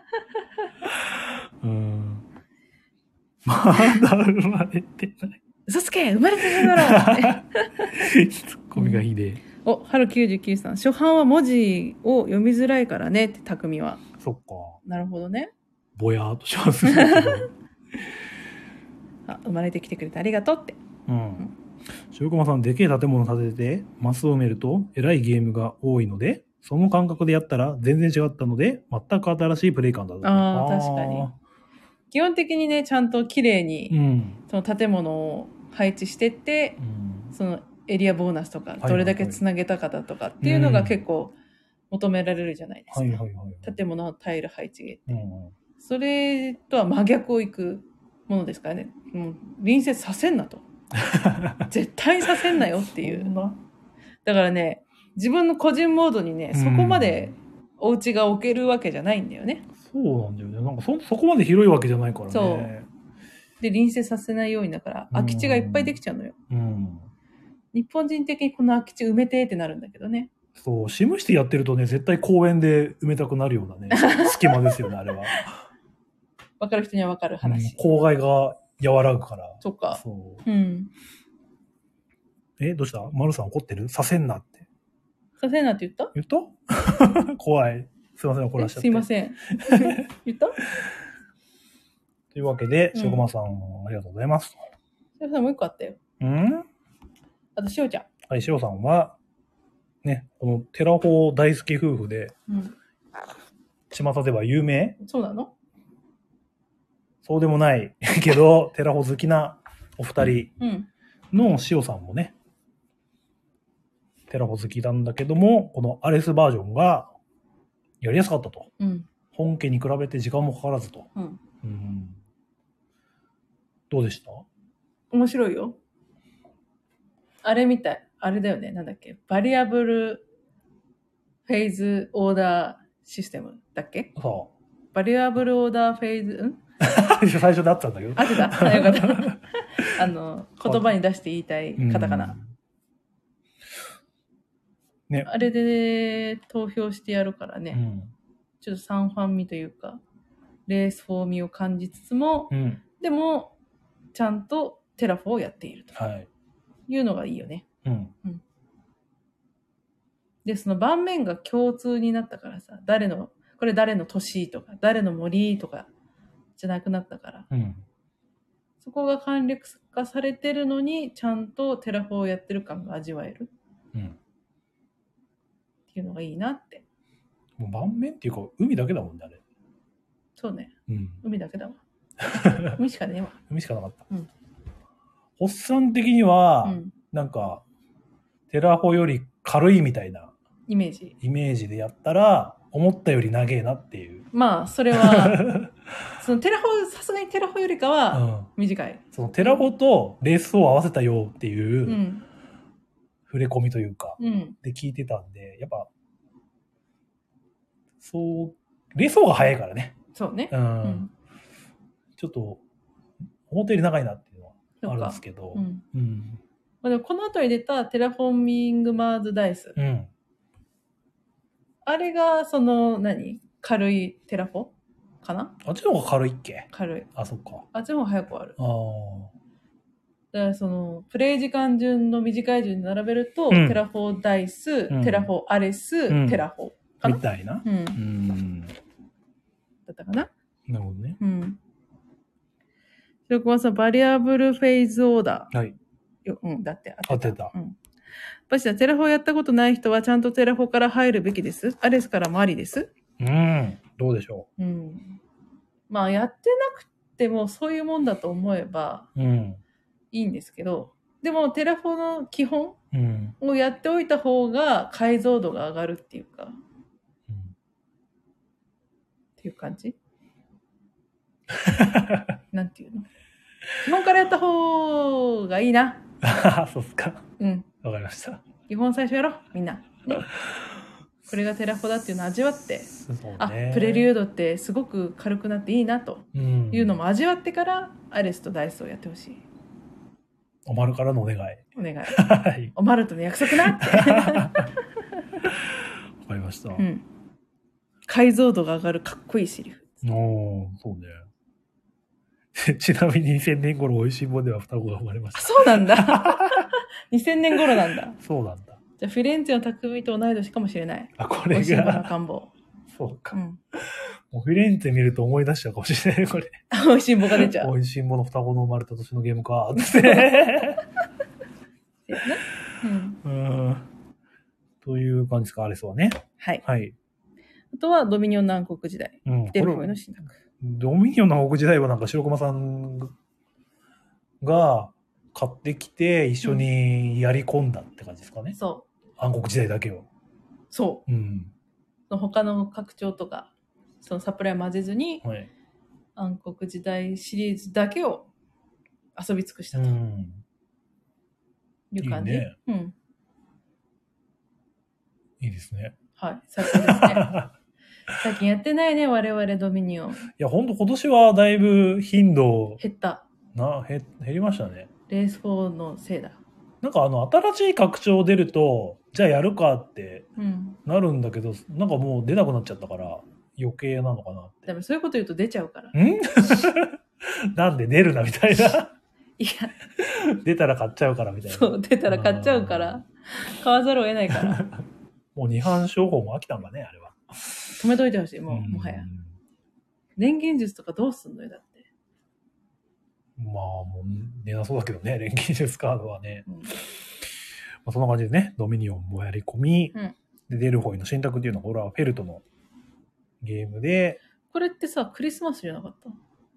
[SPEAKER 2] ろ
[SPEAKER 1] うん。まだ生まれてない。
[SPEAKER 2] う。 嘘つけ生まれてるだろうって
[SPEAKER 1] ツッコミがひでえ。
[SPEAKER 2] お、春99さん。初版は文字を読みづらいからねって、匠は。
[SPEAKER 1] そっか。
[SPEAKER 2] なるほどね。
[SPEAKER 1] ぼやーっとしますね。
[SPEAKER 2] あ、生まれてきてくれてありがとうって。
[SPEAKER 1] うん。白駒さん、でけえ建物建てて、マスを埋めると、えらいゲームが多いので、その感覚でやったら全然違ったので、全く新しいプレイ感だと。
[SPEAKER 2] あー確かに
[SPEAKER 1] あ
[SPEAKER 2] 基本的にね、ちゃんと綺
[SPEAKER 1] ー
[SPEAKER 2] 麗
[SPEAKER 1] う
[SPEAKER 2] に、
[SPEAKER 1] ん。
[SPEAKER 2] その建物を配置してって
[SPEAKER 1] う、ん
[SPEAKER 2] そのエリアボーナスとか、
[SPEAKER 1] はい
[SPEAKER 2] どれだけつなげたかだとかっていうの
[SPEAKER 1] う
[SPEAKER 2] が
[SPEAKER 1] ん
[SPEAKER 2] 結構求められるじゃないですか。
[SPEAKER 1] はいはいはい。
[SPEAKER 2] 建物のタイル配置。
[SPEAKER 1] うん
[SPEAKER 2] それとは真逆をいくものですからね。もう隣接させんな と。絶対させんなよってい
[SPEAKER 1] そん
[SPEAKER 2] う。
[SPEAKER 1] な
[SPEAKER 2] だからね、自分の個人モードにね、そこまでお家が置けるわけじゃないんだよね。
[SPEAKER 1] そうなんだよね。なんかそ、そこまで広いわけじゃないからね。
[SPEAKER 2] そうで、隣接させないようにだから、空き地がいっぱいできちゃうのよ。
[SPEAKER 1] うん。
[SPEAKER 2] 日本人的にこの空き地埋めてってなるんだけどね。
[SPEAKER 1] そう、シムシティやってるとね、絶対公園で埋めたくなるよう なね、隙間ですよね、あれは。
[SPEAKER 2] わかる人にはわかる
[SPEAKER 1] うん
[SPEAKER 2] 話。
[SPEAKER 1] 公害が和らぐから。
[SPEAKER 2] そっか。
[SPEAKER 1] そう。
[SPEAKER 2] うん。
[SPEAKER 1] え、どうした丸さん怒ってるさせんなって。
[SPEAKER 2] させんなって言った
[SPEAKER 1] 言った 怖い。すいません、怒らしちゃっ
[SPEAKER 2] え
[SPEAKER 1] て。
[SPEAKER 2] すいません。 言った
[SPEAKER 1] というわけで、
[SPEAKER 2] うん
[SPEAKER 1] しょこまさん、ありがとうございます。
[SPEAKER 2] しおさんもう一個あったよ。
[SPEAKER 1] うん
[SPEAKER 2] あとしおちゃ
[SPEAKER 1] はい、しろさんは、ね、このテラホ大好き夫婦で、
[SPEAKER 2] ん。うん。
[SPEAKER 1] 巷では有名
[SPEAKER 2] そうなの
[SPEAKER 1] そうでもないけど、 テラホ好きなお二人
[SPEAKER 2] うん。
[SPEAKER 1] のしおさんもね、テラホ好きなんだけども、このアレスバージョンが、やりやすかったと。
[SPEAKER 2] うん。
[SPEAKER 1] 本家に比べて時間もかからずと。
[SPEAKER 2] うん。
[SPEAKER 1] うん。どうでした
[SPEAKER 2] 面白いよ。あれみたい。あれだよね。なんだっけ。バリアブルフェーズオーダーシステムだっけ
[SPEAKER 1] さあ、
[SPEAKER 2] バリアブルオーダーフェーズ、ん
[SPEAKER 1] 最初最初であったんだけど。
[SPEAKER 2] 合って たよかった。あの、言葉に出して言いたいカタカナ。あれで投票してやるから
[SPEAKER 1] う
[SPEAKER 2] ね。
[SPEAKER 1] ん。
[SPEAKER 2] ちょっと三ファン味というか、レースフォーミーを感じつつも、
[SPEAKER 1] うん。
[SPEAKER 2] でも、ちゃんとテラフォをやっていると
[SPEAKER 1] はい。
[SPEAKER 2] いうのがいいよね。
[SPEAKER 1] うん。
[SPEAKER 2] で、その盤面が共通になったからさ、誰の、これ誰の年とか、誰の森とかじゃなくなったから、
[SPEAKER 1] うん。
[SPEAKER 2] そこが簡略化されてるのに、ちゃんとテラフォをやってる感が味わえる
[SPEAKER 1] うん。
[SPEAKER 2] っていうのがいいなって。
[SPEAKER 1] もう盤面っていうか、海だけだもんね、あれ。
[SPEAKER 2] そうね、
[SPEAKER 1] うん。
[SPEAKER 2] 海だ けだわ。海しかねえわ。
[SPEAKER 1] 海しかなかった。
[SPEAKER 2] うん
[SPEAKER 1] おっさん的には、
[SPEAKER 2] うん。
[SPEAKER 1] なんか、テラホより軽いみたいな
[SPEAKER 2] イメージ。
[SPEAKER 1] イメージでやったら、思ったより長えなっていう。
[SPEAKER 2] まあ、それ
[SPEAKER 1] う
[SPEAKER 2] は、
[SPEAKER 1] ん
[SPEAKER 2] そのテラホ、さすがにテラホよりかは短い。。
[SPEAKER 1] そのテラホとレースを合わせたよっていううん触れ込みというか、
[SPEAKER 2] うん。
[SPEAKER 1] で聞いてたんで、やっぱ、そう、レースの方が早いからね。
[SPEAKER 2] そうね
[SPEAKER 1] う。。
[SPEAKER 2] うんん。
[SPEAKER 1] ちょっと、思ったより長いなっていうのは
[SPEAKER 2] そ
[SPEAKER 1] あ
[SPEAKER 2] う
[SPEAKER 1] るん
[SPEAKER 2] か
[SPEAKER 1] です。けど、
[SPEAKER 2] うん。
[SPEAKER 1] うん。
[SPEAKER 2] まあ、でもこの後に出たテラフォーミングマーズダイス。
[SPEAKER 1] うん。
[SPEAKER 2] あれが、その、何軽いテラフォかな
[SPEAKER 1] あっちの方が軽いっけ
[SPEAKER 2] 軽い。
[SPEAKER 1] あ、そっか。
[SPEAKER 2] あっちの方が早く終わる。
[SPEAKER 1] ああ。
[SPEAKER 2] だからその、プレイ時間順の短い順に並べると、
[SPEAKER 1] うん
[SPEAKER 2] テラフォーダイス、
[SPEAKER 1] うん
[SPEAKER 2] テラフォーアレス、
[SPEAKER 1] ん
[SPEAKER 2] テラフォーかな
[SPEAKER 1] みたいな。
[SPEAKER 2] う
[SPEAKER 1] う
[SPEAKER 2] ん。
[SPEAKER 1] ん。
[SPEAKER 2] だったかな
[SPEAKER 1] なるほどね。
[SPEAKER 2] うん。白熊さん、バリアブルフェイズオーダ
[SPEAKER 1] はい。
[SPEAKER 2] ー。ようん、だって
[SPEAKER 1] 当
[SPEAKER 2] 当
[SPEAKER 1] て
[SPEAKER 2] てた。
[SPEAKER 1] た。
[SPEAKER 2] うん。バシさん、テラフォーやったことない人はちゃんとテラフォーから入るべきです。アレスからもありです。
[SPEAKER 1] うん。どうでしょ
[SPEAKER 2] うん。まあ、やってなくてもそういうもんだと思えば
[SPEAKER 1] う。うん。
[SPEAKER 2] いいんですけど、でもテラフォーの基本
[SPEAKER 1] うん。
[SPEAKER 2] をやっておいた方が解像度が上がるっていうか、っ
[SPEAKER 1] うん
[SPEAKER 2] ていう感じなんていうの基本からやった方がいいな。
[SPEAKER 1] あそうっすか。
[SPEAKER 2] うん。
[SPEAKER 1] わかりました。
[SPEAKER 2] 基本最初やろうみんな、 ね、これがテラフォだっていうのを味わって、
[SPEAKER 1] そうね。
[SPEAKER 2] あプレリュ
[SPEAKER 1] ー
[SPEAKER 2] ードってすごく軽くなっていいなと
[SPEAKER 1] うん
[SPEAKER 2] いうのも味わってから、アレスとダイスをやってほしい
[SPEAKER 1] おまるからのお願い。
[SPEAKER 2] お願い
[SPEAKER 1] はい。
[SPEAKER 2] おまるとの約束なって、
[SPEAKER 1] わかりました。
[SPEAKER 2] うん、解像度が上がるかっこいいセリフ
[SPEAKER 1] おー、そうね。 ちなみに2000年頃、美味しいもんでは双子が生まれまし
[SPEAKER 2] あ
[SPEAKER 1] た。
[SPEAKER 2] そうなんだ 2000年頃なんだ
[SPEAKER 1] そうなんだ。
[SPEAKER 2] じゃあフィレンツェの匠と同い年かもしれない
[SPEAKER 1] あ、こ
[SPEAKER 2] 美
[SPEAKER 1] れ
[SPEAKER 2] 味しいものの
[SPEAKER 1] が、
[SPEAKER 2] 赤ん坊、
[SPEAKER 1] そう
[SPEAKER 2] う
[SPEAKER 1] か。
[SPEAKER 2] ん、
[SPEAKER 1] もうフィレンツェ見ると思い出したかもしれない、これ。
[SPEAKER 2] 美味しい棒が出ちゃう
[SPEAKER 1] 美味しいもの双子の生まれた年のゲーム か、って。
[SPEAKER 2] ねうん、
[SPEAKER 1] うん。という感じですか、アレスはね。
[SPEAKER 2] はい
[SPEAKER 1] はい。
[SPEAKER 2] あとはドミニオン南国時代
[SPEAKER 1] うん。
[SPEAKER 2] デル
[SPEAKER 1] こ
[SPEAKER 2] フォイ
[SPEAKER 1] れ
[SPEAKER 2] の進学
[SPEAKER 1] ドミニオンの北時代はなんか白駒さんが買ってきて一緒にやり込んだって感じですかね。
[SPEAKER 2] そう
[SPEAKER 1] 暗黒時代だけを。
[SPEAKER 2] そ
[SPEAKER 1] うん。
[SPEAKER 2] う。他の拡張とか、そのサプライ混ぜずに、
[SPEAKER 1] はい。
[SPEAKER 2] 暗黒時代シリーズだけを遊び尽くした
[SPEAKER 1] う
[SPEAKER 2] とい
[SPEAKER 1] ん。
[SPEAKER 2] う感じ。
[SPEAKER 1] いいね
[SPEAKER 2] うん。
[SPEAKER 1] いいです ね。
[SPEAKER 2] はい。最高で す
[SPEAKER 1] い
[SPEAKER 2] ね。最近やってないね、我々ドミニオン。
[SPEAKER 1] や、ほんと今年はだいぶ頻度
[SPEAKER 2] 減った。
[SPEAKER 1] な、へ減りましたね。
[SPEAKER 2] レース4のせいだ。
[SPEAKER 1] なんかあの、新しい拡張出ると、じゃあやるかって
[SPEAKER 2] うん。
[SPEAKER 1] なるんだけど、なんかもう出なくなっちゃったから余計なのかなって
[SPEAKER 2] でもそういうこと言うと出ちゃうから。い
[SPEAKER 1] んなん で出るなみたいな。
[SPEAKER 2] や、
[SPEAKER 1] 出たら買っちゃうからみたいな。
[SPEAKER 2] そう、出たら買っちゃうから、買わざるを得な いから、
[SPEAKER 1] もう二版商法も飽きたんだね、あれは。
[SPEAKER 2] 止めといてほしい、もう、
[SPEAKER 1] ん
[SPEAKER 2] もはや。。電源術とかどうすんのよ、だって。
[SPEAKER 1] まあ、もう出なそうだけどね、 錬金術カードはね。
[SPEAKER 2] うん
[SPEAKER 1] まあ、そんな感じでね、ドミニオンもやり込み、
[SPEAKER 2] うん
[SPEAKER 1] で、デルホイの選択っていうのが、俺はフェルトのゲームで、
[SPEAKER 2] これってさ、クリスマスじゃなかっ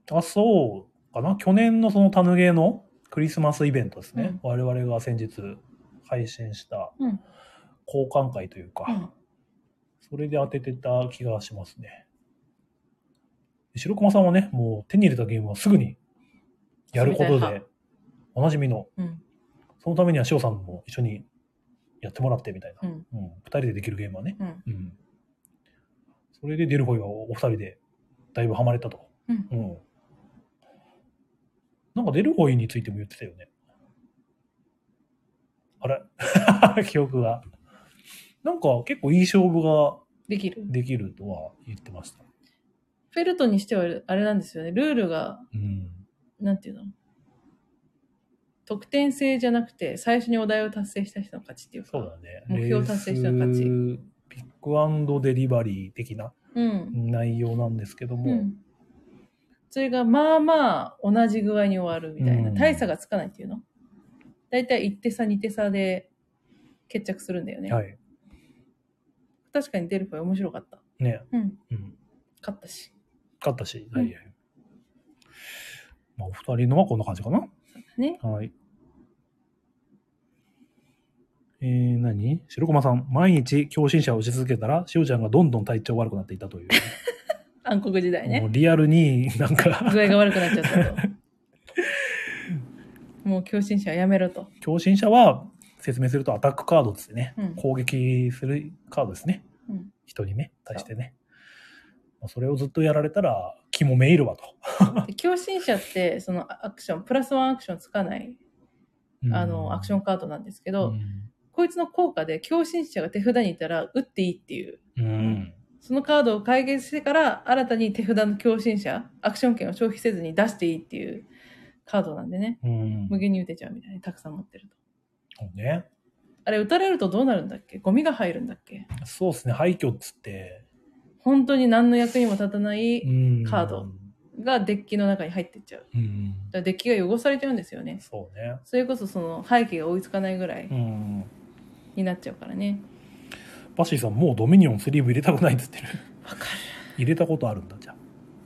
[SPEAKER 2] た
[SPEAKER 1] あ、そうかな。去年のそのタヌゲーのクリスマスイベントですね。我々が先日配信した
[SPEAKER 2] うん
[SPEAKER 1] 交換会というか、
[SPEAKER 2] うん。
[SPEAKER 1] それで当ててた気がしますね。白駒さんはね、もう手に入れたゲームはすぐにやること
[SPEAKER 2] 遊びたい
[SPEAKER 1] で、おなじみの、
[SPEAKER 2] うん。
[SPEAKER 1] そのためには塩さんも一緒にやってもらってみたいな。
[SPEAKER 2] うん。
[SPEAKER 1] うん。二人でできるゲームはね。
[SPEAKER 2] うん。
[SPEAKER 1] うん。それでデルフォイはお二人でだいぶハマれたと。
[SPEAKER 2] うん
[SPEAKER 1] うん。なんかデルフォイについても言ってたよね。あれ 記憶が。なんか結構いい勝負が
[SPEAKER 2] できる。
[SPEAKER 1] できるとは言ってました。
[SPEAKER 2] フェルトにしてはあれなんですよね。ルールが、
[SPEAKER 1] うん。
[SPEAKER 2] なんていうの得点制じゃなくて、最初にお題を達成した人の勝ちっていうか。
[SPEAKER 1] そうだね。
[SPEAKER 2] 目標達成した勝ち
[SPEAKER 1] レースピックデリバリー的な
[SPEAKER 2] うん。
[SPEAKER 1] 内容なんですけど
[SPEAKER 2] う
[SPEAKER 1] も、
[SPEAKER 2] ん。それが、まあまあ、同じ具合に終わるみたいな。
[SPEAKER 1] うん
[SPEAKER 2] 大差がつかないっていうのだいたい1手差、2手差で決着するんだよね。
[SPEAKER 1] はい。
[SPEAKER 2] 確かにデルファイ面白かった。
[SPEAKER 1] ね。
[SPEAKER 2] うん。
[SPEAKER 1] うん。
[SPEAKER 2] 勝ったし。
[SPEAKER 1] 勝ったし、
[SPEAKER 2] うん
[SPEAKER 1] はいはい。まあ、お二人のはこんな感じかな。
[SPEAKER 2] ね。
[SPEAKER 1] はい。えー、何白駒さん、毎日共振者をし続けたら、しおちゃんがどんどん体調悪くなっていた という。
[SPEAKER 2] 暗黒時代
[SPEAKER 1] も
[SPEAKER 2] ね
[SPEAKER 1] う。リアルになんか、
[SPEAKER 2] 具合が悪くなっちゃった と。もう共振者はやめろと。
[SPEAKER 1] 共振者は説明するとアタックカードっつってね、
[SPEAKER 2] うん
[SPEAKER 1] 攻撃するカードですね。
[SPEAKER 2] うん
[SPEAKER 1] 人にね、対してね。まあそれをずっとやられたら、気もめいるわと。
[SPEAKER 2] で共振者って、そのアクション、プラスワンアクションつかない、あの、アクションカードなんですけ
[SPEAKER 1] ー
[SPEAKER 2] ど、こいつの効果で共振者が手札にいたら打っていいっていう。
[SPEAKER 1] うん。うん
[SPEAKER 2] そのカードを解決してから、新たに手札の共振者、アクション権を消費せずに出していいっていうカードなんでね。
[SPEAKER 1] うん。
[SPEAKER 2] 無限に打てちゃうみたいにたくさん持ってると。
[SPEAKER 1] そうね。
[SPEAKER 2] あれ、打たれるとどうなるんだっけゴミが入るんだっけ
[SPEAKER 1] そうですね、廃墟っつって。
[SPEAKER 2] 本当に何の役にも立たない
[SPEAKER 1] うん
[SPEAKER 2] カードがデッキの中に入ってっちゃう。だか
[SPEAKER 1] うん。
[SPEAKER 2] らデッキが汚されちゃうんですよね。
[SPEAKER 1] そうね。
[SPEAKER 2] それこそその背景が追いつかないぐらい
[SPEAKER 1] うん。
[SPEAKER 2] になっちゃうからね。
[SPEAKER 1] バッシーさん、もうドミニオンスリーブ入れたくないっつってる。
[SPEAKER 2] わかる。
[SPEAKER 1] 入れたことあるんだ、じゃあ。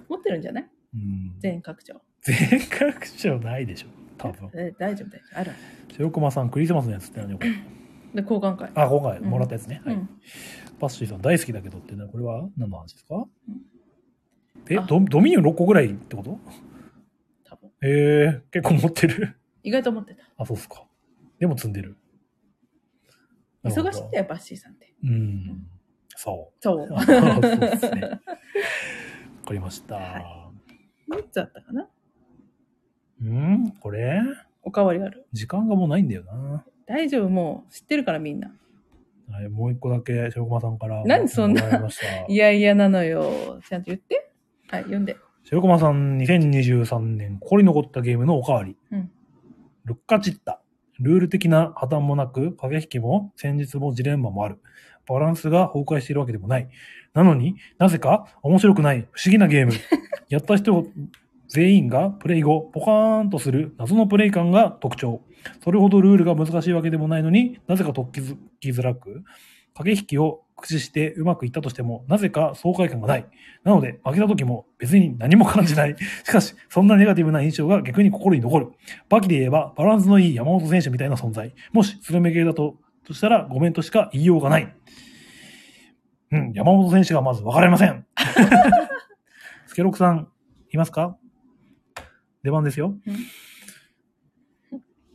[SPEAKER 2] 持ってるんじゃない
[SPEAKER 1] うん。
[SPEAKER 2] 全拡張。
[SPEAKER 1] 全拡張ないでしょ、多分。
[SPEAKER 2] え大丈夫大丈夫。あるあ
[SPEAKER 1] 白駒さん、クリスマスのやつって何これ。
[SPEAKER 2] る。で、交換会。
[SPEAKER 1] あ、今回もらったやつね。
[SPEAKER 2] う
[SPEAKER 1] はい。
[SPEAKER 2] ん。
[SPEAKER 1] バッシーさん、大好きだけどってね、これは何の話ですか
[SPEAKER 2] ん
[SPEAKER 1] え
[SPEAKER 2] あ
[SPEAKER 1] ド、ドミニオン6個ぐらいってこと
[SPEAKER 2] 多分。
[SPEAKER 1] えー、結構持ってる。
[SPEAKER 2] 意外と持ってた。
[SPEAKER 1] あ、そうっすか。でも積んでる。
[SPEAKER 2] 忙しいんだ
[SPEAKER 1] よ。
[SPEAKER 2] よ、バッシーさんって。
[SPEAKER 1] うん。そう。
[SPEAKER 2] そう。
[SPEAKER 1] あそうですね。わかりました。
[SPEAKER 2] は3つあったかな
[SPEAKER 1] うんこれ
[SPEAKER 2] おかわりある。
[SPEAKER 1] 時間がもうないんだよな。
[SPEAKER 2] 大丈夫、もう知ってるからみんな。
[SPEAKER 1] はい、もう一個だけ、白駒さんから。
[SPEAKER 2] 何そんな
[SPEAKER 1] もらいま した
[SPEAKER 2] いやいやなのよ。ちゃんと言って。はい、読んで。
[SPEAKER 1] 白駒さん、2023年、ここに残ったゲームのおかわり。
[SPEAKER 2] うん
[SPEAKER 1] ルッカチッタ。ルール的な破綻もなく、駆け引きも戦術もジレンマもある。バランスが崩壊しているわけでもない。なのになぜか面白くない不思議なゲーム。 やった人全員がプレイ後、ポカーンとする謎のプレイ感が特徴。それほどルールが難しいわけでもないのになぜか解きづきづらく、駆け引きを駆使してうまくいったとしても、なぜか爽快感がない。なので、負けた時も別に何も感じない。 しかし、そんなネガティブな印象が逆に心に残る。バキで言えば、バランスのいい山本選手みたいな存在。もし、スルメ系だと、としたら、ごめんとしか言いようがない。うん、山本選手がまず分かりませ ん。スケロクさん、いますか出番ですよ。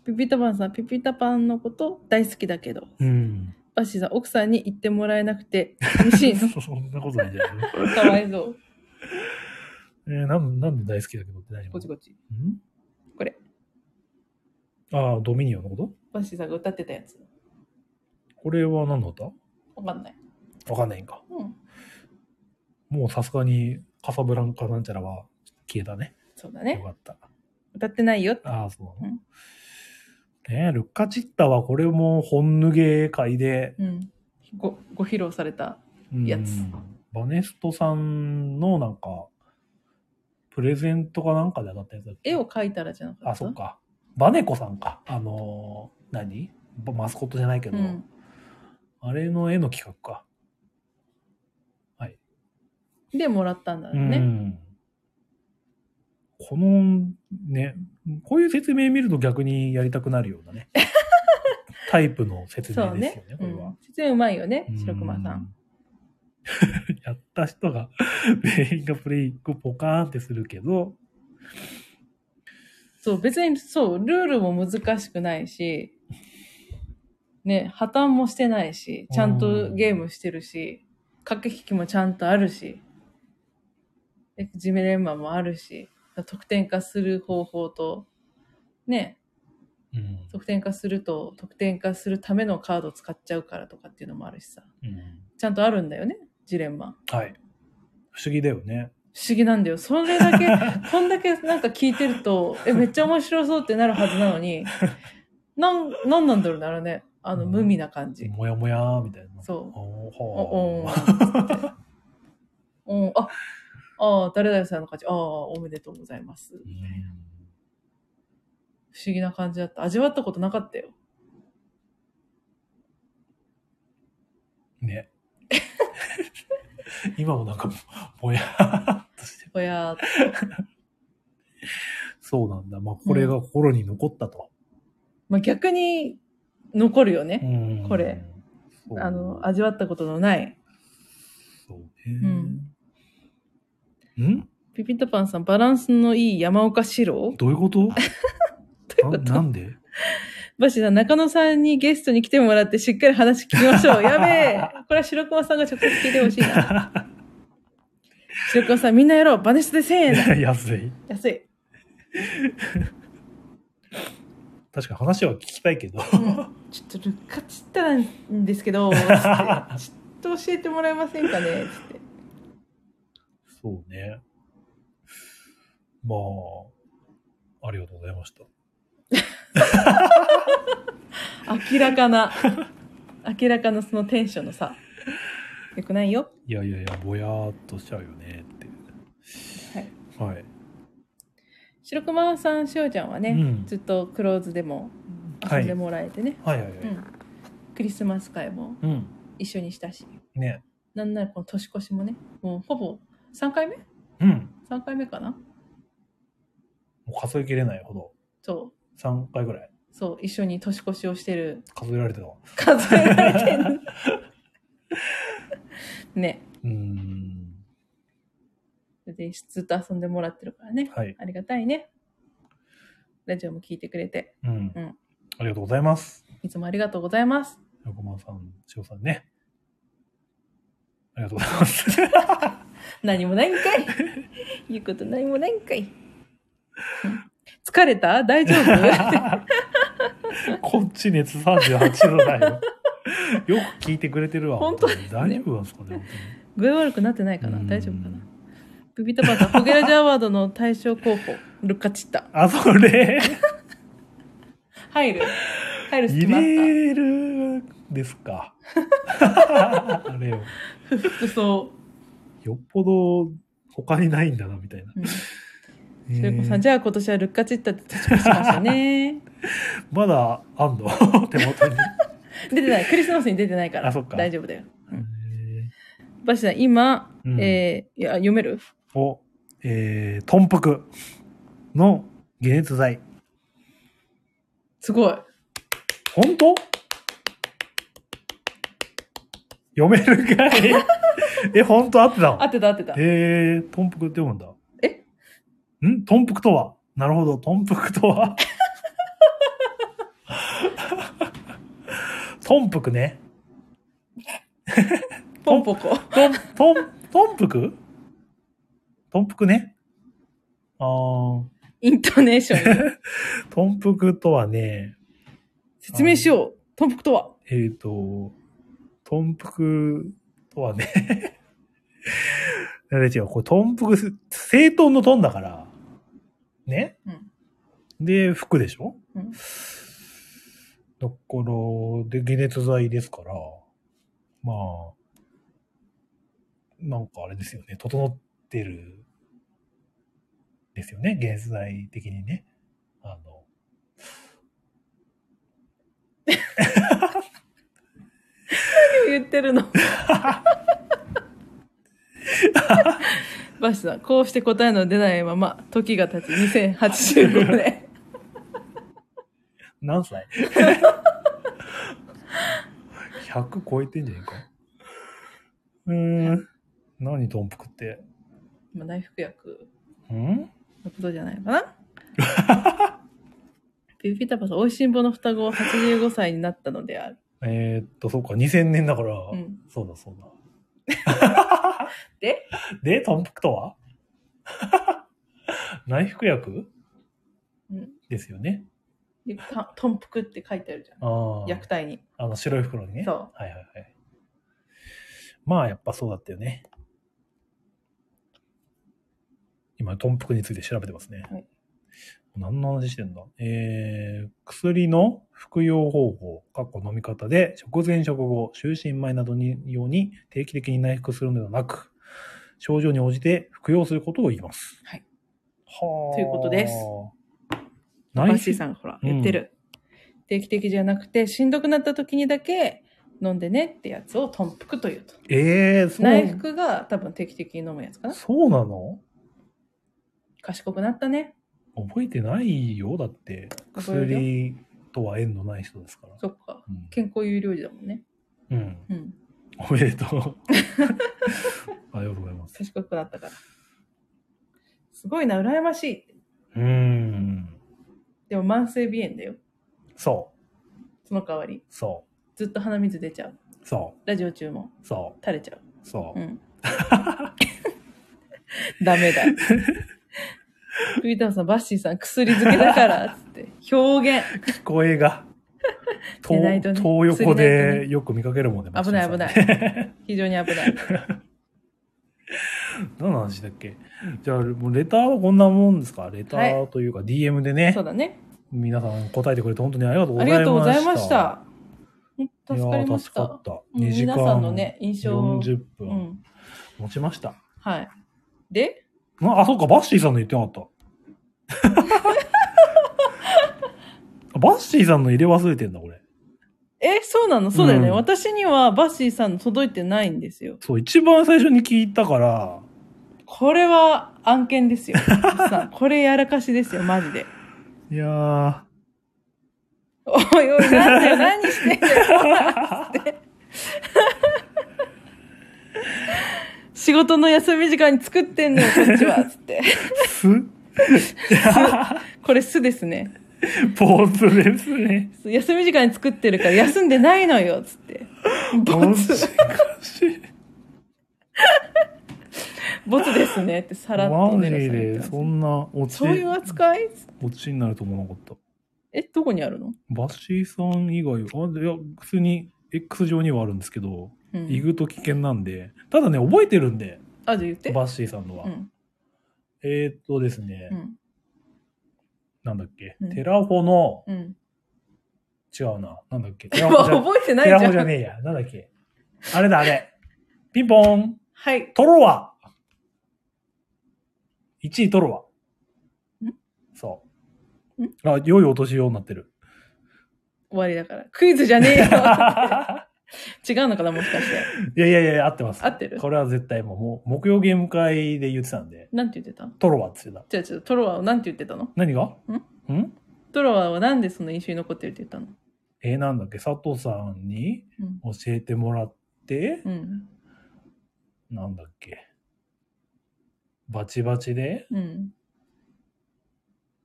[SPEAKER 2] ピピタパンさん、ピピタパンのこと大好きだけど。
[SPEAKER 1] うん。
[SPEAKER 2] バッシーさん、奥さんに言ってもらえなくて寂し いの。
[SPEAKER 1] そそんなことないじゃないの
[SPEAKER 2] かわいそう。
[SPEAKER 1] えーなん、なんで大好きだけどって何
[SPEAKER 2] こっちこっち。
[SPEAKER 1] ん
[SPEAKER 2] これ。
[SPEAKER 1] ああ、ドミニオンのこと
[SPEAKER 2] バッシーさんが歌ってたやつ。
[SPEAKER 1] これは何だった
[SPEAKER 2] わかんない。
[SPEAKER 1] わかんないんか。
[SPEAKER 2] うん。
[SPEAKER 1] もうさすがにカサブランカなんちゃらは消えたね。
[SPEAKER 2] そうだ
[SPEAKER 1] よ
[SPEAKER 2] ね。
[SPEAKER 1] かった。
[SPEAKER 2] 歌ってないよ。
[SPEAKER 1] ああ、そうな
[SPEAKER 2] う
[SPEAKER 1] の
[SPEAKER 2] ん。
[SPEAKER 1] ねえ、ルッカチッタはこれも本脱げ会で、
[SPEAKER 2] うん。ご、ご披露された。
[SPEAKER 1] うん
[SPEAKER 2] やつ
[SPEAKER 1] バネストさんのなんか、プレゼントかなんかで当たったやつだっけ
[SPEAKER 2] 絵を描いたらじゃなかった。
[SPEAKER 1] あ、そっ。か。バネコさんか。あのー何ばマスコットじゃないけ
[SPEAKER 2] う
[SPEAKER 1] ど、
[SPEAKER 2] ん。
[SPEAKER 1] あれの絵の企画か。
[SPEAKER 2] で、もらったんだ
[SPEAKER 1] う
[SPEAKER 2] ろうね。
[SPEAKER 1] ん。この、ね、こういう説明見ると逆にやりたくなるような ね。タイプの説
[SPEAKER 2] そ
[SPEAKER 1] 明
[SPEAKER 2] う
[SPEAKER 1] ですよ
[SPEAKER 2] ね
[SPEAKER 1] ね、。こ
[SPEAKER 2] う
[SPEAKER 1] れは
[SPEAKER 2] ん。。説明うまいよね、白熊さ。
[SPEAKER 1] うんん。 やった人が、全員がプレイをポカーンってするけど、
[SPEAKER 2] そう、別に、そう、ルールも難しくないし、ね、破綻もしてないし、ちゃんとゲームしてるし、駆け引きもちゃんとあるし、でジメレンマもあるし、得点化する方法と、ね、
[SPEAKER 1] うん
[SPEAKER 2] 得点化すると、得点化するためのカードを使っちゃうからとかっていうのもあるしさ、
[SPEAKER 1] うん
[SPEAKER 2] ちゃんとあるんだよね、ジレンマ。
[SPEAKER 1] はい。不思議だよね。
[SPEAKER 2] 不思議なんだよ。それだけ、 こんだけなんか聞いてると、え、めっちゃ面白そうってなるはずな のに、なん、なんなんだろうね、あれね。あの、
[SPEAKER 1] うん
[SPEAKER 2] 無味な感じ。
[SPEAKER 1] もやもやーみたいな。
[SPEAKER 2] そう
[SPEAKER 1] おー
[SPEAKER 2] お、お
[SPEAKER 1] はー
[SPEAKER 2] ーん。おーん、あ、あー誰々さんの勝ち。ああ、おめでとうございます。
[SPEAKER 1] う
[SPEAKER 2] 不
[SPEAKER 1] ん
[SPEAKER 2] 思議な感じだった。味わったことなかったよ。
[SPEAKER 1] ね。今もなんかも、もやーっとしてる。
[SPEAKER 2] ほやーって
[SPEAKER 1] そうなんだ。まあ、これが心に残ったと。
[SPEAKER 2] まあ、逆に、残るよね。
[SPEAKER 1] うん
[SPEAKER 2] これ。
[SPEAKER 1] そう
[SPEAKER 2] あの、味わったことのない。
[SPEAKER 1] そうね。
[SPEAKER 2] ん
[SPEAKER 1] うん
[SPEAKER 2] ピピタパンさん、バランスのいい山岡四郎
[SPEAKER 1] どういうこと
[SPEAKER 2] ういうこと
[SPEAKER 1] ななん で
[SPEAKER 2] バシさん、中野さんにゲストに来てもらってしっかり話聞き ましょう。やべえこれは白熊さんが直接聞いてほしいな。白熊さん、みんなやろうバネスで1000円だ
[SPEAKER 1] 安い。
[SPEAKER 2] 安い。
[SPEAKER 1] 確かに話は聞きたいけ ど。
[SPEAKER 2] ちょっとルッカチったらんですけど、つってちょっと教えてもらえませんかねつって。
[SPEAKER 1] そうね。まあ、ありがとうございました。
[SPEAKER 2] 明らかな、明らかなそのテンションのさ。よくないよ。
[SPEAKER 1] いやいやいや、ぼやーっとしちゃうよねっ
[SPEAKER 2] はい。
[SPEAKER 1] て。はい。
[SPEAKER 2] 白熊さん、しおちゃんはね、
[SPEAKER 1] うん
[SPEAKER 2] ずっとクローズでも遊んでもらえてね。
[SPEAKER 1] はいはいは
[SPEAKER 2] う
[SPEAKER 1] い。
[SPEAKER 2] ん。クリスマス会も
[SPEAKER 1] うん。
[SPEAKER 2] 一緒にしたし、
[SPEAKER 1] ね。
[SPEAKER 2] なんならこの年越しもね、もうほぼ3回目
[SPEAKER 1] うん。
[SPEAKER 2] ?3 回目かな
[SPEAKER 1] もう数えきれないほど。
[SPEAKER 2] そ。
[SPEAKER 1] 3回ぐらいう
[SPEAKER 2] そう、一緒に年越しをしてる、
[SPEAKER 1] 数えられてたわ。
[SPEAKER 2] 数えられて る。ね。
[SPEAKER 1] うーん。
[SPEAKER 2] で、ずっと遊んでもらってるからね。
[SPEAKER 1] はい。
[SPEAKER 2] ありがたいね。ラジオも聞いてくれて、
[SPEAKER 1] うん。
[SPEAKER 2] うん
[SPEAKER 1] ありがとうございます。
[SPEAKER 2] いつもありがとうございます。
[SPEAKER 1] 横間さん、千代さんね。ありがとうござい ます。
[SPEAKER 2] 何もないん かい言うこと何もないんかいうん疲れた大丈 夫
[SPEAKER 1] こっち熱38度だ よ。よく聞いてくれてるわ。
[SPEAKER 2] 本当
[SPEAKER 1] に大丈夫なんですかね、
[SPEAKER 2] 具合悪くなってないか
[SPEAKER 1] 本当
[SPEAKER 2] な
[SPEAKER 1] に。
[SPEAKER 2] 大丈夫か
[SPEAKER 1] う
[SPEAKER 2] なんブビタパンさん、ホゲラジアワードの対象候補、ルカチッタ。
[SPEAKER 1] あ、そ れ、
[SPEAKER 2] 入る入る隙
[SPEAKER 1] 入
[SPEAKER 2] 間あっ
[SPEAKER 1] れるですか。 あれよ。
[SPEAKER 2] た。服装。
[SPEAKER 1] よっぽど他にないんだな、みたいな。
[SPEAKER 2] うん。
[SPEAKER 1] え
[SPEAKER 2] それこそさん、
[SPEAKER 1] ー
[SPEAKER 2] じゃあ今年はルッカチッタって年越しまし たね。
[SPEAKER 1] まだあんの 手元に。
[SPEAKER 2] 出てない。クリスマスに出てないから。
[SPEAKER 1] あそっか
[SPEAKER 2] 大丈夫だよ。
[SPEAKER 1] え
[SPEAKER 2] バシさん、今、
[SPEAKER 1] うん
[SPEAKER 2] えーいや、読める
[SPEAKER 1] ーお、えー、トンプクの解熱剤。
[SPEAKER 2] すごい。
[SPEAKER 1] 本当読めるかい え、本当合ってたの
[SPEAKER 2] 合ってた合ってた。
[SPEAKER 1] えー、トンプクって読むんだ。
[SPEAKER 2] え
[SPEAKER 1] んトンプクとはなるほど、トンプクとは。 トンプクね。
[SPEAKER 2] ポンポコ。
[SPEAKER 1] トン、トン、トンプクトンプクね。あー、
[SPEAKER 2] イントネーション。
[SPEAKER 1] トンプクとはね、
[SPEAKER 2] 説明しよう。トンポクとは。
[SPEAKER 1] えっ、ー、と、トンプクとはね、 あれ違う、これトンプクす、正当のトンだから、ね、で、服でしょ
[SPEAKER 2] うん
[SPEAKER 1] だから、で、解熱剤ですから、まあ、なんかあれですよね、整ってる、ですよね、解熱剤的にね。あの、
[SPEAKER 2] 何を言って るのバシさん、こうして答えの出ないまま、時が経ち2085年。
[SPEAKER 1] 何歳 ?100 超えてんじゃねえか。うーん。何、トンプクって。
[SPEAKER 2] まあ、内服薬
[SPEAKER 1] ん
[SPEAKER 2] のことじゃないかな ピピタパさん、おいしんぼの双子は85歳になったのである。
[SPEAKER 1] えー、っと、そうか、2000年だから、
[SPEAKER 2] うん
[SPEAKER 1] そうだそうだ。
[SPEAKER 2] で
[SPEAKER 1] で、トンプクとは 内服薬
[SPEAKER 2] うん
[SPEAKER 1] ですよね。
[SPEAKER 2] でたトンプクって書いてあるじゃん。
[SPEAKER 1] ああ。
[SPEAKER 2] 薬体に。
[SPEAKER 1] あの、白い袋にね。
[SPEAKER 2] そう
[SPEAKER 1] はいはいはい。まあ、やっぱそうだったよね。今、トンプクについて調べてますね。
[SPEAKER 2] はい
[SPEAKER 1] 何の話してんだえー、薬の服用方法、かっこ飲み方で、食前食後、就寝前などにように定期的に内服するのではなく、症状に応じて服用することを言います。
[SPEAKER 2] はい。
[SPEAKER 1] はあ。
[SPEAKER 2] ということです。
[SPEAKER 1] 内
[SPEAKER 2] バッシー
[SPEAKER 1] 服
[SPEAKER 2] さんがほら、
[SPEAKER 1] うん
[SPEAKER 2] 言ってる。定期的じゃなくて、しんどくなった時にだけ飲んでねってやつをトンプクというと。
[SPEAKER 1] えー、そう。
[SPEAKER 2] 内服が多分定期的に飲むやつかな。
[SPEAKER 1] そうなの
[SPEAKER 2] 賢くなったね。
[SPEAKER 1] 覚えてないよだって
[SPEAKER 2] 覚える
[SPEAKER 1] 薬とは縁のない人ですから。
[SPEAKER 2] そっか。
[SPEAKER 1] うん
[SPEAKER 2] 健康有料児だもんね。
[SPEAKER 1] うん。
[SPEAKER 2] うん。
[SPEAKER 1] おめでとう。 ありがとうございます。
[SPEAKER 2] 賢くなったから。すごいな、羨ましい。
[SPEAKER 1] うーん。
[SPEAKER 2] でも慢性鼻炎だよ。
[SPEAKER 1] そ
[SPEAKER 2] その代わり。
[SPEAKER 1] う、そ
[SPEAKER 2] ずっと鼻水出ちゃう。
[SPEAKER 1] う、そ
[SPEAKER 2] ラジオ中も
[SPEAKER 1] う、そ
[SPEAKER 2] 垂れちゃう。
[SPEAKER 1] う、そうう。
[SPEAKER 2] ん。ダメだ。ピーターさん、バッシーさん、薬漬けだから、つって。表現。
[SPEAKER 1] 聞こえが。
[SPEAKER 2] 寝ないと
[SPEAKER 1] 東
[SPEAKER 2] ね
[SPEAKER 1] 東横
[SPEAKER 2] 薬ないと
[SPEAKER 1] でよく見かけるもんね。。
[SPEAKER 2] 危ない危ないい。非常に 危ない。
[SPEAKER 1] 何の話だっけじゃあ、もうレターはこんなもんですかレタ
[SPEAKER 2] は
[SPEAKER 1] ーというか DM でね
[SPEAKER 2] そう、だね。
[SPEAKER 1] 皆さん答えてくれて本当にありがとうご
[SPEAKER 2] あ
[SPEAKER 1] ざい
[SPEAKER 2] り
[SPEAKER 1] ました。
[SPEAKER 2] がと
[SPEAKER 1] い
[SPEAKER 2] うございました。助
[SPEAKER 1] や
[SPEAKER 2] かりま
[SPEAKER 1] ー
[SPEAKER 2] し
[SPEAKER 1] 助か
[SPEAKER 2] た
[SPEAKER 1] っ。た。
[SPEAKER 2] うん
[SPEAKER 1] 2時間
[SPEAKER 2] 皆さんのね、印象を。
[SPEAKER 1] 40
[SPEAKER 2] う
[SPEAKER 1] 分
[SPEAKER 2] ん。
[SPEAKER 1] 持ちました。
[SPEAKER 2] はい。で
[SPEAKER 1] あ、あそうか、バッシーさんの言ってなか った。バッシーさんの入れ忘れてんだ、これ。
[SPEAKER 2] え、そうなのそうだよね、
[SPEAKER 1] うん
[SPEAKER 2] 私にはバッシーさんの届いてないんですよ。
[SPEAKER 1] そう、一番最初に聞いたから、
[SPEAKER 2] これは案件ですよ。さんこれやらかしですよ、マジで。
[SPEAKER 1] いやー、
[SPEAKER 2] おいおい、なんだよ、何してんだよ、つって。仕事の休み時間に作ってんのよ、こっちは、つって。
[SPEAKER 1] す、
[SPEAKER 2] これ素ですね。
[SPEAKER 1] ポーズですね。
[SPEAKER 2] 休み時間に作ってるから休んでないのよ、つって。ボ
[SPEAKER 1] もし
[SPEAKER 2] ツ、
[SPEAKER 1] かし、
[SPEAKER 2] ボツですね、ってさらっと
[SPEAKER 1] マ
[SPEAKER 2] ね
[SPEAKER 1] ジ
[SPEAKER 2] らさん言って
[SPEAKER 1] で、
[SPEAKER 2] ます
[SPEAKER 1] そんなオチ
[SPEAKER 2] そう、いう扱い
[SPEAKER 1] オチになると思わなかった。
[SPEAKER 2] え、どこにあるの
[SPEAKER 1] バッシーさん以外、あ、いや、普通に X 上にはあるんですけど、
[SPEAKER 2] う
[SPEAKER 1] 行
[SPEAKER 2] ん。
[SPEAKER 1] くと危険なんで、ただね、覚えてるんで、
[SPEAKER 2] あ、じゃあ言って。
[SPEAKER 1] バッシーさんのは。
[SPEAKER 2] うん。
[SPEAKER 1] えー、っとですね、
[SPEAKER 2] うん。
[SPEAKER 1] なんだっけ、
[SPEAKER 2] うん
[SPEAKER 1] テラフォの、
[SPEAKER 2] うん。
[SPEAKER 1] 違うな、なんだっ け、テラフォじゃ
[SPEAKER 2] 覚えてない
[SPEAKER 1] テ
[SPEAKER 2] じ
[SPEAKER 1] ラ
[SPEAKER 2] ゃ
[SPEAKER 1] フォじゃ
[SPEAKER 2] ん。
[SPEAKER 1] ねえや、なんだっけ。あれだ、あれ。ピンポーン、
[SPEAKER 2] はい。
[SPEAKER 1] トロワ。1位トロワ
[SPEAKER 2] ん。
[SPEAKER 1] そ
[SPEAKER 2] ん
[SPEAKER 1] う。あ、良いお年ようになって る。
[SPEAKER 2] 終わりだから。クイズじ ゃねえよ。
[SPEAKER 1] いや
[SPEAKER 2] 違うのかな、もしかして。
[SPEAKER 1] いやいや、合ってます。
[SPEAKER 2] 合ってる
[SPEAKER 1] これは絶対もう、もう木曜ゲーム会で言ってたんで、
[SPEAKER 2] なんて言ってた
[SPEAKER 1] トロワって言ってた。
[SPEAKER 2] じゃあちょっとトロワをなんて言ってたの
[SPEAKER 1] 何がんん
[SPEAKER 2] トロワはなんでその印象に残ってるって言ったの
[SPEAKER 1] えー、なんだっけ、佐藤さんに
[SPEAKER 2] うん。
[SPEAKER 1] 教えてもらって、
[SPEAKER 2] うん。
[SPEAKER 1] なんだっけ。バチバチで、
[SPEAKER 2] うん。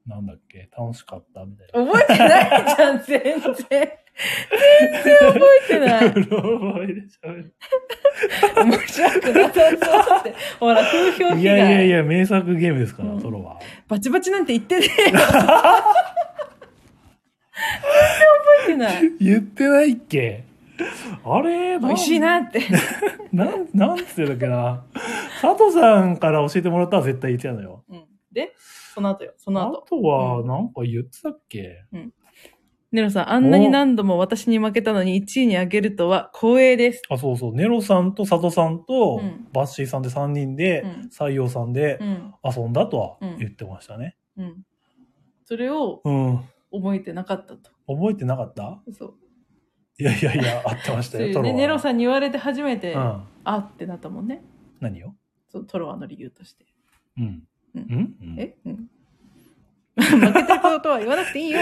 [SPEAKER 1] なんだっけ、楽しかったみたいな。
[SPEAKER 2] 覚えてないじゃん、全然。全然覚えてな
[SPEAKER 1] うろ覚えで喋る
[SPEAKER 2] い。面白くなさそうって。ほら、風評被害。
[SPEAKER 1] いやいやいや、名作ゲームですから、
[SPEAKER 2] うん
[SPEAKER 1] トロは。
[SPEAKER 2] バチバチなんて言ってねえよ。全然覚えてない。
[SPEAKER 1] 言ってないっけあれ
[SPEAKER 2] 美味しい。なって。
[SPEAKER 1] なん、なんつってたっけな。佐藤さんから教えてもらったら絶対言ってたのよ。
[SPEAKER 2] うん。で、その後よ、その
[SPEAKER 1] あ
[SPEAKER 2] 後。
[SPEAKER 1] とは、なんか言ってたっけ
[SPEAKER 2] ネロさん、あんなに何度も私に負けたのに1位に上げるとは光栄です。
[SPEAKER 1] あ、そうそう。ネロさんと佐藤さんと
[SPEAKER 2] うん
[SPEAKER 1] バッシーさんで3人で
[SPEAKER 2] う、ん。
[SPEAKER 1] 採用さんで
[SPEAKER 2] うん。
[SPEAKER 1] 遊んだとは
[SPEAKER 2] うん
[SPEAKER 1] 言ってましたね。
[SPEAKER 2] うん。それを
[SPEAKER 1] うん。
[SPEAKER 2] 覚えてなかったと。
[SPEAKER 1] 覚えてなかった
[SPEAKER 2] そう。
[SPEAKER 1] いやいやいや、合ってまし
[SPEAKER 2] そ
[SPEAKER 1] た
[SPEAKER 2] う
[SPEAKER 1] よ、
[SPEAKER 2] いう
[SPEAKER 1] トロ
[SPEAKER 2] ね、
[SPEAKER 1] は。
[SPEAKER 2] ネロさんに言われて初めて、
[SPEAKER 1] うん。
[SPEAKER 2] あってなったもんね。
[SPEAKER 1] 何よ
[SPEAKER 2] そのトロワの理由として。
[SPEAKER 1] うん。
[SPEAKER 2] うん
[SPEAKER 1] んうん
[SPEAKER 2] えうん。 負けたことは言わなくていいよ。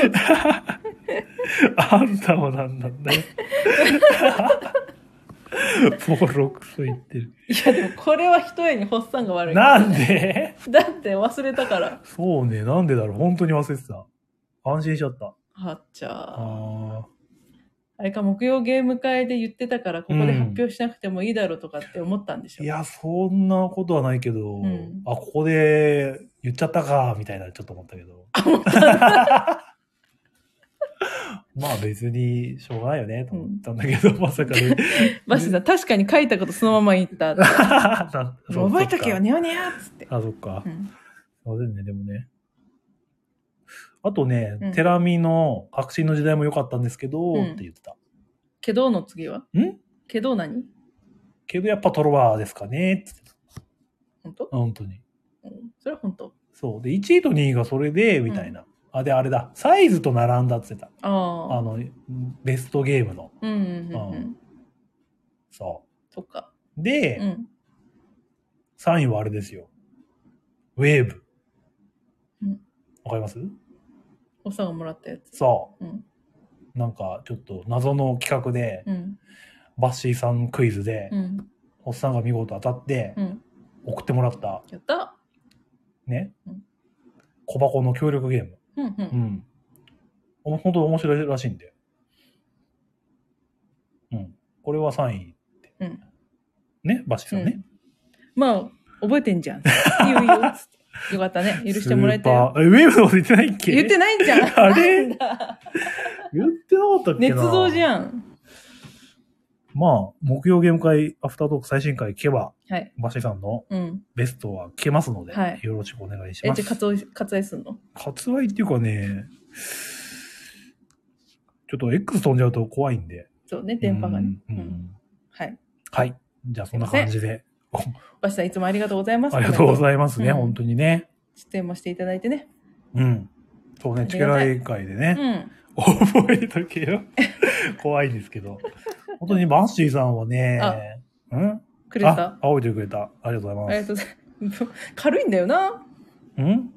[SPEAKER 1] あん たもなんなん だよ。ボロクソ言ってる。
[SPEAKER 2] いや、でもこれは一重にホッサンが悪い。
[SPEAKER 1] なんで
[SPEAKER 2] だって忘れたから。
[SPEAKER 1] そうね、なんでだろう。本当に忘れてた。安心しちゃった。
[SPEAKER 2] はっちゃー。
[SPEAKER 1] あ
[SPEAKER 2] あれか、木曜ゲーム会で言ってたから、ここで発表しなくてもいいだろうとかって思ったんでし
[SPEAKER 1] ー
[SPEAKER 2] ょ。
[SPEAKER 1] いや、そんなことはないけど、
[SPEAKER 2] ん
[SPEAKER 1] あ、ここで言っちゃったか、みたいな、ちょっと思ったけ ど。 まあ別にしょうがないよね、と思ったんだけど、まさか ね。
[SPEAKER 2] バシさん、確かに書いたことそのまま 言った。
[SPEAKER 1] なそう
[SPEAKER 2] 覚えと
[SPEAKER 1] そっ
[SPEAKER 2] けよ、
[SPEAKER 1] か
[SPEAKER 2] ニャニャっつって。
[SPEAKER 1] あ、そっか
[SPEAKER 2] う。
[SPEAKER 1] すい
[SPEAKER 2] ん。
[SPEAKER 1] ませんね、でもね。あとね、
[SPEAKER 2] うん
[SPEAKER 1] テラミの革新の時代も良かったんですけど、
[SPEAKER 2] うん
[SPEAKER 1] って言ってた。
[SPEAKER 2] けどの次は
[SPEAKER 1] ん
[SPEAKER 2] けど何
[SPEAKER 1] けどやっぱトロワーですかねって言ってた。
[SPEAKER 2] 本当
[SPEAKER 1] 本当に。
[SPEAKER 2] うん。それは本当。
[SPEAKER 1] そう。で、1位と2位がそれで、みたいな。あ、で、あれだ。サイズと並んだって言ってた。あ
[SPEAKER 2] ああ。
[SPEAKER 1] の、ベストゲームの。
[SPEAKER 2] うんうんうんう。
[SPEAKER 1] うんそ
[SPEAKER 2] そっか。
[SPEAKER 1] う。で、
[SPEAKER 2] うん。
[SPEAKER 1] 3位はあれですよ。ウェーブ
[SPEAKER 2] うん。
[SPEAKER 1] わかります
[SPEAKER 2] ホッサンがもらったやつ。
[SPEAKER 1] そ
[SPEAKER 2] うん。
[SPEAKER 1] う。なんかちょっと謎の企画で、
[SPEAKER 2] うん。
[SPEAKER 1] バッシーさんクイズで、
[SPEAKER 2] うん。
[SPEAKER 1] おっさんが見事当たって
[SPEAKER 2] う、ん。
[SPEAKER 1] 送ってもらった、
[SPEAKER 2] やった。
[SPEAKER 1] ね
[SPEAKER 2] うん、
[SPEAKER 1] 小箱の協力ゲーム。
[SPEAKER 2] うんう。
[SPEAKER 1] うんん。お本当に面白いらしいんで。うん。これは3位って。
[SPEAKER 2] うん
[SPEAKER 1] ね、バッシーさんね。
[SPEAKER 2] まあ、覚えてんじゃん。言うよ。 つってよかったね。許してもらえた
[SPEAKER 1] スー
[SPEAKER 2] よ。
[SPEAKER 1] パーえ、ウェーブのこと言ってないっけ
[SPEAKER 2] 言ってないんじゃん。
[SPEAKER 1] あれ
[SPEAKER 2] なんだ
[SPEAKER 1] 言ってなかったっけな
[SPEAKER 2] 捏造じ
[SPEAKER 1] ん。
[SPEAKER 2] ゃん。
[SPEAKER 1] まあ、木曜ゲーム会、アフタートーク最新回聞けば、
[SPEAKER 2] はい。
[SPEAKER 1] バッシーさんの
[SPEAKER 2] うん。
[SPEAKER 1] ベストは聞けますので、
[SPEAKER 2] はい
[SPEAKER 1] よろしくお願いし
[SPEAKER 2] え、
[SPEAKER 1] ま
[SPEAKER 2] じ
[SPEAKER 1] す
[SPEAKER 2] ゃあ、。割愛、割愛すんの
[SPEAKER 1] 割愛っていうかね、ちょっと X 飛んじゃうと怖いんで。
[SPEAKER 2] そうね、電波がね。
[SPEAKER 1] う
[SPEAKER 2] うんん。はい。
[SPEAKER 1] はい。じゃあそんな感じで。
[SPEAKER 2] バシさん、いつもありがとうございます。
[SPEAKER 1] ありがとうございますね、
[SPEAKER 2] うん
[SPEAKER 1] 本当にね。
[SPEAKER 2] 出演もしていただいてね。
[SPEAKER 1] うん。そうね、
[SPEAKER 2] あ
[SPEAKER 1] チケ
[SPEAKER 2] りが
[SPEAKER 1] ラ
[SPEAKER 2] たい
[SPEAKER 1] 委会で
[SPEAKER 2] う
[SPEAKER 1] ね、
[SPEAKER 2] ん。
[SPEAKER 1] 覚えとけよ。 怖いんですけど。本当にバッシーさんはね、うん
[SPEAKER 2] くれた。
[SPEAKER 1] あ、青いてくれた。ありがとうご
[SPEAKER 2] あ
[SPEAKER 1] ざ
[SPEAKER 2] り
[SPEAKER 1] いま
[SPEAKER 2] がとうございます。 軽いんだよな。
[SPEAKER 1] す。うん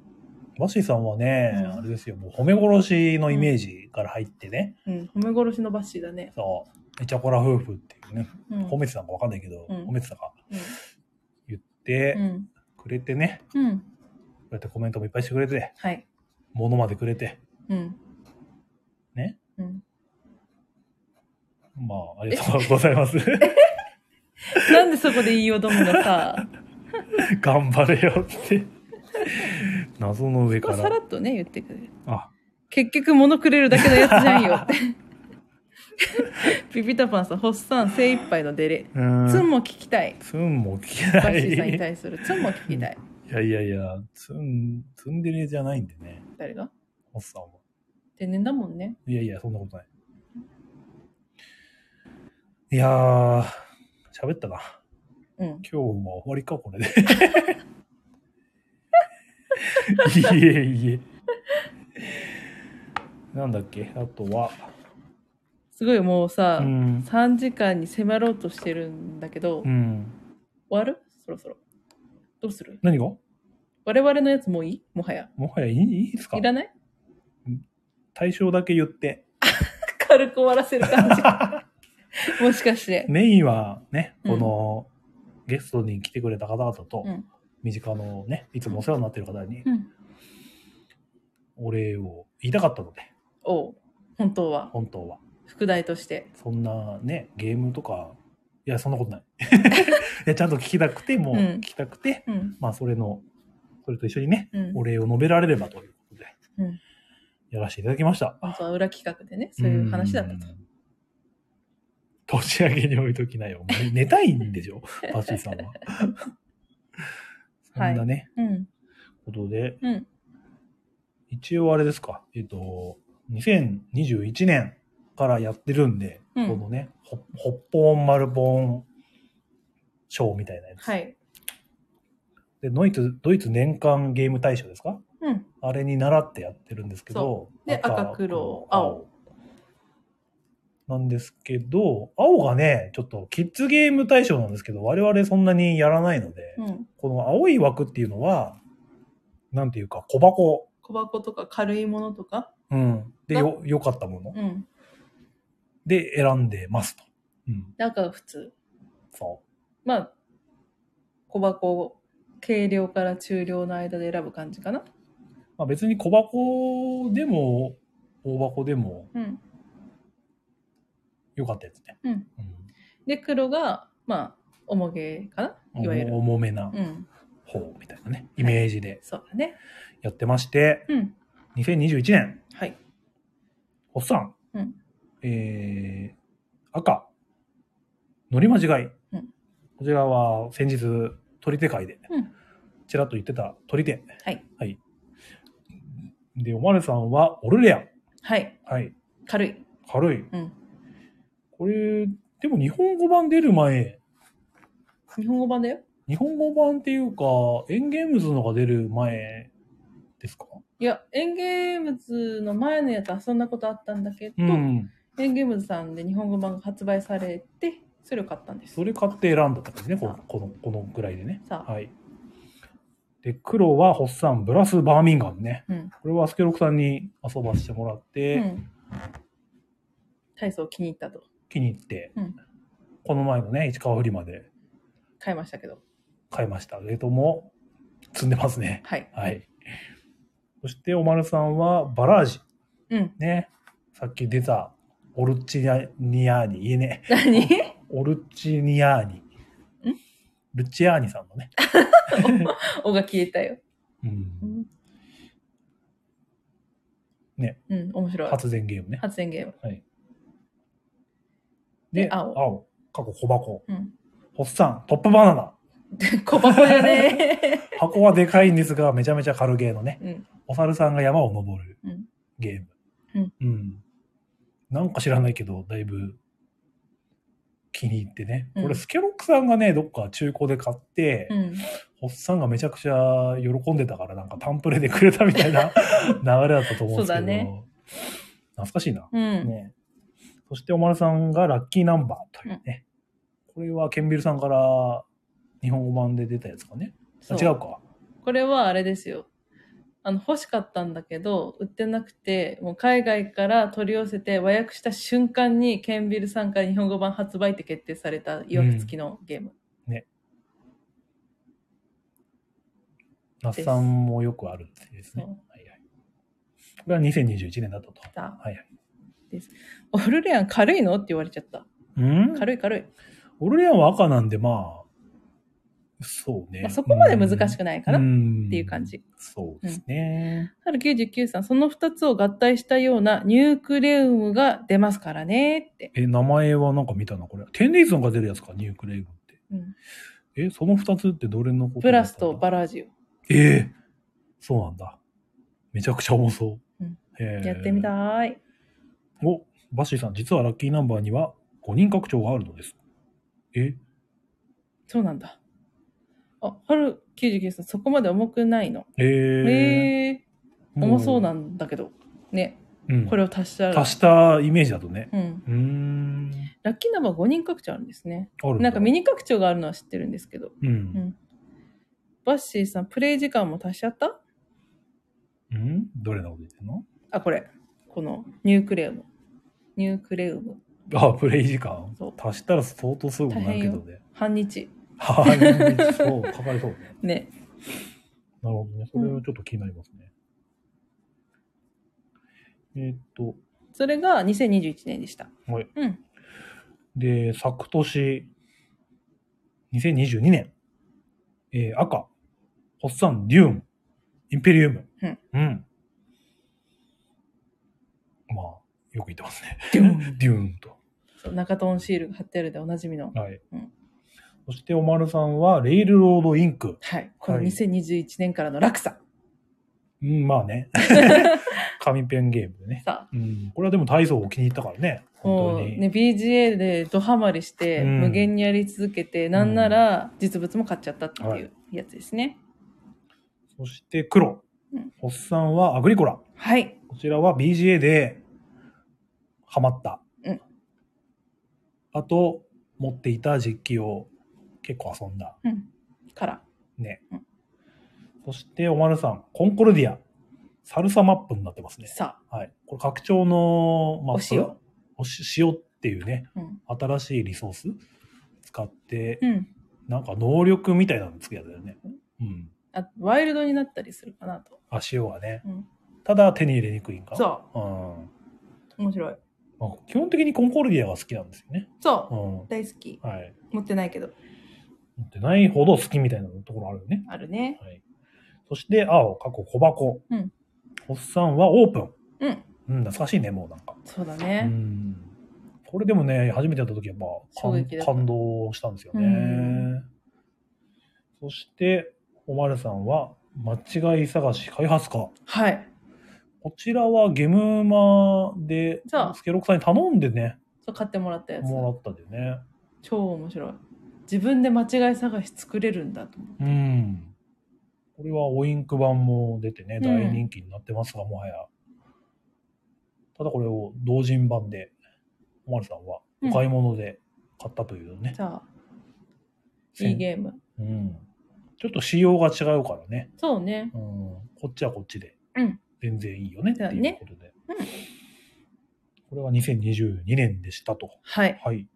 [SPEAKER 1] バッシーさんはね、
[SPEAKER 2] うん
[SPEAKER 1] あれですよ、もう褒め殺しのイメージから入ってね、
[SPEAKER 2] うん、褒め殺しのバッシーだね。
[SPEAKER 1] そう、イチャコラ夫婦っていうね、
[SPEAKER 2] うん。
[SPEAKER 1] 褒めてたのかわかんないけど、
[SPEAKER 2] うん
[SPEAKER 1] 褒めてたか
[SPEAKER 2] う
[SPEAKER 1] 言って
[SPEAKER 2] ん。
[SPEAKER 1] くれてね、
[SPEAKER 2] うん。うん。
[SPEAKER 1] こうやってコメントもいっぱいしてくれて、
[SPEAKER 2] はい。
[SPEAKER 1] 物までくれて、
[SPEAKER 2] うん。
[SPEAKER 1] ね。
[SPEAKER 2] うん。
[SPEAKER 1] まあ、ありがとうございます。
[SPEAKER 2] なんでそこで言いよどむのさ。
[SPEAKER 1] 頑張れよって。謎の上
[SPEAKER 2] そ
[SPEAKER 1] か
[SPEAKER 2] こはさ
[SPEAKER 1] ら
[SPEAKER 2] ら。っとね、言ってくれる。
[SPEAKER 1] あ、
[SPEAKER 2] 結局物くれるだけのやつじゃんよ って。ピピタパンさん、ホッサン精一杯のデレ。
[SPEAKER 1] うーん。
[SPEAKER 2] ツンも聞きたい。
[SPEAKER 1] ツンも聞け
[SPEAKER 2] バ
[SPEAKER 1] な
[SPEAKER 2] ッシーさんに
[SPEAKER 1] い。
[SPEAKER 2] 対す るツンも聞きたい。
[SPEAKER 1] いやいやいや、ツン、ツンデレじゃないんでね、
[SPEAKER 2] 誰が
[SPEAKER 1] おっさんは。
[SPEAKER 2] 天然だもんね。
[SPEAKER 1] いやいや、そんなことない。いやー、喋ったな。
[SPEAKER 2] うん。
[SPEAKER 1] 今日も終わりか、これ で。いえいえ。なんだっけあとは。
[SPEAKER 2] すごいもうさ、
[SPEAKER 1] うん。
[SPEAKER 2] 3時間に迫ろうとしてるんだけど、
[SPEAKER 1] う
[SPEAKER 2] 終
[SPEAKER 1] ん。
[SPEAKER 2] わるそろそろ。どうする
[SPEAKER 1] 何がも
[SPEAKER 2] 我々のやつもういいもはや。
[SPEAKER 1] はやいいいいですか
[SPEAKER 2] いらない
[SPEAKER 1] 対象だけ言って。
[SPEAKER 2] 軽く終わらせる感 じ。もしかして。
[SPEAKER 1] メインはね、
[SPEAKER 2] うん
[SPEAKER 1] この、ゲストに来てくれた方々と、
[SPEAKER 2] うん
[SPEAKER 1] 身近のね、いつもお世話になってる方に
[SPEAKER 2] うん。
[SPEAKER 1] お礼を言いたかったので、
[SPEAKER 2] おう本当は。
[SPEAKER 1] 本当は。
[SPEAKER 2] 副題として。
[SPEAKER 1] そんなね、ゲームとか、いや、そんなことない。 いや、ちゃんと聞きたくて、もう
[SPEAKER 2] うん
[SPEAKER 1] 聞きたくて、
[SPEAKER 2] うん。
[SPEAKER 1] まあ、それの、それと一緒にね、
[SPEAKER 2] うん。
[SPEAKER 1] お礼を述べられればということで、
[SPEAKER 2] うん
[SPEAKER 1] やらせていただきました。
[SPEAKER 2] 本当は裏企画でね、そういう話だったと。
[SPEAKER 1] と。年上げに置いときなよ。お前寝たいんでしょパシーさん は。そ
[SPEAKER 2] はい
[SPEAKER 1] んなね、
[SPEAKER 2] うん。
[SPEAKER 1] ことで、
[SPEAKER 2] うん。
[SPEAKER 1] 一応あれですか、えっと、2021年からやってるんで、
[SPEAKER 2] うん
[SPEAKER 1] このね、ほほっぽん丸ぽんショーみたいなやつ。
[SPEAKER 2] はい。
[SPEAKER 1] でドイツ、ドイツ年間ゲーム大賞ですか
[SPEAKER 2] うん。
[SPEAKER 1] あれに習ってやってるんですけど。
[SPEAKER 2] で赤黒青。
[SPEAKER 1] なんですけど、青がね、ちょっとキッズゲーム対象なんですけど、我々そんなにやらないので、
[SPEAKER 2] うん。
[SPEAKER 1] この青い枠っていうのは、なんていうか小箱。
[SPEAKER 2] 小箱とか軽いものとか。
[SPEAKER 1] うん。で、
[SPEAKER 2] な
[SPEAKER 1] よ、良かったもの。
[SPEAKER 2] うん。
[SPEAKER 1] で、選んでますと。うん。
[SPEAKER 2] で、赤が普通。
[SPEAKER 1] そ
[SPEAKER 2] まあ、小箱、軽量から中量の間で選ぶ感じかな。
[SPEAKER 1] う。まあ別に小箱でも、大箱でも
[SPEAKER 2] うん。
[SPEAKER 1] 良かったやつね。
[SPEAKER 2] うん。で、黒が、まあ、重げか
[SPEAKER 1] う。
[SPEAKER 2] なんいわゆる。
[SPEAKER 1] 重めな
[SPEAKER 2] うん。
[SPEAKER 1] 方みたいなね、イメージで
[SPEAKER 2] そうだね。
[SPEAKER 1] やってまして、
[SPEAKER 2] うん。
[SPEAKER 1] 2021年、
[SPEAKER 2] はい。
[SPEAKER 1] おっさん、
[SPEAKER 2] うん
[SPEAKER 1] えー、赤、乗り間違い。
[SPEAKER 2] うん
[SPEAKER 1] こちらは先日、取り手会で、
[SPEAKER 2] うん
[SPEAKER 1] ちらっと言ってた取り手。
[SPEAKER 2] はい。
[SPEAKER 1] はい。で、おまるさんは、オルレアン。
[SPEAKER 2] はい。
[SPEAKER 1] はい。
[SPEAKER 2] 軽い。
[SPEAKER 1] 軽い。
[SPEAKER 2] うん
[SPEAKER 1] これ、でも日本語版出る前、
[SPEAKER 2] 日本語版だよ。
[SPEAKER 1] 日本語版っていうか、エンゲームズのが出る前ですか
[SPEAKER 2] いや、エンゲームズの前のやつ遊んだことあったんだけど、
[SPEAKER 1] うん。
[SPEAKER 2] エンゲームズさんで日本語版が発売されて、それを買ったんです。
[SPEAKER 1] それ買って選んだって感じね、ここの、このぐらいでね。
[SPEAKER 2] さあ、
[SPEAKER 1] はい。で、黒はホッサン、ブラス、バーミンガムね。
[SPEAKER 2] うん。
[SPEAKER 1] これはスケロクさんに遊ばしてもらっ
[SPEAKER 2] う
[SPEAKER 1] て、
[SPEAKER 2] ん。体操気に入ったと。
[SPEAKER 1] 気に入って、
[SPEAKER 2] うん
[SPEAKER 1] この前のね、市川フリマで
[SPEAKER 2] 買いましたけど。
[SPEAKER 1] 買いました。冷凍も積んでますね。
[SPEAKER 2] はい。
[SPEAKER 1] はい。そして、おまるさんは、バラージ。
[SPEAKER 2] うん。
[SPEAKER 1] ね。さっき出た、オルチニアーニ、言えねえ。
[SPEAKER 2] 何
[SPEAKER 1] オルチニアーニ。ルチアーニさんのね。
[SPEAKER 2] おが消えたよ。
[SPEAKER 1] うん、ね。
[SPEAKER 2] うん、面白い。
[SPEAKER 1] 発電ゲームね。
[SPEAKER 2] 発電ゲーム。
[SPEAKER 1] で、
[SPEAKER 2] で青
[SPEAKER 1] 青。過去小箱。
[SPEAKER 2] うん。
[SPEAKER 1] おっさん、トップバナナ。
[SPEAKER 2] で 小箱 やね。
[SPEAKER 1] 箱はでかいんですが、めちゃめちゃ軽ゲーのね。
[SPEAKER 2] うん。
[SPEAKER 1] お猿さんが山を登る
[SPEAKER 2] うん
[SPEAKER 1] ゲーム
[SPEAKER 2] うん。
[SPEAKER 1] うん。なんか知らないけど、だいぶ気に入ってね。
[SPEAKER 2] うん
[SPEAKER 1] これ、スケロックさんがね、どっか中古で買って、
[SPEAKER 2] うん。
[SPEAKER 1] おっさんがめちゃくちゃ喜んでたから、なんかタンプレでくれたみたいな 流れだったと思うんですけど。
[SPEAKER 2] そうだね
[SPEAKER 1] 懐かしいな。
[SPEAKER 2] うん。
[SPEAKER 1] ね。そして、おまるさんがラッキーナンバーというね。これは、ケンビルさんから日本語版で出たやつかね。あ
[SPEAKER 2] そ
[SPEAKER 1] 違うか。
[SPEAKER 2] これはあれですよ。あの、欲しかったんだけど、売ってなくて、もう海外から取り寄せて和訳した瞬間に、ケンビルさんから日本語版発売って決定された、いわくつきのゲーム。
[SPEAKER 1] 那須さんもよくあるっていうですね。
[SPEAKER 2] そう
[SPEAKER 1] はいはい。これは2021年だったと。
[SPEAKER 2] だ
[SPEAKER 1] はいはい。
[SPEAKER 2] オルレアン軽いのって言われちゃった。
[SPEAKER 1] うん
[SPEAKER 2] 軽い軽い。
[SPEAKER 1] オルレアンは赤なんで、まあ、そうね。
[SPEAKER 2] まあ、そこまで難しくないかな、
[SPEAKER 1] う
[SPEAKER 2] っ
[SPEAKER 1] ん
[SPEAKER 2] ていう感。じ。
[SPEAKER 1] そうですね。
[SPEAKER 2] 春99さん、その2つを合体したようなニュークレウムが出ますからねって。
[SPEAKER 1] え、名前はなんか見たな、これ。テンレイズンが出るやつか、ニュークレイブって。
[SPEAKER 2] うん、
[SPEAKER 1] え、その二つってどれのこと
[SPEAKER 2] ブラスと
[SPEAKER 1] バ
[SPEAKER 2] バラージ
[SPEAKER 1] ええそうなんだ。めちゃくちゃ重そう。
[SPEAKER 2] うん
[SPEAKER 1] へ
[SPEAKER 2] オ。
[SPEAKER 1] え
[SPEAKER 2] やってみた。ーい。
[SPEAKER 1] お、バッシーさん、実はラッキーナンバーには5人拡張があるのです。え、
[SPEAKER 2] そうなんだ。あ、春99さん、そこまで重くないの。
[SPEAKER 1] えー、
[SPEAKER 2] へえ重そうな
[SPEAKER 1] だ。
[SPEAKER 2] んだけど。ね、
[SPEAKER 1] うん、
[SPEAKER 2] これを足したら。
[SPEAKER 1] 足したイメージだとね。
[SPEAKER 2] うん。
[SPEAKER 1] うーん。
[SPEAKER 2] ラッキーナンバー5人拡張あるんですね。
[SPEAKER 1] あるだ
[SPEAKER 2] なんかミニ拡張があるのは知ってるんですけど。
[SPEAKER 1] う。
[SPEAKER 2] うんん。バッシーさん、プレイ時間も足しちゃった
[SPEAKER 1] うんどれのこと言ってんの
[SPEAKER 2] あ、これ。この、ニュークレウム。ニュークレウム。
[SPEAKER 1] あ、プレイ時間
[SPEAKER 2] そう。
[SPEAKER 1] 足したら相当すごくなるけど ね。
[SPEAKER 2] 半日。
[SPEAKER 1] はい。そう、かかりそうね。
[SPEAKER 2] ね。
[SPEAKER 1] なるほどね。それはちょっと気になりますね。えーっと、
[SPEAKER 2] それが2021年でした。
[SPEAKER 1] はい
[SPEAKER 2] うん。
[SPEAKER 1] で、昨年、2022年、えー赤、ホッサン、デューン、インペリウム。
[SPEAKER 2] うん。
[SPEAKER 1] まあ、よく言ってますね。
[SPEAKER 2] デューン
[SPEAKER 1] デューンと。
[SPEAKER 2] そう中トンシールが貼ってあるでおなじみの。
[SPEAKER 1] はい。
[SPEAKER 2] うん
[SPEAKER 1] そして、おまるさんは、レイルロードインク。
[SPEAKER 2] はい。この
[SPEAKER 1] はい
[SPEAKER 2] 2021年からの落差。
[SPEAKER 1] うん、まあ ね。紙ペンゲームでね。
[SPEAKER 2] さあ。
[SPEAKER 1] うん。これはでも体操を気に入ったからね。
[SPEAKER 2] も
[SPEAKER 1] 本
[SPEAKER 2] う
[SPEAKER 1] 当に。
[SPEAKER 2] ね、BGA でドハマりして、
[SPEAKER 1] うん
[SPEAKER 2] 無限にやり続けて、なんなら実物も買っちゃったっていうやつですね。
[SPEAKER 1] そして、黒
[SPEAKER 2] うん。
[SPEAKER 1] ホッサンは、アグリコラ。
[SPEAKER 2] はい。
[SPEAKER 1] こちらは BGA でハマった。
[SPEAKER 2] うん
[SPEAKER 1] あと、持っていた実機を結構遊んだ。
[SPEAKER 2] うん。から。
[SPEAKER 1] ね。
[SPEAKER 2] うん
[SPEAKER 1] そして、おまるさん、コンコルディア。サルサマップになってますね。
[SPEAKER 2] さ
[SPEAKER 1] はい。これ、拡張の
[SPEAKER 2] あ、
[SPEAKER 1] マ
[SPEAKER 2] お
[SPEAKER 1] ップ。
[SPEAKER 2] 塩。
[SPEAKER 1] おし塩っていうね、
[SPEAKER 2] うん。
[SPEAKER 1] 新しいリソース使って、
[SPEAKER 2] うん。
[SPEAKER 1] なんか能力みたいなのつくやつだよね。うん。
[SPEAKER 2] あワイルドになったりするかなと。
[SPEAKER 1] あ、塩はね。
[SPEAKER 2] うん。
[SPEAKER 1] ただ手に入れにくいんか。。
[SPEAKER 2] そう
[SPEAKER 1] うん。
[SPEAKER 2] う。面白い。
[SPEAKER 1] まあ、基本的にコンコルディアが好きなんですよね。う
[SPEAKER 2] そ
[SPEAKER 1] ん
[SPEAKER 2] う。。大好き。
[SPEAKER 1] はい。
[SPEAKER 2] 持ってないけど。
[SPEAKER 1] 持ってないほど好きみたいなところあるよね。
[SPEAKER 2] あるね。
[SPEAKER 1] はい。そして、青、過去小箱。
[SPEAKER 2] うん。
[SPEAKER 1] おっさんはオープン。
[SPEAKER 2] うん。
[SPEAKER 1] うん、懐かしいね、もうなんか。
[SPEAKER 2] そうだ
[SPEAKER 1] う
[SPEAKER 2] ね。
[SPEAKER 1] ん。これでもね、初めてやった時やっぱ感
[SPEAKER 2] 衝撃だった
[SPEAKER 1] 感動したんですよ
[SPEAKER 2] う
[SPEAKER 1] ね
[SPEAKER 2] ん。
[SPEAKER 1] そして、おまるさんは、間違い探し開発家。
[SPEAKER 2] はい。
[SPEAKER 1] こちらはゲムマで
[SPEAKER 2] そ、う
[SPEAKER 1] スケロクさんに頼んでね、
[SPEAKER 2] そう買ってもらったやつ。
[SPEAKER 1] もらったんだよね。
[SPEAKER 2] 超面白い。自分で間違い探し作れるんだと思う。
[SPEAKER 1] うん。これはオインク版も出てね、
[SPEAKER 2] うん
[SPEAKER 1] 大人気になってますが、もはや。ただこれを同人版で、おまるさんはお買い物で買ったというね
[SPEAKER 2] じ。ゃあ、
[SPEAKER 1] せん
[SPEAKER 2] いいゲーム。
[SPEAKER 1] うん。ちょっと仕様が違うからね。
[SPEAKER 2] そうね。
[SPEAKER 1] うん。こっちはこっちで
[SPEAKER 2] うん。
[SPEAKER 1] 全然いいよねって
[SPEAKER 2] そうだ
[SPEAKER 1] いう
[SPEAKER 2] ね
[SPEAKER 1] ことで。
[SPEAKER 2] うん
[SPEAKER 1] ここれは2022年でしたと。
[SPEAKER 2] はい。
[SPEAKER 1] はい。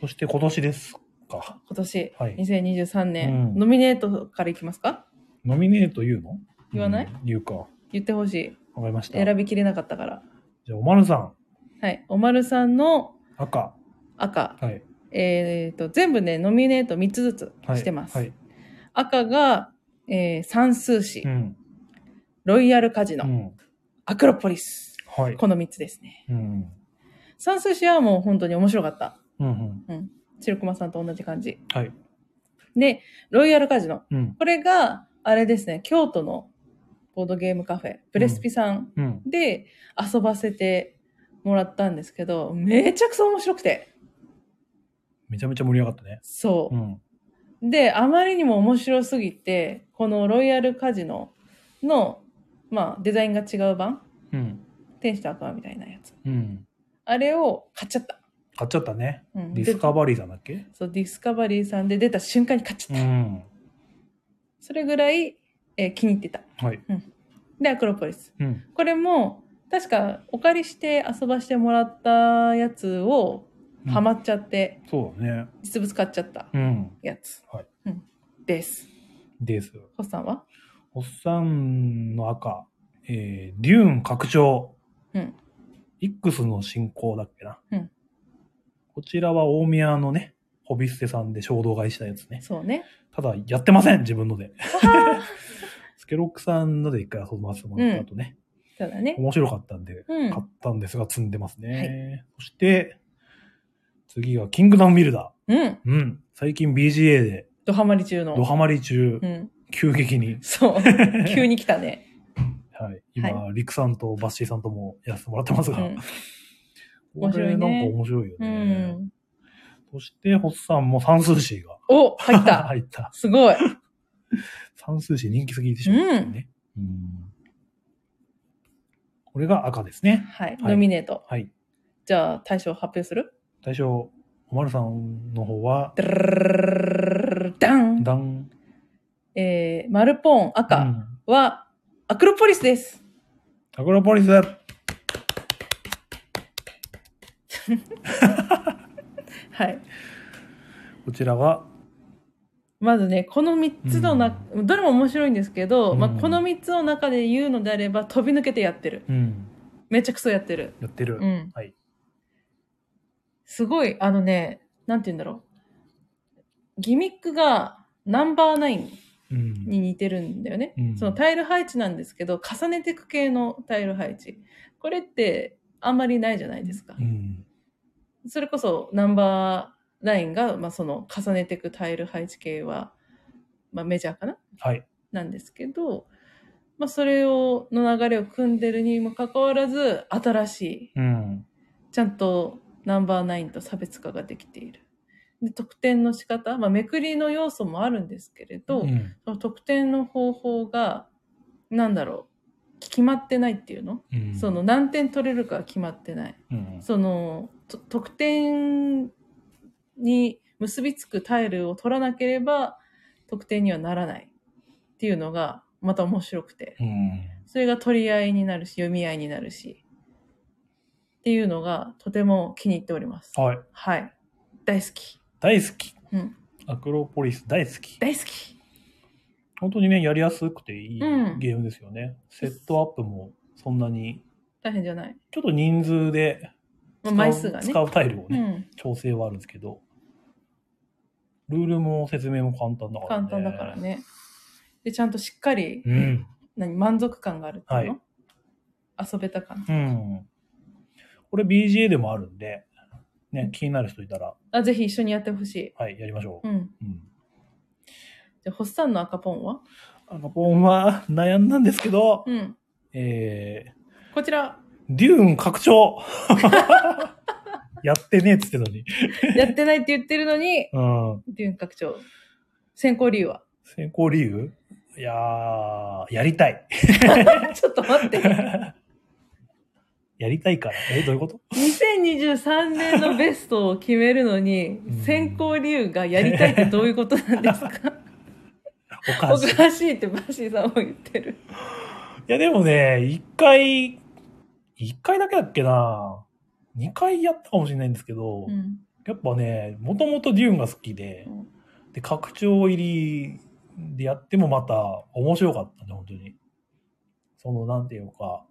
[SPEAKER 1] そして今年ですか。
[SPEAKER 2] 今年、
[SPEAKER 1] はい
[SPEAKER 2] 2023
[SPEAKER 1] う
[SPEAKER 2] 年、
[SPEAKER 1] ん
[SPEAKER 2] ノミネートからいきますか
[SPEAKER 1] ノミネート言うの
[SPEAKER 2] 言わない
[SPEAKER 1] うん言うか。わ
[SPEAKER 2] 言ってほしい。
[SPEAKER 1] かりました。
[SPEAKER 2] 選びきれなかったから。
[SPEAKER 1] じゃあ、おまるさん、
[SPEAKER 2] はい。おまるさんの
[SPEAKER 1] 赤。
[SPEAKER 2] 赤。
[SPEAKER 1] はい。
[SPEAKER 2] えっ、と、全部ね、ノミネート3つずつ
[SPEAKER 1] はい。
[SPEAKER 2] してます。
[SPEAKER 1] はい。
[SPEAKER 2] 赤が、えー算数史、
[SPEAKER 1] うん。
[SPEAKER 2] ロイヤルカジノ、
[SPEAKER 1] うん。
[SPEAKER 2] アクロポリス。
[SPEAKER 1] はい。
[SPEAKER 2] この3つですね。
[SPEAKER 1] うん。
[SPEAKER 2] 算数史はもう本当に面白かった。
[SPEAKER 1] うん。うん。
[SPEAKER 2] チルクマさんと同じ感じ。
[SPEAKER 1] はい。
[SPEAKER 2] で、ロイヤルカジノ。
[SPEAKER 1] うん。
[SPEAKER 2] これが、あれですね、京都のボードゲームカフェ、プレスピさん
[SPEAKER 1] うん。
[SPEAKER 2] で遊ばせてもらったんですけど、めちゃくちゃ面白くて。
[SPEAKER 1] めちゃめちゃ盛り上がったね。
[SPEAKER 2] そう
[SPEAKER 1] う。ん。
[SPEAKER 2] で、あまりにも面白すぎて、このロイヤルカジノの、まあ、デザインが違う版、
[SPEAKER 1] うん。
[SPEAKER 2] 天使と悪魔みたいなやつ。
[SPEAKER 1] うん。
[SPEAKER 2] あれを買っちゃった。
[SPEAKER 1] 買っちゃったね。
[SPEAKER 2] うん、
[SPEAKER 1] ディスカバリーさんだっけ
[SPEAKER 2] でそうディスカバリーさんで出た瞬間に買っちゃ
[SPEAKER 1] う
[SPEAKER 2] った。
[SPEAKER 1] ん。
[SPEAKER 2] それぐらい、えー気に入ってた。
[SPEAKER 1] はい。
[SPEAKER 2] で、アクロポリス。
[SPEAKER 1] うん。
[SPEAKER 2] これも、確かお借りして遊ばしてもらったやつを、
[SPEAKER 1] うん
[SPEAKER 2] ハマっちゃって、
[SPEAKER 1] そうだね。
[SPEAKER 2] 実物買っちゃった
[SPEAKER 1] うん。
[SPEAKER 2] やつ。
[SPEAKER 1] はい
[SPEAKER 2] うん、です。
[SPEAKER 1] です。
[SPEAKER 2] ホッさんは
[SPEAKER 1] おっさんの赤。えー、デューン拡張。
[SPEAKER 2] うん。
[SPEAKER 1] X の進行だっけな。
[SPEAKER 2] うん
[SPEAKER 1] こちらは大宮のね、ホビステさんで衝動買いしたやつね。
[SPEAKER 2] そうね。
[SPEAKER 1] ただ、やってません自分ので。スケロックさんので一回遊ばせてもらった後ね、
[SPEAKER 2] そうだね。
[SPEAKER 1] 面白かったんで、
[SPEAKER 2] うん
[SPEAKER 1] 買。ったんですが、積んでますね。そして、次が、キングダムビルダ
[SPEAKER 2] うん。
[SPEAKER 1] ー。うん。最近 BGA で、
[SPEAKER 2] ドハマり中の。
[SPEAKER 1] ドハマり中、
[SPEAKER 2] うん。
[SPEAKER 1] 急激に。
[SPEAKER 2] そう。 急に来たね。
[SPEAKER 1] はい。今、リクさんとバッシーさんともやらせてもらってます
[SPEAKER 2] う
[SPEAKER 1] が、
[SPEAKER 2] ん。面
[SPEAKER 1] こ
[SPEAKER 2] 白い
[SPEAKER 1] れ
[SPEAKER 2] ね
[SPEAKER 1] なんか面白いよ
[SPEAKER 2] う
[SPEAKER 1] ね。
[SPEAKER 2] ん。
[SPEAKER 1] そして、ホッさんも算数詞が
[SPEAKER 2] お入っ た
[SPEAKER 1] 入った。
[SPEAKER 2] すごい。
[SPEAKER 1] 算数詞人気すぎでしょ、ね。うん。これが赤ですね。
[SPEAKER 2] はい。ノミネート。
[SPEAKER 1] はい。
[SPEAKER 2] じゃあ、大賞発表する
[SPEAKER 1] 対象、おまるさんの方は、
[SPEAKER 2] ダルダン
[SPEAKER 1] ダン。
[SPEAKER 2] えー、マルポーン
[SPEAKER 1] う
[SPEAKER 2] 赤
[SPEAKER 1] ん
[SPEAKER 2] は、アクロポリスです。
[SPEAKER 1] アクロポリス
[SPEAKER 2] はい。
[SPEAKER 1] こちらが、
[SPEAKER 2] まずね、この3つのな、どれも面白いんですけど、まあ、
[SPEAKER 1] うん
[SPEAKER 2] この3つの中で言うのであれば、飛び抜けてやってる。
[SPEAKER 1] うん、
[SPEAKER 2] めちゃくそやってる。
[SPEAKER 1] やってる。
[SPEAKER 2] うん。
[SPEAKER 1] はい。
[SPEAKER 2] すごい、あのね、なんて言うんだろう。ギミックがナンバーナイン
[SPEAKER 1] うん。
[SPEAKER 2] に似てるんだよね。
[SPEAKER 1] うん
[SPEAKER 2] そのタイル配置なんですけど、重ねていく系のタイル配置。これってあんまりないじゃないですか。
[SPEAKER 1] うん。
[SPEAKER 2] それこそナンバーナインが、まあ、その重ねていくタイル配置系は、まあ、メジャーかな
[SPEAKER 1] はい。
[SPEAKER 2] なんですけど、まあ、それを、の流れを組んでるにもかかわらず、新しい、
[SPEAKER 1] うん。
[SPEAKER 2] ちゃんとナンバーナインと差別化ができている。で得点の仕方、まあ、めくりの要素もあるんですけれど、
[SPEAKER 1] うん。
[SPEAKER 2] その得点の方法が、なんだろう、決まってないっていうの、
[SPEAKER 1] うん
[SPEAKER 2] その、何点取れるかが決まってない。
[SPEAKER 1] うん。
[SPEAKER 2] その、と得点に結びつくタイルを取らなければ、得点にはならないっていうのが、また面白くて。
[SPEAKER 1] うん。
[SPEAKER 2] それが取り合いになるし、読み合いになるし。っていうのが、とても気に入っております。
[SPEAKER 1] はい。
[SPEAKER 2] はい。大好き。
[SPEAKER 1] 大好き。
[SPEAKER 2] うん。
[SPEAKER 1] アクロポリス大好き。
[SPEAKER 2] 大好き。
[SPEAKER 1] 本当にね、やりやすくていい
[SPEAKER 2] うん
[SPEAKER 1] ゲームですよね。セットアップもそんなに、
[SPEAKER 2] 大変じゃない。
[SPEAKER 1] ちょっと人数で
[SPEAKER 2] ま
[SPEAKER 1] 使
[SPEAKER 2] あ、
[SPEAKER 1] う
[SPEAKER 2] 枚数がね。
[SPEAKER 1] 使うタイルを
[SPEAKER 2] う
[SPEAKER 1] ね、
[SPEAKER 2] ん。
[SPEAKER 1] 調整はあるんですけど、ルールも説明も簡単だから
[SPEAKER 2] 簡
[SPEAKER 1] ね。
[SPEAKER 2] 単だから。ね。で、ちゃんとしっかり、
[SPEAKER 1] うん。
[SPEAKER 2] 何、満足感があるっていうの、
[SPEAKER 1] は
[SPEAKER 2] 遊べた感じ。
[SPEAKER 1] うん。これ BGA でもあるんで、ね、気になる人いたら、
[SPEAKER 2] あ、ぜひ一緒にやってほしい。
[SPEAKER 1] はい、やりましょう。
[SPEAKER 2] うん。
[SPEAKER 1] うん。
[SPEAKER 2] じゃあ、ホッサンの赤ポンは
[SPEAKER 1] あの、ポンは悩んだんですけど、
[SPEAKER 2] うん。
[SPEAKER 1] えー、
[SPEAKER 2] こ ちら、
[SPEAKER 1] デューン拡張 やってねえっつってのに。
[SPEAKER 2] やってないって言ってるのに、
[SPEAKER 1] うん。
[SPEAKER 2] デューン拡張。選考理由は
[SPEAKER 1] 成功理由いやー、やりたい。
[SPEAKER 2] ちょっと待って。
[SPEAKER 1] やりたいから。え、どういうこと
[SPEAKER 2] 2023年のベストを決めるのに
[SPEAKER 1] う、ん
[SPEAKER 2] 選考理由がやりたいってどういうこ となんですか
[SPEAKER 1] おか
[SPEAKER 2] お
[SPEAKER 1] しい。い
[SPEAKER 2] かしいってバッシーさんも言ってる。
[SPEAKER 1] や、でもね、一回、一回だけだっけな2回やったかもしれないんですけど、
[SPEAKER 2] うん。
[SPEAKER 1] やっぱね、もともとデューンが好きで、で、拡張入りでやってもまた面白かったね、本当に。その、なんていうか、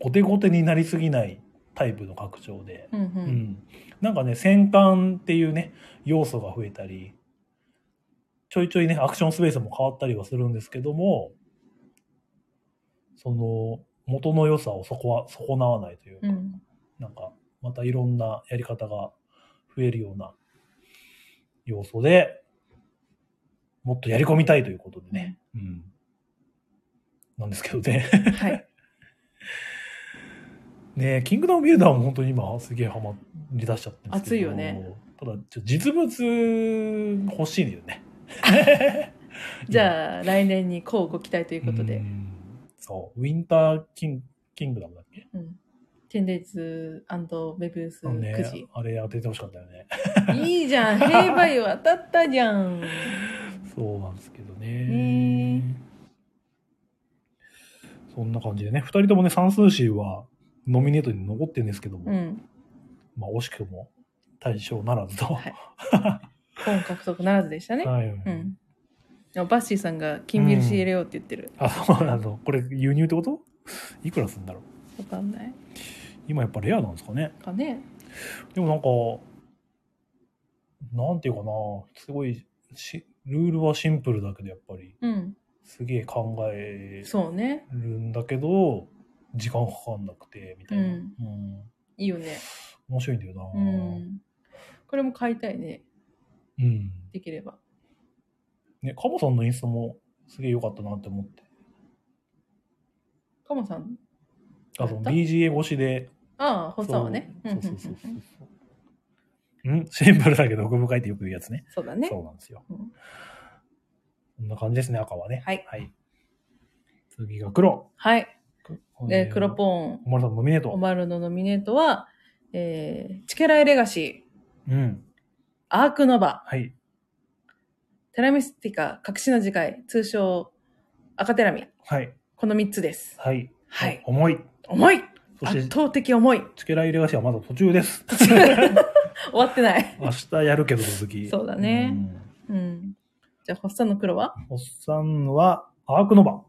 [SPEAKER 1] ゴテゴテになりすぎないタイプの拡張で。
[SPEAKER 2] うん。う。
[SPEAKER 1] うんん。なんかね、戦艦っていうね、要素が増えたり、ちょいちょいね、アクションスペースも変わったりはするんですけども、その、元の良さをそこは損なわないというか、
[SPEAKER 2] うん。
[SPEAKER 1] なんか、またいろんなやり方が増えるような要素で、もっとやり込みたいということでね。うん。なんですけどね。
[SPEAKER 2] はい。
[SPEAKER 1] ねえキングダムビルダーも本当に今すげえハマり出しちゃってるんですけど
[SPEAKER 2] 熱いよね。
[SPEAKER 1] ただ、ちょ実物欲しいんだよね。
[SPEAKER 2] じゃあ、来年にこうご期待ということ
[SPEAKER 1] う
[SPEAKER 2] で。
[SPEAKER 1] んそう。ウィンターキンキングダムだっけ
[SPEAKER 2] うん。天列メビウス
[SPEAKER 1] あのね
[SPEAKER 2] 9時。
[SPEAKER 1] あれ当ててほしかったよね。
[SPEAKER 2] いいじゃん。平和よ当たったじゃん。
[SPEAKER 1] そうなんですけど
[SPEAKER 2] ね
[SPEAKER 1] ね。そんな感じでね、2人ともね、算数集はノミネートに残ってるんですけども、
[SPEAKER 2] うん。
[SPEAKER 1] まあ惜しくも対象ならずと。
[SPEAKER 2] はい本獲得ならずでしたね。
[SPEAKER 1] はい
[SPEAKER 2] うん。でもバッシーさんが金ビル仕入れようって言ってる。
[SPEAKER 1] あ、そうなの。これ輸入ってこといくらすんだろう
[SPEAKER 2] わかんない。
[SPEAKER 1] 今やっぱレアなんですかね。
[SPEAKER 2] かね。
[SPEAKER 1] でもなんか、なんていうかな、すごいし、ルールはシンプルだけど、やっぱり、
[SPEAKER 2] うん。
[SPEAKER 1] すげえ考え
[SPEAKER 2] そうね。
[SPEAKER 1] るんだけど、時間かかんなくて、みたいな。
[SPEAKER 2] うん
[SPEAKER 1] うん
[SPEAKER 2] いいよね。
[SPEAKER 1] 面白いんだよな。
[SPEAKER 2] うん。これも買いたいね。
[SPEAKER 1] うん。
[SPEAKER 2] できれば。
[SPEAKER 1] ね、カモさんのインスタもすげえ良かったなって思って。
[SPEAKER 2] カモさん。
[SPEAKER 1] あ、そう、
[SPEAKER 2] やった
[SPEAKER 1] BGA 越しで。
[SPEAKER 2] ああ、ホッサンはね。
[SPEAKER 1] そううんそうそうそうそう。うんシンプルだけど奥深いってよく言うやつね。
[SPEAKER 2] そうだね。
[SPEAKER 1] そうなんですよ。
[SPEAKER 2] うん
[SPEAKER 1] こんな感じですね、赤はね。
[SPEAKER 2] はい
[SPEAKER 1] 次が黒。
[SPEAKER 2] はい。
[SPEAKER 1] え
[SPEAKER 2] で、
[SPEAKER 1] ー
[SPEAKER 2] 黒ポン。
[SPEAKER 1] おまるさんノミネー
[SPEAKER 2] お
[SPEAKER 1] ト。
[SPEAKER 2] まるのノミネートは、えー、チケライレガシー、
[SPEAKER 1] うん。
[SPEAKER 2] アークノバ、
[SPEAKER 1] はい。
[SPEAKER 2] テラミスティカ、隠しの次回、通称、赤テラミ。
[SPEAKER 1] はい。
[SPEAKER 2] この3つです。
[SPEAKER 1] はい。
[SPEAKER 2] はい。
[SPEAKER 1] 重い。
[SPEAKER 2] 重い
[SPEAKER 1] そし
[SPEAKER 2] 圧
[SPEAKER 1] て、
[SPEAKER 2] 倒的重い
[SPEAKER 1] チケライレガシーはまだ途中です。
[SPEAKER 2] 終わってない。
[SPEAKER 1] 明日やるけど、続き。
[SPEAKER 2] そうだね
[SPEAKER 1] ん
[SPEAKER 2] うん。じゃあ、ホッサンの黒は
[SPEAKER 1] おっさんは、アークノバ。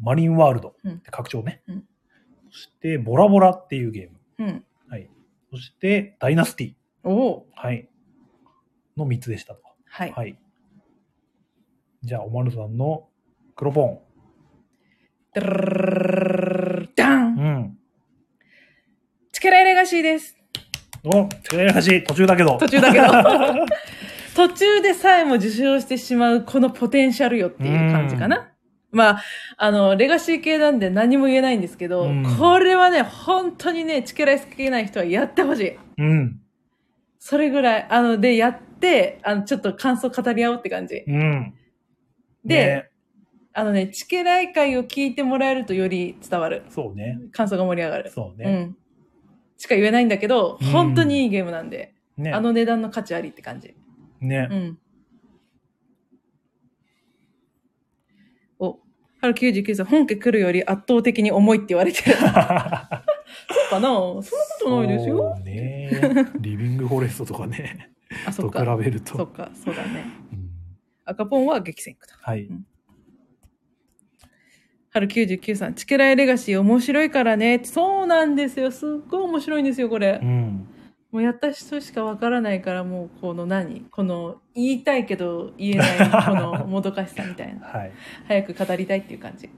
[SPEAKER 1] マリンワールド。
[SPEAKER 2] うん
[SPEAKER 1] 拡張ね。
[SPEAKER 2] うん
[SPEAKER 1] そして、ボラボラっていうゲーム。
[SPEAKER 2] うん。
[SPEAKER 1] はい。そして、ダイナスティ。
[SPEAKER 2] おお
[SPEAKER 1] はい。の3つでしたと。
[SPEAKER 2] はい。
[SPEAKER 1] はい。じゃあ、おまるさんの黒ポン。
[SPEAKER 2] ダルルルルルダ
[SPEAKER 1] う
[SPEAKER 2] ン
[SPEAKER 1] ん。
[SPEAKER 2] チケライレガシーです。
[SPEAKER 1] お、チケライレガシー、途中だけど。
[SPEAKER 2] 途中だけど。途中でさえも受賞してしまうこのポテンシャルよっていう感じかな。まあ、あの、レガシー系なんで何も言えないんですけど
[SPEAKER 1] うん、
[SPEAKER 2] これはね、本当にね、チケライ好きない人はやってほしい。
[SPEAKER 1] うん。
[SPEAKER 2] それぐらい。あの、で、やって、あの、ちょっと感想語り合おうって感じ。
[SPEAKER 1] うん。
[SPEAKER 2] で、
[SPEAKER 1] ね、
[SPEAKER 2] あのね、チケライ会を聞いてもらえるとより伝わる。
[SPEAKER 1] そうね。
[SPEAKER 2] 感想が盛り上がる。
[SPEAKER 1] そう
[SPEAKER 2] う
[SPEAKER 1] ね。
[SPEAKER 2] ん。しか言えないんだけど、
[SPEAKER 1] うん
[SPEAKER 2] 本当にいいゲームなんで、
[SPEAKER 1] ね。
[SPEAKER 2] あの値段の価値ありって感じ。
[SPEAKER 1] ね
[SPEAKER 2] う。ん。お、春99歳、本家来るより圧倒的に重いって言われてるか な。そんなことないですよ。
[SPEAKER 1] そう ね。リビングフォレストとかね。
[SPEAKER 2] あ、そ
[SPEAKER 1] と
[SPEAKER 2] っ
[SPEAKER 1] 比
[SPEAKER 2] か。
[SPEAKER 1] べると。
[SPEAKER 2] そっか、そうだね。
[SPEAKER 1] うん
[SPEAKER 2] 赤ポンは激戦区だ。
[SPEAKER 1] はい。
[SPEAKER 2] 春99さん、チケライレガシー面白いからね。そうなんですよ。すっごい面白いんですよ、これ。
[SPEAKER 1] うん。
[SPEAKER 2] もうやった人しかわからないからもうこの何この言いたいけど言えないこのもどかしさみたいな
[SPEAKER 1] はい。
[SPEAKER 2] 早く語りたいっていう感じ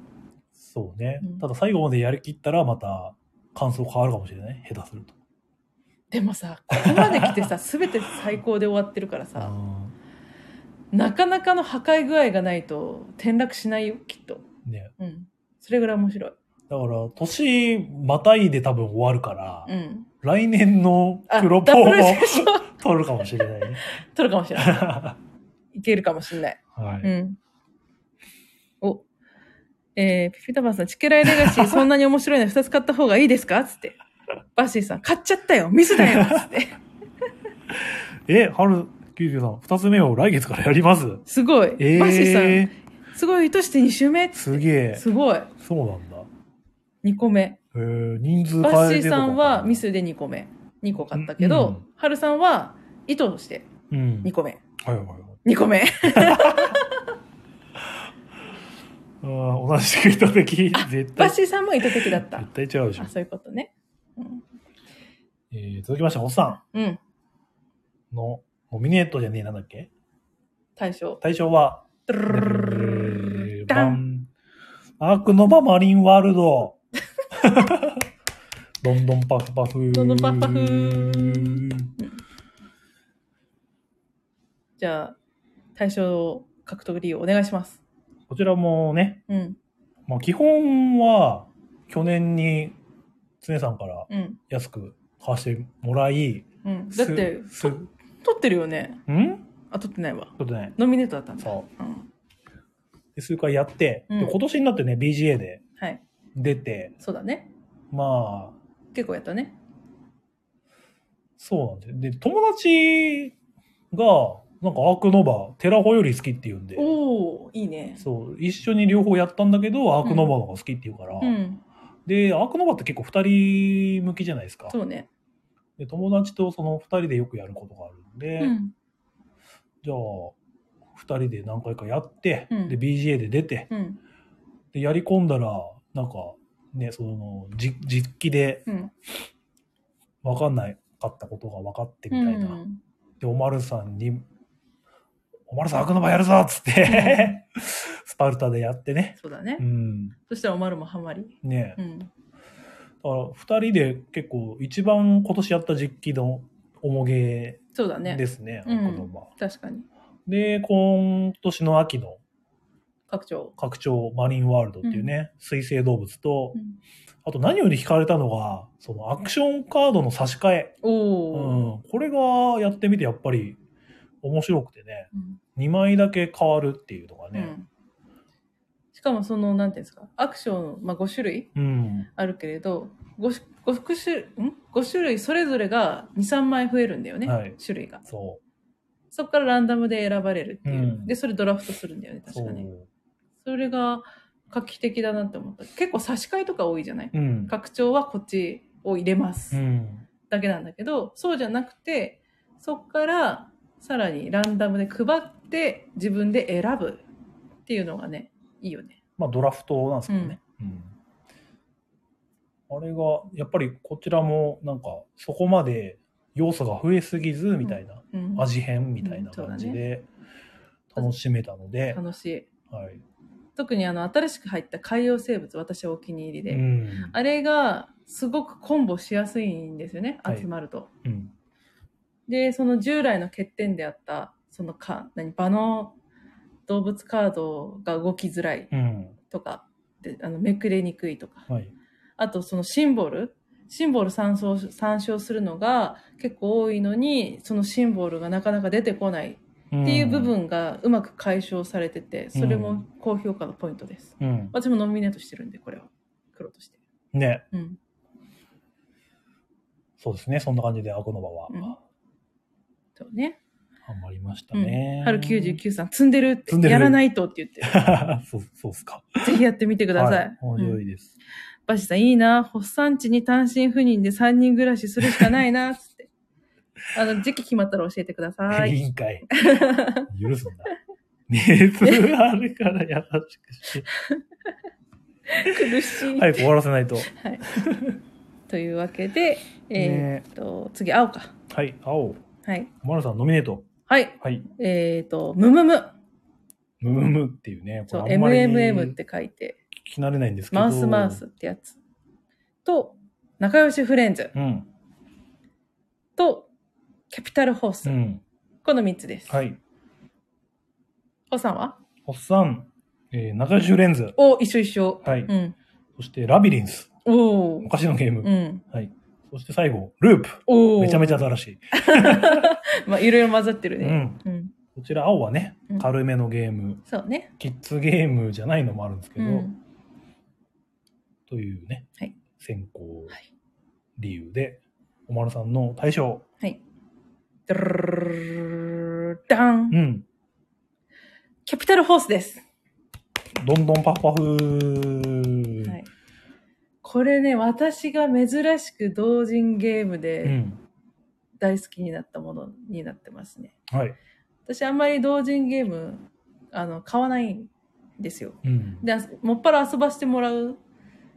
[SPEAKER 1] そうね
[SPEAKER 2] うん。
[SPEAKER 1] ただ最後までやりきったらまた感想変わるかもしれない。下手すると。
[SPEAKER 2] でもさここまで来て さ全て最高で終わってるからさ
[SPEAKER 1] う
[SPEAKER 2] なかなかの破壊具合がないと転落しないよきっと
[SPEAKER 1] んね。
[SPEAKER 2] うんそれぐらい面白い
[SPEAKER 1] だから、年またいで多分終わるから、
[SPEAKER 2] うん
[SPEAKER 1] 来年の
[SPEAKER 2] あ
[SPEAKER 1] 黒
[SPEAKER 2] ダ
[SPEAKER 1] ポ
[SPEAKER 2] ブ
[SPEAKER 1] ン
[SPEAKER 2] ル
[SPEAKER 1] を
[SPEAKER 2] セッション
[SPEAKER 1] 取るかもしれないね。
[SPEAKER 2] 取るかもしれない
[SPEAKER 1] はい
[SPEAKER 2] けるかもしれない
[SPEAKER 1] い。
[SPEAKER 2] うん。お、えー、ピピタパンさん、チケライレガ シー、そんなに面白いの2つ買った方がいいですかつって。バッシーさん、買っちゃったよミ スだよつって。
[SPEAKER 1] え、春99さん、二つ目を来月からやります
[SPEAKER 2] すごい。
[SPEAKER 1] え
[SPEAKER 2] バッシー
[SPEAKER 1] え
[SPEAKER 2] さん、すごい、意図して2周目
[SPEAKER 1] ー、すげえ。
[SPEAKER 2] すごい。
[SPEAKER 1] そうなんだ。
[SPEAKER 2] 2個目。
[SPEAKER 1] ええー、人数
[SPEAKER 2] バ
[SPEAKER 1] 変
[SPEAKER 2] ッ
[SPEAKER 1] え
[SPEAKER 2] シ
[SPEAKER 1] て
[SPEAKER 2] ー
[SPEAKER 1] と
[SPEAKER 2] さ
[SPEAKER 1] か
[SPEAKER 2] んはミスで2個目2個買ったけ
[SPEAKER 1] う
[SPEAKER 2] ど
[SPEAKER 1] ん
[SPEAKER 2] ハル、さんは意図として
[SPEAKER 1] うん
[SPEAKER 2] 2個目
[SPEAKER 1] はいはいはい
[SPEAKER 2] 2個目
[SPEAKER 1] あー同じ意図的絶
[SPEAKER 2] バ
[SPEAKER 1] 対
[SPEAKER 2] ッシーさんも意図的だった
[SPEAKER 1] 絶対違うでしょ
[SPEAKER 2] あ、そういうことねうん、
[SPEAKER 1] えー、続きましておっさ
[SPEAKER 2] うん、
[SPEAKER 1] んのノミネートじゃねえなんだっけ
[SPEAKER 2] 対象
[SPEAKER 1] 対象は
[SPEAKER 2] ドゥルルルルルルルルル
[SPEAKER 1] ダ
[SPEAKER 2] ダン
[SPEAKER 1] ンアークノバマリンワール ドどんどんパフパフ
[SPEAKER 2] どんどんパフパフじゃあ対象獲得理由お願いします
[SPEAKER 1] こちらもね、
[SPEAKER 2] うん
[SPEAKER 1] まあ、基本は去年に常さんから
[SPEAKER 2] うん
[SPEAKER 1] 安く買わしてもらい
[SPEAKER 2] うんだって
[SPEAKER 1] すすん
[SPEAKER 2] 取ってるよね
[SPEAKER 1] ち
[SPEAKER 2] あ取ってないわ
[SPEAKER 1] ょっとね
[SPEAKER 2] ノミネートだったんだ
[SPEAKER 1] そう
[SPEAKER 2] うん、
[SPEAKER 1] で数回やって、
[SPEAKER 2] うん
[SPEAKER 1] で今年になってね BGA で
[SPEAKER 2] はい
[SPEAKER 1] 出て
[SPEAKER 2] そうだね
[SPEAKER 1] まあ
[SPEAKER 2] 結構やったね
[SPEAKER 1] そうなんですよで友達がなんかアークノバテラホより好きって言うんで
[SPEAKER 2] おおいいね
[SPEAKER 1] そう一緒に両方やったんだけどアークノバの方が好きって言うから、
[SPEAKER 2] うん
[SPEAKER 1] でアークノバって結構2人向きじゃないですか
[SPEAKER 2] そうね
[SPEAKER 1] で友達とその2人でよくやることがあるんで、
[SPEAKER 2] うん
[SPEAKER 1] じゃあ2人で何回かやって、
[SPEAKER 2] うん
[SPEAKER 1] で BGA で出て
[SPEAKER 2] うん
[SPEAKER 1] でやり込んだらなんかねそのじ実機で
[SPEAKER 2] うん
[SPEAKER 1] 分かんないかったことが分かってみ
[SPEAKER 2] う
[SPEAKER 1] たいな、
[SPEAKER 2] ん
[SPEAKER 1] でおまるさんに「おまるさんアークノバやるぞ!」っつって、 スパルタでやってね
[SPEAKER 2] そうだね
[SPEAKER 1] うん
[SPEAKER 2] そしたらおまるもハマり
[SPEAKER 1] ねえ
[SPEAKER 2] うん
[SPEAKER 1] だから2人で結構一番今年やった実機の重げ
[SPEAKER 2] そうだね
[SPEAKER 1] ですね
[SPEAKER 2] うん
[SPEAKER 1] 奥の間
[SPEAKER 2] 確かに
[SPEAKER 1] で今年の秋の
[SPEAKER 2] 拡張
[SPEAKER 1] 拡張マリンワールドっていうね、水生動物と、
[SPEAKER 2] うん
[SPEAKER 1] あと何より惹かれたのがそのアクションカードの差し替え、う
[SPEAKER 2] おお、
[SPEAKER 1] ん、これがやってみてやっぱり面白くてね
[SPEAKER 2] うん
[SPEAKER 1] 2枚だけ変わるっていうのが
[SPEAKER 2] う
[SPEAKER 1] ね、
[SPEAKER 2] ん、しかもそのなんていうんですかアクション、まあ、5種類
[SPEAKER 1] うん
[SPEAKER 2] あるけれど 5, 5, 種ん5種類それぞれが23枚増えるんだよね、
[SPEAKER 1] はい
[SPEAKER 2] 種類が
[SPEAKER 1] そ
[SPEAKER 2] そこからランダムで選ばれるってい
[SPEAKER 1] う
[SPEAKER 2] う、
[SPEAKER 1] ん
[SPEAKER 2] でそれドラフトするんだよね
[SPEAKER 1] う
[SPEAKER 2] 確
[SPEAKER 1] そう
[SPEAKER 2] かねそれが画期的だなって思った結構差し替えとか多いじゃない
[SPEAKER 1] うん、
[SPEAKER 2] 拡張はこっちを入れます、
[SPEAKER 1] うん、
[SPEAKER 2] だけなんだけどそうじゃなくてそこからさらにランダムで配って自分で選ぶっていうのがねいいよね
[SPEAKER 1] まあドラフトなんですけどね、あれが、やっぱりこちらも、なんか、そこまで要素が増えすぎず、みたいな、
[SPEAKER 2] うん、うん
[SPEAKER 1] 味変みたいな感じで、楽しめたので、
[SPEAKER 2] 楽しい
[SPEAKER 1] はい。
[SPEAKER 2] 特にあの新しく入った海洋生物私はお気に入りで、
[SPEAKER 1] うん。
[SPEAKER 2] あれがすごくコンボしやすいんですよね
[SPEAKER 1] はい
[SPEAKER 2] 集まると、
[SPEAKER 1] うん。
[SPEAKER 2] でその従来の欠点であったそのか何場の動物カードが動きづらい
[SPEAKER 1] うん。
[SPEAKER 2] とかであのめくれにくいとか
[SPEAKER 1] はい。
[SPEAKER 2] あとそのシンボルシンボル参照参照するのが結構多いのにそのシンボルがなかなか出てこないっていう部。分がうまく解消されててそれも高評価のポイントです、
[SPEAKER 1] うん。
[SPEAKER 2] 私もノミネートしてるんでこれは黒として
[SPEAKER 1] ね。
[SPEAKER 2] うん
[SPEAKER 1] そうですね。そんな感じで、アコノバは
[SPEAKER 2] う、んそうね
[SPEAKER 1] ハマりました
[SPEAKER 2] うん
[SPEAKER 1] ね。
[SPEAKER 2] 春99さん積んでるって
[SPEAKER 1] 積んでる
[SPEAKER 2] やらないとって言って
[SPEAKER 1] そう、そうっすか。
[SPEAKER 2] ぜひやってみてください。
[SPEAKER 1] はい面白いです。
[SPEAKER 2] バシさん、いいな。発産地に単身赴任で3人暮らしするしかないな。つって。あの、時期決まったら教えてくださ
[SPEAKER 1] 委
[SPEAKER 2] い。
[SPEAKER 1] 員会。 許すんだ。熱があるから優しく し。
[SPEAKER 2] 苦しい。
[SPEAKER 1] 早く終わらせないと。
[SPEAKER 2] はい。というわけで、え
[SPEAKER 1] ね
[SPEAKER 2] ーっと、次、青か。
[SPEAKER 1] はい、青。
[SPEAKER 2] はい。
[SPEAKER 1] マルさん、ノミネート。
[SPEAKER 2] はい。
[SPEAKER 1] はい。
[SPEAKER 2] えーっと、ムムム。
[SPEAKER 1] ムムムっていうね、
[SPEAKER 2] そう、
[SPEAKER 1] これあんまり
[SPEAKER 2] MMM って書いて、
[SPEAKER 1] 聞き慣れないんですけど。
[SPEAKER 2] マウスマウス。ってやつ。と、仲良しフレンズ。
[SPEAKER 1] うん。
[SPEAKER 2] と、キャピタルホース。
[SPEAKER 1] うん。
[SPEAKER 2] この3つです。。
[SPEAKER 1] はいい。
[SPEAKER 2] ホさんは
[SPEAKER 1] おっさん、えー、仲良しフレンズ。
[SPEAKER 2] お、一緒一緒。
[SPEAKER 1] はい。
[SPEAKER 2] うん。
[SPEAKER 1] そして、ラビリンス。
[SPEAKER 2] おー
[SPEAKER 1] お。菓子のゲーム。
[SPEAKER 2] うん。
[SPEAKER 1] はい。そして最後、ループ。
[SPEAKER 2] おお。
[SPEAKER 1] めちゃめち
[SPEAKER 2] ゃ。
[SPEAKER 1] ゃ新しい。
[SPEAKER 2] まあ、いろいろ混ざってる
[SPEAKER 1] う
[SPEAKER 2] ね。
[SPEAKER 1] ん。
[SPEAKER 2] うん。
[SPEAKER 1] こちら、青はね
[SPEAKER 2] うん、
[SPEAKER 1] 軽めのゲーム、
[SPEAKER 2] そうね。
[SPEAKER 1] キッズゲームじゃないのもあるんですけ
[SPEAKER 2] う
[SPEAKER 1] ど、
[SPEAKER 2] ん。
[SPEAKER 1] というね、
[SPEAKER 2] はい
[SPEAKER 1] 選考
[SPEAKER 2] はい
[SPEAKER 1] 理由で、おまるさんの対象。
[SPEAKER 2] はい。ドゥルルルルルルダ
[SPEAKER 1] う
[SPEAKER 2] ン。
[SPEAKER 1] ん。
[SPEAKER 2] キャピタルホースです。
[SPEAKER 1] どんどんパフパフ。
[SPEAKER 2] はい。ここれね、私が珍しく同人ゲーム
[SPEAKER 1] う
[SPEAKER 2] で
[SPEAKER 1] ん。
[SPEAKER 2] 大好きになったものになってますね。
[SPEAKER 1] はい。
[SPEAKER 2] 私あんまり同人ゲーム、あの、買わないんですよ。
[SPEAKER 1] うん。
[SPEAKER 2] で、あもっぱら遊ばしてもらう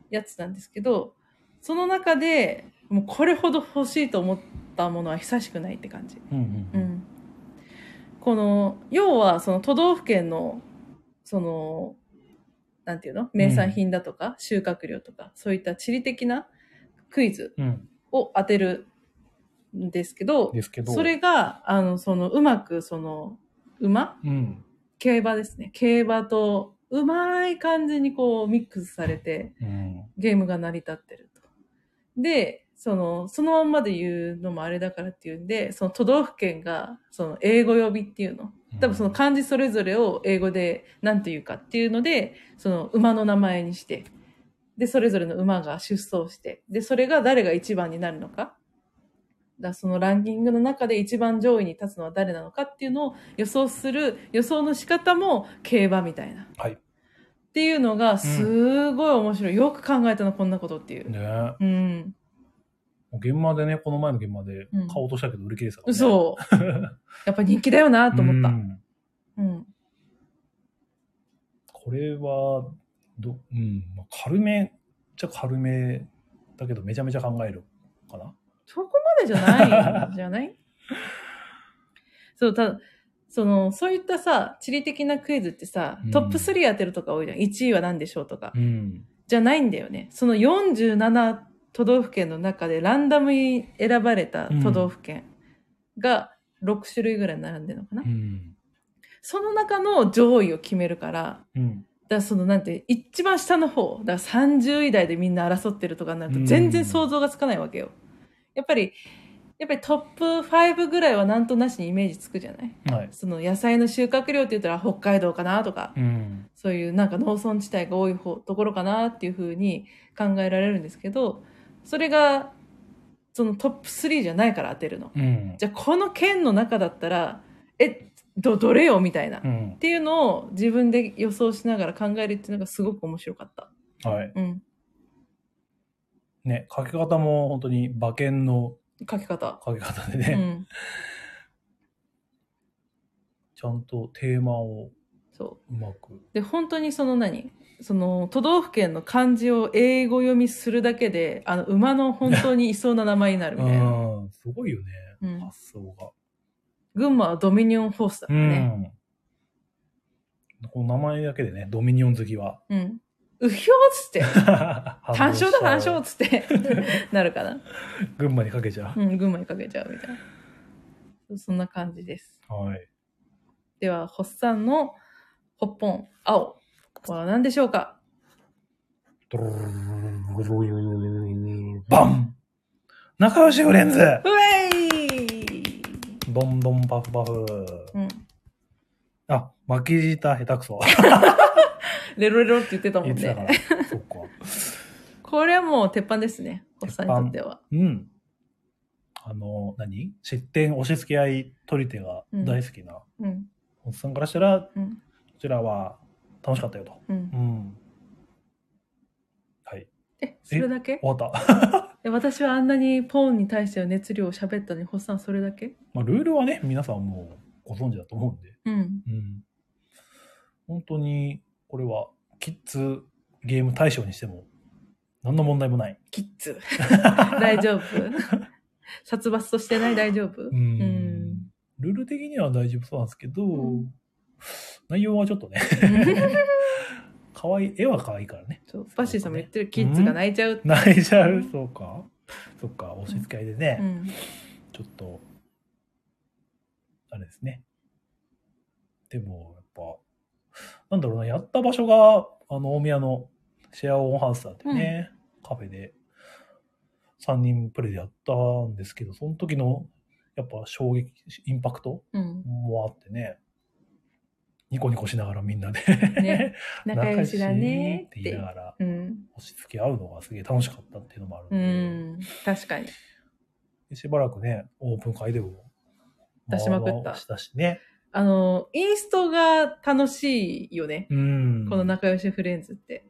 [SPEAKER 2] やつなんですけど、その中で、もうこれほど欲しいと思ったものは久しくないって感じ。
[SPEAKER 1] うんう。
[SPEAKER 2] うんん、この要はその都道府県のそのなんていうの名産品だとか収穫量とか、そういった地理的なクイズ
[SPEAKER 1] うん。
[SPEAKER 2] を当てるんですけど
[SPEAKER 1] ですけど。
[SPEAKER 2] そ。れがあのそのうまくその馬
[SPEAKER 1] うん。
[SPEAKER 2] 競馬ですね競馬とうまい感じにこうミックスされて
[SPEAKER 1] うん。
[SPEAKER 2] ゲームが成り立ってると。で、その、そのまんまで言うのもあれだからっていうんで、その都道府県が、その英語呼びっていうの。多分その漢字それぞれを英語で何というかっていうので、その馬の名前にして、で、それぞれの馬が出走して、で、それが誰が一番になるのか。だそのランキングの中で一番上位に立つのは誰なのかっていうのを予想する予想の仕方も競馬みたいな。
[SPEAKER 1] はい
[SPEAKER 2] っていうのがすごい面白い。よく考えたな、こんなことっていう。
[SPEAKER 1] ね
[SPEAKER 2] うん。
[SPEAKER 1] 現場でね、この前の現場で
[SPEAKER 2] うん
[SPEAKER 1] 買おうとしたけど売り切れてたから、ね。う。
[SPEAKER 2] そう。やっぱ人気だよなと思った。
[SPEAKER 1] ん
[SPEAKER 2] うん。
[SPEAKER 1] これは、ど、うん、まあ軽めっちゃ軽めだけど、めちゃめちゃ考えるかな。
[SPEAKER 2] そこまでじゃないんじゃない そう、ただ、その、そういったさ、地理的なクイズってさ
[SPEAKER 1] うん、
[SPEAKER 2] トップ3当てるとか多いじゃん。1位は何でしょうとか。
[SPEAKER 1] うん。
[SPEAKER 2] じゃないんだよね。その47都道府県の中でランダムに選ばれた都道府県が6種類ぐらい並んでるのかな。
[SPEAKER 1] うん。
[SPEAKER 2] その中の上位を決めるから、
[SPEAKER 1] うん。
[SPEAKER 2] だからそのなんて一番下の方だから30位台でみんな争ってるとかになると全然想像がつかないわけよ、やっぱりやっぱりトップ5ぐらいはなんとなしにイメージつくじゃない
[SPEAKER 1] はい。
[SPEAKER 2] その野菜の収穫量って言ったら北海道かなとか、
[SPEAKER 1] うん。
[SPEAKER 2] そういうなんか農村地帯が多い方ところかなっていうふうに考えられるんですけどそれがそのトップ3じゃないから当てるの
[SPEAKER 1] うん。
[SPEAKER 2] じゃあこの県の中だったらえどどれよみたいな
[SPEAKER 1] うん
[SPEAKER 2] っ。ていうのを自分で予想しながら考えるっていうのがすごく面白かった。
[SPEAKER 1] はい。
[SPEAKER 2] うん。
[SPEAKER 1] ね、書き方も本当に馬券の
[SPEAKER 2] 書き方。
[SPEAKER 1] 書き方で
[SPEAKER 2] う
[SPEAKER 1] ね、
[SPEAKER 2] ん。
[SPEAKER 1] ちゃんとテーマを
[SPEAKER 2] そう
[SPEAKER 1] まく
[SPEAKER 2] う。。で、本当にその何その都道府県の漢字を英語読みするだけで、あの、馬の本当にい そうな名前になるみたいな。
[SPEAKER 1] うん。すごいよね。
[SPEAKER 2] うん
[SPEAKER 1] 発想が。
[SPEAKER 2] 群馬はドミニオンホースだからね。
[SPEAKER 1] うん。この名前だけでね、ドミニオン好きは。
[SPEAKER 2] うん。うひょーっつ って、単勝だ単勝っつって、 なるかな。
[SPEAKER 1] 群馬にかけちゃ
[SPEAKER 2] うん、群馬にかけちゃうみたいなそう。そんな感じです。
[SPEAKER 1] う。はい。
[SPEAKER 2] では、ホッサンのホッポン、青は何でしょうか
[SPEAKER 1] バン仲良しフレンズ
[SPEAKER 2] うえい
[SPEAKER 1] ボンボンパフパフ。
[SPEAKER 2] うん。
[SPEAKER 1] あ、巻き舌下手くそ。
[SPEAKER 2] レロレロって言ってたも
[SPEAKER 1] 言
[SPEAKER 2] ん
[SPEAKER 1] ってたか
[SPEAKER 2] ね。
[SPEAKER 1] ら。そっか。
[SPEAKER 2] これはもう鉄板ですね。おっ
[SPEAKER 1] 鉄
[SPEAKER 2] さ
[SPEAKER 1] 板
[SPEAKER 2] んにとっては。
[SPEAKER 1] うん。あの、何失点、押し付け合い、取り手が大好きな、
[SPEAKER 2] うん。
[SPEAKER 1] おっさんからしたら、こ
[SPEAKER 2] うん。
[SPEAKER 1] ちらは楽しかったよと。
[SPEAKER 2] うん
[SPEAKER 1] う。ん。はい。
[SPEAKER 2] え、それだけ
[SPEAKER 1] 終わった。
[SPEAKER 2] え私はあんなにポーンに対しての熱量を喋ったのに、ホッサンそれだけ
[SPEAKER 1] まあ、ルールはね、皆さんもうご存知だと思うんで。
[SPEAKER 2] うん。
[SPEAKER 1] うん。本当に、これは、キッズゲーム対象にしても、何の問題もない。
[SPEAKER 2] キッズ。大 丈夫殺伐としてない大丈夫
[SPEAKER 1] う
[SPEAKER 2] うん
[SPEAKER 1] ん。ルール的には大丈夫そうなんですけど、
[SPEAKER 2] うん
[SPEAKER 1] 内容はちょっとね、可愛い、絵は可愛いからね。
[SPEAKER 2] そうバッシーさんも言ってる、キッズが泣いちゃうって。
[SPEAKER 1] 泣いちゃう、そうか。そっか、押し付け合いでね、
[SPEAKER 2] うん。
[SPEAKER 1] ちょっと、あれですね。でも、やっぱ、なんだろうな、やった場所が、あの、大宮のシェアオンハウスだっていうね、カフェで、3人プレイでやったんですけど、その時の、やっぱ衝撃、インパクト
[SPEAKER 2] うん。
[SPEAKER 1] もあってね、ニコニコしながらみんなで、
[SPEAKER 2] ね仲良しだね
[SPEAKER 1] 仲良し
[SPEAKER 2] っ
[SPEAKER 1] って言い
[SPEAKER 2] て
[SPEAKER 1] な。がら、
[SPEAKER 2] うん。
[SPEAKER 1] 押し付け合うのがすげえ楽しかったっていうのもあるん
[SPEAKER 2] う
[SPEAKER 1] で、
[SPEAKER 2] ん。確かに。
[SPEAKER 1] でしばらくね、オープン会でも、
[SPEAKER 2] 出しまくった
[SPEAKER 1] 回したしね。
[SPEAKER 2] あの、インストが楽しいよね。
[SPEAKER 1] うん。
[SPEAKER 2] この仲良しフレンズって。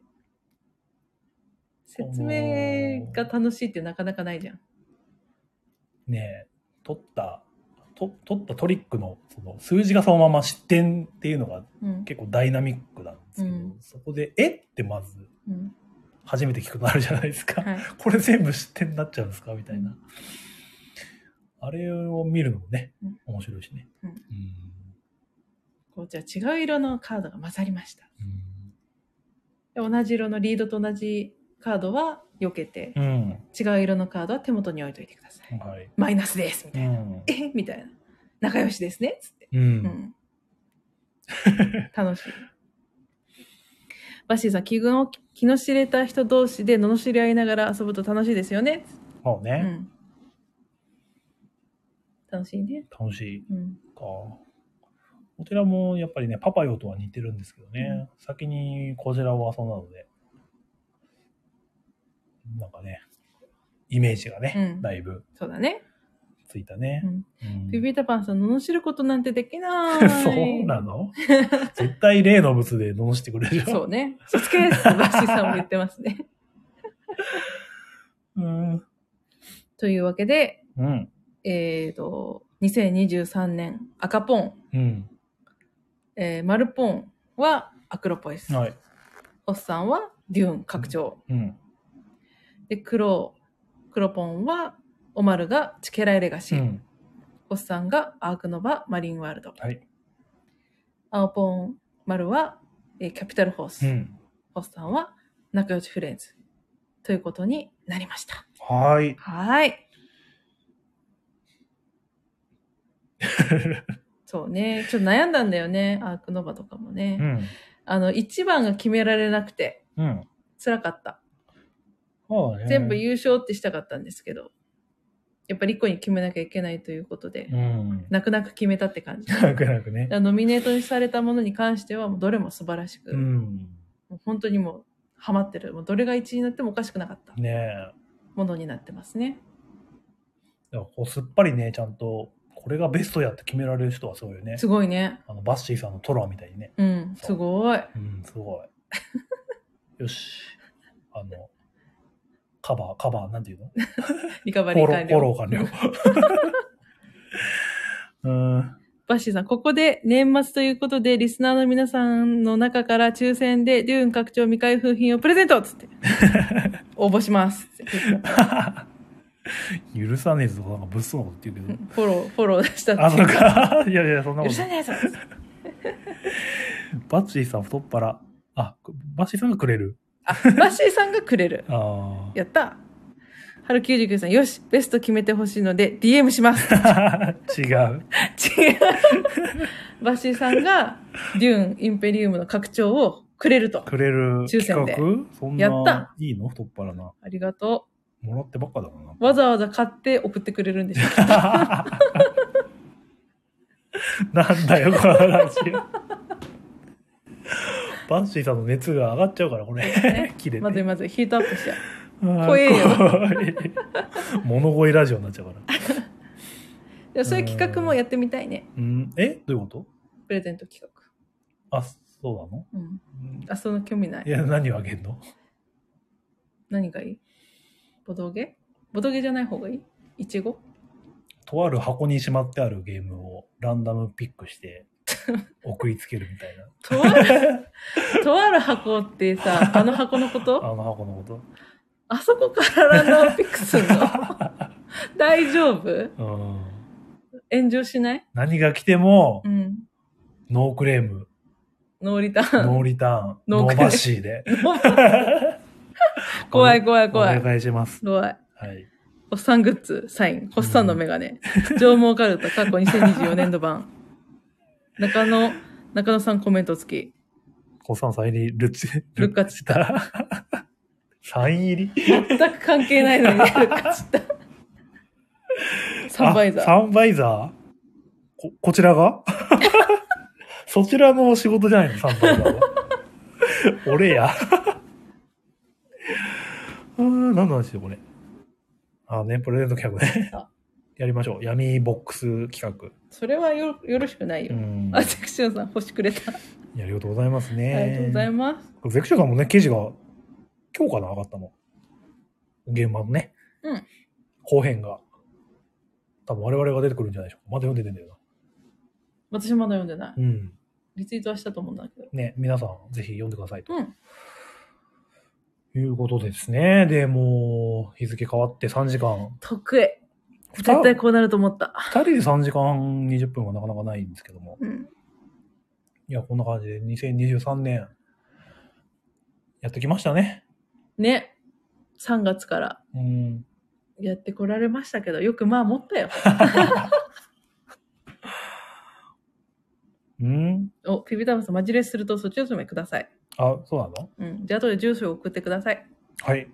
[SPEAKER 2] 説明が楽しいってなかなかないじゃん。
[SPEAKER 1] ねえ、取った、と取ったトリックのその数字がそのまま失点っていうのが
[SPEAKER 2] うん。
[SPEAKER 1] 結構ダイナミックなんですけど、
[SPEAKER 2] うん
[SPEAKER 1] そこで、えってまず
[SPEAKER 2] うん、
[SPEAKER 1] 初めて聞くのあるじゃないですか。
[SPEAKER 2] はい。
[SPEAKER 1] これ全部失点になっちゃうんですかみたいな。
[SPEAKER 2] うん
[SPEAKER 1] あれを見るのもね
[SPEAKER 2] うん、
[SPEAKER 1] 面白いしね。
[SPEAKER 2] うん
[SPEAKER 1] うん
[SPEAKER 2] こうじゃあ違う色のカードが混ざりました。
[SPEAKER 1] う
[SPEAKER 2] で同じ色のリードと同じカードは避けて、
[SPEAKER 1] ん
[SPEAKER 2] 違う色のカードは手元に置いといてください。
[SPEAKER 1] はい。
[SPEAKER 2] マイナスですみた
[SPEAKER 1] う
[SPEAKER 2] いな。
[SPEAKER 1] ん。
[SPEAKER 2] えみたいな。仲良しですねつって。
[SPEAKER 1] う。
[SPEAKER 2] うんん。楽しい。バッシーさん、気分を気の知れた人同士で罵り合いながら遊ぶと楽しいですよね。
[SPEAKER 1] そう
[SPEAKER 2] う
[SPEAKER 1] ね。
[SPEAKER 2] ん。楽しいね。
[SPEAKER 1] 楽しい
[SPEAKER 2] うん。
[SPEAKER 1] か。お寺もやっぱりね、パパヨとは似てるんですけどね、先にこちらを遊んだので、なんかね、イメージがね、
[SPEAKER 2] うん
[SPEAKER 1] だいぶ
[SPEAKER 2] そうだね。
[SPEAKER 1] ついたね。
[SPEAKER 2] うん
[SPEAKER 1] うん
[SPEAKER 2] ビビタパンさん、罵ることなんてできない。
[SPEAKER 1] そうなの絶対例の物で罵してくれるじゃん。
[SPEAKER 2] そうね。しつけってバッシーさんも言ってますね。
[SPEAKER 1] うん。
[SPEAKER 2] というわけで、
[SPEAKER 1] うん。
[SPEAKER 2] えっ、と、2023年赤ポン、
[SPEAKER 1] うん。
[SPEAKER 2] えー、丸ポンはアクロポイス。
[SPEAKER 1] はい。
[SPEAKER 2] おっさんはデューン拡張。
[SPEAKER 1] うん。
[SPEAKER 2] で、黒、黒ポンはオマルがチケライレガシ
[SPEAKER 1] う
[SPEAKER 2] ー。
[SPEAKER 1] ん。
[SPEAKER 2] おっさんがアークノバマリンワールド。
[SPEAKER 1] はい。
[SPEAKER 2] 青ポン、丸は、えーキャピタルホース。
[SPEAKER 1] うん。
[SPEAKER 2] おっさんは仲良しフレンズ。ということになりました。
[SPEAKER 1] はい。
[SPEAKER 2] はい。 そうね。ちょっと悩んだんだよね。アークノバとかもね。
[SPEAKER 1] うん。
[SPEAKER 2] あの、一番が決められなくて、
[SPEAKER 1] うん。
[SPEAKER 2] 辛かった。
[SPEAKER 1] そうだね。
[SPEAKER 2] 全部優勝ってしたかったんですけど、やっぱり一個に決めなきゃいけないということで、
[SPEAKER 1] うん。
[SPEAKER 2] 泣く泣く決めたって感じ。だか
[SPEAKER 1] なくなくね。
[SPEAKER 2] らノミネートにされたものに関しては、もうどれも素晴らしく、
[SPEAKER 1] う
[SPEAKER 2] も
[SPEAKER 1] ん。
[SPEAKER 2] う本当にもう、ハマってる。もうどれが1位になってもおかしくなかった
[SPEAKER 1] ねえ。
[SPEAKER 2] ものになってますね。
[SPEAKER 1] だからこうすっぱりね、ちゃんと、これがベストやって決められる人はすごいよね
[SPEAKER 2] す。ごいね。
[SPEAKER 1] あの、バッシーさんのトラみたいにね。
[SPEAKER 2] うん、すごい。
[SPEAKER 1] うん、すごい。 よし。あの、カバー、カバー、なんていうの
[SPEAKER 2] リカバ
[SPEAKER 1] フ
[SPEAKER 2] リ
[SPEAKER 1] ォ
[SPEAKER 2] ー
[SPEAKER 1] ロ
[SPEAKER 2] 完
[SPEAKER 1] ー、フォロ
[SPEAKER 2] 了。
[SPEAKER 1] ー完了。 うん。
[SPEAKER 2] バッシーさん、ここで年末ということで、リスナーの皆さんの中から抽選で、デューン拡張未開封品をプレゼント つって。応募します。つって
[SPEAKER 1] 許さねえぞ、なんか 物騒なこと言って
[SPEAKER 2] う
[SPEAKER 1] る
[SPEAKER 2] んフォロー、フォローした
[SPEAKER 1] けど。あ、
[SPEAKER 2] っ
[SPEAKER 1] そうか。いやいや、そんな
[SPEAKER 2] て。
[SPEAKER 1] こ
[SPEAKER 2] 許
[SPEAKER 1] と
[SPEAKER 2] さ。ないぞ
[SPEAKER 1] バッチーさん太っ腹。あ、バッチーさんがくれる。
[SPEAKER 2] あ、バッシーさんがくれる。
[SPEAKER 1] あ
[SPEAKER 2] やった春99さん、よし、ベスト決めてほしいので、DM します。
[SPEAKER 1] あ。 違う。
[SPEAKER 2] 違う。バッシーさんが、デューン、インペリウムの拡張をくれると。
[SPEAKER 1] くれる
[SPEAKER 2] 抽
[SPEAKER 1] 企
[SPEAKER 2] 選
[SPEAKER 1] 画
[SPEAKER 2] で
[SPEAKER 1] そん
[SPEAKER 2] やった
[SPEAKER 1] な、いいの太っ腹な。
[SPEAKER 2] ありがと
[SPEAKER 1] もらってばっかだ もんな。
[SPEAKER 2] う。わざわざ買って送ってくれるんでしょ。
[SPEAKER 1] なんだよ、この話。バッシーさんの熱が上がっちゃうから、これ。 切れて。
[SPEAKER 2] まずいまずい、ヒートアップしちゃう。
[SPEAKER 1] 怖
[SPEAKER 2] 怖えよ
[SPEAKER 1] い。物乞いラジオになっちゃう から。
[SPEAKER 2] でもそういう企画もやってみたいね。
[SPEAKER 1] うん、えどういうこと
[SPEAKER 2] プレゼント企
[SPEAKER 1] あ、そうなの
[SPEAKER 2] 画。うん。
[SPEAKER 1] うん
[SPEAKER 2] あ、その興味ないい。
[SPEAKER 1] や、何をあげんの
[SPEAKER 2] 何がいいボドゲボドゲじゃない方がいいいちご
[SPEAKER 1] とある箱にしまってあるゲームをランダムピック して送りつけるみたいな。
[SPEAKER 2] とある、とある箱ってさ、あの箱のこと
[SPEAKER 1] あの箱のこと。
[SPEAKER 2] あそこからランダムピックすんの大丈夫
[SPEAKER 1] うん、
[SPEAKER 2] 炎上しない
[SPEAKER 1] 何が来ても
[SPEAKER 2] う、ん。
[SPEAKER 1] ノークレーム、
[SPEAKER 2] ノーリターン。
[SPEAKER 1] ノーリターン、
[SPEAKER 2] ノー
[SPEAKER 1] ノ
[SPEAKER 2] クレーム
[SPEAKER 1] ーバッシーで。
[SPEAKER 2] 怖い怖い怖
[SPEAKER 1] お
[SPEAKER 2] い。
[SPEAKER 1] 願いします。
[SPEAKER 2] 怖い。
[SPEAKER 1] はい。
[SPEAKER 2] おっさんグッズ、サイン、ホッサンのメガネ。上毛カルタ、過去2024年度版。中野、中野さんコメント付き。
[SPEAKER 1] コサンサイリルチ、
[SPEAKER 2] ルカチ
[SPEAKER 1] タ。 サイン入り
[SPEAKER 2] 全く関係な いのに、ルカチタ。サンバイザ
[SPEAKER 1] あ
[SPEAKER 2] ー。
[SPEAKER 1] サンバイザーこ、こちらが そちらの仕事じゃないのサンバイザーは。 俺や。 あー何の話よ、これ。あーね、プレゼント企画ね
[SPEAKER 2] あ。
[SPEAKER 1] やりましょう。闇ボックス企画。
[SPEAKER 2] それはよよろしくないよ
[SPEAKER 1] う。 ん。
[SPEAKER 2] あ、セクションさん、星くれた。
[SPEAKER 1] いやありがとうございますね。
[SPEAKER 2] ありがとうございます。
[SPEAKER 1] す。ゼクションさんもね、記事が今日かな、上がったの。現場のね、
[SPEAKER 2] うん
[SPEAKER 1] 後編が、多分我々が出てくるんじゃないでしょうか。まだ読んでてんだよ
[SPEAKER 2] 私まだ読んでない。
[SPEAKER 1] な。うん。
[SPEAKER 2] リツイートはしたと思うんだけど。
[SPEAKER 1] ね、皆さん、ぜひ読んでくださいと。
[SPEAKER 2] うん
[SPEAKER 1] いうことですね。で、もう、日付変わって3時間。
[SPEAKER 2] 得意。
[SPEAKER 1] 二
[SPEAKER 2] 絶対こうなると思った。
[SPEAKER 1] 二人で3時間20分はなかなかないんですけども。
[SPEAKER 2] うん。
[SPEAKER 1] いや、こんな感じで2023年、やってきましたね。
[SPEAKER 2] ね。3月から
[SPEAKER 1] うん。
[SPEAKER 2] やってこられましたけど、よくまあ持ったよ。
[SPEAKER 1] うん
[SPEAKER 2] お、ピピタマさん、マジレスするとそっちをめください。
[SPEAKER 1] あ、そうなの
[SPEAKER 2] うん。じゃあ、後で住所を送ってください。
[SPEAKER 1] はい。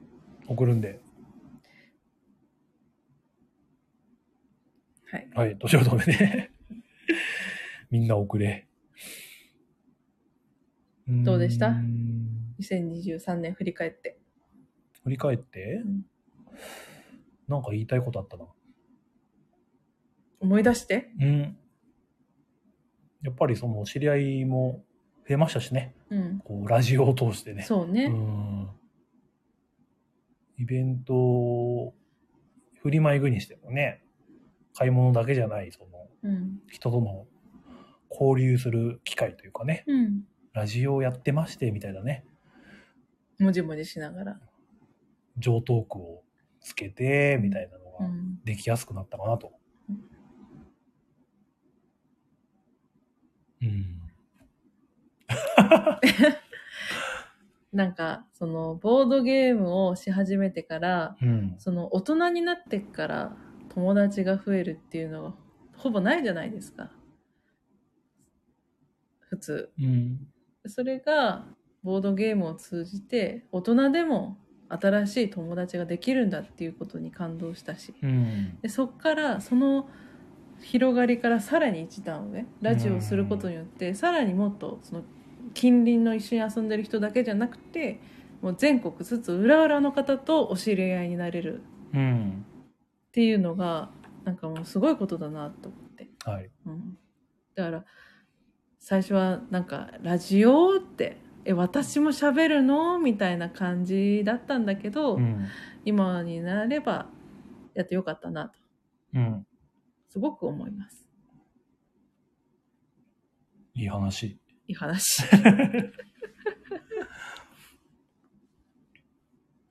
[SPEAKER 1] 送るんで。
[SPEAKER 2] はい。
[SPEAKER 1] はい。年を止めて。 みんな送れ。ん
[SPEAKER 2] どうでした2023年振り返って。
[SPEAKER 1] 振り返って、
[SPEAKER 2] うん
[SPEAKER 1] なんか言いたいことあったな。
[SPEAKER 2] 思い出して。
[SPEAKER 1] うん。やっぱりその知り合いも増えましたしね。
[SPEAKER 2] うん。
[SPEAKER 1] こうラジオを通してね。
[SPEAKER 2] そう
[SPEAKER 1] う
[SPEAKER 2] ね。
[SPEAKER 1] ん。イベント、フリマ行くにしてもね、買い物だけじゃない、その
[SPEAKER 2] うん。
[SPEAKER 1] 人との交流する機会というかね、
[SPEAKER 2] うん。
[SPEAKER 1] ラジオをやってましてみたいなね、
[SPEAKER 2] もじもじしながら。
[SPEAKER 1] 上トークをつけて、みたいなの
[SPEAKER 2] う
[SPEAKER 1] が
[SPEAKER 2] ん。
[SPEAKER 1] できやすくなったかなと。うん。
[SPEAKER 2] なんか、その、ボードゲームをし始めてから、
[SPEAKER 1] うん。
[SPEAKER 2] その、大人になってから友達が増えるっていうのは、ほぼないじゃないですか。普通。
[SPEAKER 1] うん。
[SPEAKER 2] それが、ボードゲームを通じて、大人でも新しい友達ができるんだっていうことに感動したし。
[SPEAKER 1] うん。
[SPEAKER 2] でそっからその広がりからさらに一段上ラジオをすることによってさらにもっとその近隣の一緒に遊んでる人だけじゃなくてもう全国ずつ裏裏の方とお知り合いになれる
[SPEAKER 1] うん。
[SPEAKER 2] っていうのがなんかもうすごいことだなと思って、
[SPEAKER 1] はい。
[SPEAKER 2] うん、だから最初はなんか「ラジオ?」って「え私も喋るの?」みたいな感じだったんだけど、
[SPEAKER 1] うん。
[SPEAKER 2] 今になればやってよかったなと
[SPEAKER 1] うん。
[SPEAKER 2] すごく思います。
[SPEAKER 1] いい話。
[SPEAKER 2] いい話。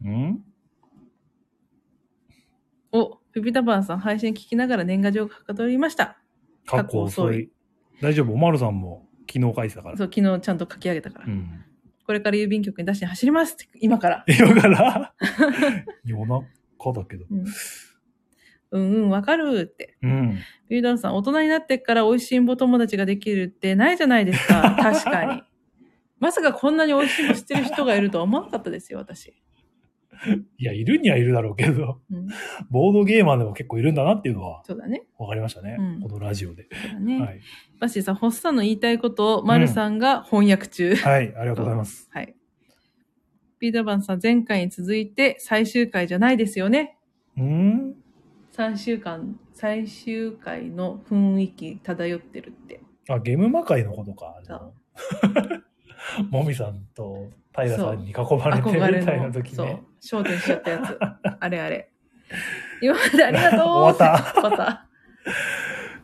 [SPEAKER 1] うん
[SPEAKER 2] お、ピピタパンさん配信聞きながら年賀状がはかどりました。
[SPEAKER 1] 過去遅い。大丈夫、おまるさんも昨日書いてたから。
[SPEAKER 2] そう、昨日ちゃんと書き上げたから。
[SPEAKER 1] うん。
[SPEAKER 2] これから郵便局に出して走りますって今から。
[SPEAKER 1] 今から 夜中だけど。
[SPEAKER 2] うん、うんうん、わかるって。
[SPEAKER 1] うん。
[SPEAKER 2] ピピタパンさん、大人になってから美味しいんぼ友達ができるってないじゃないで すか。確かに。まさかこんなに美味しいんぼ知ってる人がいるとは思わなかったですよ、私。
[SPEAKER 1] いや、いるにはいるだろうけど、
[SPEAKER 2] うん、
[SPEAKER 1] ボードゲーマーでも結構いるんだなっていうのは
[SPEAKER 2] そうだね。
[SPEAKER 1] 分かりましたね。
[SPEAKER 2] うん
[SPEAKER 1] このラジオで。
[SPEAKER 2] そうだね。
[SPEAKER 1] はい。
[SPEAKER 2] バッシーさん、ホッサンの言いたいことをマルさんが翻訳中。
[SPEAKER 1] はい、ありがとうございます。
[SPEAKER 2] はい。ピーターバンさん、前回に続いて最終回じゃないですよね。
[SPEAKER 1] うん
[SPEAKER 2] 3週間、最終回の雰囲気漂ってるって。
[SPEAKER 1] あ、ゲーム魔界のことか。
[SPEAKER 2] そ
[SPEAKER 1] もみさんと平さんに囲まれて
[SPEAKER 2] 憧れ
[SPEAKER 1] みたいな
[SPEAKER 2] の、
[SPEAKER 1] 時
[SPEAKER 2] そう
[SPEAKER 1] ね。、
[SPEAKER 2] 焦点しちゃったやつ。あれあれ。今までありがとう
[SPEAKER 1] 終わっ
[SPEAKER 2] 終 わった。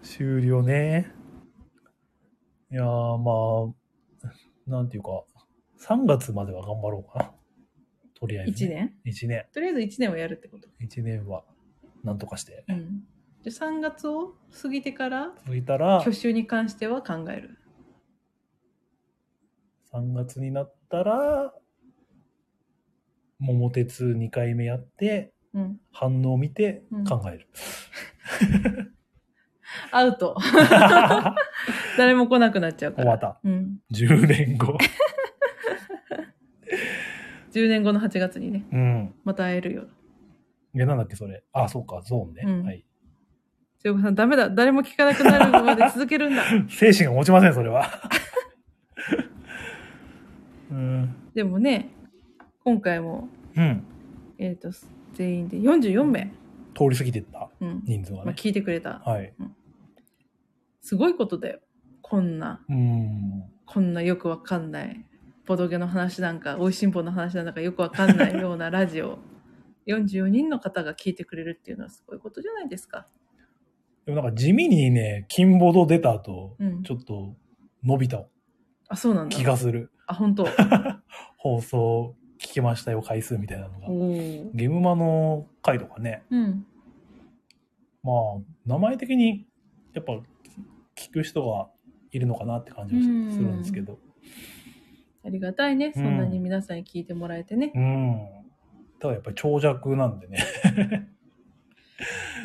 [SPEAKER 1] 終了ね。いやー、まあ、なんていうか、3月までは頑張ろうかな。とりあえず、
[SPEAKER 2] 1年
[SPEAKER 1] 一年。
[SPEAKER 2] とりあえず1年をやるってこと。
[SPEAKER 1] 一年は、なんとかして。
[SPEAKER 2] うん。で、3月を過ぎてから、
[SPEAKER 1] 続いたら
[SPEAKER 2] 去、就に関しては考える。
[SPEAKER 1] 3月になったら、桃鉄2回目やって、
[SPEAKER 2] うん。
[SPEAKER 1] 反応を見て
[SPEAKER 2] うん
[SPEAKER 1] 考える。
[SPEAKER 2] アウト。誰も来なくなっちゃうか
[SPEAKER 1] 終
[SPEAKER 2] ら。
[SPEAKER 1] わった。
[SPEAKER 2] うん。
[SPEAKER 1] 10年後。
[SPEAKER 2] 10年後の8月にね、
[SPEAKER 1] うん。
[SPEAKER 2] また会えるよ。
[SPEAKER 1] え、なんだっけ、それ。あ、そうか、ゾーンね。
[SPEAKER 2] うん
[SPEAKER 1] はい。
[SPEAKER 2] ジョブさん、ダメだ。誰も聞かなくなる まで続けるんだ。
[SPEAKER 1] 精神が持ちません、それは。 うん。
[SPEAKER 2] でもね、今回も、
[SPEAKER 1] うん。
[SPEAKER 2] えっ、と、全員で44名、
[SPEAKER 1] 通り過ぎてった
[SPEAKER 2] うん、
[SPEAKER 1] 人数が
[SPEAKER 2] まあ、
[SPEAKER 1] ね。
[SPEAKER 2] 聞いてくれた。
[SPEAKER 1] はい。
[SPEAKER 2] すごいことだよ。こんな、
[SPEAKER 1] うん。
[SPEAKER 2] こんなよくわ かんない。ボドゲの話なんか、美味しんぼの話なんだかよくわかんないようなラジオ。 44人の方が聞いてくれるっていうのはすごいことじゃないですか。
[SPEAKER 1] でもなんか地味にね、金ボード出た後、
[SPEAKER 2] うん
[SPEAKER 1] ち。ょっと伸びた
[SPEAKER 2] あ、そうなんだ
[SPEAKER 1] 気。がする。
[SPEAKER 2] あ、本当。
[SPEAKER 1] 放送聞きましたよ回数みたいなのが。
[SPEAKER 2] お
[SPEAKER 1] ゲームマの回とかね、
[SPEAKER 2] うん。
[SPEAKER 1] まあ、名前的にやっぱ聞く人がいるのかなって感じはす
[SPEAKER 2] うん
[SPEAKER 1] るんですけど。
[SPEAKER 2] ありがたいね。そんなに皆さんに聞いてもらえてね。
[SPEAKER 1] うん。ただやっぱり長尺なんでね。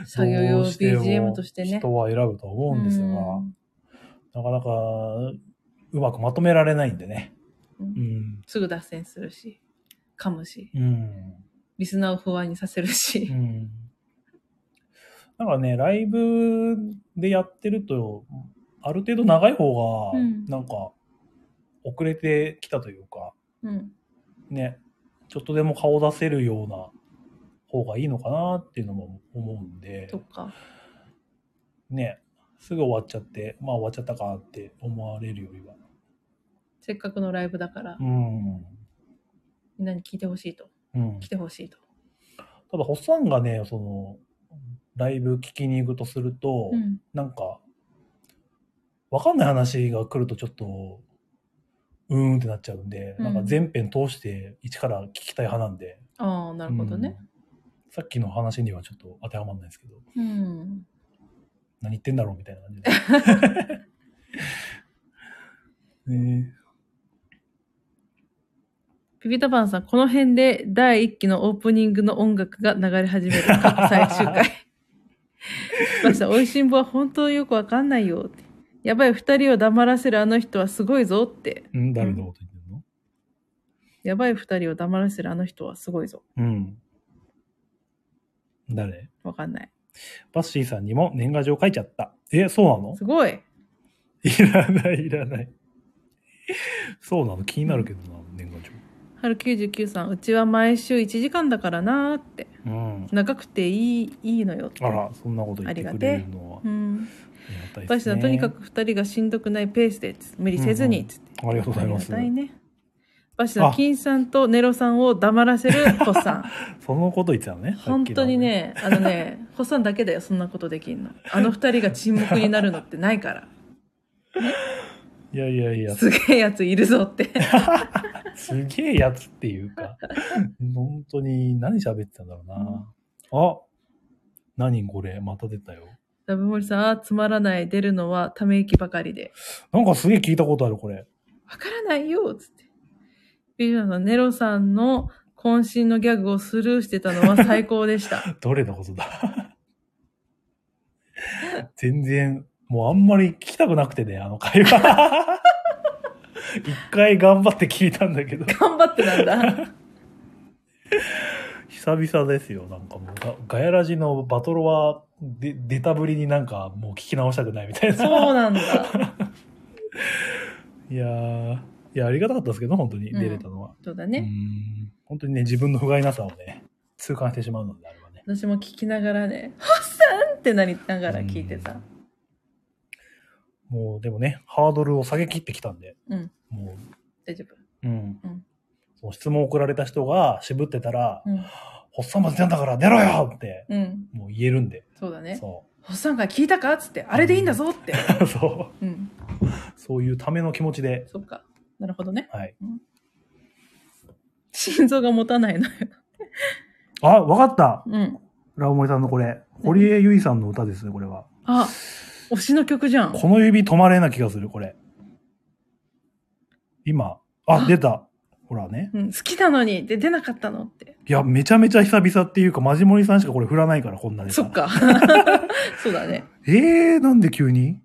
[SPEAKER 2] 作業用
[SPEAKER 1] どうしても
[SPEAKER 2] BGM としてね。
[SPEAKER 1] 人は選ぶと思うんですが、
[SPEAKER 2] うん
[SPEAKER 1] なかなかうまくまとめられないんでね。
[SPEAKER 2] う
[SPEAKER 1] うんん。
[SPEAKER 2] すぐ脱線するし、噛むし、
[SPEAKER 1] うん。
[SPEAKER 2] リスナーを不安にさせるし
[SPEAKER 1] う。ん。なんかね、ライブでやってると、ある程度長い方が
[SPEAKER 2] うん、
[SPEAKER 1] なんか、遅れてきたというか、
[SPEAKER 2] うん。
[SPEAKER 1] ね、ちょっとでも顔出せるような方がいいのかなっていうのも思うんで
[SPEAKER 2] と、か。
[SPEAKER 1] ね、すぐ終わっちゃって、まあ終わっちゃったかって思われるよりは。
[SPEAKER 2] せっかくのライブだから
[SPEAKER 1] う、ん。
[SPEAKER 2] みんなに聞いてほしいと。
[SPEAKER 1] うん
[SPEAKER 2] 来。てほしいと。
[SPEAKER 1] ただ、ホッサンがね、その、ライブ聞きに行くとすると、
[SPEAKER 2] うん。
[SPEAKER 1] なんか、わかんない話が来るとちょっと、うーんってなっちゃうんで、
[SPEAKER 2] うん
[SPEAKER 1] なんか全編通して一から聞きたい派なんで。
[SPEAKER 2] ああ、なるほどね。
[SPEAKER 1] うんさっきの話にはちょっと当てはまんないですけど、
[SPEAKER 2] うん。
[SPEAKER 1] 何言ってんだろうみたいな感じで。 ね
[SPEAKER 2] ピピタパンさん、この辺で第1期のオープニングの音楽が流れ始める。最終回。ました、おいしんぼは本当よくわかんないよって。やばい、二人を黙らせるあの人はすごいぞって。
[SPEAKER 1] えうん、誰のこと言ってるの
[SPEAKER 2] やばい二人を黙らせるあの人はすごいぞ。
[SPEAKER 1] うん。誰
[SPEAKER 2] わかんない。
[SPEAKER 1] バッシーさんにも年賀状書いちゃった。え、そうなの
[SPEAKER 2] すごい。
[SPEAKER 1] いらない、いらない。そうなの気になるけどな、年賀状。
[SPEAKER 2] 春99さん、うちは毎週1時間だからなーって。
[SPEAKER 1] うん。
[SPEAKER 2] 長くていい、いいのよって。
[SPEAKER 1] あら、そんなこと言ってくれるのは
[SPEAKER 2] う。ん。
[SPEAKER 1] ありがたい
[SPEAKER 2] バ
[SPEAKER 1] で
[SPEAKER 2] シ
[SPEAKER 1] す
[SPEAKER 2] さ
[SPEAKER 1] ね
[SPEAKER 2] ん、とにかく二人がしんどくないペースで、つ無理せず
[SPEAKER 1] うん
[SPEAKER 2] に、
[SPEAKER 1] うん
[SPEAKER 2] つって。
[SPEAKER 1] ありがとうございます
[SPEAKER 2] ありがたいね。バシさん、
[SPEAKER 1] あ
[SPEAKER 2] 金さんとネロさんを黙らせるホッサン。
[SPEAKER 1] そのこと言ってたのねさっきの
[SPEAKER 2] 本当にね、あのね、ホッサンだけだよ、そんなことできんの。あの二人が沈黙になるのってないから。
[SPEAKER 1] いやいやいや
[SPEAKER 2] すげえやついるぞって。
[SPEAKER 1] すげえやつっていうか本当に何喋ってたんだろうな、あ何これまた出たよ
[SPEAKER 2] ラブモリさん、あーつまらない、出るのはため息ばかりで。
[SPEAKER 1] なんかすげえ聞いたことあるこれ
[SPEAKER 2] わからないよつって。ビジョンさん、ネロさんの渾身のギャグをスルーしてたのは最高でした。
[SPEAKER 1] どれのことだ全然もうあんまり聞きたくなくてねあの会話一回頑張って聞いたんだけど
[SPEAKER 2] 頑張ってなんだ。
[SPEAKER 1] 久々ですよなんかもうガガヤラジのバトロはで出たぶりになんかもう聞き直したくないみたいな
[SPEAKER 2] そうなん だ。
[SPEAKER 1] いやーいやありがたかったですけど本当に
[SPEAKER 2] うん
[SPEAKER 1] 出れたのは、
[SPEAKER 2] そうだ
[SPEAKER 1] うん、
[SPEAKER 2] ね。
[SPEAKER 1] 本当にね自分の不甲斐なさをね痛感してしまうのであればね
[SPEAKER 2] 私も聞きながらね、ホッサンってなりながら聞いてた。
[SPEAKER 1] もうでもねハードルを下げ切ってきたんで
[SPEAKER 2] うん、
[SPEAKER 1] も
[SPEAKER 2] 大丈夫。
[SPEAKER 1] ううん、
[SPEAKER 2] うん
[SPEAKER 1] その質問を送られた人が渋ってたら
[SPEAKER 2] うん。
[SPEAKER 1] 「ホッサンまで出たんだから出ろよ!」って
[SPEAKER 2] うん。
[SPEAKER 1] もう言えるんで
[SPEAKER 2] そうだね。
[SPEAKER 1] そ
[SPEAKER 2] ホッサンが聞いたかつって、あれでいいんだぞって。
[SPEAKER 1] う そう
[SPEAKER 2] うん。
[SPEAKER 1] そういうための気持ちで
[SPEAKER 2] そっか。なるほどね。
[SPEAKER 1] はい
[SPEAKER 2] 心臓が持たないのよ。
[SPEAKER 1] あわかった
[SPEAKER 2] うん。
[SPEAKER 1] ラオモリさんのこれ堀江由衣さんの歌ですねこれは
[SPEAKER 2] あ、推しの曲じゃん。
[SPEAKER 1] この指止まれな気がする、これ。今、あ、出た。ほらね。
[SPEAKER 2] うん、好きなのに、で出なかったのって。
[SPEAKER 1] いや、めちゃめちゃ久々っていうか、マジモリさんしかこれ振らないから、こんなネタ
[SPEAKER 2] そっ。 か。そうだね。
[SPEAKER 1] えー、なんで急に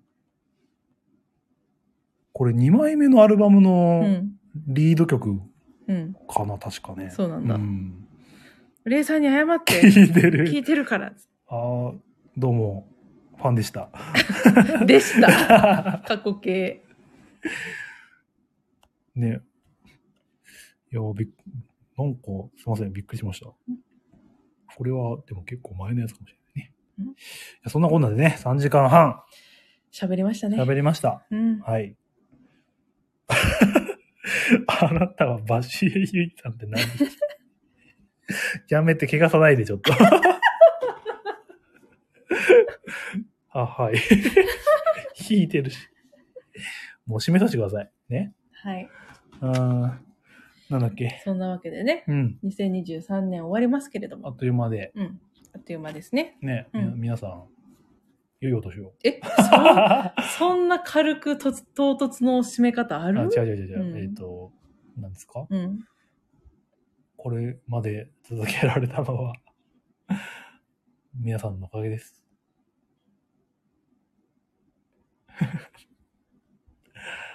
[SPEAKER 1] これ2枚目のアルバム
[SPEAKER 2] う
[SPEAKER 1] の
[SPEAKER 2] ん。
[SPEAKER 1] リード曲
[SPEAKER 2] うん。
[SPEAKER 1] かな、確かね。
[SPEAKER 2] そうなんだ
[SPEAKER 1] ん
[SPEAKER 2] レイさんに謝っ て、
[SPEAKER 1] 聞いて
[SPEAKER 2] 聞
[SPEAKER 1] る。
[SPEAKER 2] いてるから。
[SPEAKER 1] あーどうも、ファンで した。
[SPEAKER 2] でした。過去形。
[SPEAKER 1] ね。いや、びっ、なんか、すいません、びっくりしました。これは、でも結構前のやつかもしれないね。
[SPEAKER 2] うん
[SPEAKER 1] いやそんなこんなでね、3時間半
[SPEAKER 2] 喋りましたね。
[SPEAKER 1] 喋りました。
[SPEAKER 2] うん。
[SPEAKER 1] はい。 あなたはバシエユイさんって何 やめて、怪我さないで、ちょっと。 あ、はい。引いてるし。もう締めさせてください。ね。
[SPEAKER 2] はい。
[SPEAKER 1] うん。なんだっけ。
[SPEAKER 2] そんなわけでね、
[SPEAKER 1] うん。
[SPEAKER 2] 2023年終わりますけれど
[SPEAKER 1] あ
[SPEAKER 2] も、
[SPEAKER 1] っという間で、
[SPEAKER 2] うん。あっという間ですね。
[SPEAKER 1] ね、
[SPEAKER 2] う
[SPEAKER 1] み
[SPEAKER 2] ん
[SPEAKER 1] な皆さん、良いお年を。
[SPEAKER 2] え、
[SPEAKER 1] あ、
[SPEAKER 2] そそんな軽くとつ唐突の締め方あ
[SPEAKER 1] 違う
[SPEAKER 2] る
[SPEAKER 1] 違う違う違う。
[SPEAKER 2] うん
[SPEAKER 1] えっ、と、なんですか
[SPEAKER 2] うん。
[SPEAKER 1] これまで続けられたのは、皆さんのおかげです。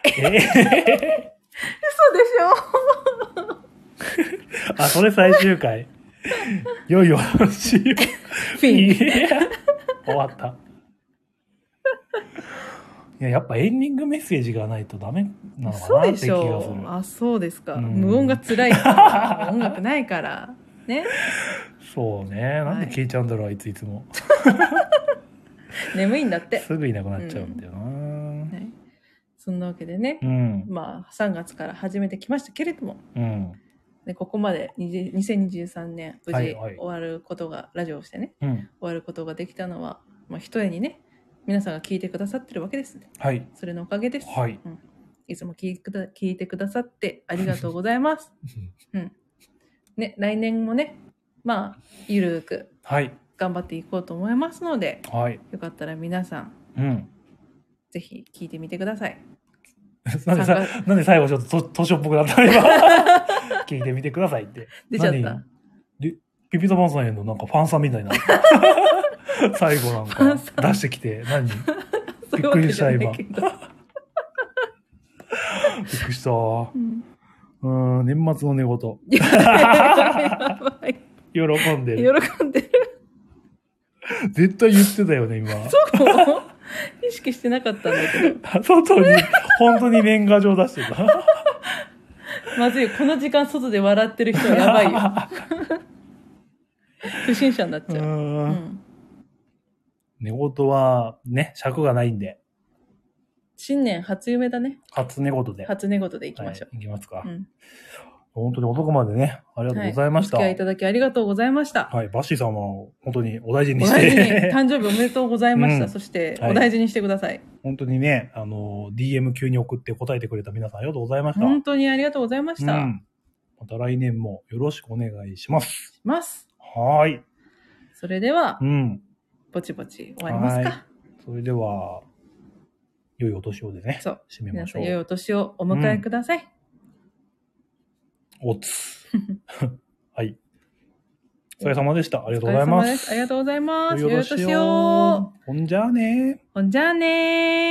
[SPEAKER 1] え
[SPEAKER 2] 嘘でしょ
[SPEAKER 1] ー あ、それ最終回。いよいよ話を、
[SPEAKER 2] フィン。
[SPEAKER 1] 終わった。いや、やっぱエンディングメッセージがないとダメなの
[SPEAKER 2] そう
[SPEAKER 1] かな
[SPEAKER 2] で
[SPEAKER 1] って気
[SPEAKER 2] し
[SPEAKER 1] がす
[SPEAKER 2] ょ
[SPEAKER 1] る。
[SPEAKER 2] あ、そうですか。
[SPEAKER 1] うん
[SPEAKER 2] 無音 が辛いから。音楽ないから。ね。
[SPEAKER 1] そうね。なんで消えちゃうんだろう、あいついつも。
[SPEAKER 2] 眠いんだって。
[SPEAKER 1] すぐいなくなっちゃうんだよな。
[SPEAKER 2] はい。そんなわけでね。
[SPEAKER 1] うん。
[SPEAKER 2] まあ、3月から始めてきましたけれども、
[SPEAKER 1] うん。
[SPEAKER 2] ね、ここまで20 2023年、無事
[SPEAKER 1] はい
[SPEAKER 2] 終
[SPEAKER 1] はい
[SPEAKER 2] わることが、ラジオをしてね、
[SPEAKER 1] うん。
[SPEAKER 2] 終わることができたのは、まあ、ひとえにね、皆さんが聞いてくださってるわけです。
[SPEAKER 1] はい。
[SPEAKER 2] それのおかげです。
[SPEAKER 1] はい。
[SPEAKER 2] いつも聞いくだ聞いてくださってありがとうござ います。ね、来年もね、まあ、ゆるーく
[SPEAKER 1] はい。
[SPEAKER 2] 頑張っていこうと思いますので、
[SPEAKER 1] はい。
[SPEAKER 2] よかったら皆さん、
[SPEAKER 1] うん。
[SPEAKER 2] ぜひ聞いてみてください。
[SPEAKER 1] なんでさ
[SPEAKER 2] 参、
[SPEAKER 1] なんで最後ちょっとと年をっぽくなったの 今聞いてみてくださいって。
[SPEAKER 2] 出ちゃっ
[SPEAKER 1] 何
[SPEAKER 2] た。
[SPEAKER 1] ピピタパンさんへのなんかファンさんみたい な。最後なん
[SPEAKER 2] ファンさ
[SPEAKER 1] か出してきて、何びっ
[SPEAKER 2] そういうわけじゃない
[SPEAKER 1] びっくり
[SPEAKER 2] けど
[SPEAKER 1] くりした。 う
[SPEAKER 2] うん
[SPEAKER 1] ーん、年末の寝言。
[SPEAKER 2] やばい
[SPEAKER 1] 喜んでる。
[SPEAKER 2] 喜んでる
[SPEAKER 1] 絶対言ってたよね、今。
[SPEAKER 2] もう意識してなかったんだけど
[SPEAKER 1] 外に、本当に年賀状出してた。
[SPEAKER 2] まずいよこの時間外で笑ってる人はやばいよ不審者になっ
[SPEAKER 1] う
[SPEAKER 2] ちゃう、う
[SPEAKER 1] ーん。
[SPEAKER 2] ん、
[SPEAKER 1] 寝言はね、尺がないんで、
[SPEAKER 2] 新年初夢だね
[SPEAKER 1] 初寝言で。
[SPEAKER 2] 初寝言でいきましょう、
[SPEAKER 1] はい、いきますか。
[SPEAKER 2] うん
[SPEAKER 1] 本当に遅くまでね、ありがとうございました。
[SPEAKER 2] お付
[SPEAKER 1] は
[SPEAKER 2] き合いい
[SPEAKER 1] い、
[SPEAKER 2] ただきありがとうござい ました、
[SPEAKER 1] バッシーさんは本当にお大事に
[SPEAKER 2] お
[SPEAKER 1] し
[SPEAKER 2] 大事に
[SPEAKER 1] て、
[SPEAKER 2] 誕生日おめでとうございました、
[SPEAKER 1] うん
[SPEAKER 2] そして
[SPEAKER 1] はい
[SPEAKER 2] お大事にしてください、
[SPEAKER 1] 本当にね、あの、DM 急に送って答えてくれた皆さんありがとうございました。
[SPEAKER 2] 本当にありがとうございました、
[SPEAKER 1] うんまた来年もよろしくお願いします。
[SPEAKER 2] します
[SPEAKER 1] はーい。
[SPEAKER 2] それでは
[SPEAKER 1] うん。
[SPEAKER 2] ぼちぼち終わります
[SPEAKER 1] は
[SPEAKER 2] か
[SPEAKER 1] それでは、良いお年をでね、
[SPEAKER 2] そう
[SPEAKER 1] 締めま
[SPEAKER 2] 皆
[SPEAKER 1] し
[SPEAKER 2] さ
[SPEAKER 1] ょ。
[SPEAKER 2] ん良いうお年をお迎えください、
[SPEAKER 1] お つ。はい。お疲れ様でした。ありがとうござい
[SPEAKER 2] お疲れ様
[SPEAKER 1] ま。
[SPEAKER 2] ですありがとうございます。
[SPEAKER 1] 良
[SPEAKER 2] よ
[SPEAKER 1] いお
[SPEAKER 2] ろ
[SPEAKER 1] 年
[SPEAKER 2] しよ
[SPEAKER 1] を。ほんじゃあね
[SPEAKER 2] う。ほんじゃあねー。